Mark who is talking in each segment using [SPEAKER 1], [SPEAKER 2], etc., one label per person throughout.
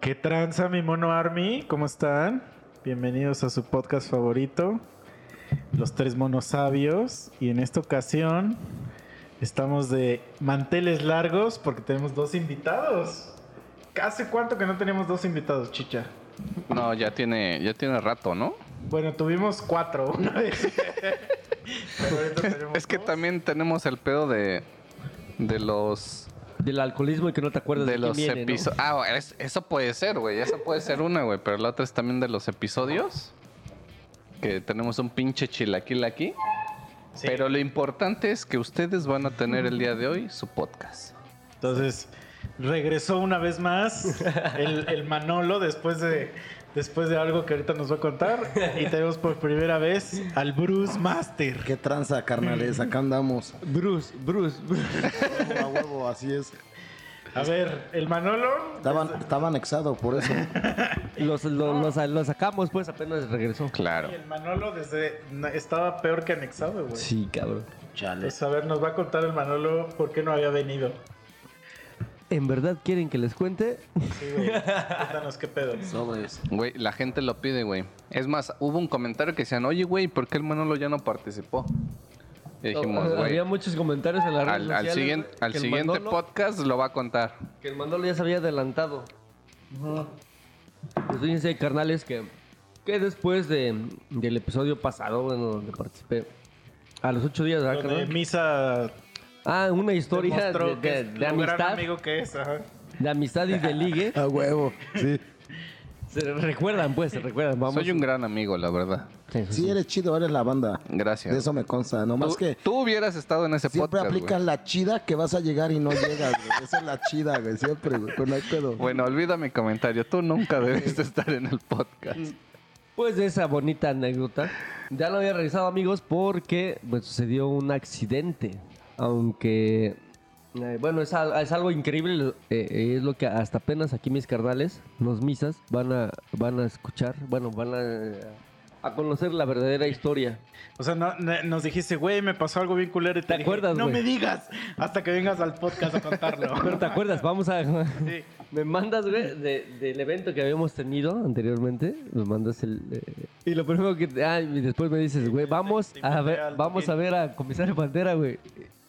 [SPEAKER 1] ¿Qué tranza, mi mono Army? ¿Cómo están? Bienvenidos a su podcast favorito, Los Tres Monos Sabios. Y en esta ocasión estamos de manteles largos porque tenemos dos invitados. ¿Hace cuánto que no tenemos dos invitados, chicha?
[SPEAKER 2] No, ya tiene, ya tiene rato, ¿no?
[SPEAKER 1] Bueno, tuvimos cuatro una vez. Pero ahorita tenemos
[SPEAKER 2] Es que
[SPEAKER 1] dos.
[SPEAKER 2] también tenemos el pedo de, de los
[SPEAKER 3] Del alcoholismo y que no te acuerdas de,
[SPEAKER 2] de
[SPEAKER 3] quién
[SPEAKER 2] los
[SPEAKER 3] viene, ¿no?
[SPEAKER 2] episodios. Ah, es- eso puede ser, güey. Eso puede ser una, güey. Pero la otra es también de los episodios. Que tenemos un pinche chilaquil aquí.
[SPEAKER 1] Sí.
[SPEAKER 2] Pero lo importante es que ustedes van a tener el día de hoy su podcast.
[SPEAKER 1] Entonces, regresó una vez más el, el Manolo después de, después de algo que ahorita nos va a contar. Y tenemos por primera vez al Bruce Master.
[SPEAKER 4] Qué tranza, carnales, acá andamos.
[SPEAKER 3] Bruce, Bruce, Bruce.
[SPEAKER 4] Huevo A huevo, así es.
[SPEAKER 1] A ver, el Manolo.
[SPEAKER 4] Estaba, estaba anexado por eso.
[SPEAKER 3] Los, lo- los- los sacamos, pues apenas regresó.
[SPEAKER 2] Claro.
[SPEAKER 1] El Manolo desde estaba peor que anexado, güey.
[SPEAKER 3] Sí, cabrón.
[SPEAKER 4] Chale.
[SPEAKER 1] Entonces, a ver, nos va a contar el Manolo por qué no había venido.
[SPEAKER 3] ¿En verdad quieren que les cuente?
[SPEAKER 1] Sí, güey. Cuéntanos qué pedo.
[SPEAKER 4] Sobres.
[SPEAKER 2] Güey, la gente lo pide, güey. Es más, hubo un comentario que decían, oye, güey, ¿por qué el Manolo ya no participó? Y dijimos, güey,
[SPEAKER 3] Había muchos comentarios en las redes
[SPEAKER 2] al, al
[SPEAKER 3] sociales,
[SPEAKER 2] siguiente,
[SPEAKER 3] güey,
[SPEAKER 2] al
[SPEAKER 3] que el
[SPEAKER 2] siguiente
[SPEAKER 3] Manolo-
[SPEAKER 2] podcast lo va a contar.
[SPEAKER 3] Que el Manolo ya se había adelantado. Pues fíjense, carnales, que, que después de, del episodio pasado, bueno, donde participé, a los ocho días, ¿verdad,
[SPEAKER 1] Donde
[SPEAKER 3] carnal?
[SPEAKER 1] Misa
[SPEAKER 3] Ah, una historia Ah, de,
[SPEAKER 1] demostró que
[SPEAKER 3] de-
[SPEAKER 1] es
[SPEAKER 3] de
[SPEAKER 1] un gran
[SPEAKER 3] amistad,
[SPEAKER 1] amigo que es. Ajá.
[SPEAKER 3] de amistad y de ligue.
[SPEAKER 4] A huevo. Sí.
[SPEAKER 3] Se recuerdan, pues, se recuerdan. Vamos.
[SPEAKER 2] Soy un gran amigo, la verdad.
[SPEAKER 3] Sí, sí,
[SPEAKER 4] Sí,
[SPEAKER 3] sí.
[SPEAKER 4] eres chido, eres la banda.
[SPEAKER 2] Gracias.
[SPEAKER 4] De eso me consta.
[SPEAKER 2] Tú,
[SPEAKER 4] Nomás que
[SPEAKER 2] tú hubieras estado en ese
[SPEAKER 4] siempre
[SPEAKER 2] podcast.
[SPEAKER 4] aplicas
[SPEAKER 2] güey.
[SPEAKER 4] la chida que vas a llegar y no llegas, güey. Esa es la chida, güey. Siempre, güey. Pero no hay pedo.
[SPEAKER 2] Bueno, olvida mi comentario. Tú nunca debiste estar en el podcast.
[SPEAKER 3] Pues de esa bonita anécdota. Ya lo había revisado, amigos, porque pues, sucedió un accidente. Aunque, eh, bueno, es, al- es algo increíble. eh, eh, es lo que hasta apenas aquí mis carnales, los misas, van a, van a escuchar. Bueno, van a, eh, a conocer la verdadera historia.
[SPEAKER 1] O sea, no- ne- nos dijiste, güey, me pasó algo bien culero y te,
[SPEAKER 3] ¿Te
[SPEAKER 1] dije,
[SPEAKER 3] acuerdas,
[SPEAKER 1] no
[SPEAKER 3] güey?
[SPEAKER 1] me digas hasta que vengas al podcast a
[SPEAKER 3] Pero
[SPEAKER 1] contarlo.
[SPEAKER 3] te acuerdas, vamos a...
[SPEAKER 1] Sí.
[SPEAKER 3] Me mandas, güey, de- del evento que habíamos tenido anteriormente, me mandas el... eh, y lo primero que... Ah, y después me dices, güey, vamos
[SPEAKER 1] Te invitaré
[SPEAKER 3] a ver,
[SPEAKER 1] al
[SPEAKER 3] vamos a ver a comisario Bandera, güey.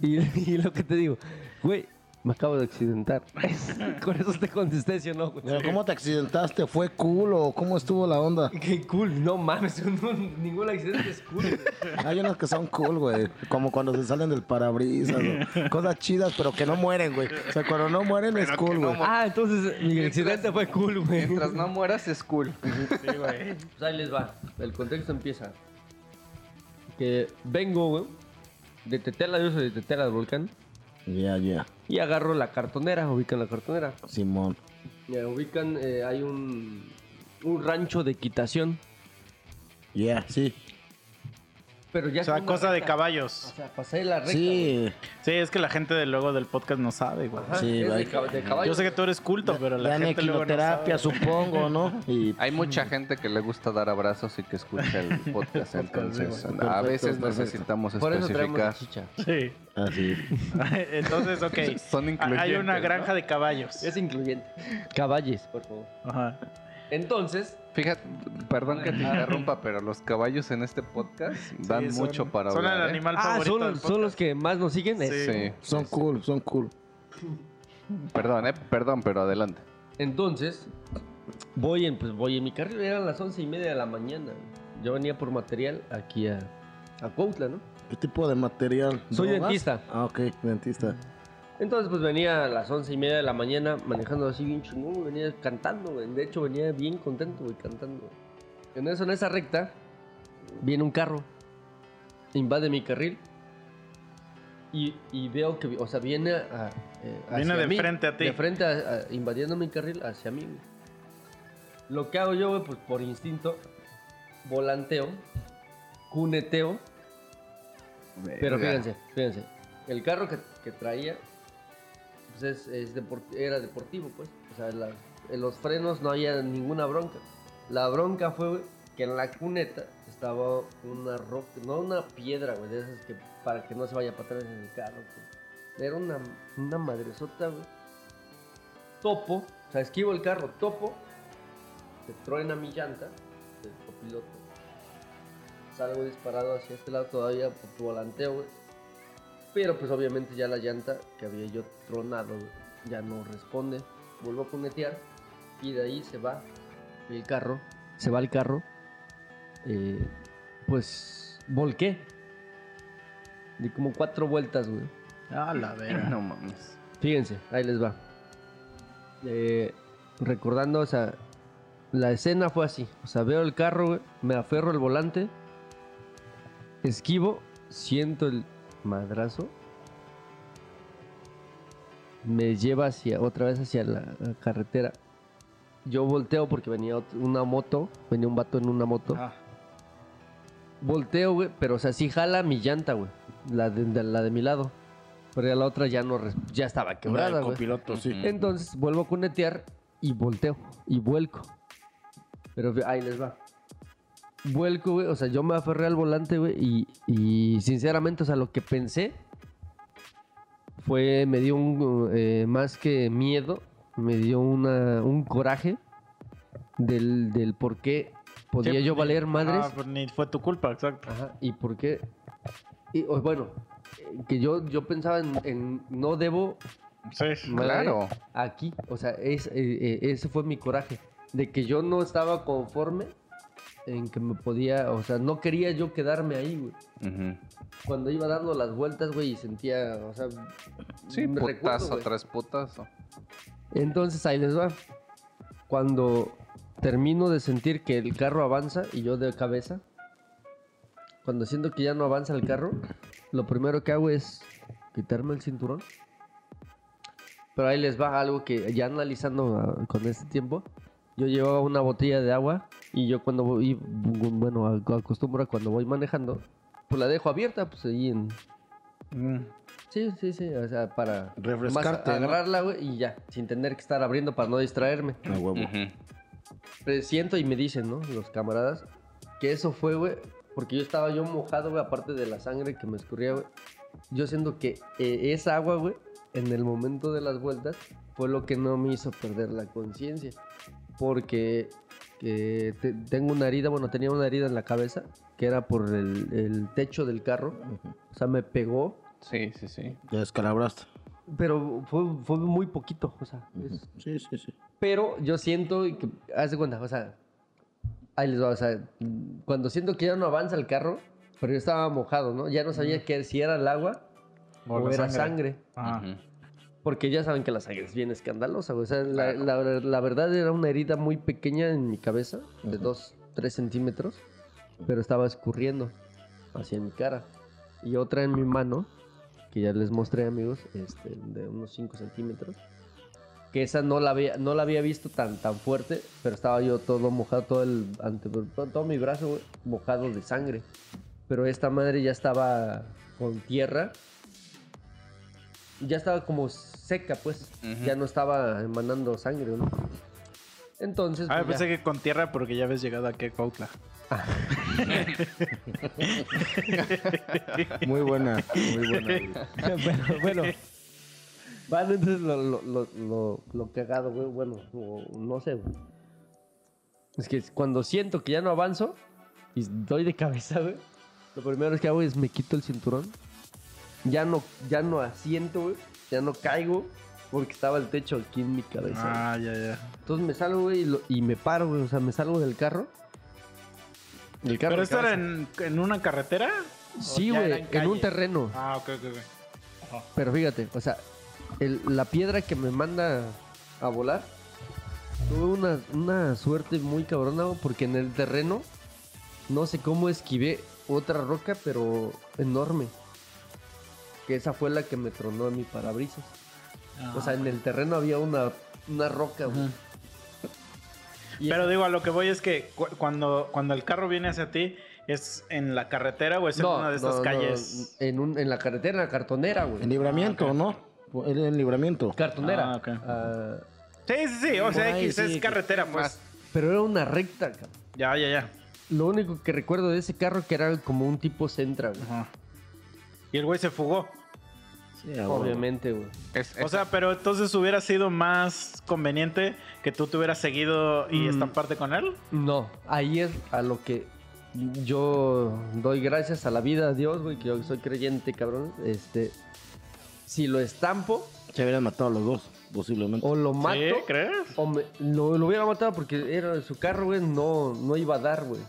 [SPEAKER 3] Y, y lo que te digo, güey, me acabo de accidentar. Con eso te contesté, ¿sí o no, güey?
[SPEAKER 4] Pero, ¿Cómo te accidentaste? ¿Fue cool o cómo estuvo la onda?
[SPEAKER 3] Qué cool, no mames, no, ningún accidente es cool. güey.
[SPEAKER 4] Hay unos que son cool, güey. Como cuando se salen del parabrisas. güey. Cosas chidas, pero que no mueren, güey. O sea, cuando no mueren es cool, güey.
[SPEAKER 3] Ah, entonces mi accidente fue cool, güey.
[SPEAKER 2] Mientras no mueras es cool.
[SPEAKER 1] Sí, güey.
[SPEAKER 3] Pues ahí les va. El contexto empieza. Que vengo, güey, de Tetela, yo soy de Tetela del volcán.
[SPEAKER 4] Ya, ya.
[SPEAKER 3] Y agarro la cartonera, ubican la cartonera.
[SPEAKER 4] Simón.
[SPEAKER 3] Eh, ubican, eh, hay un, un rancho de equitación.
[SPEAKER 4] Ya, sí.
[SPEAKER 3] Pero
[SPEAKER 1] O
[SPEAKER 3] ya
[SPEAKER 1] sea,
[SPEAKER 3] con una
[SPEAKER 1] cosa de
[SPEAKER 3] recta.
[SPEAKER 1] caballos.
[SPEAKER 3] O sea, pasé la recta. güey.
[SPEAKER 4] Sí.
[SPEAKER 1] Sí, es que la gente de luego del podcast no sabe, güey.
[SPEAKER 3] Ajá,
[SPEAKER 4] Sí,
[SPEAKER 3] es de,
[SPEAKER 4] güey.
[SPEAKER 3] cab- de caballo.
[SPEAKER 1] Yo sé que tú eres culto, pero la
[SPEAKER 4] Dan
[SPEAKER 1] gente luego no
[SPEAKER 4] equinoterapia,
[SPEAKER 1] sabe.
[SPEAKER 4] supongo, ¿no? Y
[SPEAKER 2] Hay mucha gente que le gusta dar abrazos y que escucha el podcast. Entonces,
[SPEAKER 4] perfecto,
[SPEAKER 2] a veces
[SPEAKER 4] perfecto.
[SPEAKER 2] necesitamos
[SPEAKER 3] Por eso traemos la
[SPEAKER 2] especificar.
[SPEAKER 3] chicha.
[SPEAKER 1] Sí.
[SPEAKER 4] así.
[SPEAKER 1] Entonces, ok.
[SPEAKER 2] Son incluyentes,
[SPEAKER 1] Hay una
[SPEAKER 2] ¿no?
[SPEAKER 1] granja de caballos.
[SPEAKER 3] Es incluyente. Caballes, por favor.
[SPEAKER 1] Ajá.
[SPEAKER 3] Entonces,
[SPEAKER 2] Fíjate, perdón que te
[SPEAKER 3] Ah.
[SPEAKER 2] interrumpa, pero los caballos en este podcast dan
[SPEAKER 1] Sí, son-
[SPEAKER 2] mucho para
[SPEAKER 1] Son el
[SPEAKER 2] hablar. ¿eh?
[SPEAKER 1] animal
[SPEAKER 3] ah,
[SPEAKER 1] favorito.
[SPEAKER 3] son,
[SPEAKER 1] del
[SPEAKER 3] son los
[SPEAKER 1] podcast.
[SPEAKER 3] que más nos siguen. eh.
[SPEAKER 1] Sí.
[SPEAKER 2] Sí.
[SPEAKER 4] Son cool, son cool.
[SPEAKER 2] Perdón, eh, perdón, pero adelante.
[SPEAKER 3] Entonces, voy en, pues voy en mi carril, eran las once y media de la mañana. Yo venía por material aquí a, a Cuautla, ¿no?
[SPEAKER 4] ¿Qué tipo de material?
[SPEAKER 3] Soy dentista.
[SPEAKER 4] Ah, ok, dentista.
[SPEAKER 3] Entonces, pues venía a las once y media de la mañana manejando así bien chingón, güey, venía cantando, güey. De hecho, venía bien contento, güey, cantando. En eso, en esa recta, viene un carro, invade mi carril y, y veo que, o sea, viene a, eh, hacia
[SPEAKER 1] Viene de
[SPEAKER 3] mí,
[SPEAKER 1] frente a ti.
[SPEAKER 3] De frente, a- a- invadiendo mi carril hacia mí. güey. Lo que hago yo, güey, pues por instinto, volanteo, cuneteo.
[SPEAKER 2] Verga.
[SPEAKER 3] Pero fíjense, fíjense. El carro que, que traía pues es, es depor- era deportivo, pues. O sea, la- en los frenos no había ninguna bronca. La bronca fue güey, que en la cuneta estaba una roca, no una piedra, güey, de esas que para que no se vaya para atrás en el carro. güey. Era una, una madresota, güey. Topo, o sea, esquivo el carro, topo se truena mi llanta del copiloto. Salgo disparado hacia este lado todavía por volanteo, güey. Pero pues obviamente ya la llanta que había yo tronado güey, ya no responde. Vuelvo a punetear y de ahí se va el carro. Se va el carro. Eh, pues volqué. Di como cuatro vueltas, güey.
[SPEAKER 5] Ah, la verga.
[SPEAKER 2] No mames.
[SPEAKER 3] Fíjense, ahí les va. Eh, recordando, o sea, la escena fue así. O sea, veo el carro, güey, me aferro al volante, esquivo, siento el madrazo. Me lleva hacia otra vez hacia la la carretera. Yo volteo porque venía ot- una moto, venía un vato en una moto.
[SPEAKER 5] Ah,
[SPEAKER 3] Volteo, güey, pero o sea, sí jala mi llanta, güey. La de, de- la de mi lado. Pero ya la otra ya no res- ya estaba quebrada,
[SPEAKER 4] El
[SPEAKER 3] güey.
[SPEAKER 4] copiloto, sí.
[SPEAKER 2] Ujú.
[SPEAKER 3] Entonces vuelvo a cunetear y volteo y vuelco. Pero ve- ahí les va. Vuelco, güey. O sea, yo me aferré al volante, güey. Y, y sinceramente, o sea, lo que pensé fue, me dio un, eh, más que miedo, me dio una, un coraje del, del por qué podía
[SPEAKER 5] Sí,
[SPEAKER 3] yo
[SPEAKER 5] ni-
[SPEAKER 3] valer madres.
[SPEAKER 5] Ah, pues ni fue tu culpa, exacto.
[SPEAKER 3] Ajá, ¿y por qué? Y, o- bueno, eh, que yo, yo pensaba en, en no debo
[SPEAKER 5] Sí.
[SPEAKER 3] madre
[SPEAKER 2] Claro.
[SPEAKER 3] aquí. O sea, es, eh, eh, ese fue mi coraje. De que yo no estaba conforme en que me podía, o sea, no quería yo quedarme ahí, güey.
[SPEAKER 2] Ujú.
[SPEAKER 3] Cuando iba dando las vueltas, güey, y sentía, o sea,
[SPEAKER 2] Sí,
[SPEAKER 3] me recuerdo,
[SPEAKER 2] putazo
[SPEAKER 3] güey.
[SPEAKER 2] tras putazo.
[SPEAKER 3] Entonces ahí les va. Cuando termino de sentir que el carro avanza y yo de cabeza, cuando siento que ya no avanza el carro, lo primero que hago es quitarme el cinturón. Pero ahí les va algo que ya analizando ah, con este tiempo, yo llevaba una botella de agua y yo cuando voy, bueno, ac- acostumbro a cuando voy manejando, pues la dejo abierta, pues ahí en...
[SPEAKER 1] Mm,
[SPEAKER 3] Sí, sí, sí, o sea, para...
[SPEAKER 4] Refrescarte,
[SPEAKER 3] Más
[SPEAKER 4] ¿no?
[SPEAKER 3] agarrarla, güey, y ya, sin tener que estar abriendo para no distraerme.
[SPEAKER 4] A huevo.
[SPEAKER 2] Ujú.
[SPEAKER 3] Presiento y me dicen, ¿no? Los camaradas, que eso fue, güey, porque yo estaba yo mojado, güey, aparte de la sangre que me escurría, güey. Yo siento que eh, esa agua, güey, en el momento de las vueltas, fue lo que no me hizo perder la conciencia. Porque que te- tengo una herida, bueno, tenía una herida en la cabeza, que era por el, el techo del carro. O sea, me pegó,
[SPEAKER 2] Sí, sí, sí.
[SPEAKER 4] Te descalabraste.
[SPEAKER 3] pero fue, fue muy poquito, o sea, es-
[SPEAKER 4] Sí, sí, sí.
[SPEAKER 3] Pero yo siento que. Haz de cuenta, o sea. Ahí les va, o sea. Cuando siento que ya no avanza el carro, pero yo estaba mojado, ¿no? Ya no sabía que si era el agua o,
[SPEAKER 5] la
[SPEAKER 3] era sangre.
[SPEAKER 5] Ah.
[SPEAKER 2] Ujú.
[SPEAKER 3] Porque ya saben que la sangre es bien escandalosa, güey. O sea, la, la- la verdad era una herida muy pequeña en mi cabeza, de 2, 3 centímetros, pero estaba escurriendo hacia mi cara. Y otra en mi mano, que ya les mostré, amigos, este, de unos 5 centímetros. Que esa no la había, no la había visto tan, tan fuerte, pero estaba yo todo mojado, todo, el ante- todo, todo mi brazo güey, mojado de sangre. Pero esta madre ya estaba con tierra ya estaba como seca, pues.
[SPEAKER 2] Ujú.
[SPEAKER 3] Ya no estaba emanando sangre, ¿no? Entonces,
[SPEAKER 5] Ah,
[SPEAKER 3] pues,
[SPEAKER 5] pensé
[SPEAKER 3] ya.
[SPEAKER 5] que con tierra porque ya habías llegado aquí a Cuautla.
[SPEAKER 4] Muy buena, muy buena. güey.
[SPEAKER 3] Pero, bueno. Van entonces lo, lo, lo, lo, lo cagado, güey. Bueno, o no sé, güey. Es que cuando siento que ya no avanzo y doy de cabeza, güey. Lo primero que hago es me quito el cinturón. Ya no, ya no asiento, güey. Ya no caigo. Porque estaba el techo aquí en mi cabeza. güey.
[SPEAKER 5] Ah, ya, ya.
[SPEAKER 3] Entonces me salgo, güey, y, lo- y me paro, güey. O sea, me salgo del carro. Del carro.
[SPEAKER 5] ¿Pero
[SPEAKER 3] de
[SPEAKER 5] esto era
[SPEAKER 3] cabeza.
[SPEAKER 5] en, en una carretera? ¿O
[SPEAKER 3] Sí,
[SPEAKER 5] ya
[SPEAKER 3] güey,
[SPEAKER 5] era
[SPEAKER 3] en,
[SPEAKER 5] calle?
[SPEAKER 3] un terreno.
[SPEAKER 5] Ah, ok, ok, ok.
[SPEAKER 3] Pero fíjate, o sea, el- la piedra que me manda a volar, tuve una, una suerte muy cabrona, güey, porque en el terreno, no sé cómo esquivé otra roca, pero enorme. Que esa fue la que me tronó en mi parabrisas.
[SPEAKER 5] Ah,
[SPEAKER 3] O sea, en el terreno había una, una roca, güey. Y
[SPEAKER 5] Pero digo, a lo que voy es que cu- cuando, cuando el carro viene hacia ti, ¿es en la carretera o es en una de estas
[SPEAKER 3] no, no,
[SPEAKER 5] calles?
[SPEAKER 3] en, un- en la carretera, en la cartonera,
[SPEAKER 4] En
[SPEAKER 3] güey.
[SPEAKER 4] libramiento, ¿no? Él en libramiento.
[SPEAKER 3] Cartonera.
[SPEAKER 5] Ah, ok.
[SPEAKER 3] Ah,
[SPEAKER 5] Sí, sí, sí. O
[SPEAKER 4] Por
[SPEAKER 5] sea,
[SPEAKER 4] ahí,
[SPEAKER 5] X es
[SPEAKER 4] sí,
[SPEAKER 5] carretera, pues.
[SPEAKER 3] pero era una recta, cabrón.
[SPEAKER 5] Ya, ya, ya.
[SPEAKER 3] Lo único que recuerdo de ese carro que era como un tipo Centra, güey.
[SPEAKER 5] Ajá. Y el güey se fugó.
[SPEAKER 3] Obviamente, güey.
[SPEAKER 2] Es-
[SPEAKER 5] O
[SPEAKER 2] es-
[SPEAKER 5] sea, pero entonces hubiera sido más conveniente que tú te hubieras seguido y
[SPEAKER 3] Mm.
[SPEAKER 5] estamparte con él.
[SPEAKER 3] No, ahí es a lo que yo doy gracias a la vida, a Dios, güey, que yo soy creyente, cabrón. Este, si lo estampo
[SPEAKER 4] Se hubieran matado a los dos, posiblemente.
[SPEAKER 3] o lo mato,
[SPEAKER 5] ¿Sí? ¿Crees?
[SPEAKER 3] o me- lo, lo hubiera matado porque era su carro, güey, no, no iba a dar, güey.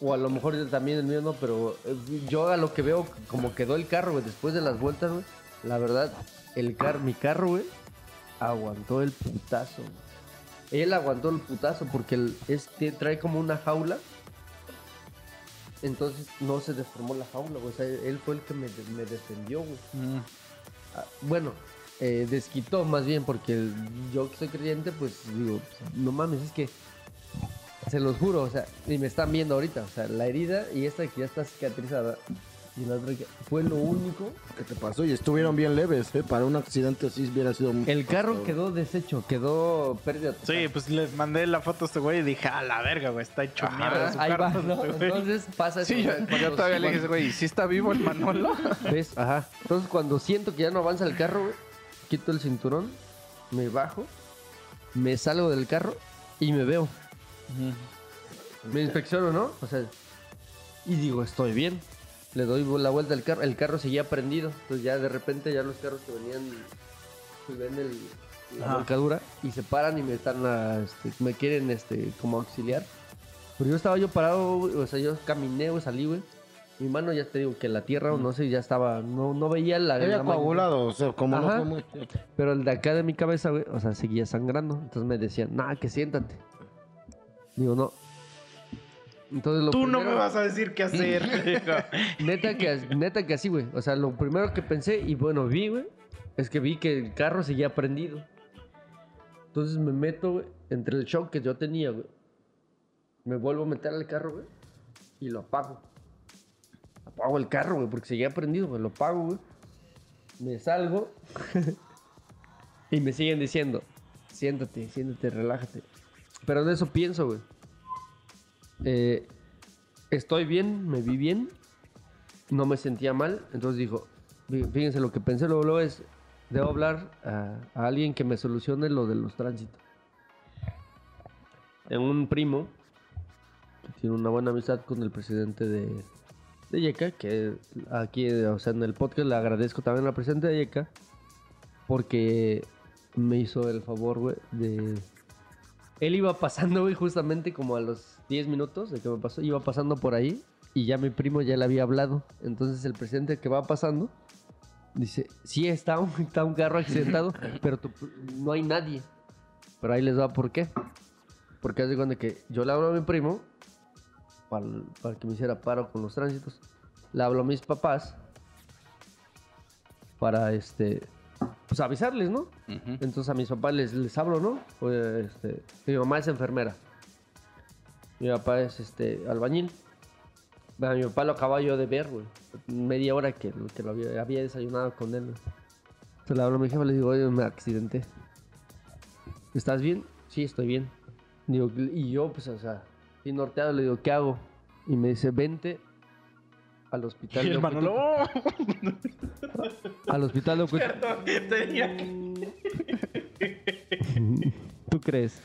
[SPEAKER 3] O a lo mejor yo también el mío no, pero eh, yo a lo que veo como quedó el carro, güey, después de las vueltas, güey, la verdad, el car, mi carro, güey, aguantó el putazo. güey. Él aguantó el putazo porque el- este trae como una jaula. Entonces no se deformó la jaula, güey. O sea, él fue el que me, me defendió, güey. Ah, Bueno, eh, desquitó más bien porque el- yo que soy creyente, pues digo, pues, no mames, es que se los juro, o sea, y me están viendo ahorita, o sea, la herida y esta que ya está cicatrizada y la otra que fue lo único.
[SPEAKER 4] ¿Qué te pasó? Y estuvieron bien leves, ¿eh? Para un accidente así hubiera sido... muy-
[SPEAKER 3] El carro quedó deshecho, quedó pérdida. total.
[SPEAKER 5] Sí, pues les mandé la foto a este güey y dije, a la verga, güey, está hecho
[SPEAKER 2] Ajá,
[SPEAKER 5] mierda su
[SPEAKER 3] Ah, Ahí va,
[SPEAKER 5] carro,
[SPEAKER 3] ¿no?
[SPEAKER 5] este güey".
[SPEAKER 3] Entonces pasa eso.
[SPEAKER 2] sí, yo,
[SPEAKER 3] cuando-
[SPEAKER 2] yo todavía le dije,
[SPEAKER 3] cuando-
[SPEAKER 2] güey, ¿sí está vivo el Manolo?
[SPEAKER 3] ¿Ves? Ajá. Entonces cuando siento que ya no avanza el carro, güey, quito el cinturón, me bajo, me salgo del carro y me veo. Me inspecciono, ¿no? O sea, y digo, estoy bien. Le doy la vuelta al carro, el carro seguía prendido. Entonces ya de repente ya los carros que venían, pues ven el- la
[SPEAKER 5] Ajá.
[SPEAKER 3] volcadura y se paran y me están, a, este, me quieren este, como auxiliar. Pero yo estaba yo parado, güey, o sea, yo caminé, güey, salí, güey. Mi mano ya te digo que la tierra, o no sé, ya estaba, no, no veía la... la
[SPEAKER 4] Había
[SPEAKER 3] ma-
[SPEAKER 4] coagulado, o sea, como
[SPEAKER 3] Ajá.
[SPEAKER 4] no fue muy...
[SPEAKER 3] pero el de acá de mi cabeza, güey, o sea, seguía sangrando. Entonces me decían, nada, que siéntate. Digo, no. Entonces lo
[SPEAKER 5] Tú no
[SPEAKER 3] primero-
[SPEAKER 5] me vas a decir qué hacer. dijo.
[SPEAKER 3] Neta que, as- neta que así, güey. O sea, lo primero que pensé y bueno, vi, güey, es que vi que el carro seguía prendido. Entonces me meto, güey, entre el shock que yo tenía, güey. Me vuelvo a meter al carro, güey, y lo apago. Apago el carro, güey, porque seguía prendido, güey. Lo apago, güey. Me salgo y me siguen diciendo, siéntate, siéntate, relájate. Pero de eso pienso, güey. Eh, estoy bien, me vi bien, no me sentía mal, entonces dijo, fí- fíjense lo que pensé, luego, luego es, debo hablar a, a alguien que me solucione lo de los tránsitos. Tengo un primo que tiene una buena amistad con el presidente de, de YECA, que aquí, eh, o sea, en el podcast le agradezco también al presidente de YECA, porque me hizo el favor, güey, de... Él iba pasando, güey, justamente como a los 10 minutos de que me pasó, iba pasando por ahí y ya mi primo ya le había hablado. Entonces el presidente que va pasando dice, sí, está un, está un carro accidentado, pero tu pr- no hay nadie. Pero ahí les va por qué. Porque hace cuando que yo le hablo a mi primo para, para que me hiciera paro con los tránsitos. Le hablo a mis papás para, este, pues avisarles, ¿no?
[SPEAKER 2] Ujú.
[SPEAKER 3] Entonces a mis papás les, les hablo, ¿no? Oye, este, mi mamá es enfermera. Mi papá es este, albañil. A mi papá lo acababa yo de ver, güey. Media hora que, que lo había, había desayunado con él. güey. Se le hablo a mi jefa, le digo, oye, me accidenté. ¿Estás bien? Sí, estoy bien. Digo, y yo, pues, o sea, bien norteado, le digo, ¿qué hago? Y me dice, vente al hospital.
[SPEAKER 5] Y
[SPEAKER 3] de
[SPEAKER 5] el
[SPEAKER 3] Ocotilco".
[SPEAKER 5] Manolo, "Oh,
[SPEAKER 3] Al hospital de Ocotilco.
[SPEAKER 5] tenía que-".
[SPEAKER 3] ¿Tú crees?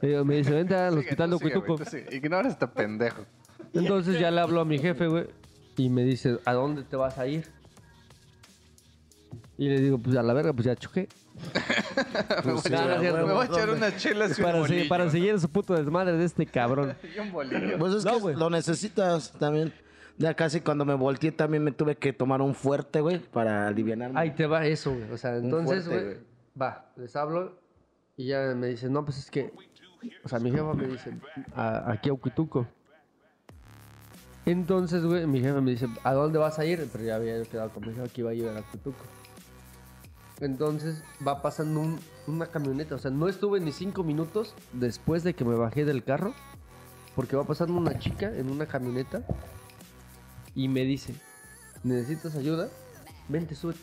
[SPEAKER 3] Le digo, me dice, vente al
[SPEAKER 2] Sigue,
[SPEAKER 3] hospital de
[SPEAKER 2] tú sigue,
[SPEAKER 3] Ocotuco.
[SPEAKER 2] güey, tú sigue. Ignora este pendejo.
[SPEAKER 3] Entonces ya le hablo a mi jefe, güey. Y me dice, ¿a dónde te vas a ir? Y le digo, pues a la verga, pues ya choqué.
[SPEAKER 2] me, voy
[SPEAKER 3] sí,
[SPEAKER 2] a
[SPEAKER 3] a
[SPEAKER 2] echar,
[SPEAKER 3] huevo,
[SPEAKER 2] me voy a echar
[SPEAKER 3] ¿dónde?
[SPEAKER 2] unas chelas y un
[SPEAKER 3] Para, se-
[SPEAKER 2] bolillo.
[SPEAKER 3] para seguir su puto desmadre de este cabrón.
[SPEAKER 2] Y un bolillo.
[SPEAKER 4] Pues es
[SPEAKER 3] No,
[SPEAKER 4] que
[SPEAKER 3] güey.
[SPEAKER 4] lo necesitas también. Ya casi cuando me volteé también me tuve que tomar un fuerte, güey, para alivianarme.
[SPEAKER 3] Ahí te va eso, güey. O sea, entonces,
[SPEAKER 4] fuerte,
[SPEAKER 3] güey, va, les hablo y ya me dicen, no, pues es que, o sea, mi jefa me dice, "A- aquí a Uquituco. Entonces, güey, mi jefa me dice, ¿a dónde vas a ir? Pero ya había yo quedado con mi jefa que iba a ir a Uquituco. Entonces va pasando un- una camioneta, o sea, no estuve ni cinco minutos después de que me bajé del carro, porque va pasando una chica en una camioneta y me dice, ¿necesitas ayuda? Vente, sube.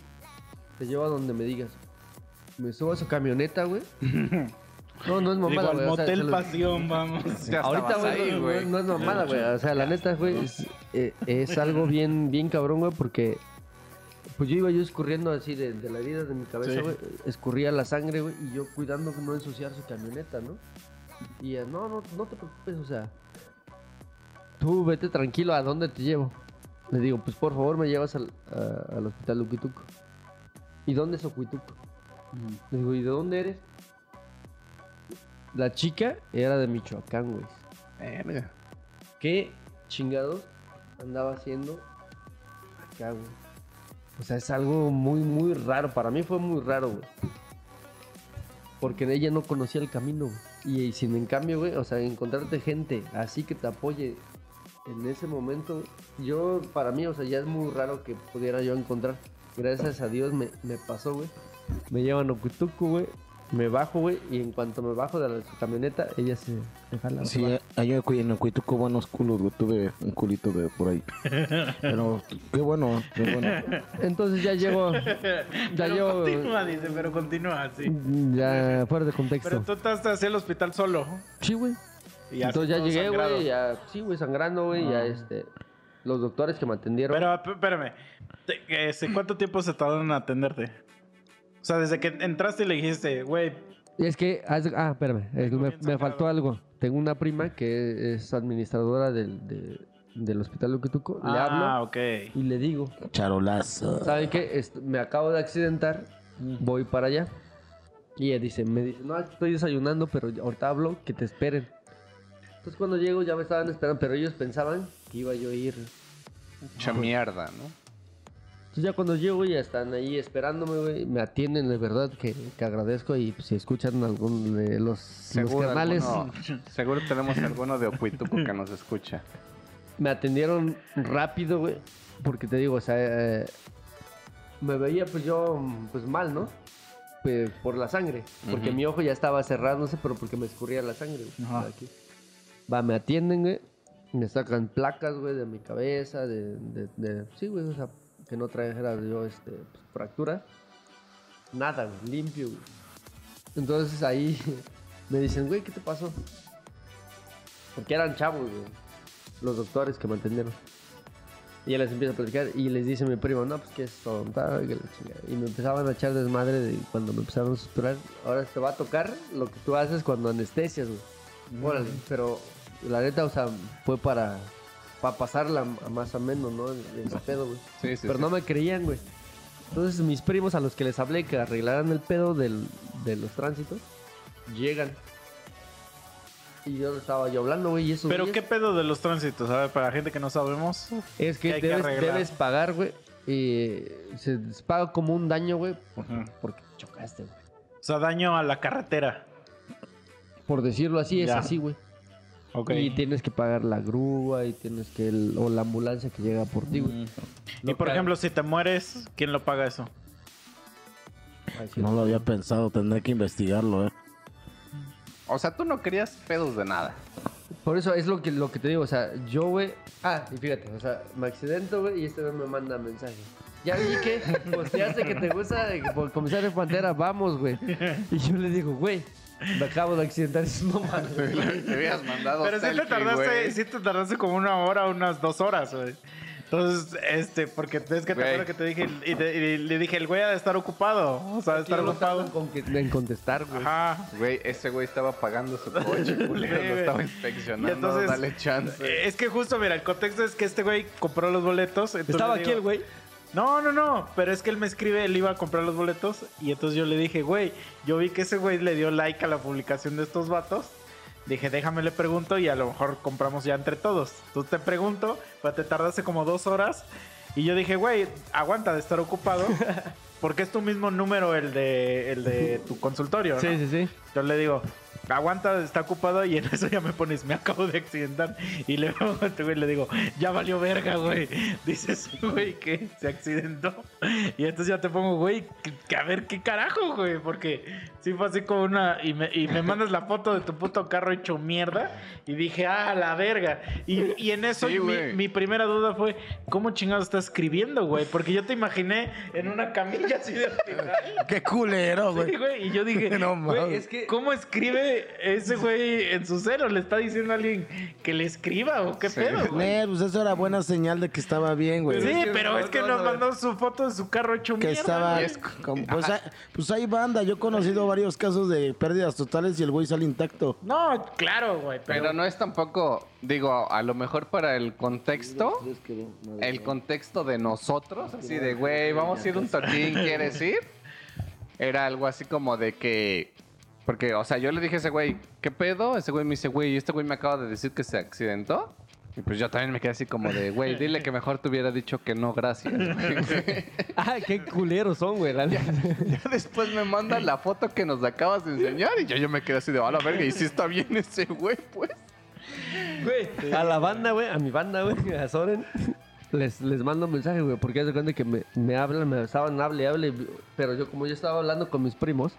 [SPEAKER 3] Te llevo a donde me digas. Me subo a su camioneta, güey. No, no es
[SPEAKER 5] Digo,
[SPEAKER 3] mamada,
[SPEAKER 5] al
[SPEAKER 3] güey. o sea,
[SPEAKER 5] motel
[SPEAKER 3] se lo-
[SPEAKER 5] pasión, vamos.
[SPEAKER 2] Ya
[SPEAKER 3] Ahorita,
[SPEAKER 2] estabas
[SPEAKER 3] güey,
[SPEAKER 2] ahí,
[SPEAKER 3] no- no,
[SPEAKER 2] güey.
[SPEAKER 3] no es mamada, güey. O sea, la neta, güey, es, eh, es algo bien, bien cabrón, güey, porque Pues yo iba yo escurriendo así de, de la herida de mi cabeza,
[SPEAKER 1] Sí.
[SPEAKER 3] güey. Escurría la sangre, güey. Y yo cuidando que no ensuciar su camioneta, ¿no? Y ella, no, no, no te preocupes, o sea. Tú vete tranquilo, ¿a dónde te llevo? Le digo, pues por favor me llevas al, a- al hospital Uquituco. ¿Y dónde es Uquituco? Le digo, ¿y de dónde eres? La chica era de Michoacán, güey.
[SPEAKER 2] Verga.
[SPEAKER 3] ¿Qué chingados andaba haciendo acá, güey? O sea, es algo muy, muy raro. Para mí fue muy raro, güey. Porque ella no conocía el camino, güey. Y, y sin en cambio, güey, o sea, encontrarte gente así que te apoye en ese momento, yo, para mí, o sea, ya es muy raro que pudiera yo encontrar. Gracias a Dios me, me pasó, güey. Me llevan a Ocutuco, güey. Me bajo, güey. Y en cuanto me bajo de la su camioneta, ella se... se jala, se
[SPEAKER 4] Sí,
[SPEAKER 3] baja.
[SPEAKER 4] allá en Cuy- en Cuituco buenos culos, güey. Tuve un culito de por ahí. Pero qué bueno, qué bueno.
[SPEAKER 3] Entonces ya llego. Ya
[SPEAKER 1] pero
[SPEAKER 3] llego.
[SPEAKER 1] continúa, dice, pero continúa, sí.
[SPEAKER 3] Ya fuera de
[SPEAKER 1] Pero
[SPEAKER 3] contexto.
[SPEAKER 1] tú estás hacia el hospital solo.
[SPEAKER 3] Sí, güey.
[SPEAKER 1] Y así
[SPEAKER 3] Entonces ya
[SPEAKER 1] todo
[SPEAKER 3] llegué,
[SPEAKER 1] sangrado.
[SPEAKER 3] güey. Ya, sí, güey, sangrando, güey. Ya este. Los doctores que me atendieron.
[SPEAKER 1] Ah. Pero ap- espérame, te- que se- ¿cuánto tiempo se tardaron en atenderte? O sea, desde que entraste y le dijiste, güey,
[SPEAKER 3] Es que. haz- Ah, espérame. es que
[SPEAKER 1] bien
[SPEAKER 3] me, me
[SPEAKER 1] sangrado.
[SPEAKER 3] faltó algo. Tengo una prima que es administradora del, de- del hospital Uquituco. Le
[SPEAKER 1] ah,
[SPEAKER 3] hablo
[SPEAKER 1] ok.
[SPEAKER 3] y le digo.
[SPEAKER 4] Charolazo.
[SPEAKER 3] ¿Saben qué? Est- me acabo de accidentar,
[SPEAKER 1] Mm.
[SPEAKER 3] voy para allá. Y ella dice, me dice, no, estoy desayunando, pero ya- ahorita hablo, que te esperen. Entonces cuando llego ya me estaban esperando, pero ellos pensaban que iba yo a ir. Entonces
[SPEAKER 2] Mucha mierda, ¿no?
[SPEAKER 3] ya cuando llego ya están ahí esperándome, güey, me atienden, de verdad, que, que agradezco. Y pues, si escuchan algún de los, los
[SPEAKER 2] Seguro,
[SPEAKER 3] canales,
[SPEAKER 2] alguno- seguro tenemos alguno de Ocuituco que nos escucha.
[SPEAKER 3] me atendieron rápido, güey. Porque te digo, o sea, eh, me veía pues yo mm, pues mal, ¿no? Pe- por la sangre. Porque mi ojo ya estaba cerrado, no sé, pero porque me escurría la sangre. güey,
[SPEAKER 1] Ajá.
[SPEAKER 3] por aquí. Va, me atienden, güey. Me sacan placas, güey, de mi cabeza, de, de- de- Sí, güey, o sea, que no trajera yo, este, pues, fractura. Nada, güey, limpio, güey. Entonces ahí me dicen, güey, ¿qué te pasó? Porque eran chavos, güey. Los doctores que me atendieron. Y ya les empiezo a platicar y les dice mi primo, no, pues que es tonta, que la chingada. Y me empezaban a echar desmadre de cuando me empezaron a suturar. Ahora te va a tocar lo que tú haces cuando anestesias, güey. Órale, pero la neta, o sea, fue para, para pasarla a más ameno, ¿no? Ese pedo, güey.
[SPEAKER 2] Sí, sí,
[SPEAKER 3] pero
[SPEAKER 2] sí.
[SPEAKER 3] no me creían, güey. Entonces mis primos a los que les hablé que arreglaran el pedo del- de los tránsitos, llegan. Y yo estaba yo hablando, güey, y eso...
[SPEAKER 1] Pero qué pedo de los tránsitos, a ver, para gente que no sabemos.
[SPEAKER 3] Es
[SPEAKER 1] que
[SPEAKER 3] que,
[SPEAKER 1] hay que
[SPEAKER 3] debes,
[SPEAKER 1] arreglar.
[SPEAKER 3] debes pagar, güey. Y se les paga como un daño, güey, por-
[SPEAKER 1] Ujú.
[SPEAKER 3] porque chocaste, güey.
[SPEAKER 1] O sea, daño a la carretera.
[SPEAKER 3] Por decirlo así, es
[SPEAKER 1] Ya.
[SPEAKER 3] así, güey.
[SPEAKER 1] Ok.
[SPEAKER 3] Y tienes que pagar la grúa y tienes que... el- o la ambulancia que llega por ti, güey.
[SPEAKER 1] Y por
[SPEAKER 3] Local.
[SPEAKER 1] ejemplo, si te mueres, ¿quién lo paga eso?
[SPEAKER 3] Así
[SPEAKER 4] No lo había pensado, tendré que investigarlo, eh.
[SPEAKER 2] O sea, tú no querías pedos de nada.
[SPEAKER 3] es. Por eso es lo que, lo que te digo, o sea, yo, güey... Ah, y fíjate, o sea, me accidento, güey, y este güey me manda mensaje. Ya vi que posteaste que te gusta eh, por comenzar en Pantera, vamos, güey. Y yo le digo, güey, me acabo de accidentar, es mamá,
[SPEAKER 2] Te habías mandado
[SPEAKER 1] Pero sí te
[SPEAKER 2] selfie,
[SPEAKER 1] tardaste,
[SPEAKER 2] güey.
[SPEAKER 1] sí te tardaste como una hora, unas dos horas, güey. Entonces, este, porque es que te
[SPEAKER 2] Güey.
[SPEAKER 1] acuerdas que te dije, y, te- y le dije, el güey ha de estar ocupado. O sea, ha de estar
[SPEAKER 3] Yo no tardo
[SPEAKER 1] ocupado.
[SPEAKER 3] en con que- en contestar, güey.
[SPEAKER 1] Ajá.
[SPEAKER 2] Güey, ese güey estaba pagando su coche, culero.
[SPEAKER 1] Sí,
[SPEAKER 2] lo
[SPEAKER 1] güey.
[SPEAKER 2] estaba
[SPEAKER 1] Y
[SPEAKER 2] inspeccionando.
[SPEAKER 1] entonces-
[SPEAKER 2] dale chance.
[SPEAKER 1] Eh, Es que justo, mira, el contexto es que este güey compró los boletos. entonces
[SPEAKER 3] Estaba
[SPEAKER 1] le
[SPEAKER 3] aquí
[SPEAKER 1] digo,
[SPEAKER 3] el güey.
[SPEAKER 1] No, no, no, pero es que él me escribe, él iba a comprar los boletos y entonces yo le dije, güey, yo vi que ese güey le dio like a la publicación de estos vatos. Dije, déjame le pregunto y a lo mejor compramos ya entre todos. Entonces te pregunto, pero te tardaste como dos horas y yo dije, güey, aguanta de estar ocupado porque es tu mismo número el de, el de tu consultorio, ¿no?
[SPEAKER 3] sí, sí.
[SPEAKER 1] Yo le digo, aguanta, está ocupado y en eso ya me pones, me acabo de accidentar. Y le veo a este güey y le digo, ya valió verga, güey. Dices, güey, que se accidentó. Y entonces ya te pongo, güey, que, que a ver qué carajo, güey. Porque sí fue así como una. Y me, y me mandas la foto de tu puto carro hecho mierda. Y dije, ah, la verga. Y, y en eso
[SPEAKER 2] Sí,
[SPEAKER 1] mi,
[SPEAKER 2] güey.
[SPEAKER 1] mi primera duda fue, ¿cómo chingado está escribiendo, güey? Porque yo te imaginé en una camilla así de hospital.
[SPEAKER 4] Qué culero,
[SPEAKER 1] Sí,
[SPEAKER 4] güey.
[SPEAKER 1] güey, y yo dije,
[SPEAKER 4] No
[SPEAKER 1] güey,
[SPEAKER 4] mames.
[SPEAKER 1] es que, ¿cómo escribe
[SPEAKER 5] Aparte, ese güey en su cero le está diciendo a alguien que le escriba o qué
[SPEAKER 2] Sí.
[SPEAKER 5] pedo, güey.
[SPEAKER 4] Nel, pues eso era buena señal de que estaba bien, güey.
[SPEAKER 5] Sí, pero
[SPEAKER 3] no,
[SPEAKER 5] es que
[SPEAKER 3] no,
[SPEAKER 5] nos
[SPEAKER 3] no,
[SPEAKER 5] mandó su foto de su carro hecho
[SPEAKER 4] que
[SPEAKER 5] mierda,
[SPEAKER 4] estaba
[SPEAKER 5] güey.
[SPEAKER 4] como- pues, hay, pues hay banda, yo he conocido varios casos de pérdidas totales y el güey sale intacto.
[SPEAKER 5] No, claro, güey, pero...
[SPEAKER 2] Pero no es tampoco, digo, a lo mejor para el contexto, el contexto de nosotros, así de, güey, vamos a ir un toquín, ¿quieres ir? Era algo así como de que, porque, o sea, yo le dije a ese güey, ¿qué pedo? Ese güey me dice, güey, este güey me acaba de decir que se accidentó. Y pues yo también me quedé así como de, güey, dile que mejor te hubiera dicho que no, gracias. güey".
[SPEAKER 3] Ah, qué culeros son, güey. la neta.
[SPEAKER 2] ya después me manda la foto que nos acabas de enseñar y yo, yo me quedé así de, a la verga, y si está bien ese güey, pues.
[SPEAKER 3] Güey, a la banda, güey, a mi banda, güey, a Soren. Les, les mando un mensaje, güey, porque haz de cuenta que me, me hablan, me estaban hable, hable, pero yo como yo estaba hablando con mis primos,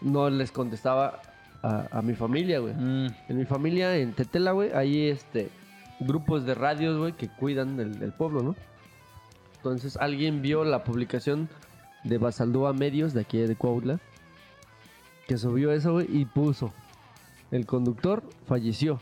[SPEAKER 3] no les contestaba a, a mi familia, güey. En mi familia, en Tetela, güey, hay este, grupos de radios, güey, que cuidan el, el pueblo, ¿no? Entonces alguien vio la publicación de Basaldúa Medios, de aquí de Cuautla, que subió eso, güey, y puso, el conductor falleció.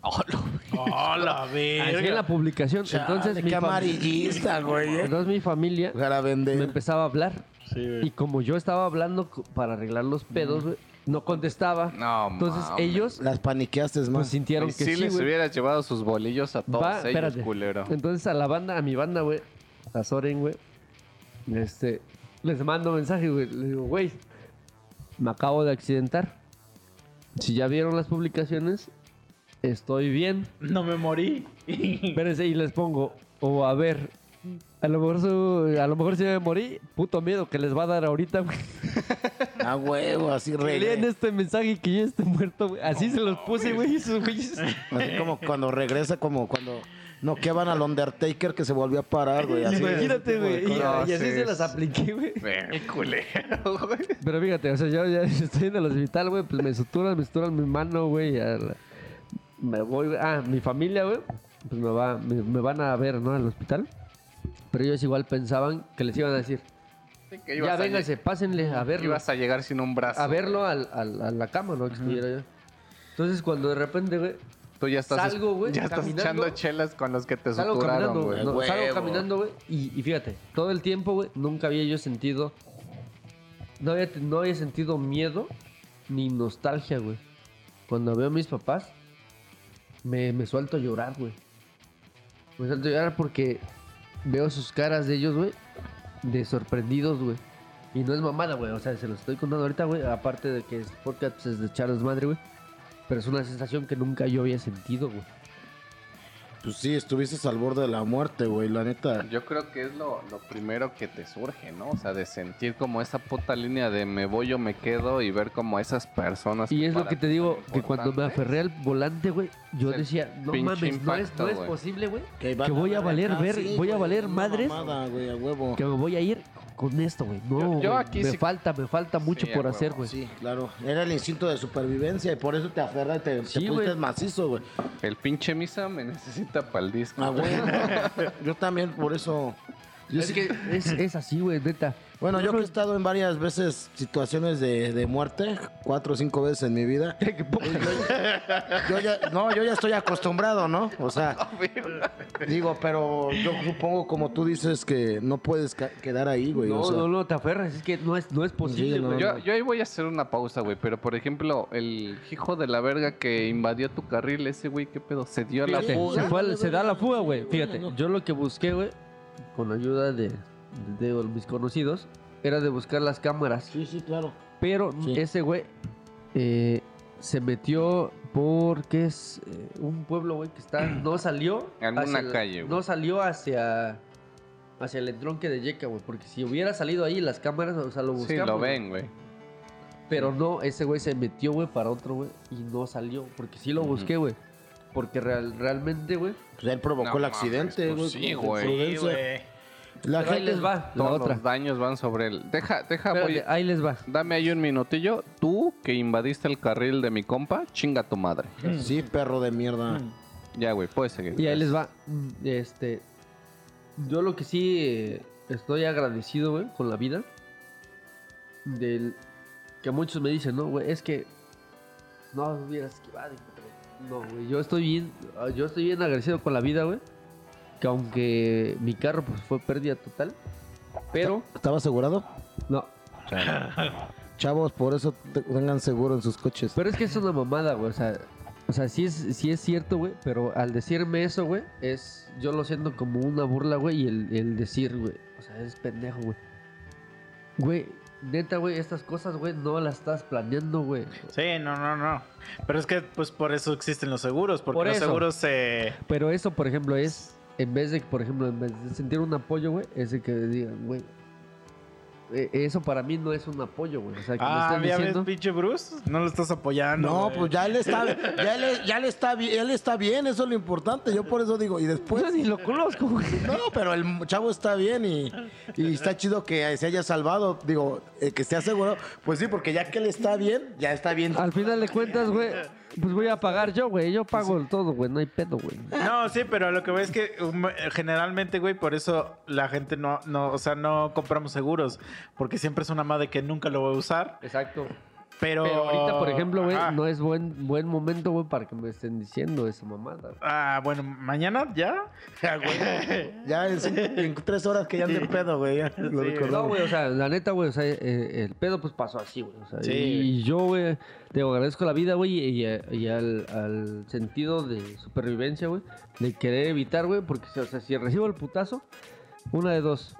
[SPEAKER 5] ¡Hola,
[SPEAKER 3] Así en la publicación. entonces,
[SPEAKER 4] Chale,
[SPEAKER 3] mi
[SPEAKER 4] qué
[SPEAKER 3] fam-
[SPEAKER 4] amarillista, güey. eh.
[SPEAKER 3] entonces mi familia me
[SPEAKER 4] Garabende.
[SPEAKER 3] empezaba a hablar. Y como yo estaba hablando co- para arreglar los pedos, güey, no contestaba.
[SPEAKER 2] No,
[SPEAKER 3] entonces
[SPEAKER 2] mames.
[SPEAKER 3] ellos
[SPEAKER 4] Las paniqueaste, es
[SPEAKER 3] pues,
[SPEAKER 4] más.
[SPEAKER 3] sintieron
[SPEAKER 2] Y
[SPEAKER 3] que
[SPEAKER 2] si
[SPEAKER 3] sí,
[SPEAKER 2] les
[SPEAKER 3] güey.
[SPEAKER 2] hubieras llevado sus bolillos a todos
[SPEAKER 3] Va,
[SPEAKER 2] ellos,
[SPEAKER 3] espérate.
[SPEAKER 2] culero.
[SPEAKER 3] Entonces a la banda, a mi banda, güey, a Soren, güey, este, les mando mensaje, güey. Les digo, güey, me acabo de accidentar. Si ya vieron las publicaciones, estoy bien.
[SPEAKER 5] No me morí.
[SPEAKER 3] Espérense y les pongo, o a ver, a lo mejor su, a lo mejor si me morí, puto miedo que les va a dar ahorita, güey.
[SPEAKER 4] A huevo, así
[SPEAKER 3] Que Lean
[SPEAKER 4] regresa.
[SPEAKER 3] este mensaje que ya esté muerto, güey. Así se los puse, güey. esos güeyes.
[SPEAKER 4] Así como cuando regresa, como cuando noqueaban al Undertaker que se volvió a parar, güey. Así,
[SPEAKER 3] Imagínate,
[SPEAKER 4] ese tipo de
[SPEAKER 3] güey. Y, y
[SPEAKER 4] cosas.
[SPEAKER 3] así se
[SPEAKER 2] cosas.
[SPEAKER 3] las apliqué, güey.
[SPEAKER 2] Ver, culero, güey.
[SPEAKER 3] Pero fíjate, o sea, yo ya estoy en el hospital, güey. Pues me suturan, me suturan mi mano, güey. ya la- Me voy, güey. Ah, mi familia, güey. Pues me, va, me, me van a ver, ¿no? Al hospital. Pero ellos igual pensaban que les iban a decir,
[SPEAKER 2] Sí, que ibas
[SPEAKER 3] ya
[SPEAKER 2] a
[SPEAKER 3] vénganse,
[SPEAKER 2] lle-
[SPEAKER 3] pásenle a verlo.
[SPEAKER 2] Ibas a llegar sin un brazo.
[SPEAKER 3] a verlo al- al- a la cama, ¿no? Que estuviera yo. Entonces, cuando de repente, güey,
[SPEAKER 2] güey. Tú ya estás,
[SPEAKER 3] Salgo, güey,
[SPEAKER 2] ya estás
[SPEAKER 3] caminando.
[SPEAKER 2] echando chelas con los que te
[SPEAKER 3] salgo
[SPEAKER 2] suturaron,
[SPEAKER 3] caminando,
[SPEAKER 2] güey.
[SPEAKER 3] güey. no, salgo
[SPEAKER 4] Huevo.
[SPEAKER 3] caminando, güey, y, y fíjate, todo el tiempo, güey, nunca había yo sentido. No había, no había sentido miedo ni nostalgia, güey. Cuando veo a mis papás, me, me suelto a llorar, güey. Me suelto a llorar porque veo sus caras de ellos, güey, de sorprendidos, güey. Y no es mamada, güey. O sea, se los estoy contando ahorita, güey. Aparte de que este podcast pues, es de Charles Madre, güey. Pero es una sensación que nunca yo había sentido, güey.
[SPEAKER 4] Pues sí, estuviste al borde de la muerte, güey, la neta.
[SPEAKER 2] Yo creo que es lo, lo primero que te surge, ¿no? O sea, de sentir como esa puta línea de me voy o me quedo y ver como a esas personas.
[SPEAKER 3] Y es lo
[SPEAKER 2] para
[SPEAKER 3] que te
[SPEAKER 2] ti
[SPEAKER 3] digo,
[SPEAKER 2] son
[SPEAKER 3] que cuando me
[SPEAKER 2] importantes.
[SPEAKER 3] aferré al volante, güey, yo
[SPEAKER 2] Ese
[SPEAKER 3] decía, no
[SPEAKER 2] pinche
[SPEAKER 3] mames, no es,
[SPEAKER 2] impacto,
[SPEAKER 3] no es
[SPEAKER 2] güey".
[SPEAKER 3] posible, güey,
[SPEAKER 4] Que,
[SPEAKER 3] van a voy a valer
[SPEAKER 4] acá,
[SPEAKER 3] ver- voy a
[SPEAKER 4] güey,
[SPEAKER 3] valer
[SPEAKER 4] una
[SPEAKER 3] madres.
[SPEAKER 4] mamada, güey, a huevo.
[SPEAKER 3] que me voy a ir con esto, güey. No,
[SPEAKER 2] Yo- yo
[SPEAKER 3] güey,
[SPEAKER 2] aquí
[SPEAKER 3] me
[SPEAKER 2] sí-
[SPEAKER 3] falta, me falta mucho
[SPEAKER 2] Sí,
[SPEAKER 3] por
[SPEAKER 2] a
[SPEAKER 3] hacer,
[SPEAKER 2] huevo,
[SPEAKER 3] güey.
[SPEAKER 4] Sí, pues, claro. Era el instinto de supervivencia y por eso te aferras, te, te
[SPEAKER 3] Sí,
[SPEAKER 4] pusiste
[SPEAKER 3] güey.
[SPEAKER 4] macizo, güey.
[SPEAKER 2] El pinche misa me necesita para el disco.
[SPEAKER 3] Ah,
[SPEAKER 4] A huevo. yo también por eso. yo
[SPEAKER 3] Es
[SPEAKER 4] sí-
[SPEAKER 3] que es, es así, güey, neta.
[SPEAKER 4] Bueno, yo que he estado en varias veces situaciones de, de muerte, cuatro o cinco veces en mi vida.
[SPEAKER 3] Qué poca-
[SPEAKER 4] Yo ya, no, yo ya estoy acostumbrado, ¿no? O sea, digo, pero yo supongo como tú dices que no puedes ca- quedar ahí, güey.
[SPEAKER 3] No,
[SPEAKER 4] o sea.
[SPEAKER 3] no, no, te aferras, es que no es, no es posible,
[SPEAKER 4] Sí, no,
[SPEAKER 3] güey.
[SPEAKER 2] Yo, yo ahí voy a hacer una pausa, güey. Pero por ejemplo, el hijo de la verga que invadió tu carril, ese güey, ¿qué pedo? Se dio a la
[SPEAKER 3] Fíjate,
[SPEAKER 2] fuga.
[SPEAKER 3] se, fue al- se da la fuga, güey. Fíjate, yo lo que busqué, güey, con ayuda de, de, de mis conocidos, era de buscar las cámaras.
[SPEAKER 4] Sí, sí, claro.
[SPEAKER 3] Pero
[SPEAKER 4] Sí.
[SPEAKER 3] ese güey eh, se metió porque es eh, un pueblo, güey, que está. No salió.
[SPEAKER 2] En una
[SPEAKER 3] hacia el-
[SPEAKER 2] calle, güey.
[SPEAKER 3] No salió hacia. Hacia el entronque de Yeca, güey. Porque si hubiera salido ahí las cámaras, o sea, lo buscamos.
[SPEAKER 2] Sí, lo
[SPEAKER 3] güey.
[SPEAKER 2] ven, güey.
[SPEAKER 3] Pero no, ese güey se metió, güey, para otro, güey. Y no salió. Porque sí lo
[SPEAKER 2] Ujú.
[SPEAKER 3] busqué, güey. Porque real- realmente, güey.
[SPEAKER 4] Pues él provocó
[SPEAKER 2] No
[SPEAKER 4] el
[SPEAKER 2] mames,
[SPEAKER 4] accidente,
[SPEAKER 2] pues sí,
[SPEAKER 4] con su
[SPEAKER 2] güey.
[SPEAKER 5] Sí,
[SPEAKER 4] imprudencia.
[SPEAKER 5] güey.
[SPEAKER 4] La
[SPEAKER 3] Pero ahí
[SPEAKER 4] gente
[SPEAKER 3] les va, la
[SPEAKER 2] Todos
[SPEAKER 3] otra.
[SPEAKER 2] los daños van sobre él. Deja, deja,
[SPEAKER 3] Espérate,
[SPEAKER 2] voy.
[SPEAKER 3] ahí les va.
[SPEAKER 2] Dame ahí un minutillo. Tú que invadiste el carril de mi compa, chinga tu madre.
[SPEAKER 4] Sí, perro de mierda.
[SPEAKER 1] Mm.
[SPEAKER 3] Mm.
[SPEAKER 2] Ya, güey, puedes seguir.
[SPEAKER 3] Y ahí les va. Mm, Este. Yo lo que sí eh, estoy agradecido, güey, con la vida. Del. Que muchos me dicen, no, güey, es que No, me hubieras esquivado. hijo de- No, güey, yo estoy bien, ah, yo estoy bien agradecido con la vida, güey. Que aunque mi carro pues, fue pérdida total, pero
[SPEAKER 4] ¿Estaba asegurado?
[SPEAKER 3] no.
[SPEAKER 4] Chavos, por eso te- tengan seguro en sus coches.
[SPEAKER 3] Pero es que es una mamada, güey. O sea, o sea sí, es, sí es cierto, güey. Pero al decirme eso, güey, es. Yo lo siento como una burla, güey. Y el, el decir, güey. O sea, es pendejo, güey. Güey, neta, güey, estas cosas, güey, no las estás planeando, güey.
[SPEAKER 1] Sí, no, no, no. Pero es que pues por eso existen los seguros, porque
[SPEAKER 3] Por
[SPEAKER 1] los
[SPEAKER 3] eso.
[SPEAKER 1] seguros se...
[SPEAKER 3] Pero eso, por ejemplo, es. En vez de, por ejemplo, en vez de sentir un apoyo, güey, es de que digan, güey. eh, Eso para mí no es un apoyo, güey. O sea, que me
[SPEAKER 1] Ah,
[SPEAKER 3] están
[SPEAKER 1] ya ves,
[SPEAKER 3] diciendo.
[SPEAKER 1] pinche Bruce, no lo estás apoyando.
[SPEAKER 4] No,
[SPEAKER 1] güey.
[SPEAKER 4] pues ya él está, ya él, ya él está, bi- él está bien, eso es lo importante. Yo por eso digo, y después.
[SPEAKER 3] Yo pues, ni lo conozco, güey.
[SPEAKER 4] No, pero el chavo está bien y, y está chido que se haya salvado, digo, eh, que esté asegurado. Pues sí, porque ya que él está bien, ya está bien.
[SPEAKER 3] Al final de cuentas, güey, pues voy a pagar yo, güey. Yo pago todo, güey. No hay pedo, güey.
[SPEAKER 1] No, sí, pero lo que veo es que um, generalmente, güey, por eso la gente no, no, o sea, no compramos seguros, porque siempre es una madre que nunca lo voy a usar,
[SPEAKER 3] Exacto.
[SPEAKER 1] pero...
[SPEAKER 3] Pero ahorita, por ejemplo, güey,
[SPEAKER 1] Ajá.
[SPEAKER 3] no es buen, buen momento, güey, para que me estén diciendo esa mamada. güey.
[SPEAKER 1] Ah, bueno, mañana ya.
[SPEAKER 4] Ya en, cinco- en tres horas que ya ande pedo, güey. ya lo
[SPEAKER 1] Sí.
[SPEAKER 4] recordé.
[SPEAKER 1] Perdón,
[SPEAKER 3] No, güey, o sea, la neta, güey, o sea, eh, el pedo pues pasó así, güey. o sea,
[SPEAKER 1] Sí,
[SPEAKER 3] y yo, güey, te agradezco la vida, güey, y, y- y al, al sentido de supervivencia, güey, de querer evitar, güey, porque, o sea, si recibo el putazo, una de dos.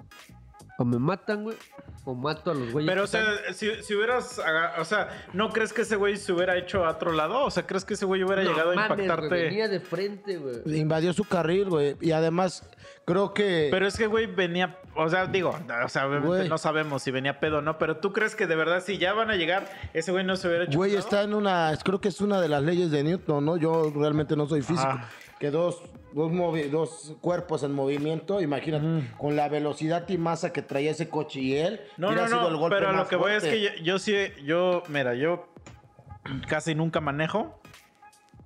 [SPEAKER 3] O me matan, güey, o mato a los güeyes.
[SPEAKER 1] Pero,
[SPEAKER 3] que
[SPEAKER 1] o sea,
[SPEAKER 3] están-
[SPEAKER 1] si, si hubieras, aga- o sea, ¿no crees que ese güey se hubiera hecho a otro lado? O sea, ¿crees que ese güey hubiera
[SPEAKER 3] No
[SPEAKER 1] llegado a
[SPEAKER 3] mames, güey,
[SPEAKER 1] impactarte?
[SPEAKER 3] venía de frente, güey.
[SPEAKER 4] Invadió su carril, güey. Y además, creo que.
[SPEAKER 1] Pero es que, güey, venía. O sea, digo, o sea, obviamente
[SPEAKER 4] Güey.
[SPEAKER 1] no sabemos si venía pedo o no, pero tú crees que de verdad, si ya van a llegar, ese güey no se hubiera hecho.
[SPEAKER 4] Güey,
[SPEAKER 1] un lado?
[SPEAKER 4] está en una. Creo que es una de las leyes de Newton, ¿no? Yo realmente no soy físico.
[SPEAKER 1] Ajá.
[SPEAKER 4] Que dos, dos, movi- dos cuerpos en movimiento, imagínate, con la velocidad y masa que traía ese coche y él.
[SPEAKER 1] No,
[SPEAKER 4] hubiera
[SPEAKER 1] no,
[SPEAKER 4] sido el
[SPEAKER 1] no.
[SPEAKER 4] golpe
[SPEAKER 1] Pero a lo
[SPEAKER 4] más
[SPEAKER 1] que voy es
[SPEAKER 4] fuerte.
[SPEAKER 1] que yo, yo sí, yo, mira, yo casi nunca manejo.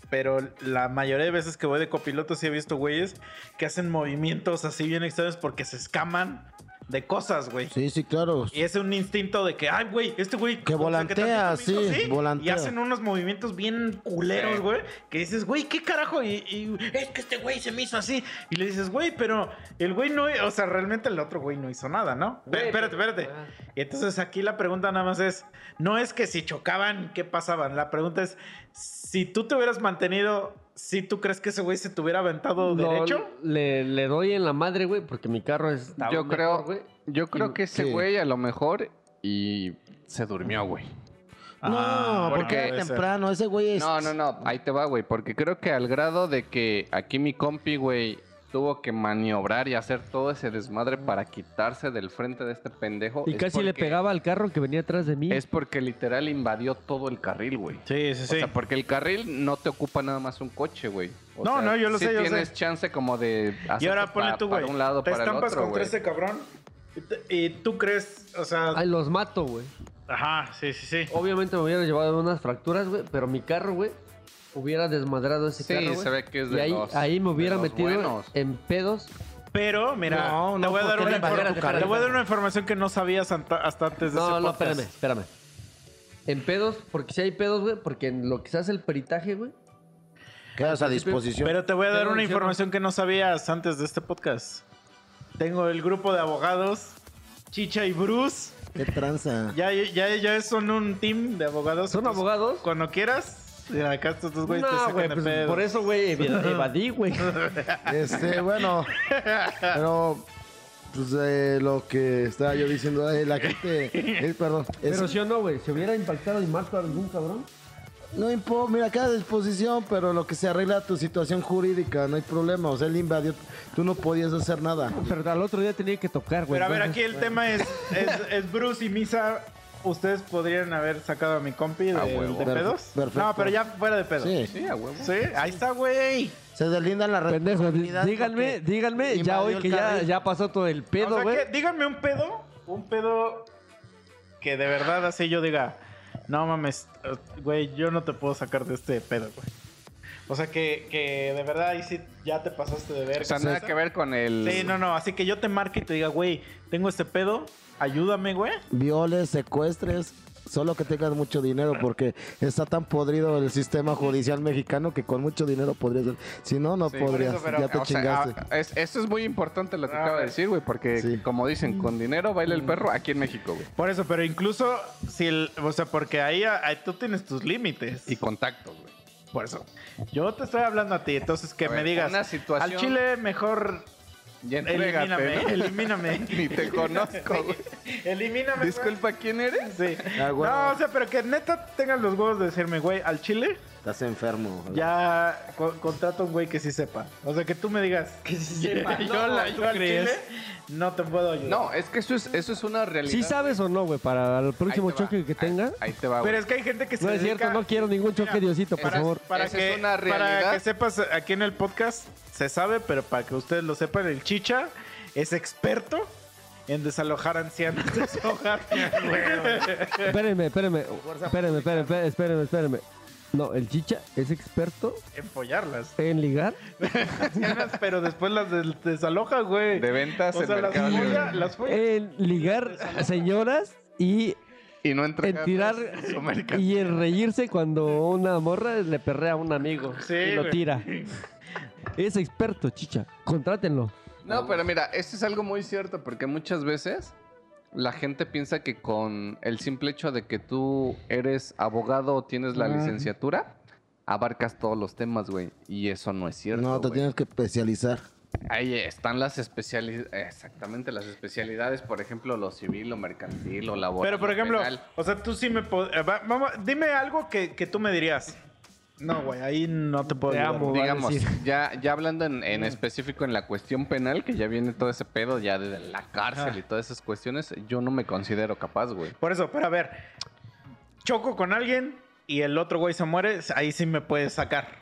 [SPEAKER 1] Pero la mayoría de veces que voy de copiloto sí he visto güeyes que hacen movimientos así bien extraños porque se escaman de cosas, güey.
[SPEAKER 4] Sí, sí, claro.
[SPEAKER 1] Y es un instinto de que, ay, güey, este güey.
[SPEAKER 4] Que
[SPEAKER 1] o sea,
[SPEAKER 4] volantea,
[SPEAKER 1] tantito hizo
[SPEAKER 4] sí,
[SPEAKER 1] así, Y
[SPEAKER 4] volantea.
[SPEAKER 1] hacen unos movimientos bien culeros,
[SPEAKER 2] Sí.
[SPEAKER 1] güey. Que dices, güey, ¿qué carajo? Y, y, es que este güey se me hizo así. Y le dices, güey, pero el güey no. O sea, realmente el otro güey no hizo nada, ¿no? Ve,
[SPEAKER 3] Güey,
[SPEAKER 1] espérate,
[SPEAKER 3] pero-
[SPEAKER 1] espérate.
[SPEAKER 3] Ah.
[SPEAKER 1] Y entonces aquí la pregunta nada más es: no es que si chocaban, ¿qué pasaban? La pregunta es: si tú te hubieras mantenido, si tú crees que ese güey se te hubiera aventado
[SPEAKER 3] Lo-
[SPEAKER 1] derecho.
[SPEAKER 3] Le, le doy en la madre, güey, porque mi carro es.
[SPEAKER 2] Yo creo,
[SPEAKER 3] güey.
[SPEAKER 2] yo creo que ese
[SPEAKER 4] Sí.
[SPEAKER 2] güey a lo mejor y se durmió, güey.
[SPEAKER 1] Ah,
[SPEAKER 4] no,
[SPEAKER 1] bueno,
[SPEAKER 4] porque era
[SPEAKER 1] puede ser.
[SPEAKER 4] temprano. Ese güey es.
[SPEAKER 2] No, no, no, ahí te va, güey, porque creo que al grado de que aquí mi compi, güey, tuvo que maniobrar y hacer todo ese desmadre para quitarse del frente de este pendejo.
[SPEAKER 3] Y
[SPEAKER 2] es
[SPEAKER 3] casi le
[SPEAKER 2] porque-
[SPEAKER 3] pegaba al carro que venía atrás de mí.
[SPEAKER 2] Es porque literal invadió todo el carril, güey.
[SPEAKER 1] Sí, sí,
[SPEAKER 2] O sea, porque el carril no te ocupa nada más un coche, güey. O
[SPEAKER 1] No,
[SPEAKER 2] sea,
[SPEAKER 1] no, yo lo
[SPEAKER 2] sí
[SPEAKER 1] sé, yo lo
[SPEAKER 2] tienes
[SPEAKER 1] sé.
[SPEAKER 2] chance como de
[SPEAKER 1] Y
[SPEAKER 2] hacerte
[SPEAKER 1] ahora ponle
[SPEAKER 2] pa-
[SPEAKER 1] tú,
[SPEAKER 2] para
[SPEAKER 1] güey.
[SPEAKER 2] un lado
[SPEAKER 1] Te
[SPEAKER 2] para el
[SPEAKER 1] estampas
[SPEAKER 2] otro,
[SPEAKER 1] contra
[SPEAKER 2] güey.
[SPEAKER 1] ese cabrón. y te- Y tú crees, o sea.
[SPEAKER 3] Ay, los mato, güey.
[SPEAKER 1] Ajá, sí, sí, sí.
[SPEAKER 3] Obviamente me hubieran llevado unas fracturas, güey, pero mi carro, güey, hubiera desmadrado ese
[SPEAKER 2] Sí,
[SPEAKER 3] carro. güey.
[SPEAKER 2] se ve que es
[SPEAKER 3] y
[SPEAKER 2] de
[SPEAKER 3] ahí,
[SPEAKER 2] los-
[SPEAKER 3] ahí me
[SPEAKER 2] de
[SPEAKER 3] hubiera
[SPEAKER 2] los
[SPEAKER 3] metido
[SPEAKER 2] buenos.
[SPEAKER 3] en pedos.
[SPEAKER 1] Este Pero, mira,
[SPEAKER 4] No,
[SPEAKER 1] te
[SPEAKER 4] no,
[SPEAKER 1] voy a dar
[SPEAKER 4] porque
[SPEAKER 1] una
[SPEAKER 4] le invadieron
[SPEAKER 1] información.
[SPEAKER 4] tu carril.
[SPEAKER 1] Te voy a dar una información que no sabías anta- hasta antes de
[SPEAKER 3] No,
[SPEAKER 1] ese
[SPEAKER 3] no,
[SPEAKER 1] podcast.
[SPEAKER 3] espérame, espérame. En pedos, porque si hay pedos, güey, porque en lo que se hace el peritaje, güey.
[SPEAKER 4] Quedas a disposición.
[SPEAKER 1] Pero te voy a dar
[SPEAKER 3] Pero
[SPEAKER 1] una
[SPEAKER 3] yo-
[SPEAKER 1] información que no sabías antes de este podcast. Tengo el grupo de abogados, Chicha y Bruce.
[SPEAKER 4] Qué tranza.
[SPEAKER 1] Ya, ya, ya son un team de abogados.
[SPEAKER 3] ¿Son
[SPEAKER 1] Entonces,
[SPEAKER 3] abogados?
[SPEAKER 1] Cuando quieras, mira, acá estos dos güeyes te
[SPEAKER 3] no,
[SPEAKER 1] sacan
[SPEAKER 3] güey,
[SPEAKER 1] de
[SPEAKER 3] pues,
[SPEAKER 1] pedo.
[SPEAKER 3] por eso, güey, ev- evadí, güey.
[SPEAKER 4] Este, bueno. Pero. Pues eh, lo que estaba yo diciendo, eh, la gente. eh, perdón. es-
[SPEAKER 3] Pero sí o no, güey, se hubiera impactado y mato a algún cabrón.
[SPEAKER 4] No importa, mira, queda a disposición, pero lo que se arregla tu situación jurídica, no hay problema. O sea, él invadió, tú no podías hacer nada.
[SPEAKER 3] Pero al otro día tenía que tocar, güey.
[SPEAKER 1] Pero a ver, aquí
[SPEAKER 3] entonces-
[SPEAKER 1] el tema es, es, es Bruce y Misa. Ustedes podrían haber sacado a mi compi de,
[SPEAKER 2] Ah, huevo.
[SPEAKER 1] de
[SPEAKER 4] Perfe-
[SPEAKER 1] pedos.
[SPEAKER 4] perfecto.
[SPEAKER 1] No, pero ya fuera de pedos.
[SPEAKER 4] Sí,
[SPEAKER 2] Sí, a huevo.
[SPEAKER 1] Sí, ahí está, güey.
[SPEAKER 4] se deslindan las
[SPEAKER 3] Pendejo, di-
[SPEAKER 4] responsabilidades
[SPEAKER 3] díganme,
[SPEAKER 4] porque
[SPEAKER 3] díganme, ya
[SPEAKER 4] invadió
[SPEAKER 3] hoy
[SPEAKER 4] el
[SPEAKER 3] que ya,
[SPEAKER 4] carril.
[SPEAKER 3] ya pasó todo el
[SPEAKER 1] O
[SPEAKER 3] pedo,
[SPEAKER 1] sea
[SPEAKER 3] güey.
[SPEAKER 1] que, díganme un pedo, un pedo que de verdad así yo diga, no mames, eh, güey, yo no te puedo sacar de este pedo, güey. O sea que, que de verdad ahí sí ya te pasaste de verga.
[SPEAKER 2] O sea, nada que ver con el...
[SPEAKER 1] Sí, no, no, así que yo te marque y te diga, güey, tengo este pedo, ayúdame, güey.
[SPEAKER 4] Violes, secuestres. Solo que tengas mucho dinero, porque está tan podrido el sistema judicial mexicano que con mucho dinero podrías. Si no, no
[SPEAKER 2] Sí, por
[SPEAKER 4] podrías.
[SPEAKER 2] eso, pero,
[SPEAKER 4] ya te
[SPEAKER 2] o sea,
[SPEAKER 4] chingaste.
[SPEAKER 2] ah, es- eso es muy importante lo que
[SPEAKER 1] Ah,
[SPEAKER 2] acaba de decir, güey, porque
[SPEAKER 4] Sí.
[SPEAKER 2] como dicen, con dinero baila el perro aquí en México, güey.
[SPEAKER 1] Por eso, pero incluso si el. O sea, porque ahí, ahí tú tienes tus límites.
[SPEAKER 2] Y contactos, güey.
[SPEAKER 1] Por eso. Yo te estoy hablando a ti, entonces que
[SPEAKER 2] A ver,
[SPEAKER 1] me digas.
[SPEAKER 2] una situación-
[SPEAKER 1] Al chile mejor
[SPEAKER 2] Ya entrégate,
[SPEAKER 1] elimíname,
[SPEAKER 2] ¿no? Ni
[SPEAKER 1] elimíname.
[SPEAKER 2] te conozco, güey.
[SPEAKER 1] elimíname.
[SPEAKER 2] Disculpa, ¿quién eres?
[SPEAKER 1] güey. Sí.
[SPEAKER 4] Ah, güey.
[SPEAKER 1] No, o sea, pero que neta tengas los huevos de decirme, güey, al chile
[SPEAKER 2] ah.
[SPEAKER 4] Estás enfermo.
[SPEAKER 1] ya co- contrata un güey que sí sepa. O sea, que tú me digas que sí sepa.
[SPEAKER 2] yo la-
[SPEAKER 1] ¿tú
[SPEAKER 2] yo al
[SPEAKER 1] crees?
[SPEAKER 2] chile-
[SPEAKER 1] No te puedo ayudar.
[SPEAKER 2] No, es que eso es, eso es una realidad.
[SPEAKER 3] ¿Sí sabes o no, güey? Para el
[SPEAKER 2] Ahí
[SPEAKER 3] próximo
[SPEAKER 2] te va.
[SPEAKER 3] choque que
[SPEAKER 2] Ahí-
[SPEAKER 3] tenga.
[SPEAKER 2] Ahí, te va,
[SPEAKER 1] Pero
[SPEAKER 2] güey.
[SPEAKER 1] es que hay gente que se
[SPEAKER 3] No es cierto,
[SPEAKER 1] dedica-
[SPEAKER 3] no quiero ningún choque,
[SPEAKER 1] Mira,
[SPEAKER 3] Diosito, por
[SPEAKER 2] para-
[SPEAKER 3] favor.
[SPEAKER 1] Para
[SPEAKER 2] Esa
[SPEAKER 1] que,
[SPEAKER 2] es una
[SPEAKER 1] para
[SPEAKER 2] realidad.
[SPEAKER 1] que sepas, aquí en el podcast se sabe, pero para que ustedes lo sepan, el Chicha es experto en desalojar ancianos de su hogar.
[SPEAKER 3] Espérenme, espérenme. Espérenme, espérenme, espérenme, espérenme, espérenme. No, el chicha es experto
[SPEAKER 1] en follarlas.
[SPEAKER 3] en ligar.
[SPEAKER 1] Ancianas, pero después las des- desaloja, güey.
[SPEAKER 2] De ventas
[SPEAKER 1] o
[SPEAKER 2] en
[SPEAKER 1] sea, las
[SPEAKER 2] Mercado Libre.
[SPEAKER 1] folla, las folla.
[SPEAKER 3] En ligar a señoras y
[SPEAKER 2] Y no
[SPEAKER 3] en
[SPEAKER 2] entregarles
[SPEAKER 3] tirar
[SPEAKER 2] su mercancía.
[SPEAKER 3] y en reírse cuando una morra le perrea a un amigo
[SPEAKER 1] Sí,
[SPEAKER 3] y lo
[SPEAKER 1] güey.
[SPEAKER 3] tira. Es experto, chicha. Contrátenlo.
[SPEAKER 2] No, pero mira, esto es algo muy cierto porque muchas veces la gente piensa que con el simple hecho de que tú eres abogado o tienes la licenciatura, abarcas todos los temas, güey. Y eso no es cierto.
[SPEAKER 4] no, te
[SPEAKER 2] güey.
[SPEAKER 4] tienes que especializar.
[SPEAKER 2] Ahí están las especialidades, exactamente las especialidades, por ejemplo, lo civil, lo mercantil, lo laboral.
[SPEAKER 1] Pero por
[SPEAKER 2] lo
[SPEAKER 1] ejemplo,
[SPEAKER 2] penal.
[SPEAKER 1] o sea, tú sí me po- eh, va- vamos, dime algo que, que tú me dirías. No, güey, ahí no te puedo
[SPEAKER 3] Te
[SPEAKER 1] ayudar.
[SPEAKER 3] amo. va a
[SPEAKER 2] digamos,
[SPEAKER 3] decir.
[SPEAKER 2] ya, ya hablando en, en específico en la cuestión penal, que ya viene todo ese pedo ya de la cárcel
[SPEAKER 1] Ah.
[SPEAKER 2] y todas esas cuestiones, yo no me considero capaz, güey.
[SPEAKER 1] Por eso, pero a ver, choco con alguien y el otro güey se muere, ahí sí me puedes sacar.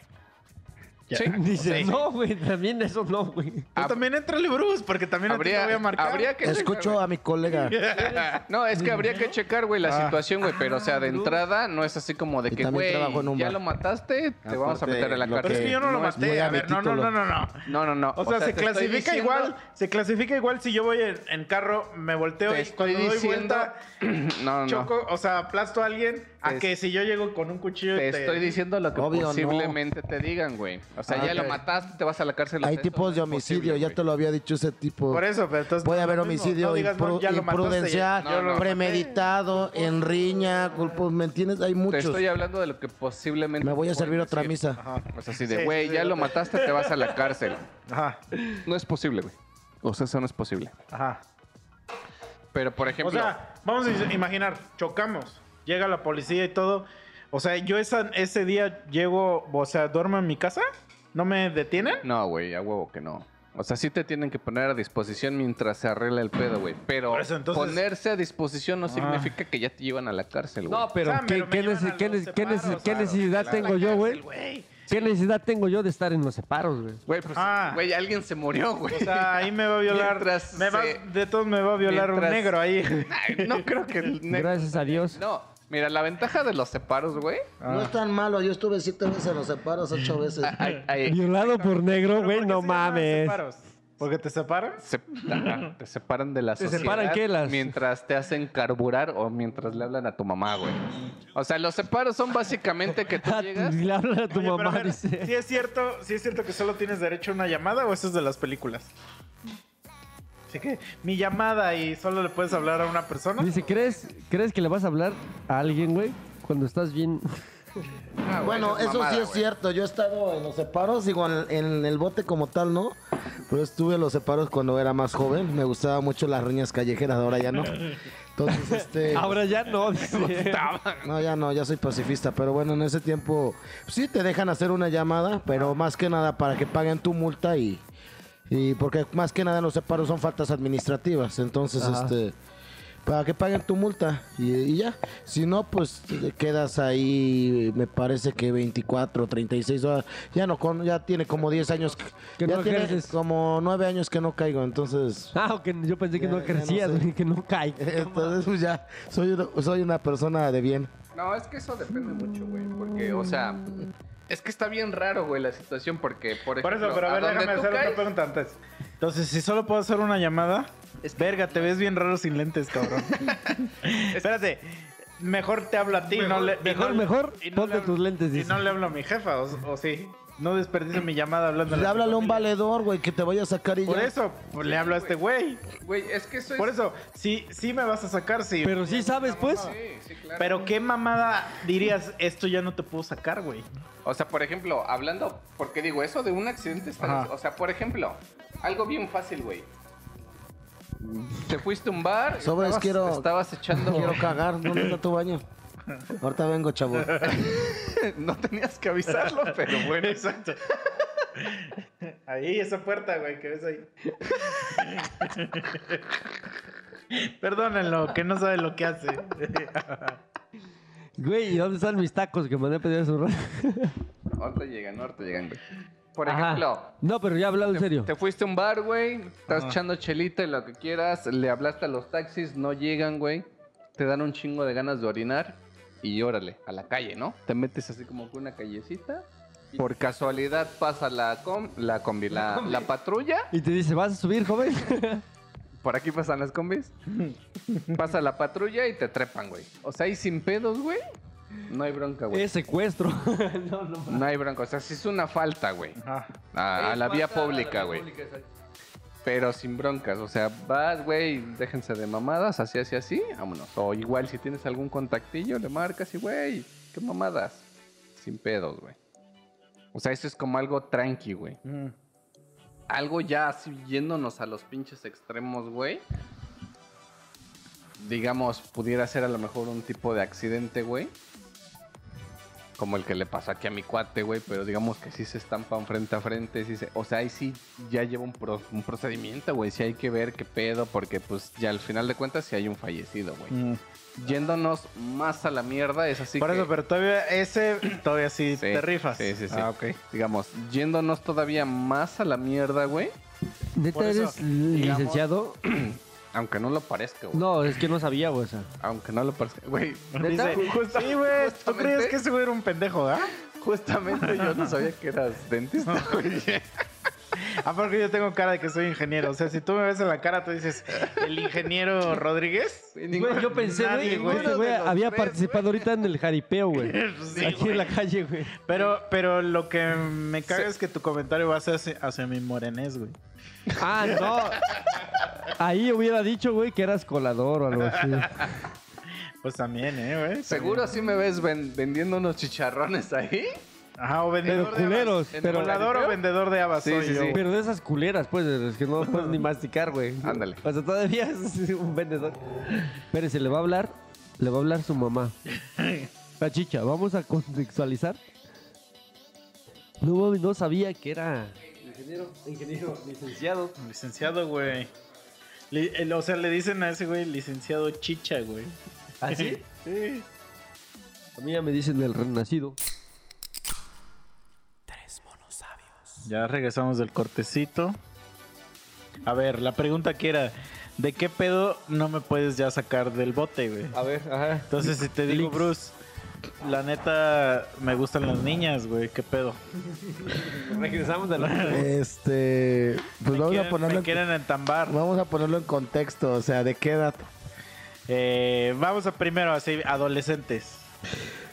[SPEAKER 1] Ya.
[SPEAKER 2] Sí.
[SPEAKER 3] Dice,
[SPEAKER 1] Sí.
[SPEAKER 3] no, güey, también eso no, güey.
[SPEAKER 1] Tú
[SPEAKER 2] Hab-
[SPEAKER 1] también entrale, Bruce, porque también a ti te voy a marcar.
[SPEAKER 2] habría que
[SPEAKER 4] Escucho a mi colega.
[SPEAKER 2] No, es que habría que checar, güey, la
[SPEAKER 1] Ah.
[SPEAKER 2] situación, güey. Pero, o sea, de entrada no es así como de
[SPEAKER 4] Ah, Y
[SPEAKER 2] que,
[SPEAKER 4] también
[SPEAKER 2] güey,
[SPEAKER 4] trabajo en un
[SPEAKER 2] ya
[SPEAKER 4] bar.
[SPEAKER 2] lo mataste, te vamos a
[SPEAKER 4] Aparte,
[SPEAKER 2] meter en la
[SPEAKER 4] lo
[SPEAKER 1] Pero
[SPEAKER 2] cárcel.
[SPEAKER 1] es que yo no, Ah, pues, lo
[SPEAKER 2] es-
[SPEAKER 1] maté.
[SPEAKER 4] muy
[SPEAKER 1] A
[SPEAKER 4] a mi
[SPEAKER 1] ver, no, no, no,
[SPEAKER 4] título.
[SPEAKER 1] no, no.
[SPEAKER 2] No, no, no.
[SPEAKER 1] O, sea, se
[SPEAKER 2] te estoy
[SPEAKER 1] clasifica
[SPEAKER 2] diciendo-
[SPEAKER 1] igual, se clasifica igual si yo voy en, en carro, me volteo
[SPEAKER 2] Te
[SPEAKER 1] y cuando
[SPEAKER 2] estoy
[SPEAKER 1] doy
[SPEAKER 2] diciendo-
[SPEAKER 1] vuelta
[SPEAKER 2] No, no, no.
[SPEAKER 1] choco, o sea, aplasto a alguien, a
[SPEAKER 2] Te-
[SPEAKER 1] que si yo llego con un cuchillo y
[SPEAKER 2] Te estoy diciendo lo que
[SPEAKER 4] Obvio, no.
[SPEAKER 2] posiblemente te digan, güey. O sea,
[SPEAKER 4] Ah,
[SPEAKER 2] ya lo
[SPEAKER 4] ok.
[SPEAKER 2] mataste, te vas a la cárcel. o
[SPEAKER 4] Hay
[SPEAKER 2] sea, eso
[SPEAKER 4] tipos
[SPEAKER 2] no
[SPEAKER 4] de
[SPEAKER 2] es
[SPEAKER 4] homicidio,
[SPEAKER 2] posible,
[SPEAKER 4] ya
[SPEAKER 2] güey.
[SPEAKER 4] te lo había dicho ese tipo.
[SPEAKER 1] Por eso, pero entonces
[SPEAKER 4] Puede
[SPEAKER 1] no es
[SPEAKER 4] haber
[SPEAKER 1] lo mismo.
[SPEAKER 4] homicidio
[SPEAKER 1] No digas,
[SPEAKER 4] impru-
[SPEAKER 1] no, ya lo mataste,
[SPEAKER 4] imprudencial,
[SPEAKER 2] ya. No, no.
[SPEAKER 4] premeditado, en riña, culpos, ¿me entiendes? Hay
[SPEAKER 2] Te
[SPEAKER 4] muchos.
[SPEAKER 2] estoy hablando de lo que posiblemente.
[SPEAKER 4] Me voy a
[SPEAKER 2] te
[SPEAKER 4] servir
[SPEAKER 2] pueden
[SPEAKER 4] otra
[SPEAKER 2] decir.
[SPEAKER 4] misa.
[SPEAKER 1] Ajá.
[SPEAKER 2] O sea, así de,
[SPEAKER 1] Sí,
[SPEAKER 2] güey,
[SPEAKER 1] sí,
[SPEAKER 2] ya
[SPEAKER 1] sí.
[SPEAKER 2] lo mataste, te vas a la cárcel.
[SPEAKER 1] Ajá,
[SPEAKER 2] No es posible, güey. O sea, eso no es posible.
[SPEAKER 1] ajá.
[SPEAKER 2] Pero, por ejemplo.
[SPEAKER 1] O sea, vamos a imaginar, chocamos, llega la policía y todo. O sea, yo esa- ese día llego, o sea, duermo en mi casa, no me detienen.
[SPEAKER 2] No, güey, a huevo que no. O sea, sí te tienen que poner a disposición mientras se arregla el pedo, güey. Pero
[SPEAKER 1] Por eso, entonces-
[SPEAKER 2] ponerse a disposición no
[SPEAKER 1] Ah.
[SPEAKER 2] significa que ya te llevan a la cárcel, güey.
[SPEAKER 3] No, pero
[SPEAKER 1] O sea,
[SPEAKER 3] ¿qué,
[SPEAKER 1] me-
[SPEAKER 3] qué
[SPEAKER 1] me llevan
[SPEAKER 3] nece-
[SPEAKER 1] a
[SPEAKER 3] qué
[SPEAKER 1] los
[SPEAKER 3] ne- qué nece-
[SPEAKER 1] separos,
[SPEAKER 3] qué
[SPEAKER 1] claro,
[SPEAKER 3] necesidad
[SPEAKER 1] claro.
[SPEAKER 3] tengo yo, güey?
[SPEAKER 1] güey.
[SPEAKER 3] ¿Qué necesidad tengo yo de estar en los separos, güey?
[SPEAKER 2] Güey, pues,
[SPEAKER 1] Ah.
[SPEAKER 2] güey, alguien se murió, güey.
[SPEAKER 1] O sea, ahí me va a violar.
[SPEAKER 2] Mientras
[SPEAKER 1] me va-
[SPEAKER 2] se-
[SPEAKER 1] de todos me va a violar
[SPEAKER 2] mientras-
[SPEAKER 1] un negro ahí.
[SPEAKER 2] Ay, no creo que... el ne-
[SPEAKER 3] Gracias a Dios.
[SPEAKER 2] No, mira, la ventaja de los separos, güey...
[SPEAKER 4] No es tan malo, yo estuve siete veces en los separos, ocho veces.
[SPEAKER 2] ay, ay,
[SPEAKER 3] Violado por negro,
[SPEAKER 1] Pero ¿por
[SPEAKER 3] güey,
[SPEAKER 1] qué
[SPEAKER 3] no
[SPEAKER 1] se llaman
[SPEAKER 3] mames.
[SPEAKER 1] separos? ¿Porque te separan?
[SPEAKER 2] se- ajá, te separan de la
[SPEAKER 3] ¿Te
[SPEAKER 2] sociedad
[SPEAKER 3] separan qué? Las-
[SPEAKER 2] mientras te hacen carburar o mientras le hablan a tu mamá, güey. O sea, los separos son básicamente que tú
[SPEAKER 3] Ah,
[SPEAKER 2] llegas...
[SPEAKER 3] Le hablan a tu
[SPEAKER 1] Oye, pero a
[SPEAKER 3] mamá,
[SPEAKER 1] ver,
[SPEAKER 3] dice.
[SPEAKER 1] ¿sí es cierto, sí es cierto que solo tienes derecho a una llamada o eso es de las películas. Así que mi llamada y solo le puedes hablar a una persona.
[SPEAKER 3] Dice, ¿crees, ¿crees que le vas a hablar a alguien, güey? Cuando estás bien.
[SPEAKER 2] Ah, güey,
[SPEAKER 4] Bueno,
[SPEAKER 2] esa es
[SPEAKER 4] eso
[SPEAKER 2] mamada,
[SPEAKER 4] sí es
[SPEAKER 2] güey.
[SPEAKER 4] cierto. Yo he estado en los separos, digo, en, en el bote como tal, ¿no? Pero estuve en los separos cuando era más joven. Me gustaban mucho las riñas callejeras, ahora ya no. Entonces, este.
[SPEAKER 3] Ahora ya no, dice.
[SPEAKER 4] No, ya no, ya soy pacifista. Pero bueno, en ese tiempo pues sí te dejan hacer una llamada, pero más que nada para que paguen tu multa y. Y porque más que nada en los separos son faltas administrativas. Entonces,
[SPEAKER 3] Ajá.
[SPEAKER 4] este. Para que paguen tu multa y, y ya. Si no, pues te quedas ahí, me parece que 24, 36 horas. Ya no, con, ya tiene como 10 años. que-
[SPEAKER 3] Que
[SPEAKER 4] ya
[SPEAKER 3] no
[SPEAKER 4] tiene
[SPEAKER 3] ejerces.
[SPEAKER 4] como 9 años que no caigo. Entonces,
[SPEAKER 3] Ah, que yo pensé que
[SPEAKER 4] Ya-
[SPEAKER 3] no
[SPEAKER 4] ya no
[SPEAKER 3] crecías,
[SPEAKER 4] sé.
[SPEAKER 3] güey, que no cae.
[SPEAKER 4] entonces pues, ya soy, una- soy una persona de bien.
[SPEAKER 2] No, es que eso depende mucho, güey. Porque, o sea, es que está bien raro, güey, la situación. Porque, por ejemplo,
[SPEAKER 1] Por eso, pero a ver,
[SPEAKER 2] donde
[SPEAKER 1] déjame
[SPEAKER 2] tú
[SPEAKER 1] hacer otra
[SPEAKER 2] caes-
[SPEAKER 1] pregunta antes. Entonces, si solo puedo hacer una llamada, verga, te ves bien raro sin lentes, cabrón. Espérate, mejor te hablo a ti.
[SPEAKER 3] Mejor,
[SPEAKER 1] no le, y
[SPEAKER 3] mejor,
[SPEAKER 1] no-
[SPEAKER 3] mejor,
[SPEAKER 1] y no
[SPEAKER 3] ponte
[SPEAKER 1] le hablo-
[SPEAKER 3] tus lentes,
[SPEAKER 1] Y
[SPEAKER 3] dice.
[SPEAKER 1] no le hablo a mi jefa, o, o sí. No desperdicio mi llamada hablando
[SPEAKER 4] Le háblale a un
[SPEAKER 1] vale
[SPEAKER 4] valedor, güey, que te vaya a sacar y
[SPEAKER 1] Por
[SPEAKER 4] ya.
[SPEAKER 1] eso, pues, le hablo a este güey.
[SPEAKER 2] Güey, Pues es que eso
[SPEAKER 1] Por
[SPEAKER 2] es...
[SPEAKER 1] eso, sí, sí me vas a sacar, sí.
[SPEAKER 3] Pero sí sabes, pues.
[SPEAKER 2] Sí, sí, claro.
[SPEAKER 1] Pero qué mamada dirías, esto ya no te puedo sacar, güey.
[SPEAKER 2] O sea, por ejemplo, hablando, porque digo, eso de un accidente está.
[SPEAKER 1] Ajá.
[SPEAKER 2] O sea, por ejemplo, algo bien fácil, güey. Te fuiste a un bar, y
[SPEAKER 4] Sobres,
[SPEAKER 2] estabas,
[SPEAKER 4] quiero-
[SPEAKER 2] estabas echando.
[SPEAKER 4] Quiero cagar, ¿dónde está tu baño? Ahorita vengo, chavo.
[SPEAKER 2] no tenías que avisarlo, pero bueno.
[SPEAKER 1] Exacto. Ahí, esa puerta, güey, que ves ahí. Perdónenlo, que no sabe lo que hace.
[SPEAKER 3] Güey, ¿y dónde están mis tacos que mandé a pedir a su rato?
[SPEAKER 2] Ahorita llegan, ahorita llegan, güey. Por
[SPEAKER 3] Ajá.
[SPEAKER 2] ejemplo,
[SPEAKER 3] No, pero ya he hablado en serio.
[SPEAKER 2] te fuiste a un bar, güey. Estás
[SPEAKER 1] Ajá.
[SPEAKER 2] echando chelita y lo que quieras. Le hablaste a los taxis, no llegan, güey. Te dan un chingo de ganas de orinar. Y órale, a la calle, ¿no? Te metes así como que una callecita. Por casualidad pasa la com, la combi, la, la patrulla.
[SPEAKER 3] Y te dice, ¿vas a subir, joven?
[SPEAKER 2] Por aquí pasan las combis. Pasa la patrulla y te trepan, güey. O sea, ahí sin pedos, güey. No hay bronca, güey.
[SPEAKER 3] es secuestro. no, no.
[SPEAKER 2] No hay bronca. O sea, sí es una falta, güey.
[SPEAKER 1] Ah,
[SPEAKER 2] A, a la vía pública, güey. Pero sin broncas, o sea, vas, güey, déjense de mamadas, así, así, así, vámonos. O igual si tienes algún contactillo, le marcas y, güey, qué mamadas. Sin pedos, güey. O sea, eso es como algo tranqui, güey.
[SPEAKER 1] mm.
[SPEAKER 2] Algo ya así yéndonos a los pinches extremos, güey. Digamos, pudiera ser a lo mejor un tipo de accidente, güey. Como el que le pasó aquí a mi cuate, güey. Pero digamos que sí se estampan frente a frente. sí se- o sea, ahí sí ya lleva un, pro- un procedimiento, güey. Sí hay que ver qué pedo. Porque pues ya al final de cuentas sí hay un fallecido, güey.
[SPEAKER 1] Mm.
[SPEAKER 2] Yéndonos más a la mierda, es así
[SPEAKER 1] Por
[SPEAKER 2] que...
[SPEAKER 1] eso, pero todavía ese, todavía sí,
[SPEAKER 2] Sí,
[SPEAKER 1] te rifas.
[SPEAKER 2] Sí, sí, sí.
[SPEAKER 1] Ah, ok.
[SPEAKER 2] Digamos, yéndonos todavía más a la mierda, güey.
[SPEAKER 1] Por eso,
[SPEAKER 3] ¿Neta eres
[SPEAKER 1] digamos-
[SPEAKER 3] licenciado?
[SPEAKER 2] Aunque no lo parezca, güey.
[SPEAKER 3] No, es que no sabía, güey. o sea.
[SPEAKER 2] Aunque no lo parezca. Güey,
[SPEAKER 3] ¿Neta?
[SPEAKER 1] Dice, sí, güey, tú
[SPEAKER 2] justamente-
[SPEAKER 1] crees que ese güey era un pendejo, ¿ah?
[SPEAKER 2] justamente yo no sabía que eras dentista, güey.
[SPEAKER 1] Aparte yo tengo cara de que soy ingeniero. O sea, si tú me ves en la cara, tú dices, ¿el ingeniero Rodríguez?
[SPEAKER 2] Ningún-
[SPEAKER 3] Güey, yo pensé,
[SPEAKER 1] Nadie, güey.
[SPEAKER 3] güey, este güey
[SPEAKER 2] Ninguno de los
[SPEAKER 3] había
[SPEAKER 2] tres,
[SPEAKER 3] participado ahorita en el jaripeo, güey.
[SPEAKER 1] Sí,
[SPEAKER 3] Aquí en la calle, güey.
[SPEAKER 1] Pero, pero lo que me caga
[SPEAKER 2] Sí.
[SPEAKER 1] es que tu comentario va hacia, hacia mi morenés, güey.
[SPEAKER 3] Ah, no. Ahí hubiera dicho, güey, que eras colador o algo así.
[SPEAKER 1] Pues también, ¿eh, güey? También.
[SPEAKER 2] Seguro sí me ves ven- vendiendo unos chicharrones ahí.
[SPEAKER 1] Ajá, o vendedor
[SPEAKER 3] Pero
[SPEAKER 1] de habas.
[SPEAKER 3] culeros,
[SPEAKER 2] en
[SPEAKER 3] pero,
[SPEAKER 2] volador.
[SPEAKER 1] Volador o vendedor de habas
[SPEAKER 2] Sí,
[SPEAKER 1] soy yo,
[SPEAKER 2] sí, sí.
[SPEAKER 1] güey.
[SPEAKER 3] pero de esas culeras, pues, de las que no puedes ni masticar, güey.
[SPEAKER 2] Ándale.
[SPEAKER 3] O sea, todavía es un vendedor. Pero se le va a hablar, le va a hablar su mamá. La chicha, vamos a contextualizar. No, mami, no sabía que era ingeniero, ingeniero, licenciado.
[SPEAKER 1] Licenciado, güey. Li- el- o sea, le dicen a ese güey licenciado chicha, güey.
[SPEAKER 3] ¿Así?
[SPEAKER 1] Sí.
[SPEAKER 3] ¿Ah, A mí ya me dicen el renacido.
[SPEAKER 1] Ya regresamos del cortecito. A ver, la pregunta que era, ¿de qué pedo no me puedes ya sacar del bote, güey?
[SPEAKER 3] A ver, ajá.
[SPEAKER 1] Entonces, si te digo,
[SPEAKER 3] Leaks.
[SPEAKER 1] Bruce, la neta, me gustan las niñas, güey, qué pedo.
[SPEAKER 3] Regresamos de la...
[SPEAKER 4] Este, pues
[SPEAKER 1] Me
[SPEAKER 4] vamos
[SPEAKER 1] quieren-
[SPEAKER 4] a ponerlo
[SPEAKER 1] me
[SPEAKER 4] en,
[SPEAKER 1] quieren entambar.
[SPEAKER 4] vamos a ponerlo en contexto, o sea, ¿de qué edad?
[SPEAKER 1] Eh, vamos a primero, así, adolescentes.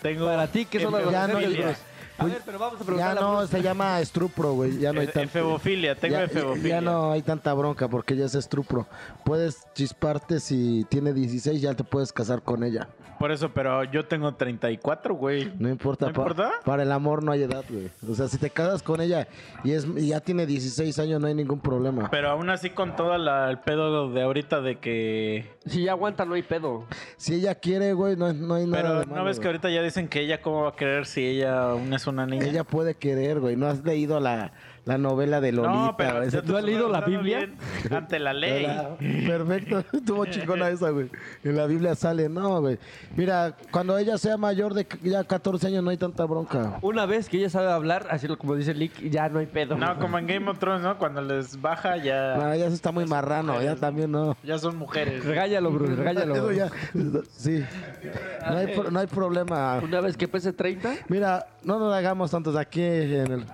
[SPEAKER 1] Tengo
[SPEAKER 3] Para ti, que son
[SPEAKER 1] efe-
[SPEAKER 4] Ya no,
[SPEAKER 3] adolescentes.
[SPEAKER 1] efe-
[SPEAKER 3] A ver, pero vamos a
[SPEAKER 4] Ya
[SPEAKER 3] preguntarle a
[SPEAKER 4] no,
[SPEAKER 3] Bruce.
[SPEAKER 4] se llama Strupro, güey, ya no hay tanta
[SPEAKER 1] efebofilia, tengo
[SPEAKER 4] ya,
[SPEAKER 1] efebofilia.
[SPEAKER 4] ya no hay tanta bronca porque ya es Strupro. Puedes chisparte si tiene 16, ya te puedes casar con ella.
[SPEAKER 1] Por eso, pero yo tengo 34, güey.
[SPEAKER 4] No importa,
[SPEAKER 1] ¿No
[SPEAKER 4] pa-
[SPEAKER 1] importa?
[SPEAKER 4] para el amor no hay edad, güey. O sea, si te casas con ella y es y ya tiene 16 años, no hay ningún problema.
[SPEAKER 1] Pero aún así con todo la- el pedo de ahorita de que...
[SPEAKER 3] Si ya aguanta, no hay pedo.
[SPEAKER 4] Si ella quiere, güey, no, no hay nada.
[SPEAKER 1] Pero
[SPEAKER 4] de
[SPEAKER 1] ¿no
[SPEAKER 4] malo,
[SPEAKER 1] ves que
[SPEAKER 4] güey.
[SPEAKER 1] ahorita ya dicen que ella cómo va a querer si ella aún es una niña?
[SPEAKER 4] Ella puede querer, güey. ¿No has leído la, la novela de Lolita? güey?
[SPEAKER 1] ya
[SPEAKER 3] ¿no
[SPEAKER 1] te
[SPEAKER 3] has leído la
[SPEAKER 1] estás dando
[SPEAKER 3] Biblia?
[SPEAKER 1] bien Ante la ley.
[SPEAKER 4] Era- Perfecto, estuvo chingona esa, güey. En la Biblia sale, no, güey. Mira, cuando ella sea mayor de c- ya 14 años no hay tanta bronca.
[SPEAKER 3] Una vez que ella sabe hablar, así lo- como dice Lick, ya no hay pedo.
[SPEAKER 1] No, como en Game of Thrones, ¿no? Cuando les baja ya...
[SPEAKER 4] No, Ah, ya se está muy marrano, ya también no.
[SPEAKER 1] Ya son mujeres.
[SPEAKER 3] Regáñalo, Bruce, Pues regáñalo.
[SPEAKER 4] Eso ya- sí. No hay, pro- no hay problema.
[SPEAKER 3] Una vez que pese 30,
[SPEAKER 4] Mira, no nos hagamos tantos aquí en el-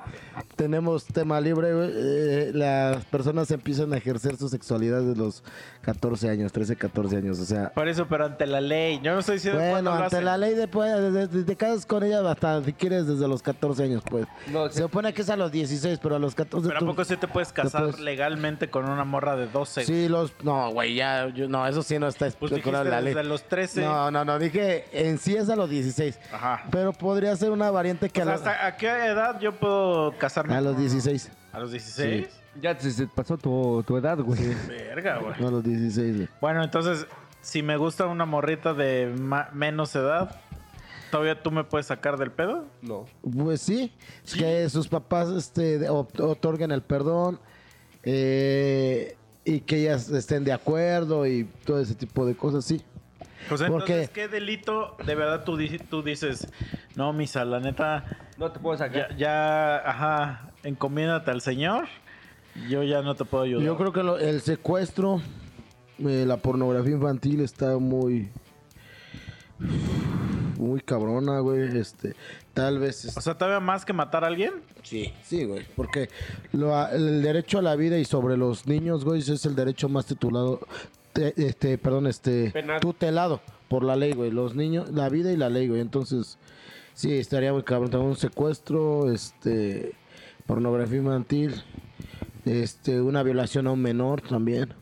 [SPEAKER 4] tenemos tema libre, güey, eh, las personas empiezan a ejercer su sexualidad desde los 14 años, 13, 14 años. O sea,
[SPEAKER 1] Por eso, pero ante la ley. Yo no estoy diciendo cuándo
[SPEAKER 4] bueno,
[SPEAKER 1] lo
[SPEAKER 4] ante
[SPEAKER 1] hacen.
[SPEAKER 4] la ley de, pues, desde- desde- te casas con ella hasta si quieres desde los 14 años, pues.
[SPEAKER 3] No,
[SPEAKER 4] Se supone que es a los 16, pero a los 14.
[SPEAKER 1] Pero ¿a
[SPEAKER 4] pues, tú-
[SPEAKER 1] poco sí te puedes casar
[SPEAKER 4] puedes-
[SPEAKER 1] legalmente con una morra de 12?
[SPEAKER 4] Sí, los. No, güey, ya. yo- no, eso sí no está
[SPEAKER 1] Pues
[SPEAKER 4] estipulado en la
[SPEAKER 1] dijiste
[SPEAKER 4] ley.
[SPEAKER 1] desde los 13.
[SPEAKER 4] No, no, no, dije en sí es a los 16.
[SPEAKER 1] Ajá.
[SPEAKER 4] Pero podría ser una variante que
[SPEAKER 1] O
[SPEAKER 4] a,
[SPEAKER 1] sea,
[SPEAKER 4] la-
[SPEAKER 1] ¿Hasta a qué edad yo puedo casarme?
[SPEAKER 4] a los
[SPEAKER 1] con-
[SPEAKER 4] 16.
[SPEAKER 1] ¿A los 16?
[SPEAKER 3] Ya se, se pasó tu, tu edad, güey.
[SPEAKER 1] Verga, güey.
[SPEAKER 4] No, a los 16, güey.
[SPEAKER 1] Bueno, entonces, si me gusta una morrita de ma- menos edad, ¿todavía tú me puedes sacar del pedo?
[SPEAKER 2] No.
[SPEAKER 4] Pues sí, que sus papás este, de- op- otorguen el perdón eh, y que ellas estén de acuerdo y todo ese tipo de cosas, sí.
[SPEAKER 1] Pues
[SPEAKER 4] ¿Por
[SPEAKER 1] entonces,
[SPEAKER 4] qué?
[SPEAKER 1] ¿qué delito de verdad tú, di- tú dices? No, misa, la neta,
[SPEAKER 3] No te puedo sacar.
[SPEAKER 1] ya, ya, ajá, encomiéndate al señor. Yo ya no te puedo ayudar.
[SPEAKER 4] Yo creo que lo- el secuestro, eh, la pornografía infantil está muy... Muy cabrona, güey. Este, tal vez...
[SPEAKER 1] O sea, todavía más que matar a alguien.
[SPEAKER 4] Sí, sí, güey. Porque lo a- el derecho a la vida y sobre los niños, güey, es el derecho más titulado, te- este, perdón, este,
[SPEAKER 6] Penal.
[SPEAKER 4] tutelado por la ley, güey. Los niños, la vida y la ley, güey. Entonces, sí, estaría muy cabrón. También un secuestro, este, pornografía infantil, este, una violación a un menor también.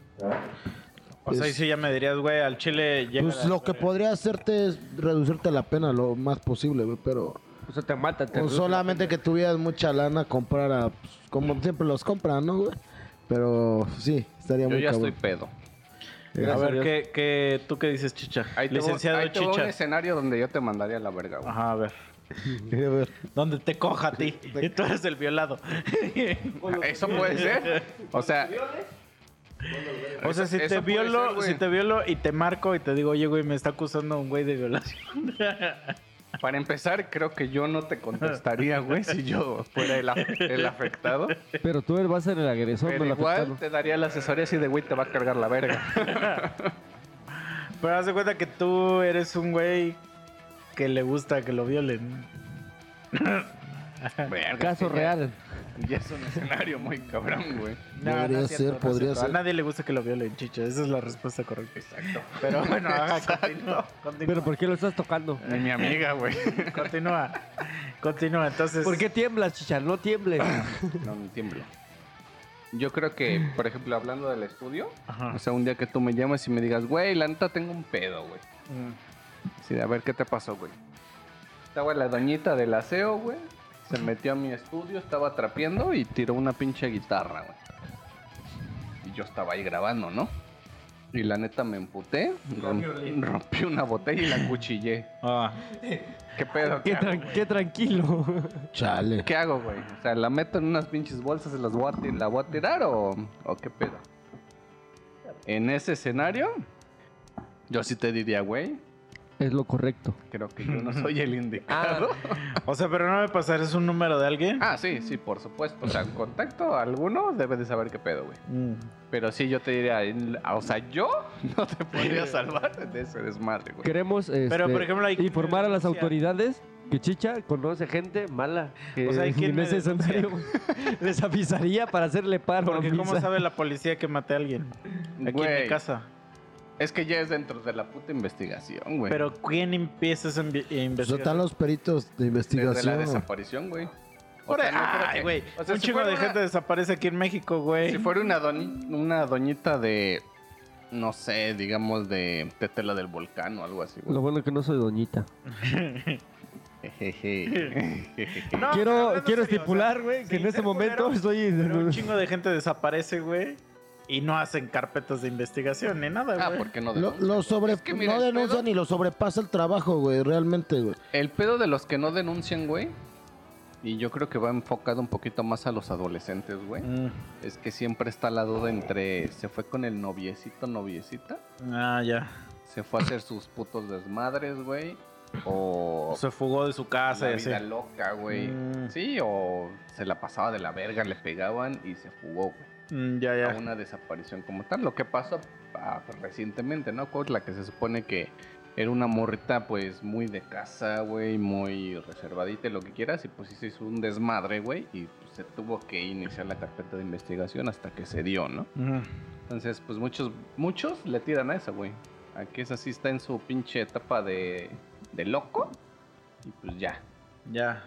[SPEAKER 1] O sea, ahí
[SPEAKER 4] Pues-
[SPEAKER 1] sí ya me dirías, güey, al chile llega.
[SPEAKER 4] Pues lo que podría hacerte es reducirte la pena lo más posible, güey, pero...
[SPEAKER 3] O sea, te mata. Te
[SPEAKER 4] O solamente que tuvieras mucha lana comprar a, pues, como siempre los compran, ¿no, güey? Pero sí, estaría
[SPEAKER 2] Yo
[SPEAKER 4] muy
[SPEAKER 2] ya
[SPEAKER 4] cabrón.
[SPEAKER 2] estoy pedo.
[SPEAKER 1] A ver, ¿qué, qué, ¿tú qué dices, Chicha?
[SPEAKER 2] Ahí te
[SPEAKER 1] Licenciado
[SPEAKER 2] voy- ahí te voy a un
[SPEAKER 1] Chicha.
[SPEAKER 2] escenario donde yo te mandaría a la verga,
[SPEAKER 3] Ah,
[SPEAKER 2] güey.
[SPEAKER 1] Ajá, a ver.
[SPEAKER 4] A ver,
[SPEAKER 1] Donde te coja a ti. Y tú eres el violado.
[SPEAKER 2] Eso puede ser. O sea,
[SPEAKER 1] O sea, si
[SPEAKER 2] Eso
[SPEAKER 1] te
[SPEAKER 2] puede ser,
[SPEAKER 1] violo,
[SPEAKER 2] güey.
[SPEAKER 1] si te violo y te marco y te digo, oye, güey, me está acusando un güey de violación.
[SPEAKER 2] para empezar, creo que yo no te contestaría, güey, si yo fuera el, af- el afectado.
[SPEAKER 3] Pero tú vas a ser el agresor,
[SPEAKER 2] Pero
[SPEAKER 3] no el
[SPEAKER 2] igual
[SPEAKER 3] afectado.
[SPEAKER 2] te daría la asesoría así de, güey, te va a cargar la verga.
[SPEAKER 1] Pero haz de cuenta que tú eres un güey que le gusta que lo violen.
[SPEAKER 2] Verga, sí,
[SPEAKER 3] Caso
[SPEAKER 2] ya-
[SPEAKER 3] real.
[SPEAKER 2] Ya es un escenario muy cabrón, güey.
[SPEAKER 4] Podría
[SPEAKER 1] es es
[SPEAKER 4] ser, podría
[SPEAKER 1] cierto.
[SPEAKER 4] ser.
[SPEAKER 1] A nadie le gusta que lo violen, chicha. Esa es la respuesta correcta. Exacto. Pero bueno, ajá, continúa. Continúa.
[SPEAKER 3] Pero ¿por qué lo estás tocando?
[SPEAKER 2] Ni mi amiga, güey.
[SPEAKER 1] continúa. Continúa, entonces.
[SPEAKER 3] ¿Por qué tiemblas, chicha? No tiembles.
[SPEAKER 1] Ah.
[SPEAKER 2] No, no tiemblo. Yo creo que, por ejemplo, hablando del estudio,
[SPEAKER 1] Ajá.
[SPEAKER 2] o sea, un día que tú me llamas y me digas, güey, la neta tengo un pedo, güey.
[SPEAKER 1] Mm.
[SPEAKER 2] Sí, a ver, ¿qué te pasó, güey? Estaba la doñita del aseo, güey. Se metió a mi estudio, estaba trapeando y tiró una pinche guitarra, güey. Y yo estaba ahí grabando, ¿no? Y la neta me emputé, rom- rompí una botella y la cuchillé.
[SPEAKER 1] Ah.
[SPEAKER 2] ¿Qué pedo?
[SPEAKER 3] qué,
[SPEAKER 2] hago,
[SPEAKER 3] tran-
[SPEAKER 2] güey?
[SPEAKER 3] qué tranquilo.
[SPEAKER 4] chale.
[SPEAKER 2] ¿Qué hago, güey? O sea, ¿la meto en unas pinches bolsas, las voy a ti- la voy a tirar o, o qué pedo? En ese escenario, yo sí te diría, güey,
[SPEAKER 3] Es lo correcto.
[SPEAKER 2] creo que yo no soy el indicado.
[SPEAKER 1] O sea, pero no me pasarás un número de alguien.
[SPEAKER 2] Ah, sí, sí, por supuesto. O sea, contacto alguno debe de saber qué pedo, güey.
[SPEAKER 1] Mm.
[SPEAKER 2] Pero sí, yo te diría, el- o sea, yo no te podría salvar de ese desmadre, güey.
[SPEAKER 3] Queremos
[SPEAKER 1] Pero,
[SPEAKER 3] este,
[SPEAKER 1] por ejemplo, hay-
[SPEAKER 3] informar a las autoridades que Chicha conoce gente mala. Que
[SPEAKER 1] O sea, ¿y quién
[SPEAKER 3] en
[SPEAKER 1] me
[SPEAKER 3] ese
[SPEAKER 1] denuncia?
[SPEAKER 3] escenario les avisaría para hacerle paro. a
[SPEAKER 1] Porque ¿cómo
[SPEAKER 3] Misa.
[SPEAKER 1] sabe la policía que maté a alguien? Aquí en
[SPEAKER 2] Güey,
[SPEAKER 1] mi casa.
[SPEAKER 2] Es que ya es dentro de la puta investigación, güey.
[SPEAKER 1] Pero ¿quién empieza esa invi-
[SPEAKER 4] Pues están
[SPEAKER 1] investigación?
[SPEAKER 4] los peritos
[SPEAKER 2] desde
[SPEAKER 4] de
[SPEAKER 2] la
[SPEAKER 4] investigación. güey.
[SPEAKER 2] desaparición, güey. O
[SPEAKER 1] Ahora,
[SPEAKER 2] sea, no creo
[SPEAKER 1] ay,
[SPEAKER 2] que-
[SPEAKER 1] güey.
[SPEAKER 2] o sea,
[SPEAKER 1] un
[SPEAKER 2] si
[SPEAKER 1] chingo de
[SPEAKER 2] fuera una-
[SPEAKER 1] gente desaparece aquí en México, güey.
[SPEAKER 2] Si fuera una, doñi- una doñita de, no sé, digamos de Tetela del Volcán o algo así, güey.
[SPEAKER 3] Lo bueno que no soy doñita.
[SPEAKER 2] Jejeje.
[SPEAKER 1] No,
[SPEAKER 3] quiero
[SPEAKER 1] pero hablando
[SPEAKER 3] quiero
[SPEAKER 1] serio,
[SPEAKER 3] estipular,
[SPEAKER 1] o sea,
[SPEAKER 3] güey, que
[SPEAKER 1] sin
[SPEAKER 3] en este
[SPEAKER 1] ser
[SPEAKER 3] momento
[SPEAKER 1] culero,
[SPEAKER 3] estoy...
[SPEAKER 1] pero un chingo de gente desaparece, güey. Y no hacen carpetas de investigación ni nada,
[SPEAKER 2] Ah,
[SPEAKER 1] güey.
[SPEAKER 2] ¿por qué no?
[SPEAKER 4] Lo,
[SPEAKER 2] denuncia?
[SPEAKER 4] lo sobre,
[SPEAKER 2] Es que mira,
[SPEAKER 4] no
[SPEAKER 2] el
[SPEAKER 4] denuncian
[SPEAKER 2] pedo-
[SPEAKER 4] y lo sobrepasa el trabajo, güey, realmente, güey.
[SPEAKER 2] El pedo de los que no denuncian, güey, y yo creo que va enfocado un poquito más a los adolescentes, güey,
[SPEAKER 1] Mm.
[SPEAKER 2] es que siempre está la duda entre se fue con el noviecito, noviecita,
[SPEAKER 1] Ah, ya.
[SPEAKER 2] se fue a hacer sus putos desmadres, güey, o
[SPEAKER 1] Se fugó de su casa y
[SPEAKER 2] la
[SPEAKER 1] así.
[SPEAKER 2] vida loca, güey.
[SPEAKER 1] Mm.
[SPEAKER 2] Sí, o se la pasaba de la verga, le pegaban y se fugó, güey.
[SPEAKER 1] Mm, ya,
[SPEAKER 2] a
[SPEAKER 1] ya.
[SPEAKER 2] pues, una desaparición como tal. Lo que pasó ah, recientemente, ¿no? Con la que se supone que Era una morrita, pues, muy de casa, güey, muy reservadita, y lo que quieras. Y pues sí se hizo un desmadre, güey. Y pues, se tuvo que iniciar la carpeta de investigación hasta que se dio, ¿no? Entonces, pues muchos, muchos le tiran a esa, güey. A que esa sí está en su pinche etapa de, de loco. Y pues ya.
[SPEAKER 1] Ya.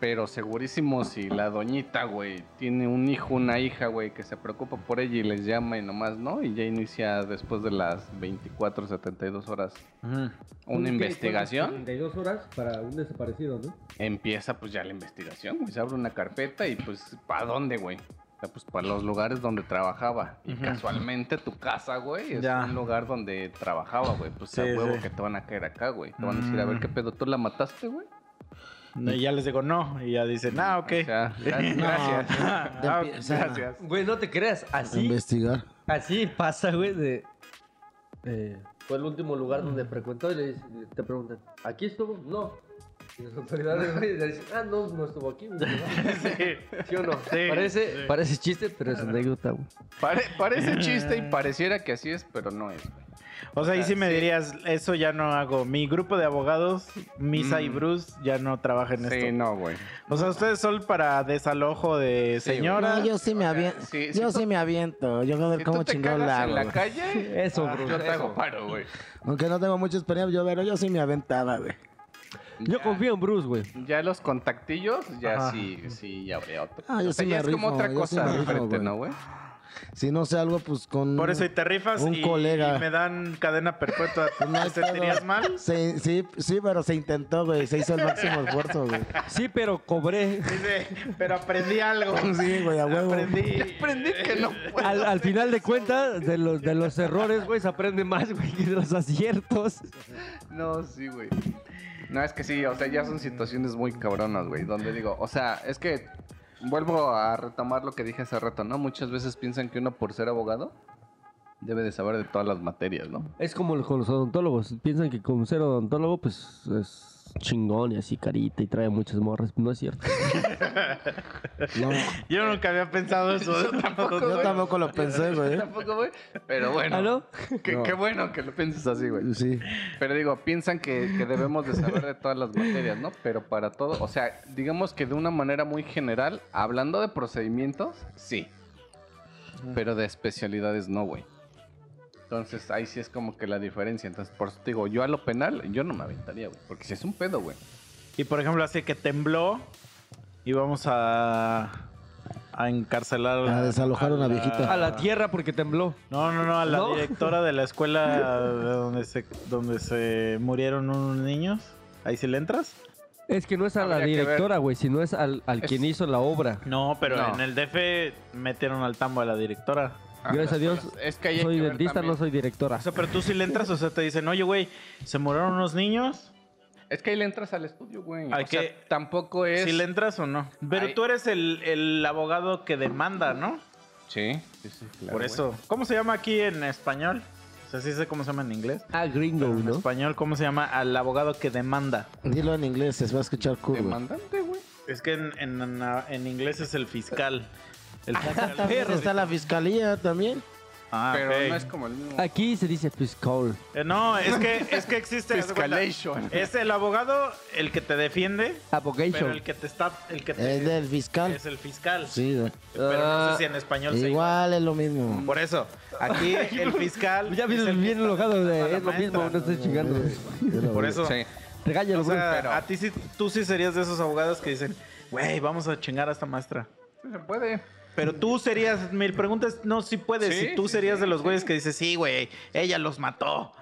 [SPEAKER 2] Pero segurísimo si la doñita, güey, tiene un hijo, una hija, güey, que se preocupa por ella y les llama y nomás, ¿no? Y ya inicia después de las 24, 72 horas una investigación.
[SPEAKER 3] 32 horas para un desaparecido, ¿no?
[SPEAKER 2] Empieza pues ya la investigación, güey. Se abre una carpeta y pues, ¿para dónde, güey? O sea, pues para los lugares donde trabajaba. Y casualmente tu casa, güey, es
[SPEAKER 1] Ya.
[SPEAKER 2] un lugar donde trabajaba, güey. Pues a
[SPEAKER 1] Sí,
[SPEAKER 2] huevo
[SPEAKER 1] sí. Mm.
[SPEAKER 2] que te van a caer acá, güey. Te van a decir, a ver qué pedo, ¿tú la mataste, güey?
[SPEAKER 1] No, y ya les digo no. Y ya dicen, ah, ok.
[SPEAKER 2] O sea, gra- gracias.
[SPEAKER 1] Ah, ok,
[SPEAKER 4] Empieza.
[SPEAKER 1] gracias.
[SPEAKER 3] Güey, no te creas,
[SPEAKER 4] A
[SPEAKER 3] así,
[SPEAKER 4] investigar.
[SPEAKER 3] así pasa, güey, de... eh, fue el último lugar donde frecuentó y le dice- te preguntan, ¿aquí estuvo? No. Y las autoridades güey, le dicen, ah, no, no estuvo aquí. güey". ¿Sí o no?
[SPEAKER 1] Sí,
[SPEAKER 3] parece, parece chiste, pero es anécdota, güey.
[SPEAKER 2] Pare- parece chiste y pareciera que así es, pero no es, güey.
[SPEAKER 1] O sea, ahí sí me dirías, eso ya no hago. Mi grupo de abogados, Misa y
[SPEAKER 2] Mm.
[SPEAKER 1] Bruce, ya no trabajan en
[SPEAKER 2] Sí,
[SPEAKER 1] esto.
[SPEAKER 2] no, güey.
[SPEAKER 1] O sea, ustedes son para desalojo de
[SPEAKER 2] Sí, güey.
[SPEAKER 1] señora.
[SPEAKER 4] No, yo sí me aviento.
[SPEAKER 2] sí, sí
[SPEAKER 4] yo
[SPEAKER 2] tú-
[SPEAKER 4] sí me aviento. Yo veo
[SPEAKER 2] Si
[SPEAKER 4] cómo
[SPEAKER 2] tú te
[SPEAKER 4] chingón la
[SPEAKER 2] cagas
[SPEAKER 4] hago.
[SPEAKER 2] en la
[SPEAKER 4] güey.
[SPEAKER 2] calle, ah,
[SPEAKER 3] Eso,
[SPEAKER 1] Ah,
[SPEAKER 3] bro.
[SPEAKER 2] yo te hago
[SPEAKER 3] eso.
[SPEAKER 2] paro, güey.
[SPEAKER 4] Aunque no tengo mucha experiencia, yo, pero yo sí me aventaba, güey.
[SPEAKER 3] Yo
[SPEAKER 2] Ya-
[SPEAKER 3] confío en Bruce, güey.
[SPEAKER 2] Ya los contactillos, ya
[SPEAKER 1] Ajá.
[SPEAKER 2] sí, sí, ya habría otro.
[SPEAKER 4] Ah, yo sí
[SPEAKER 2] ya
[SPEAKER 4] me
[SPEAKER 2] es
[SPEAKER 4] rifo,
[SPEAKER 2] como otra
[SPEAKER 4] yo sí
[SPEAKER 2] cosa
[SPEAKER 4] me rifo,
[SPEAKER 2] diferente,
[SPEAKER 4] güey.
[SPEAKER 2] ¿no, güey?
[SPEAKER 4] Si no sé algo, pues con.
[SPEAKER 1] Por eso y te rifas
[SPEAKER 4] Un
[SPEAKER 1] y,
[SPEAKER 4] colega.
[SPEAKER 1] y me dan cadena perpetua.
[SPEAKER 4] No hay
[SPEAKER 1] ¿Te
[SPEAKER 4] pedo.
[SPEAKER 1] sentirías mal?
[SPEAKER 4] Sí, sí, sí, pero se intentó, güey. Se hizo el máximo esfuerzo, güey.
[SPEAKER 3] Sí, pero cobré.
[SPEAKER 1] Dice, pero aprendí algo.
[SPEAKER 4] Sí, güey, a huevo.
[SPEAKER 1] Aprendí.
[SPEAKER 2] Aprendí que no puedo.
[SPEAKER 3] Al, al final de cuentas, de los, de los errores, güey, se aprende más, güey, que de los aciertos.
[SPEAKER 2] No, sí, güey. No, es que sí, o sea, ya son situaciones muy cabronas, güey. Donde digo, o sea, es que vuelvo a retomar lo que dije hace rato, ¿no? Muchas veces piensan que uno por ser abogado debe de saber de todas las materias, ¿no?
[SPEAKER 3] Es como los- con los odontólogos. Piensan que como ser odontólogo, pues es chingón y así carita y trae muchas morras. No es cierto.
[SPEAKER 4] No,
[SPEAKER 1] Yo nunca había pensado eso. ¿eh?
[SPEAKER 2] Tampoco,
[SPEAKER 4] yo
[SPEAKER 2] güey.
[SPEAKER 4] tampoco lo pensé, güey.
[SPEAKER 2] Tampoco, güey. Pero bueno.
[SPEAKER 3] ¿Ah, no?
[SPEAKER 2] Qué,
[SPEAKER 4] No.
[SPEAKER 2] qué bueno que lo pienses así, güey.
[SPEAKER 4] Sí.
[SPEAKER 2] Pero digo, piensan que, que debemos de saber de todas las materias, ¿no? Pero para todo, o sea, digamos que de una manera muy general, hablando de procedimientos, sí. Pero de especialidades no, güey. Entonces ahí sí es como que la diferencia. Entonces, por eso te digo, yo a lo penal, yo no me aventaría, güey. Porque si es un pedo, güey.
[SPEAKER 1] Y por ejemplo, así que tembló y vamos a, a encarcelar
[SPEAKER 4] A desalojar a una viejita.
[SPEAKER 3] A la tierra porque tembló.
[SPEAKER 1] No, no, no, a la
[SPEAKER 3] ¿No?
[SPEAKER 1] directora de la escuela de donde se, donde se murieron unos niños. Ahí sí le entras.
[SPEAKER 3] Es que no es a la
[SPEAKER 2] Habría que ver.
[SPEAKER 3] directora, güey, sino es al, al
[SPEAKER 2] Es-
[SPEAKER 3] quien hizo la obra.
[SPEAKER 1] No, pero
[SPEAKER 2] No.
[SPEAKER 1] en el DF metieron al tambo a la directora.
[SPEAKER 3] Gracias a Dios,
[SPEAKER 2] Ah, Es que ahí hay
[SPEAKER 3] Soy
[SPEAKER 2] que ver
[SPEAKER 3] dentista,
[SPEAKER 2] también-
[SPEAKER 3] no soy directora.
[SPEAKER 1] O sea, pero tú sí le entras, o sea, te dicen, oye, güey, se murieron unos niños.
[SPEAKER 2] Es que ahí le entras al estudio, güey.
[SPEAKER 1] Hay
[SPEAKER 2] O sea,
[SPEAKER 1] que-
[SPEAKER 2] tampoco es.
[SPEAKER 1] ¿Si le entras o no? Pero
[SPEAKER 2] Ahí-
[SPEAKER 1] tú eres el, el abogado que demanda, ¿no?
[SPEAKER 2] Sí, sí, sí, claro,
[SPEAKER 1] Por
[SPEAKER 2] güey.
[SPEAKER 1] eso. ¿Cómo se llama aquí en español? O sea, sí sé cómo se llama en inglés.
[SPEAKER 3] Ah, gringo,
[SPEAKER 1] Pero en
[SPEAKER 3] ¿no?
[SPEAKER 1] español, ¿cómo se llama al abogado que demanda?
[SPEAKER 4] Dilo en inglés, se va a escuchar cool, güey.
[SPEAKER 2] Demandante, güey.
[SPEAKER 1] Es que en, en- en- en inglés es el fiscal.
[SPEAKER 2] Ah,
[SPEAKER 1] El fiscal.
[SPEAKER 4] También Está la fiscalía también.
[SPEAKER 1] Ah,
[SPEAKER 2] Pero
[SPEAKER 1] ok.
[SPEAKER 2] no es como el mismo.
[SPEAKER 3] Aquí se dice pues, fiscal.
[SPEAKER 1] Eh, no, es que, es que existe. haz de cuenta,
[SPEAKER 2] Fiscalation.
[SPEAKER 1] Es el abogado el que te defiende, pero
[SPEAKER 3] Application.
[SPEAKER 1] el que te está. El que te,
[SPEAKER 4] Es del fiscal.
[SPEAKER 1] es el fiscal.
[SPEAKER 4] Sí, güey.
[SPEAKER 1] Pero no sé si
[SPEAKER 2] Ah,
[SPEAKER 1] en español se
[SPEAKER 4] Igual es lo mismo.
[SPEAKER 1] Por eso, aquí el fiscal.
[SPEAKER 3] Ya
[SPEAKER 1] es
[SPEAKER 3] vienes
[SPEAKER 1] el que
[SPEAKER 3] bien
[SPEAKER 1] está
[SPEAKER 3] enojado
[SPEAKER 1] tratando a
[SPEAKER 3] de
[SPEAKER 1] la
[SPEAKER 3] es lo mismo, no
[SPEAKER 1] maestra.
[SPEAKER 3] estoy chingando.
[SPEAKER 1] Por eso.
[SPEAKER 2] Sí.
[SPEAKER 3] Regáñalo,
[SPEAKER 1] O
[SPEAKER 3] Bruce.
[SPEAKER 1] sea,
[SPEAKER 2] Pero-
[SPEAKER 1] a ti sí, tú sí serías de esos abogados que dicen, güey, vamos a chingar a esta maestra.
[SPEAKER 2] Sí Se puede.
[SPEAKER 1] Pero tú serías, mi pregunta es, no, si puedes,
[SPEAKER 2] Sí,
[SPEAKER 1] si tú
[SPEAKER 2] sí,
[SPEAKER 1] serías
[SPEAKER 2] sí,
[SPEAKER 1] de los
[SPEAKER 2] sí.
[SPEAKER 1] güeyes que dices, sí, güey, ella los mató.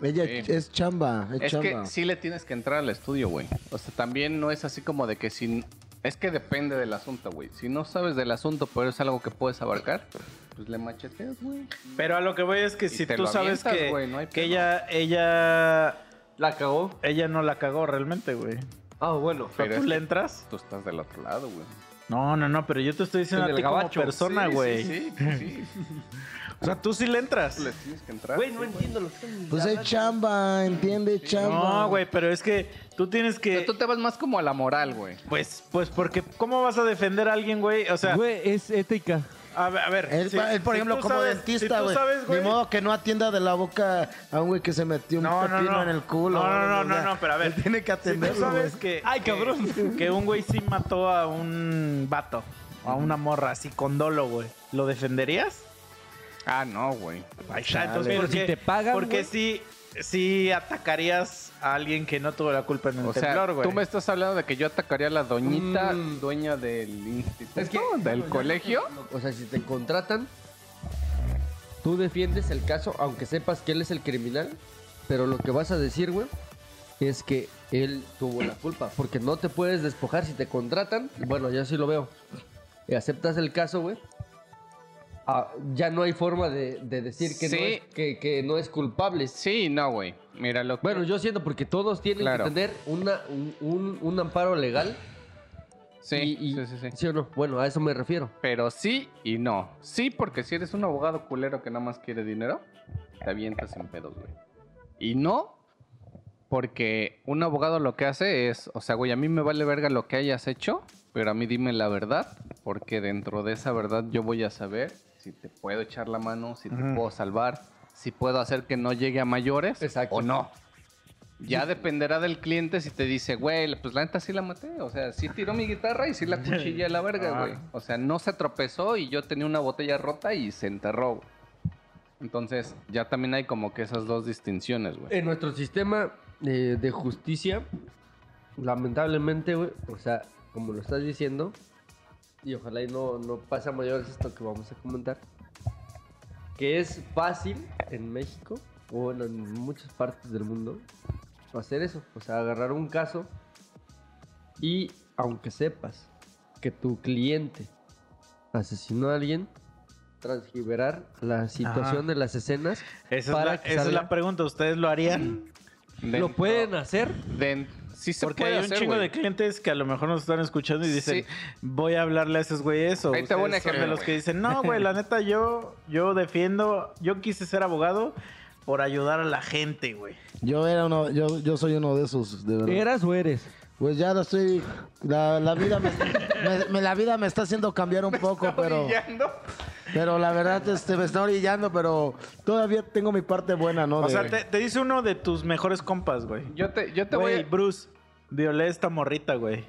[SPEAKER 4] Ella
[SPEAKER 2] Sí.
[SPEAKER 4] es chamba, es,
[SPEAKER 2] Es
[SPEAKER 4] chamba.
[SPEAKER 2] que sí le tienes que entrar al estudio, güey. O sea, también no es así como de que si... Es que depende del asunto, güey. Si no sabes del asunto, pero es algo que puedes abarcar, pues le macheteas, güey.
[SPEAKER 1] Pero a lo que voy es que si
[SPEAKER 2] te
[SPEAKER 1] tú
[SPEAKER 2] lo
[SPEAKER 1] sabes
[SPEAKER 2] avientas,
[SPEAKER 1] que,
[SPEAKER 2] güey, no hay
[SPEAKER 1] que
[SPEAKER 2] pedo.
[SPEAKER 1] ella, ella,
[SPEAKER 3] La cagó.
[SPEAKER 1] ella no la cagó realmente, güey.
[SPEAKER 3] Ah, bueno.
[SPEAKER 1] Pero
[SPEAKER 2] Pero
[SPEAKER 1] tú
[SPEAKER 2] es
[SPEAKER 1] le
[SPEAKER 2] que
[SPEAKER 1] entras.
[SPEAKER 2] Tú estás del otro lado, güey.
[SPEAKER 1] No, no, no, pero yo te estoy diciendo
[SPEAKER 3] El
[SPEAKER 1] a ti
[SPEAKER 3] del
[SPEAKER 1] como
[SPEAKER 3] gabacho.
[SPEAKER 1] persona,
[SPEAKER 2] Sí,
[SPEAKER 1] güey.
[SPEAKER 2] Sí, sí, sí,
[SPEAKER 1] O sea, tú sí le entras.
[SPEAKER 2] Le tienes que entrar.
[SPEAKER 3] Güey,
[SPEAKER 2] sí,
[SPEAKER 3] no entiendo lo que
[SPEAKER 4] Pues es chamba, entiende, chamba.
[SPEAKER 1] No, güey, pero es que tú tienes que...
[SPEAKER 2] Pero tú te vas más como a la moral, güey.
[SPEAKER 1] Pues, pues porque ¿cómo vas a defender a alguien, güey? O sea,
[SPEAKER 3] Güey, es ética.
[SPEAKER 1] A ver, a ver.
[SPEAKER 4] Él,
[SPEAKER 1] si-
[SPEAKER 4] él, por
[SPEAKER 1] si
[SPEAKER 4] ejemplo,
[SPEAKER 1] tú
[SPEAKER 4] como
[SPEAKER 1] sabes- si
[SPEAKER 4] dentista,
[SPEAKER 1] tú
[SPEAKER 4] güey.
[SPEAKER 1] sabes,
[SPEAKER 4] Ni modo que no atienda de la boca a un güey que se metió un
[SPEAKER 1] No, no,
[SPEAKER 4] pepino
[SPEAKER 1] no.
[SPEAKER 4] en el culo.
[SPEAKER 1] No, no,
[SPEAKER 4] güey,
[SPEAKER 1] no,
[SPEAKER 4] o
[SPEAKER 1] no,
[SPEAKER 4] sea,
[SPEAKER 1] no, pero a ver.
[SPEAKER 4] él tiene que
[SPEAKER 1] Si
[SPEAKER 4] atenderlo,
[SPEAKER 1] tú sabes
[SPEAKER 4] güey.
[SPEAKER 1] que.
[SPEAKER 5] Ay,
[SPEAKER 1] que-
[SPEAKER 5] cabrón.
[SPEAKER 1] Que un güey sí mató a un vato. A una morra así con dolo, güey. ¿Lo defenderías?
[SPEAKER 2] Ah, no, güey.
[SPEAKER 1] Ahí está, entonces,
[SPEAKER 3] Pero
[SPEAKER 1] ¿por
[SPEAKER 3] si
[SPEAKER 1] qué-
[SPEAKER 3] te pagan,
[SPEAKER 1] Porque
[SPEAKER 3] güey.
[SPEAKER 1] sí, sí atacarías a alguien que no tuvo la culpa en el
[SPEAKER 2] O sea,
[SPEAKER 1] temblor, güey.
[SPEAKER 2] tú me estás hablando de que yo atacaría a la doñita
[SPEAKER 3] Mm.
[SPEAKER 2] dueña del instituto,
[SPEAKER 3] Es que-
[SPEAKER 2] del colegio.
[SPEAKER 3] O sea, si te contratan, tú defiendes el caso, aunque sepas que él es el criminal, pero lo que vas a decir, güey, es que él tuvo la culpa, porque no te puedes despojar si te contratan. Bueno, yo sí lo veo. Y aceptas el caso, güey. ah, ya no hay forma de, de decir que, no
[SPEAKER 2] Sí.
[SPEAKER 3] es, que, que no es culpable.
[SPEAKER 2] Sí, no, güey. Mira lo que...
[SPEAKER 3] Bueno, yo siento porque todos tienen
[SPEAKER 2] Claro.
[SPEAKER 3] que tener una, un, un- un amparo legal.
[SPEAKER 2] sí,
[SPEAKER 3] y- y-
[SPEAKER 2] sí, sí, sí.
[SPEAKER 3] ¿Sí o no? Bueno, a eso me refiero.
[SPEAKER 2] Pero sí y no. Sí, porque si eres un abogado culero que nada más quiere dinero, te avientas en pedos, güey. Y no, porque un abogado lo que hace es, o sea, güey, a mí me vale verga lo que hayas hecho, pero a mí dime la verdad, porque dentro de esa verdad yo voy a saber si te puedo echar la mano, si te puedo salvar, si puedo hacer que no llegue a mayores
[SPEAKER 3] Exacto.
[SPEAKER 2] o no. Ya dependerá del cliente si te dice, güey, pues la neta sí la maté. O sea, sí tiró mi guitarra y sí la cuchilla a la verga, güey. O sea, no se tropezó y yo tenía una botella rota y se enterró. güey. Entonces, ya también hay como que esas dos distinciones, güey.
[SPEAKER 3] En nuestro sistema eh, de justicia, lamentablemente, güey, o sea, como lo estás diciendo, y ojalá y no, no pase a mayores esto que vamos a comentar, que es fácil en México, o bueno, en muchas partes del mundo, hacer eso, o sea, agarrar un caso y aunque sepas que tu cliente asesinó a alguien, transgiberar la situación de las escenas
[SPEAKER 1] Esa,
[SPEAKER 3] para
[SPEAKER 1] es la,
[SPEAKER 3] que
[SPEAKER 1] esa es
[SPEAKER 3] salga-
[SPEAKER 1] la pregunta. ¿Ustedes lo harían?
[SPEAKER 2] Dentro-
[SPEAKER 3] lo pueden hacer.
[SPEAKER 2] den- sí se
[SPEAKER 1] Porque
[SPEAKER 2] puede
[SPEAKER 1] hay un
[SPEAKER 2] hacer,
[SPEAKER 1] chingo
[SPEAKER 2] güey.
[SPEAKER 1] de clientes que a lo mejor nos están escuchando y dicen,
[SPEAKER 2] Sí.
[SPEAKER 1] voy a hablarle a esos güeyes. O
[SPEAKER 2] Ahí te va un
[SPEAKER 1] ustedes son de
[SPEAKER 2] ejemplo,
[SPEAKER 1] los
[SPEAKER 2] güey.
[SPEAKER 1] que dicen, no, güey, la neta, yo, yo defiendo, yo quise ser abogado por ayudar a la gente, güey.
[SPEAKER 4] Yo era uno, yo, yo soy uno de esos, de verdad.
[SPEAKER 3] ¿Eras o eres?
[SPEAKER 4] Pues ya lo estoy. La, la vida me, me- me- la vida me está haciendo cambiar un poco, pero.
[SPEAKER 2] Brillando.
[SPEAKER 4] Pero la verdad, este, me está orillando, pero todavía tengo mi parte buena, ¿no?
[SPEAKER 1] O
[SPEAKER 4] De-
[SPEAKER 1] sea, te, te dice uno de tus mejores compas, güey.
[SPEAKER 2] Yo te, yo te voy
[SPEAKER 1] Güey,
[SPEAKER 2] a...
[SPEAKER 1] Bruce, violé esta morrita, güey.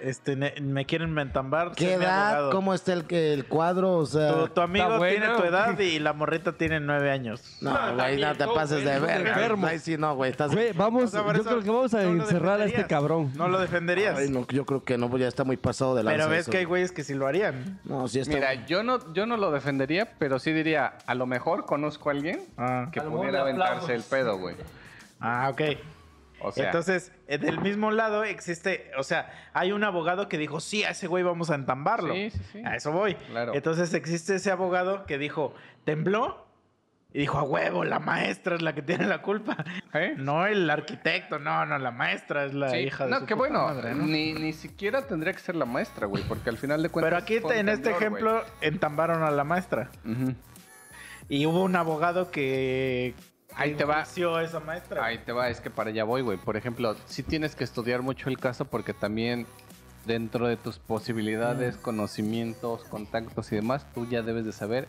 [SPEAKER 1] Este, ne- me quieren mentambar.
[SPEAKER 4] ¿Qué
[SPEAKER 1] sé mi
[SPEAKER 4] edad?
[SPEAKER 1] abogado.
[SPEAKER 4] ¿Cómo está el, que- el cuadro? O sea.
[SPEAKER 1] Tu, tu amigo
[SPEAKER 3] Está
[SPEAKER 1] tiene
[SPEAKER 3] bueno.
[SPEAKER 1] tu edad y la morrita tiene nueve años.
[SPEAKER 4] No, güey, no te pases de verga.
[SPEAKER 3] enfermo.
[SPEAKER 4] Ahí sí, no, güey. Estás.
[SPEAKER 3] Güey, vamos,
[SPEAKER 1] O sea, por
[SPEAKER 3] yo
[SPEAKER 1] eso
[SPEAKER 3] creo que vamos a
[SPEAKER 1] no lo
[SPEAKER 3] encerrar a este
[SPEAKER 1] defenderías.
[SPEAKER 3] cabrón.
[SPEAKER 1] No lo defenderías.
[SPEAKER 4] Ay, no, yo creo que no, pues ya está muy pasado de la
[SPEAKER 1] Pero ves que hay güeyes que sí lo harían.
[SPEAKER 4] No, sí está.
[SPEAKER 2] Mira, yo no, yo no lo defendería, pero sí diría, a lo mejor conozco a alguien
[SPEAKER 1] Ah,
[SPEAKER 2] que
[SPEAKER 3] A lo mejor
[SPEAKER 2] pudiera
[SPEAKER 3] le
[SPEAKER 2] aventarse el
[SPEAKER 3] aplaudes.
[SPEAKER 2] pedo, güey.
[SPEAKER 1] ah ok.
[SPEAKER 2] O sea,
[SPEAKER 1] Entonces, eh, del mismo lado existe, o sea, hay un abogado que dijo, sí, a ese güey vamos a entambarlo.
[SPEAKER 2] Sí, sí, sí.
[SPEAKER 1] A eso voy.
[SPEAKER 2] Claro.
[SPEAKER 1] Entonces existe ese abogado que dijo, tembló. Y dijo, a huevo, la maestra es la que tiene la culpa.
[SPEAKER 2] ¿eh?
[SPEAKER 1] No el arquitecto, no, no, la maestra es la
[SPEAKER 2] Sí,
[SPEAKER 1] hija de
[SPEAKER 2] no,
[SPEAKER 1] su
[SPEAKER 2] que
[SPEAKER 1] puta
[SPEAKER 2] bueno,
[SPEAKER 1] madre, ¿no?
[SPEAKER 2] ni, ni siquiera tendría que ser la maestra, güey, porque al final de cuentas...
[SPEAKER 1] Pero aquí
[SPEAKER 2] fue un
[SPEAKER 1] en este
[SPEAKER 2] temblor, güey.
[SPEAKER 1] ejemplo entambaron a la maestra.
[SPEAKER 2] Ujú.
[SPEAKER 1] Y hubo un abogado que...
[SPEAKER 2] Ahí te va.
[SPEAKER 1] denunció a esa maestra.
[SPEAKER 2] Ahí te va, es que para allá voy, güey. Por ejemplo, sí tienes que estudiar mucho el caso porque también dentro de tus posibilidades,
[SPEAKER 1] Mm.
[SPEAKER 2] conocimientos, contactos y demás, tú ya debes de saber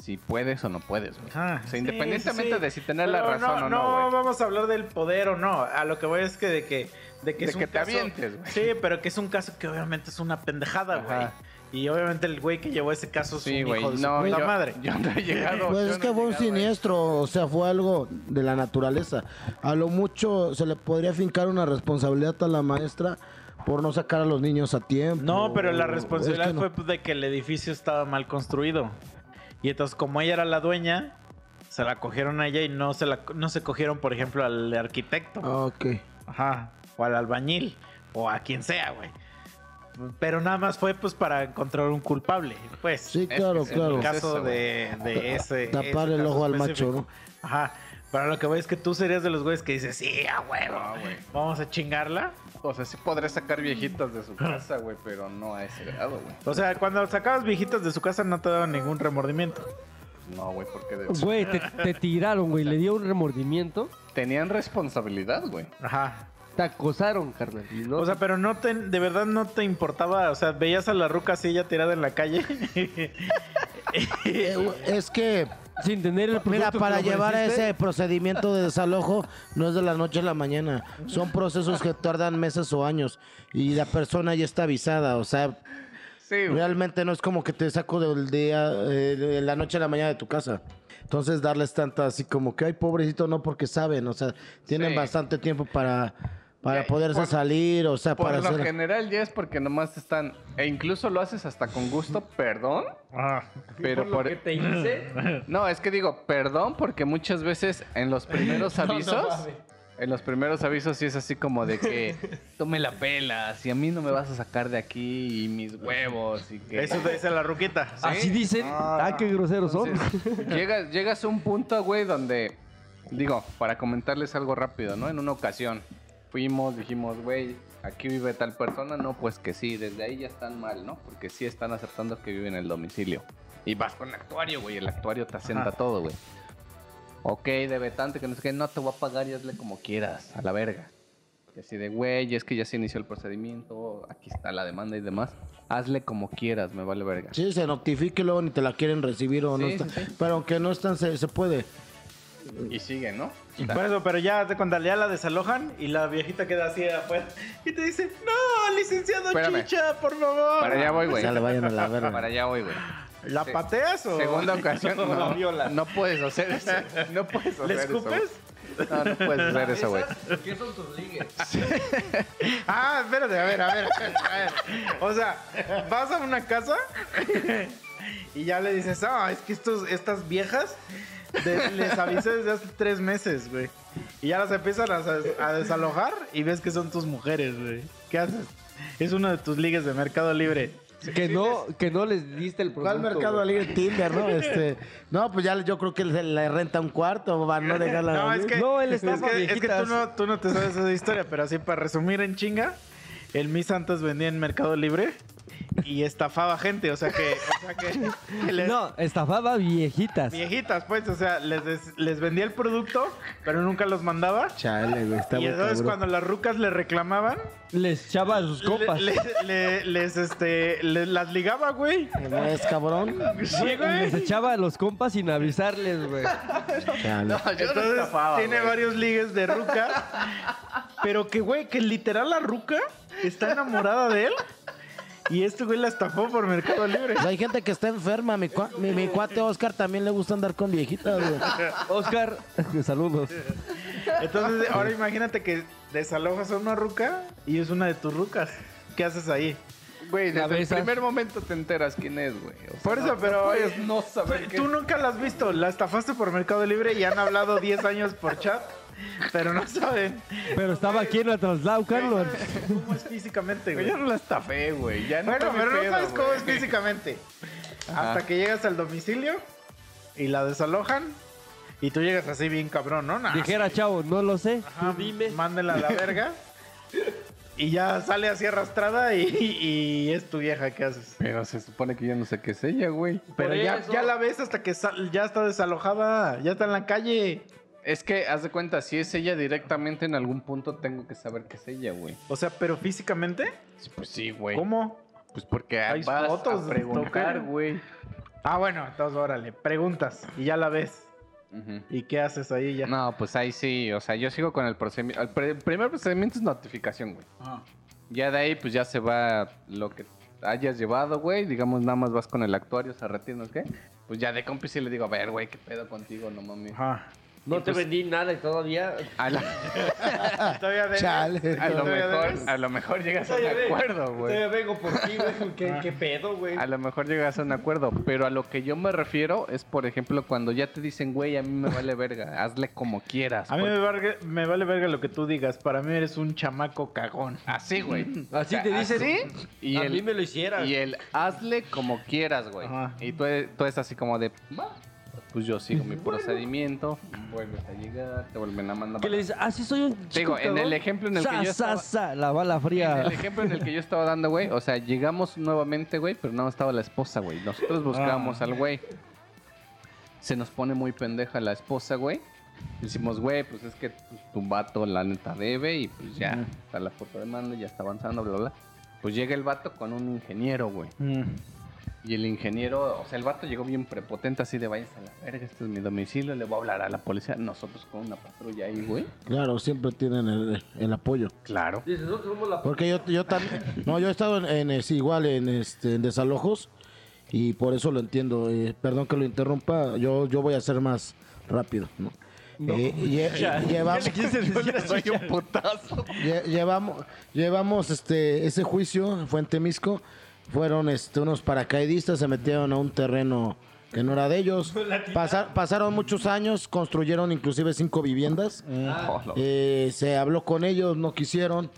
[SPEAKER 2] si puedes o no puedes, güey.
[SPEAKER 1] Ah,
[SPEAKER 2] O
[SPEAKER 1] sí,
[SPEAKER 2] sea, independientemente
[SPEAKER 1] sí, sí.
[SPEAKER 2] de si tener
[SPEAKER 1] Pero
[SPEAKER 2] la razón
[SPEAKER 1] No,
[SPEAKER 2] o no, güey.
[SPEAKER 1] vamos a hablar del poder o no. A lo que voy es que de que, de que
[SPEAKER 2] De
[SPEAKER 1] es un
[SPEAKER 2] que te
[SPEAKER 1] caso-
[SPEAKER 2] avientes, güey.
[SPEAKER 1] Sí, pero que es un caso que obviamente es una pendejada, güey.
[SPEAKER 2] Ajá.
[SPEAKER 1] Y obviamente el güey que llevó ese caso es
[SPEAKER 2] Sí,
[SPEAKER 1] un
[SPEAKER 2] güey.
[SPEAKER 1] hijo de
[SPEAKER 2] No,
[SPEAKER 1] su puta
[SPEAKER 2] yo,
[SPEAKER 1] madre.
[SPEAKER 2] yo no he llegado.
[SPEAKER 4] Pues
[SPEAKER 2] yo
[SPEAKER 4] es
[SPEAKER 2] no
[SPEAKER 4] que
[SPEAKER 2] he
[SPEAKER 4] fue un
[SPEAKER 2] llegado ahí.
[SPEAKER 4] siniestro, o sea, fue algo de la naturaleza. A lo mucho se le podría fincar una responsabilidad a la maestra por no sacar a los niños a tiempo.
[SPEAKER 1] No, pero la
[SPEAKER 4] Es que
[SPEAKER 1] responsabilidad
[SPEAKER 4] no.
[SPEAKER 1] fue pues, de que el edificio estaba mal construido. Y entonces, como ella era la dueña, se la cogieron a ella y no se, la, no se cogieron, por ejemplo, al arquitecto.
[SPEAKER 4] Ah, Ok.
[SPEAKER 1] Ajá. O al albañil. O a quien sea, güey. Pero nada más fue pues para encontrar un culpable. Pues.
[SPEAKER 4] Sí,
[SPEAKER 2] que
[SPEAKER 4] claro,
[SPEAKER 2] sí,
[SPEAKER 4] claro.
[SPEAKER 1] En el caso
[SPEAKER 2] Eso,
[SPEAKER 1] de, de ese.
[SPEAKER 4] Tapar
[SPEAKER 1] ese
[SPEAKER 4] el
[SPEAKER 1] caso
[SPEAKER 4] ojo al
[SPEAKER 1] específico.
[SPEAKER 4] macho,
[SPEAKER 1] Ajá. Pero lo que voy es que tú serías de los güeyes que dices, sí, a huevo.
[SPEAKER 2] No, güey.
[SPEAKER 1] Vamos a chingarla.
[SPEAKER 2] O sea, sí podré sacar viejitas de su
[SPEAKER 1] Ah.
[SPEAKER 2] casa, güey, pero no a ese grado, güey.
[SPEAKER 1] O sea, cuando sacabas viejitas de su casa no te daban ningún remordimiento.
[SPEAKER 2] No, güey, porque de-
[SPEAKER 3] Güey, te, te tiraron, güey, le dio un remordimiento.
[SPEAKER 2] tenían responsabilidad, güey.
[SPEAKER 1] Ajá.
[SPEAKER 3] Te acosaron, carnal. y no-
[SPEAKER 1] O sea, pero no te, de verdad no te importaba, o sea, veías a la ruca así ella tirada en la calle.
[SPEAKER 4] Eh, Es que, pues,
[SPEAKER 3] sin tener el
[SPEAKER 4] mira,
[SPEAKER 3] producto
[SPEAKER 4] para
[SPEAKER 3] que
[SPEAKER 4] llevar a
[SPEAKER 3] ofreciste,
[SPEAKER 4] ese procedimiento de desalojo no es de la noche a la mañana. Son procesos que tardan meses o años y la persona ya está avisada. O sea,
[SPEAKER 2] Sí, güey.
[SPEAKER 4] realmente no es como que te saco del día, eh, de la noche a la mañana de tu casa. Entonces, darles tanta así como que, ay, pobrecito, no, porque saben, o sea, tienen
[SPEAKER 2] Sí.
[SPEAKER 4] bastante tiempo para, para
[SPEAKER 2] Ya,
[SPEAKER 4] poderse
[SPEAKER 2] por-
[SPEAKER 4] salir, o sea,
[SPEAKER 2] Por
[SPEAKER 4] para
[SPEAKER 2] lo
[SPEAKER 4] hacer.
[SPEAKER 2] general ya es porque nomás están. E incluso lo haces hasta con gusto, perdón. Ah. Pero por.
[SPEAKER 3] ¿Qué te hice?
[SPEAKER 2] No, es que digo, perdón, porque muchas veces en los primeros avisos. en los primeros avisos sí es así como de que tú me la pelas y a mí no me vas a sacar de aquí y mis huevos y que...
[SPEAKER 1] Eso te dice la ruquita.
[SPEAKER 3] Así dicen.
[SPEAKER 2] Ah.
[SPEAKER 3] Ah, qué groseros son.
[SPEAKER 2] Entonces, llegas, llegas a un punto, güey, donde, digo, para comentarles algo rápido, ¿no? En una ocasión fuimos, dijimos, güey, aquí vive tal persona, no, pues que sí, desde ahí ya están mal, ¿no? Porque sí están aceptando que viven en el domicilio. Y vas con el actuario, güey, el actuario te asienta todo, güey. Ok, debetante, que no sé qué, no te voy a pagar y hazle como quieras, a la verga. Y así de, güey, es que ya se inició el procedimiento, aquí está la demanda y demás. Hazle como quieras, me vale verga.
[SPEAKER 4] Sí, se notifique y luego ni te la quieren recibir o no
[SPEAKER 2] Sí,
[SPEAKER 4] está.
[SPEAKER 2] sí, sí.
[SPEAKER 4] Pero aunque no están, se, se puede.
[SPEAKER 2] Y sigue, ¿no?
[SPEAKER 1] Por eso, pero ya te cuando ya la desalojan y la viejita queda así afuera y te dice, no, licenciado
[SPEAKER 2] Espérame.
[SPEAKER 1] Chicha, por favor.
[SPEAKER 2] Para allá voy, güey.
[SPEAKER 4] Ya le vayan a la
[SPEAKER 1] Ah,
[SPEAKER 2] Para
[SPEAKER 4] verga.
[SPEAKER 2] allá voy, güey.
[SPEAKER 1] ¿La
[SPEAKER 2] Sí.
[SPEAKER 1] pateas o
[SPEAKER 2] Segunda ocasión,
[SPEAKER 1] o la
[SPEAKER 2] no,
[SPEAKER 1] Oh. violas?
[SPEAKER 2] no puedes hacer eso. No puedes hacer
[SPEAKER 1] ¿Le
[SPEAKER 2] eso. güey.
[SPEAKER 1] escupes?
[SPEAKER 2] No, no puedes hacer eso, güey.
[SPEAKER 3] ¿Qué son tus ligues?
[SPEAKER 1] Ah, espérate, a ver, a ver, a ver. O sea, vas a una casa y ya le dices, ah, es que estos, estas viejas de- les avisé desde hace tres meses, güey. Y ya las empiezan a, des- a desalojar y ves que son tus mujeres, güey. ¿Qué haces? Es uno de tus ligues de Mercado Libre.
[SPEAKER 3] Que no, que no les diste el producto.
[SPEAKER 4] ¿Cuál mercado
[SPEAKER 3] güey.
[SPEAKER 4] libre Tinder, no? Este, no, pues ya le- yo creo que le, le renta un cuarto, va a no dejarla.
[SPEAKER 1] No, es que,
[SPEAKER 3] No, él
[SPEAKER 1] es que,
[SPEAKER 3] estaba
[SPEAKER 1] es que tú,
[SPEAKER 3] viejitas.
[SPEAKER 1] no, tú no te sabes esa historia, pero así para resumir en chinga, el Miss antes vendía en Mercado Libre y estafaba gente, o sea que... O sea que, que les-
[SPEAKER 3] No, estafaba viejitas.
[SPEAKER 1] Viejitas, pues, o sea, les, des- les vendía el producto, pero nunca los mandaba.
[SPEAKER 4] Chale, güey, está
[SPEAKER 1] y
[SPEAKER 4] muy
[SPEAKER 1] entonces
[SPEAKER 4] cabrón.
[SPEAKER 1] cuando las rucas le reclamaban,
[SPEAKER 3] Les echaba sus copas.
[SPEAKER 1] le- le- le- les, este, le- las ligaba, güey.
[SPEAKER 4] ¿No es cabrón?
[SPEAKER 1] Sí,
[SPEAKER 3] Les
[SPEAKER 1] güey.
[SPEAKER 3] echaba los compas sin avisarles, güey.
[SPEAKER 4] Chale.
[SPEAKER 2] No, yo no
[SPEAKER 1] Entonces
[SPEAKER 2] estafaba,
[SPEAKER 1] tiene
[SPEAKER 2] güey.
[SPEAKER 1] varios ligues de ruca, pero que, güey, que literal la ruca está enamorada de él y este güey la estafó por Mercado Libre.
[SPEAKER 4] O sea, hay gente que está enferma. Mi, cua- mi, mi cuate Oscar también le gusta andar con viejitas, güey.
[SPEAKER 3] Oscar, saludos.
[SPEAKER 1] Entonces, ahora imagínate que desalojas a una ruca y es una de tus rucas. ¿Qué haces ahí?
[SPEAKER 2] Güey,
[SPEAKER 3] La
[SPEAKER 2] desde el
[SPEAKER 3] besas.
[SPEAKER 2] primer momento te enteras quién es, güey. O sea,
[SPEAKER 1] Por eso,
[SPEAKER 2] no-
[SPEAKER 1] pero-
[SPEAKER 2] No puedes no saber
[SPEAKER 1] Tú
[SPEAKER 2] quién
[SPEAKER 1] nunca la has visto, la estafaste por Mercado Libre y han hablado 10 años por chat, pero no saben
[SPEAKER 3] Pero estaba aquí en la traslado, Carlos.
[SPEAKER 1] cómo es físicamente,
[SPEAKER 2] Güey,
[SPEAKER 1] güey.
[SPEAKER 2] Yo no la estafé, güey. Ya no
[SPEAKER 1] Bueno,
[SPEAKER 2] está mi
[SPEAKER 1] pero no
[SPEAKER 2] pedo,
[SPEAKER 1] sabes cómo
[SPEAKER 2] güey. Ah.
[SPEAKER 1] es físicamente.
[SPEAKER 2] Ajá.
[SPEAKER 1] Hasta que llegas al domicilio y la desalojan y tú llegas así bien cabrón, ¿no? Nah,
[SPEAKER 3] Dijera, chavo, no lo sé.
[SPEAKER 1] ajá,
[SPEAKER 3] Tú dime.
[SPEAKER 1] Mándela a la verga. Y ya sale así arrastrada y, y es tu vieja, ¿qué haces?
[SPEAKER 2] Pero se supone que yo no sé qué es ella, güey.
[SPEAKER 1] Pero
[SPEAKER 3] Por
[SPEAKER 1] ya,
[SPEAKER 3] eso.
[SPEAKER 1] ya la ves hasta que sal- ya está desalojada, ya está en la calle.
[SPEAKER 2] Es que, haz de cuenta, si es ella directamente en algún punto, tengo que saber que es ella, güey.
[SPEAKER 1] O sea, pero físicamente,
[SPEAKER 2] Pues sí, güey.
[SPEAKER 1] ¿cómo?
[SPEAKER 2] Pues porque
[SPEAKER 1] Hay
[SPEAKER 2] vas
[SPEAKER 1] fotos
[SPEAKER 2] a
[SPEAKER 1] de
[SPEAKER 2] preguntar,
[SPEAKER 1] stalker.
[SPEAKER 2] güey.
[SPEAKER 1] Ah, bueno, entonces órale, preguntas y ya la ves.
[SPEAKER 2] Ujú.
[SPEAKER 1] ¿Y qué haces ahí ya?
[SPEAKER 2] No, pues ahí sí, o sea, yo sigo con el procedimiento. El, pre- primer procedimiento es notificación, güey. Ya de ahí, pues ya se va lo que hayas llevado, güey. Digamos, nada más vas con el actuario, se retira, ¿no? ¿qué? Pues ya de compis sí le digo, a ver, güey, qué pedo contigo, no mames.
[SPEAKER 1] Ajá.
[SPEAKER 3] No te vendí nada y todavía.
[SPEAKER 2] A, la-
[SPEAKER 1] Todavía debes.
[SPEAKER 4] Chale.
[SPEAKER 2] a lo
[SPEAKER 1] Todavía debes.
[SPEAKER 2] mejor, a lo mejor llegas a un
[SPEAKER 3] Todavía debes.
[SPEAKER 2] acuerdo, güey. Ah.
[SPEAKER 3] vengo por ti, güey. ¿Qué, qué pedo, güey?
[SPEAKER 2] A lo mejor llegas a un acuerdo, pero a lo que yo me refiero es, por ejemplo, cuando ya te dicen, güey, a mí me vale verga, hazle como quieras.
[SPEAKER 1] A mí
[SPEAKER 2] porque-
[SPEAKER 1] me, varga- me vale verga lo que tú digas. Para mí eres un chamaco cagón.
[SPEAKER 2] Así, güey.
[SPEAKER 3] Así te
[SPEAKER 2] Ah,
[SPEAKER 3] dicen.
[SPEAKER 2] así, y
[SPEAKER 3] a
[SPEAKER 2] el-
[SPEAKER 3] mí me lo hicieran.
[SPEAKER 2] Y el hazle como quieras, güey.
[SPEAKER 1] Ajá.
[SPEAKER 2] Y tú, tú es así como de, "Va". pues yo sigo mi procedimiento. Vuelves a llegar, te vuelven a mandar.
[SPEAKER 3] Que le dices, así soy un chico.
[SPEAKER 2] Digo, en
[SPEAKER 3] cagón".
[SPEAKER 2] el ejemplo en el que
[SPEAKER 3] Sa,
[SPEAKER 2] yo
[SPEAKER 3] sa,
[SPEAKER 2] estaba-
[SPEAKER 3] sa, la bala fría.
[SPEAKER 2] En el ejemplo en el que yo estaba dando, güey, o sea, llegamos nuevamente, güey, pero no estaba la esposa, güey. Nosotros buscábamos al güey. Se nos pone muy pendeja la esposa, güey. Decimos, güey, pues es que pues, tu vato la neta debe y pues ya,
[SPEAKER 1] Ujú.
[SPEAKER 2] está la foto de mando, ya está avanzando, bla, bla. Pues llega el vato con un ingeniero, güey. Y el ingeniero, o sea, el vato llegó bien prepotente, así de vayas a la verga, este es mi domicilio, le voy a hablar a la policía. Nosotros con una patrulla ahí, güey.
[SPEAKER 4] Claro, siempre tienen el, el apoyo.
[SPEAKER 2] Claro.
[SPEAKER 3] Dice, nosotros somos la
[SPEAKER 4] Porque yo, yo también. No, yo he estado en, en, es- igual en, este, en desalojos y por eso lo entiendo. Eh, perdón que lo interrumpa, yo, yo voy a ser más rápido. ¿no? Eh, lle- llevamos,
[SPEAKER 2] Soy un putazo.
[SPEAKER 4] lle- llevamos, llevamos este, ese juicio, fue en Temisco. Fueron este, unos paracaidistas, se metieron a un terreno que no era de ellos. Pasar- pasaron muchos años, construyeron inclusive cinco viviendas.
[SPEAKER 2] Oh, lo-
[SPEAKER 4] Eh, se habló con ellos, no quisieron.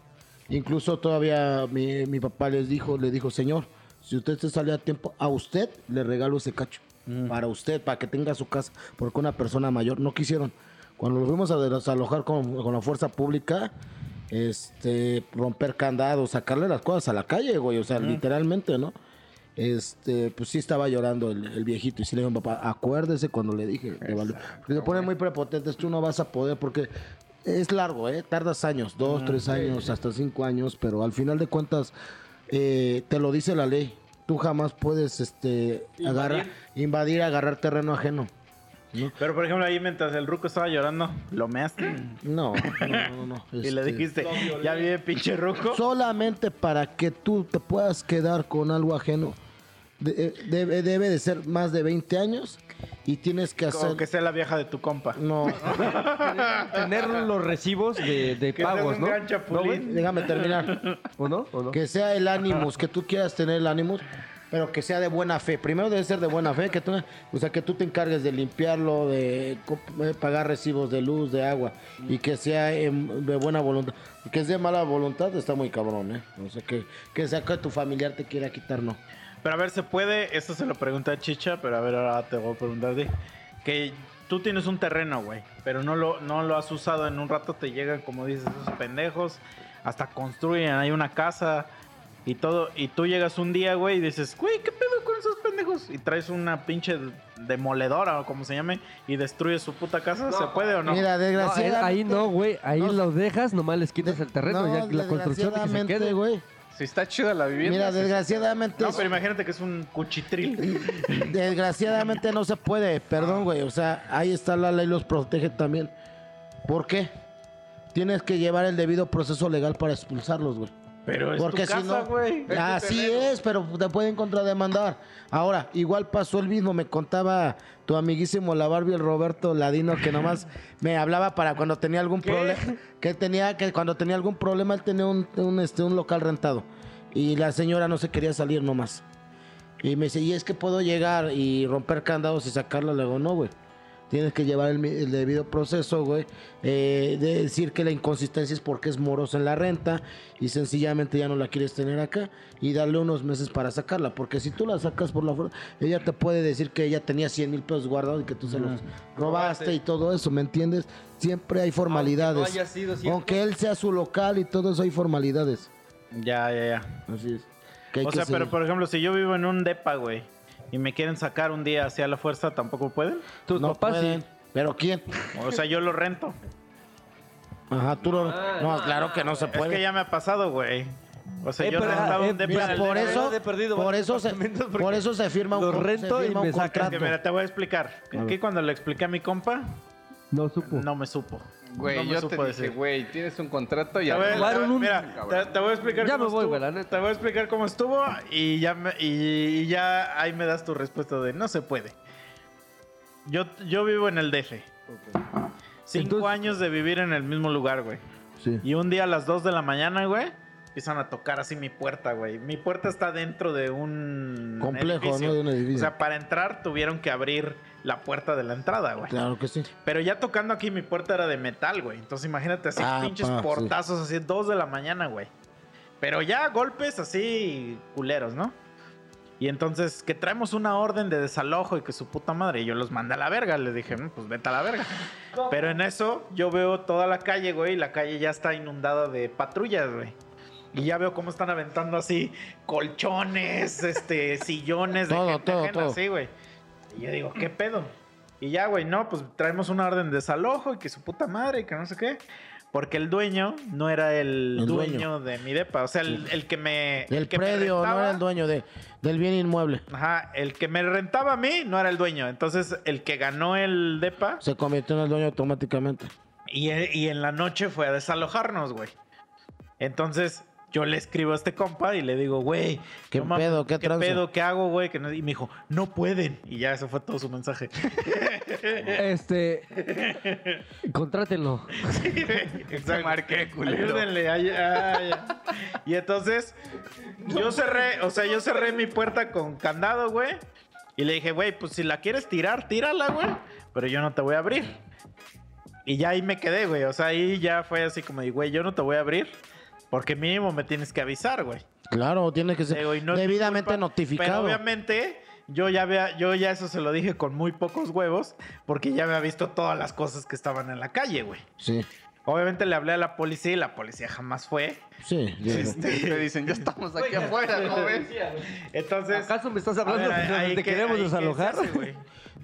[SPEAKER 4] Incluso todavía mi, mi papá les dijo, le dijo, señor, si usted se sale a tiempo, a usted le regalo ese cacho. Para usted, para que tenga su casa. Porque una persona mayor no quisieron. Cuando los fuimos a desalojar con, con la fuerza pública, este, romper candados, sacarle las cosas a la calle, güey. O sea, literalmente, ¿no? Este, pues sí estaba llorando el, el viejito. Y sí le dijo, papá, acuérdese cuando le dije. te valió". Porque se ponen muy prepotentes, tú no vas a poder, porque es largo, ¿eh? Tardas años, dos, tres años, hasta cinco años, pero al final de cuentas, eh, te lo dice la ley. Tú jamás puedes este, agarrar, invadir, agarrar terreno ajeno.
[SPEAKER 1] Pero por ejemplo, ahí mientras el ruco estaba llorando, lo measte
[SPEAKER 4] No, no, no. no,
[SPEAKER 1] y le
[SPEAKER 4] Mm, este,
[SPEAKER 1] dijiste, ya vive pinche ruco.
[SPEAKER 4] Solamente para que tú te puedas quedar con algo ajeno. de- eh, debe, debe de ser más de 20 años y tienes que hacer...
[SPEAKER 1] Como que sea la vieja de tu compa.
[SPEAKER 4] No,
[SPEAKER 3] tener los recibos de, de
[SPEAKER 1] Que seas
[SPEAKER 3] pagos,
[SPEAKER 1] un
[SPEAKER 3] ¿no?
[SPEAKER 1] gran chapulín.
[SPEAKER 4] déjame terminar.
[SPEAKER 3] ¿O no? ¿O no?
[SPEAKER 4] Que sea el ánimos, que tú quieras tener el ánimos, pero que sea de buena fe. Primero debe ser de buena fe, que tú, o sea, que tú te encargues de limpiarlo, de co- eh, pagar recibos de luz, de agua, y que sea em, de buena voluntad. Que es de mala voluntad, está muy cabrón, ¿eh? O sea, que, que sea que tu familiar te quiera quitar, no.
[SPEAKER 1] Pero a ver, se puede, esto se lo pregunta Chicha, pero a ver, ahora te voy a preguntar de que tú tienes un terreno, güey, pero no lo, no lo has usado en un rato, te llegan, como dices, esos pendejos, hasta construyen, hay una casa y todo, y tú llegas un día, güey, y dices, güey, ¿qué pedo con esos pendejos? Y traes una pinche demoledora o como se llame y destruyes su puta casa, ¿se puede o no?
[SPEAKER 4] Mira,
[SPEAKER 3] No, eh,
[SPEAKER 4] desgraciadamente.
[SPEAKER 3] ahí no, güey. Ahí
[SPEAKER 4] No.
[SPEAKER 3] los dejas, nomás les quitas el terreno.
[SPEAKER 4] No,
[SPEAKER 3] ya la construcción que se
[SPEAKER 4] desgraciadamente,
[SPEAKER 3] quede, güey.
[SPEAKER 4] güey.
[SPEAKER 2] Si está chida la vivienda.
[SPEAKER 4] Mira,
[SPEAKER 2] si-
[SPEAKER 4] desgraciadamente.
[SPEAKER 1] no, pero imagínate que es un cuchitril.
[SPEAKER 4] Desgraciadamente no se puede, perdón, güey. O sea, ahí está la ley, los protege también. ¿Por qué? Tienes que llevar el debido proceso legal para expulsarlos, güey.
[SPEAKER 1] Pero es
[SPEAKER 4] Porque
[SPEAKER 1] tu
[SPEAKER 4] si
[SPEAKER 1] casa,
[SPEAKER 4] no.
[SPEAKER 1] güey.
[SPEAKER 4] Así es, pero te pueden contrademandar. Ahora, igual pasó el mismo, me contaba tu amiguísimo la Barbie, el Roberto Ladino, que nomás me hablaba para cuando tenía algún problema. Que tenía, que cuando tenía algún problema, él tenía un, un, este, un local rentado. Y la señora no se quería salir nomás. Y me dice, ¿y es que puedo llegar y romper candados y sacarla? Le digo, no, güey. Tienes que llevar el, mi- el debido proceso, güey. Eh, de decir que la inconsistencia es porque es morosa en la renta y sencillamente ya no la quieres tener acá y darle unos meses para sacarla. Porque si tú la sacas por la fuerza, ella te puede decir que ella tenía 100 mil pesos guardados y que tú se los robaste y todo eso, ¿me entiendes? Siempre hay formalidades.
[SPEAKER 3] haya sido cierto.
[SPEAKER 4] Aunque él sea su local y todo eso, hay formalidades.
[SPEAKER 1] Ya, ya, ya.
[SPEAKER 4] Así es. Que hay
[SPEAKER 1] O
[SPEAKER 4] que
[SPEAKER 1] sea, pero
[SPEAKER 4] seguir.
[SPEAKER 1] por ejemplo, si yo vivo en un depa, güey, y me quieren sacar un día hacia la fuerza, ¿tampoco pueden?
[SPEAKER 3] Tus
[SPEAKER 4] no
[SPEAKER 3] papás sí.
[SPEAKER 4] pueden. ¿Pero quién?
[SPEAKER 1] O sea, yo lo rento.
[SPEAKER 4] Ajá, tú no. Ah, No, claro que no se
[SPEAKER 1] Es
[SPEAKER 4] puede.
[SPEAKER 1] que ya me ha pasado, güey. O sea,
[SPEAKER 3] Eh,
[SPEAKER 1] yo
[SPEAKER 3] pero,
[SPEAKER 1] rentaba
[SPEAKER 3] eh,
[SPEAKER 1] un depa
[SPEAKER 3] mira,
[SPEAKER 1] en el
[SPEAKER 4] Pues por
[SPEAKER 1] DF.
[SPEAKER 3] depa.
[SPEAKER 4] eso,
[SPEAKER 3] He perdido
[SPEAKER 4] por
[SPEAKER 3] varios
[SPEAKER 4] eso se,
[SPEAKER 3] departamentos porque
[SPEAKER 4] por eso se firma un,
[SPEAKER 3] los
[SPEAKER 4] con-
[SPEAKER 3] rento
[SPEAKER 4] se
[SPEAKER 3] y
[SPEAKER 4] firma
[SPEAKER 3] me
[SPEAKER 4] un
[SPEAKER 3] sacan.
[SPEAKER 1] Es que
[SPEAKER 4] contrato.
[SPEAKER 1] mira, te voy a explicar. Aquí cuando le expliqué a mi compa,
[SPEAKER 3] No supo.
[SPEAKER 1] no me supo.
[SPEAKER 2] Güey,
[SPEAKER 1] no me
[SPEAKER 2] yo te
[SPEAKER 1] supo
[SPEAKER 2] dije,
[SPEAKER 1] decir.
[SPEAKER 2] güey, tienes un contrato y
[SPEAKER 1] Te voy a-
[SPEAKER 2] ahora-
[SPEAKER 1] te voy a-
[SPEAKER 3] un-
[SPEAKER 1] Mira, te, te voy a explicar
[SPEAKER 3] Ya
[SPEAKER 1] cómo
[SPEAKER 3] me voy,
[SPEAKER 1] estuvo.
[SPEAKER 3] güey, la neta.
[SPEAKER 1] Te voy a explicar cómo estuvo y ya, me- y, y ya ahí me das tu respuesta de no se puede. Yo, yo vivo en el DF. Cinco
[SPEAKER 3] Entonces-
[SPEAKER 1] años de vivir en el mismo lugar, güey.
[SPEAKER 4] Sí.
[SPEAKER 1] Y un día a las 2 de la mañana, güey, empiezan a tocar así mi puerta, güey. Mi puerta está dentro de un
[SPEAKER 4] Complejo,
[SPEAKER 1] edificio.
[SPEAKER 4] ¿no? De un edificio.
[SPEAKER 1] O sea, para entrar tuvieron que abrir la puerta de la entrada, güey.
[SPEAKER 4] Claro que sí.
[SPEAKER 1] Pero ya tocando aquí mi puerta era de metal, güey. Entonces imagínate así
[SPEAKER 4] Ah,
[SPEAKER 1] pinches
[SPEAKER 4] pa, sí.
[SPEAKER 1] portazos así 2 de la mañana, güey. Pero ya golpes así culeros, ¿no? Y entonces que traemos una orden de desalojo y que su puta madre, y yo los mandé a la verga, les dije, "Mm, pues vete a la verga. Pero en eso yo veo toda la calle, güey, y la calle ya está inundada de patrullas, güey. Y ya veo cómo están aventando así colchones, este, sillones de
[SPEAKER 4] Todo,
[SPEAKER 1] gente
[SPEAKER 4] todo,
[SPEAKER 1] ajena,
[SPEAKER 4] todo.
[SPEAKER 1] así, güey. Y yo digo, ¿qué pedo? Y ya, güey, no, pues traemos una orden de desalojo y que su puta madre y que no sé qué. Porque el dueño no era el,
[SPEAKER 4] El
[SPEAKER 1] dueño,
[SPEAKER 4] dueño.
[SPEAKER 1] de mi depa. O sea, el, el que me.
[SPEAKER 4] El
[SPEAKER 1] que me
[SPEAKER 4] predio, no
[SPEAKER 1] rentaba-
[SPEAKER 4] era el dueño de, del bien inmueble.
[SPEAKER 1] Ajá, el que me rentaba a mí no era el dueño. Entonces, el que ganó el depa.
[SPEAKER 4] Se convirtió en el dueño automáticamente.
[SPEAKER 1] Y, y en la noche fue a desalojarnos, güey. Entonces yo le escribo a este compa y le digo, güey,
[SPEAKER 4] ¿Qué
[SPEAKER 1] mames,
[SPEAKER 4] pedo? ¿Qué tranza?"
[SPEAKER 1] pedo? ¿Qué hago, güey? Que no- Y me dijo, no pueden. Y ya, eso fue todo su mensaje.
[SPEAKER 3] Este. Contrátenlo.
[SPEAKER 2] Te marqué, culero.
[SPEAKER 1] Ayúdenle. ay- ay- ay. Y entonces yo cerré, o sea, yo cerré mi puerta con candado, güey. Y le dije, güey, pues si la quieres tirar, tírala, güey. Pero yo no te voy a abrir. Y ya ahí me quedé, güey. O sea, ahí ya fue así como, de, güey, yo no te voy a abrir. Porque mínimo me tienes que avisar, güey.
[SPEAKER 4] Claro, tiene que ser
[SPEAKER 1] Digo, y no es mi
[SPEAKER 4] debidamente
[SPEAKER 1] culpa, Pero
[SPEAKER 4] notificado.
[SPEAKER 1] obviamente yo ya había, yo ya eso se lo dije con muy pocos huevos, porque ya había visto todas las cosas que estaban en la calle, güey.
[SPEAKER 4] Sí,
[SPEAKER 1] Obviamente le hablé a la policía y la policía jamás fue.
[SPEAKER 4] sí. yo-
[SPEAKER 2] Te dicen, ya estamos aquí afuera, joven.
[SPEAKER 1] Entonces.
[SPEAKER 3] ¿Acaso me estás
[SPEAKER 1] a
[SPEAKER 3] hablando?
[SPEAKER 1] ver, ahí- ahí
[SPEAKER 3] ¿Te
[SPEAKER 1] qué-
[SPEAKER 3] queremos
[SPEAKER 1] ahí qué se
[SPEAKER 3] desalojar?
[SPEAKER 1] hace, güey.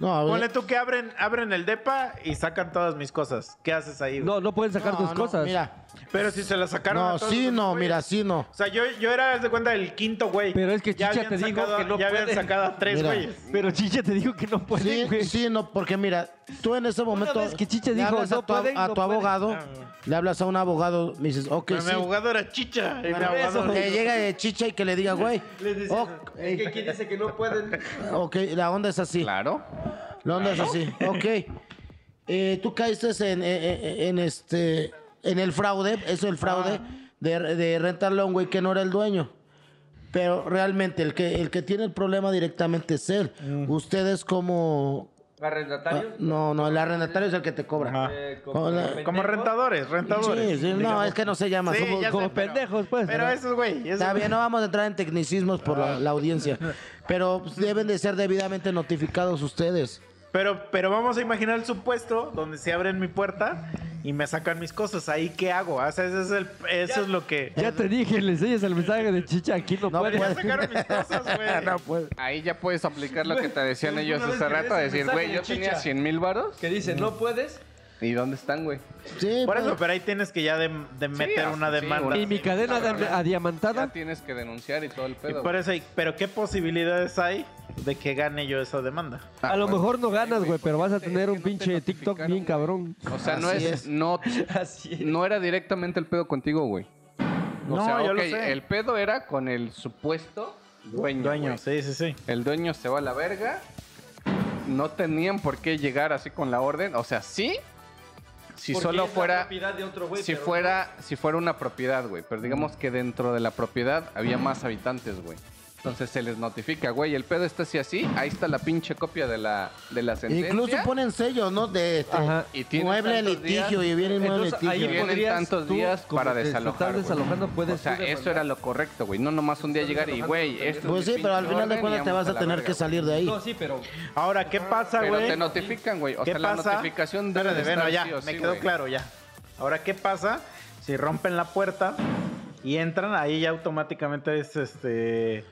[SPEAKER 4] No, a ver,
[SPEAKER 1] Ponle tú que abren, abren el depa y sacan todas mis cosas. ¿Qué haces ahí, güey?
[SPEAKER 3] No, no pueden sacar
[SPEAKER 4] no,
[SPEAKER 3] tus
[SPEAKER 4] no,
[SPEAKER 3] cosas.
[SPEAKER 4] Mira,
[SPEAKER 1] Pero si se la sacaron. a
[SPEAKER 4] no,
[SPEAKER 1] todos
[SPEAKER 4] sí,
[SPEAKER 1] esos
[SPEAKER 4] no,
[SPEAKER 1] güeyes.
[SPEAKER 4] mira, sí, no.
[SPEAKER 1] O sea, yo, yo era, haz de cuenta, el quinto güey.
[SPEAKER 3] Pero es que
[SPEAKER 1] ya
[SPEAKER 3] Chicha
[SPEAKER 1] habían
[SPEAKER 3] te dijo
[SPEAKER 1] sacado-
[SPEAKER 3] que no
[SPEAKER 1] Ya habían
[SPEAKER 3] pueden.
[SPEAKER 1] sacado a tres
[SPEAKER 4] Mira.
[SPEAKER 1] güeyes.
[SPEAKER 3] Pero Chicha te dijo que no pueden,
[SPEAKER 4] Sí,
[SPEAKER 3] güey.
[SPEAKER 4] sí, no, porque mira, tú en ese momento.
[SPEAKER 3] vez que Chiche
[SPEAKER 4] le
[SPEAKER 3] dijo,
[SPEAKER 4] hablas
[SPEAKER 3] "No
[SPEAKER 4] a tu,
[SPEAKER 3] pueden, no
[SPEAKER 4] a tu
[SPEAKER 3] pueden".
[SPEAKER 4] abogado,
[SPEAKER 1] Ah, bueno.
[SPEAKER 4] le hablas a un abogado, me dices, ok,
[SPEAKER 1] Pero
[SPEAKER 4] sí.
[SPEAKER 1] mi abogado era chicha. y mi
[SPEAKER 4] Bueno,
[SPEAKER 1] abogado
[SPEAKER 4] que llega de chicha y que le diga, güey. ok,
[SPEAKER 3] Es que quien dice que no pueden.
[SPEAKER 4] ok, la onda es así.
[SPEAKER 2] Claro.
[SPEAKER 4] La onda es así. Ok. Eh, tú caíste en, eh, eh, en este. En el fraude, eso el fraude, de, de rentarle a un güey que no era el dueño. Pero realmente el que, el que tiene el problema directamente es él. Ustedes como...
[SPEAKER 3] Arrendatarios.
[SPEAKER 4] ah, no, no, el arrendatario es el que te cobra.
[SPEAKER 1] Ajá.
[SPEAKER 4] Hola.
[SPEAKER 1] Como rentadores, rentadores.
[SPEAKER 4] Sí, sí, no,
[SPEAKER 1] digamos.
[SPEAKER 4] es que no se llama.
[SPEAKER 1] Sí,
[SPEAKER 4] somos-
[SPEAKER 1] ya sé,
[SPEAKER 3] como
[SPEAKER 1] pero-
[SPEAKER 3] pendejos, pues,
[SPEAKER 1] Pero
[SPEAKER 3] ¿no?
[SPEAKER 1] esos, güey. esos-
[SPEAKER 4] Está bien, no vamos a entrar en tecnicismos por
[SPEAKER 2] Ah.
[SPEAKER 4] la, la audiencia. Pero pues, deben de ser debidamente notificados ustedes.
[SPEAKER 1] Pero, pero vamos a imaginar el supuesto donde se abren mi puerta y me sacan mis cosas. Ahí, ¿qué hago? Ah, O sea, ese es el, eso es lo que.
[SPEAKER 3] Ah, Ya te dije, le enseñas el mensaje de Chicha, aquí no,
[SPEAKER 4] No
[SPEAKER 3] pueden.
[SPEAKER 1] Ya
[SPEAKER 4] puede.
[SPEAKER 1] sacaron mis cosas,
[SPEAKER 2] Ah,
[SPEAKER 1] güey.
[SPEAKER 2] Ahí ya puedes aplicar lo que te decían
[SPEAKER 3] Güey,
[SPEAKER 2] ellos
[SPEAKER 3] una vez
[SPEAKER 2] hace
[SPEAKER 3] que
[SPEAKER 2] rato.
[SPEAKER 3] ves el
[SPEAKER 2] Decir,
[SPEAKER 3] mensaje
[SPEAKER 2] güey,
[SPEAKER 3] de
[SPEAKER 2] yo tenía
[SPEAKER 3] Chicha.
[SPEAKER 2] 100 mil varos.
[SPEAKER 3] Que dice, no puedes.
[SPEAKER 2] ¿Y dónde están, güey?
[SPEAKER 4] Sí,
[SPEAKER 1] Por eso,
[SPEAKER 4] pues,
[SPEAKER 1] pero ahí tienes que ya de, de meter
[SPEAKER 2] ah,
[SPEAKER 1] una
[SPEAKER 2] sí,
[SPEAKER 1] demanda.
[SPEAKER 2] una-
[SPEAKER 3] Y mi cadena de-
[SPEAKER 2] Ya
[SPEAKER 3] adiamantada.
[SPEAKER 2] tienes que denunciar y todo el
[SPEAKER 1] Y
[SPEAKER 2] pedo.
[SPEAKER 1] por eso, hay- pero ¿qué posibilidades hay de que gane yo esa demanda?
[SPEAKER 2] Ah,
[SPEAKER 3] A lo
[SPEAKER 2] bueno.
[SPEAKER 3] mejor no ganas, güey, pero vas a tener un
[SPEAKER 2] no te
[SPEAKER 3] pinche TikTok
[SPEAKER 2] notificaron,
[SPEAKER 3] bien
[SPEAKER 2] güey.
[SPEAKER 3] cabrón.
[SPEAKER 2] O sea, no es,
[SPEAKER 4] Así es.
[SPEAKER 2] No,
[SPEAKER 3] Así
[SPEAKER 2] no era directamente el pedo contigo, güey. O
[SPEAKER 1] No,
[SPEAKER 2] sea,
[SPEAKER 1] yo lo
[SPEAKER 2] ok,
[SPEAKER 1] sé.
[SPEAKER 2] el pedo era con el supuesto dueño.
[SPEAKER 1] Dueño,
[SPEAKER 2] güey.
[SPEAKER 1] sí, sí, sí.
[SPEAKER 2] El dueño se va a la verga. No tenían por qué llegar así con la orden. O sea, sí. Si solo fuera. si fuera. Si fuera una propiedad, güey. Pero digamos que dentro de la propiedad había más habitantes, güey. Entonces se les notifica, güey. El pedo está así así. Ahí está la pinche copia de la, de la sentencia.
[SPEAKER 4] incluso ponen sellos, ¿no? De este,
[SPEAKER 3] Ajá.
[SPEAKER 2] y tiene
[SPEAKER 4] mueble
[SPEAKER 2] tantos días-
[SPEAKER 4] litigio y viene mueble
[SPEAKER 3] Entonces, ahí
[SPEAKER 4] litigio.
[SPEAKER 2] Tienen
[SPEAKER 3] podrías
[SPEAKER 2] tantos
[SPEAKER 3] tú,
[SPEAKER 2] días
[SPEAKER 3] como
[SPEAKER 2] para
[SPEAKER 3] te
[SPEAKER 2] desalojar.
[SPEAKER 3] estás
[SPEAKER 2] güey.
[SPEAKER 3] desalojando, puedes
[SPEAKER 2] o sea,
[SPEAKER 3] tú
[SPEAKER 2] eso
[SPEAKER 3] demandar.
[SPEAKER 2] era lo correcto, güey. No nomás un día llegar y, güey, esto es mi
[SPEAKER 4] Pues sí,
[SPEAKER 2] pinche
[SPEAKER 4] pero al final de
[SPEAKER 2] orden y
[SPEAKER 4] cuentas te
[SPEAKER 2] vamos
[SPEAKER 4] vas a
[SPEAKER 2] la
[SPEAKER 4] tener
[SPEAKER 2] verga,
[SPEAKER 4] que
[SPEAKER 2] güey.
[SPEAKER 4] salir de ahí.
[SPEAKER 3] sí, pero.
[SPEAKER 1] Ahora, ¿qué pasa,
[SPEAKER 2] Ah, Pero
[SPEAKER 1] güey?
[SPEAKER 2] te notifican, güey. O
[SPEAKER 1] ¿Qué
[SPEAKER 2] sea, la
[SPEAKER 1] pasa?
[SPEAKER 2] notificación debe de
[SPEAKER 1] Espérate, bueno,
[SPEAKER 2] estar
[SPEAKER 1] ya,
[SPEAKER 2] sí o
[SPEAKER 1] me
[SPEAKER 2] sí,
[SPEAKER 1] quedó
[SPEAKER 2] güey.
[SPEAKER 1] claro ya. Ahora, ¿qué pasa si rompen la puerta y entran? Ahí ya automáticamente es este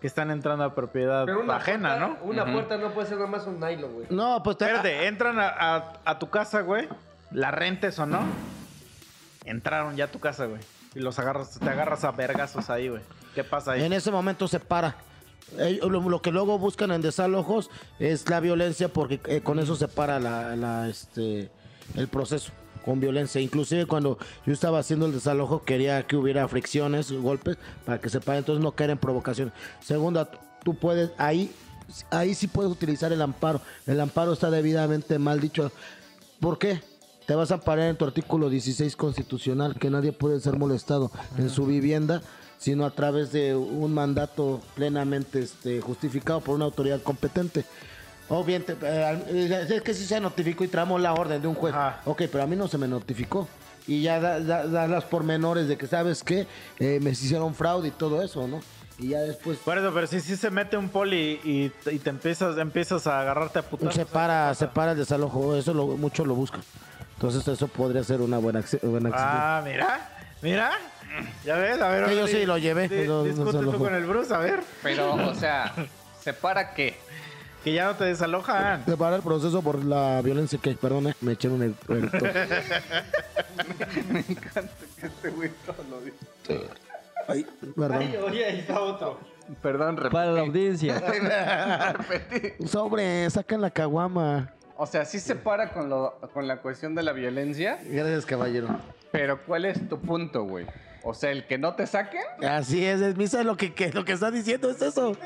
[SPEAKER 1] que están entrando a propiedad ajena, ¿no?
[SPEAKER 2] una Ujú. puerta
[SPEAKER 3] no puede ser nada más un nylon, güey.
[SPEAKER 4] No, pues te-
[SPEAKER 1] Espérate, entran a, a- a tu casa, güey. La rentes o no. Entraron ya a tu casa, güey. Y los agarras, te agarras a vergazos ahí, güey. ¿Qué pasa ahí?
[SPEAKER 4] en ese momento se para. Ellos- Lo, lo que luego buscan en desalojos es la violencia porque eh, con eso se para la, la, este, el proceso con violencia. Inclusive cuando yo estaba haciendo el desalojo quería que hubiera fricciones, golpes, para que se pare. Entonces no caer en provocación. Segunda, tú puedes, ahí, ahí sí puedes utilizar el amparo. El amparo está debidamente mal dicho. ¿Por qué? Te vas a parar en tu artículo 16 constitucional, que nadie puede ser molestado en su vivienda, sino a través de un mandato plenamente este, justificado por una autoridad competente. O bien, te- eh, al- eh, es que sí se notificó y traemos la orden de un juez.
[SPEAKER 1] Ajá.
[SPEAKER 4] Ok, pero a mí no se me notificó. Y ya da, da- da las pormenores de que, ¿sabes qué? Eh, me hicieron fraude y todo eso, ¿no? Y ya después
[SPEAKER 1] Por eso, pero si sí se mete un poli y, y te empiezas, empiezas a agarrarte a putazos.
[SPEAKER 4] se para, se para el desalojo. Eso lo, mucho lo buscan. Entonces eso podría ser una buena, acci- buena acción.
[SPEAKER 1] Ah, mira, mira. Ya ves, a ver.
[SPEAKER 4] Que yo
[SPEAKER 1] ahora
[SPEAKER 4] sí
[SPEAKER 1] di-
[SPEAKER 4] lo llevé,
[SPEAKER 1] di-
[SPEAKER 4] yo no se
[SPEAKER 1] discute
[SPEAKER 4] lo
[SPEAKER 1] tú
[SPEAKER 4] juego.
[SPEAKER 1] con el Bruce, a ver.
[SPEAKER 2] Pero, o sea, ¿separa qué?
[SPEAKER 1] Que ya no te desalojan.
[SPEAKER 4] Se para el proceso por la violencia que, perdón, eh, me echaron el, el to-
[SPEAKER 2] Me encanta que este güey todo lo dice.
[SPEAKER 4] Ay, perdón.
[SPEAKER 1] Oye, ahí está otro.
[SPEAKER 2] Perdón, repetí.
[SPEAKER 3] Para la audiencia.
[SPEAKER 2] Repetí.
[SPEAKER 4] Sobre, sacan la caguama.
[SPEAKER 2] O sea, sí se para con, lo, con la cuestión de la violencia,
[SPEAKER 4] Gracias, caballero.
[SPEAKER 2] pero ¿cuál es tu punto, güey? O sea, el que no te saquen.
[SPEAKER 4] Así es, es misa lo que, que- lo que está diciendo es eso.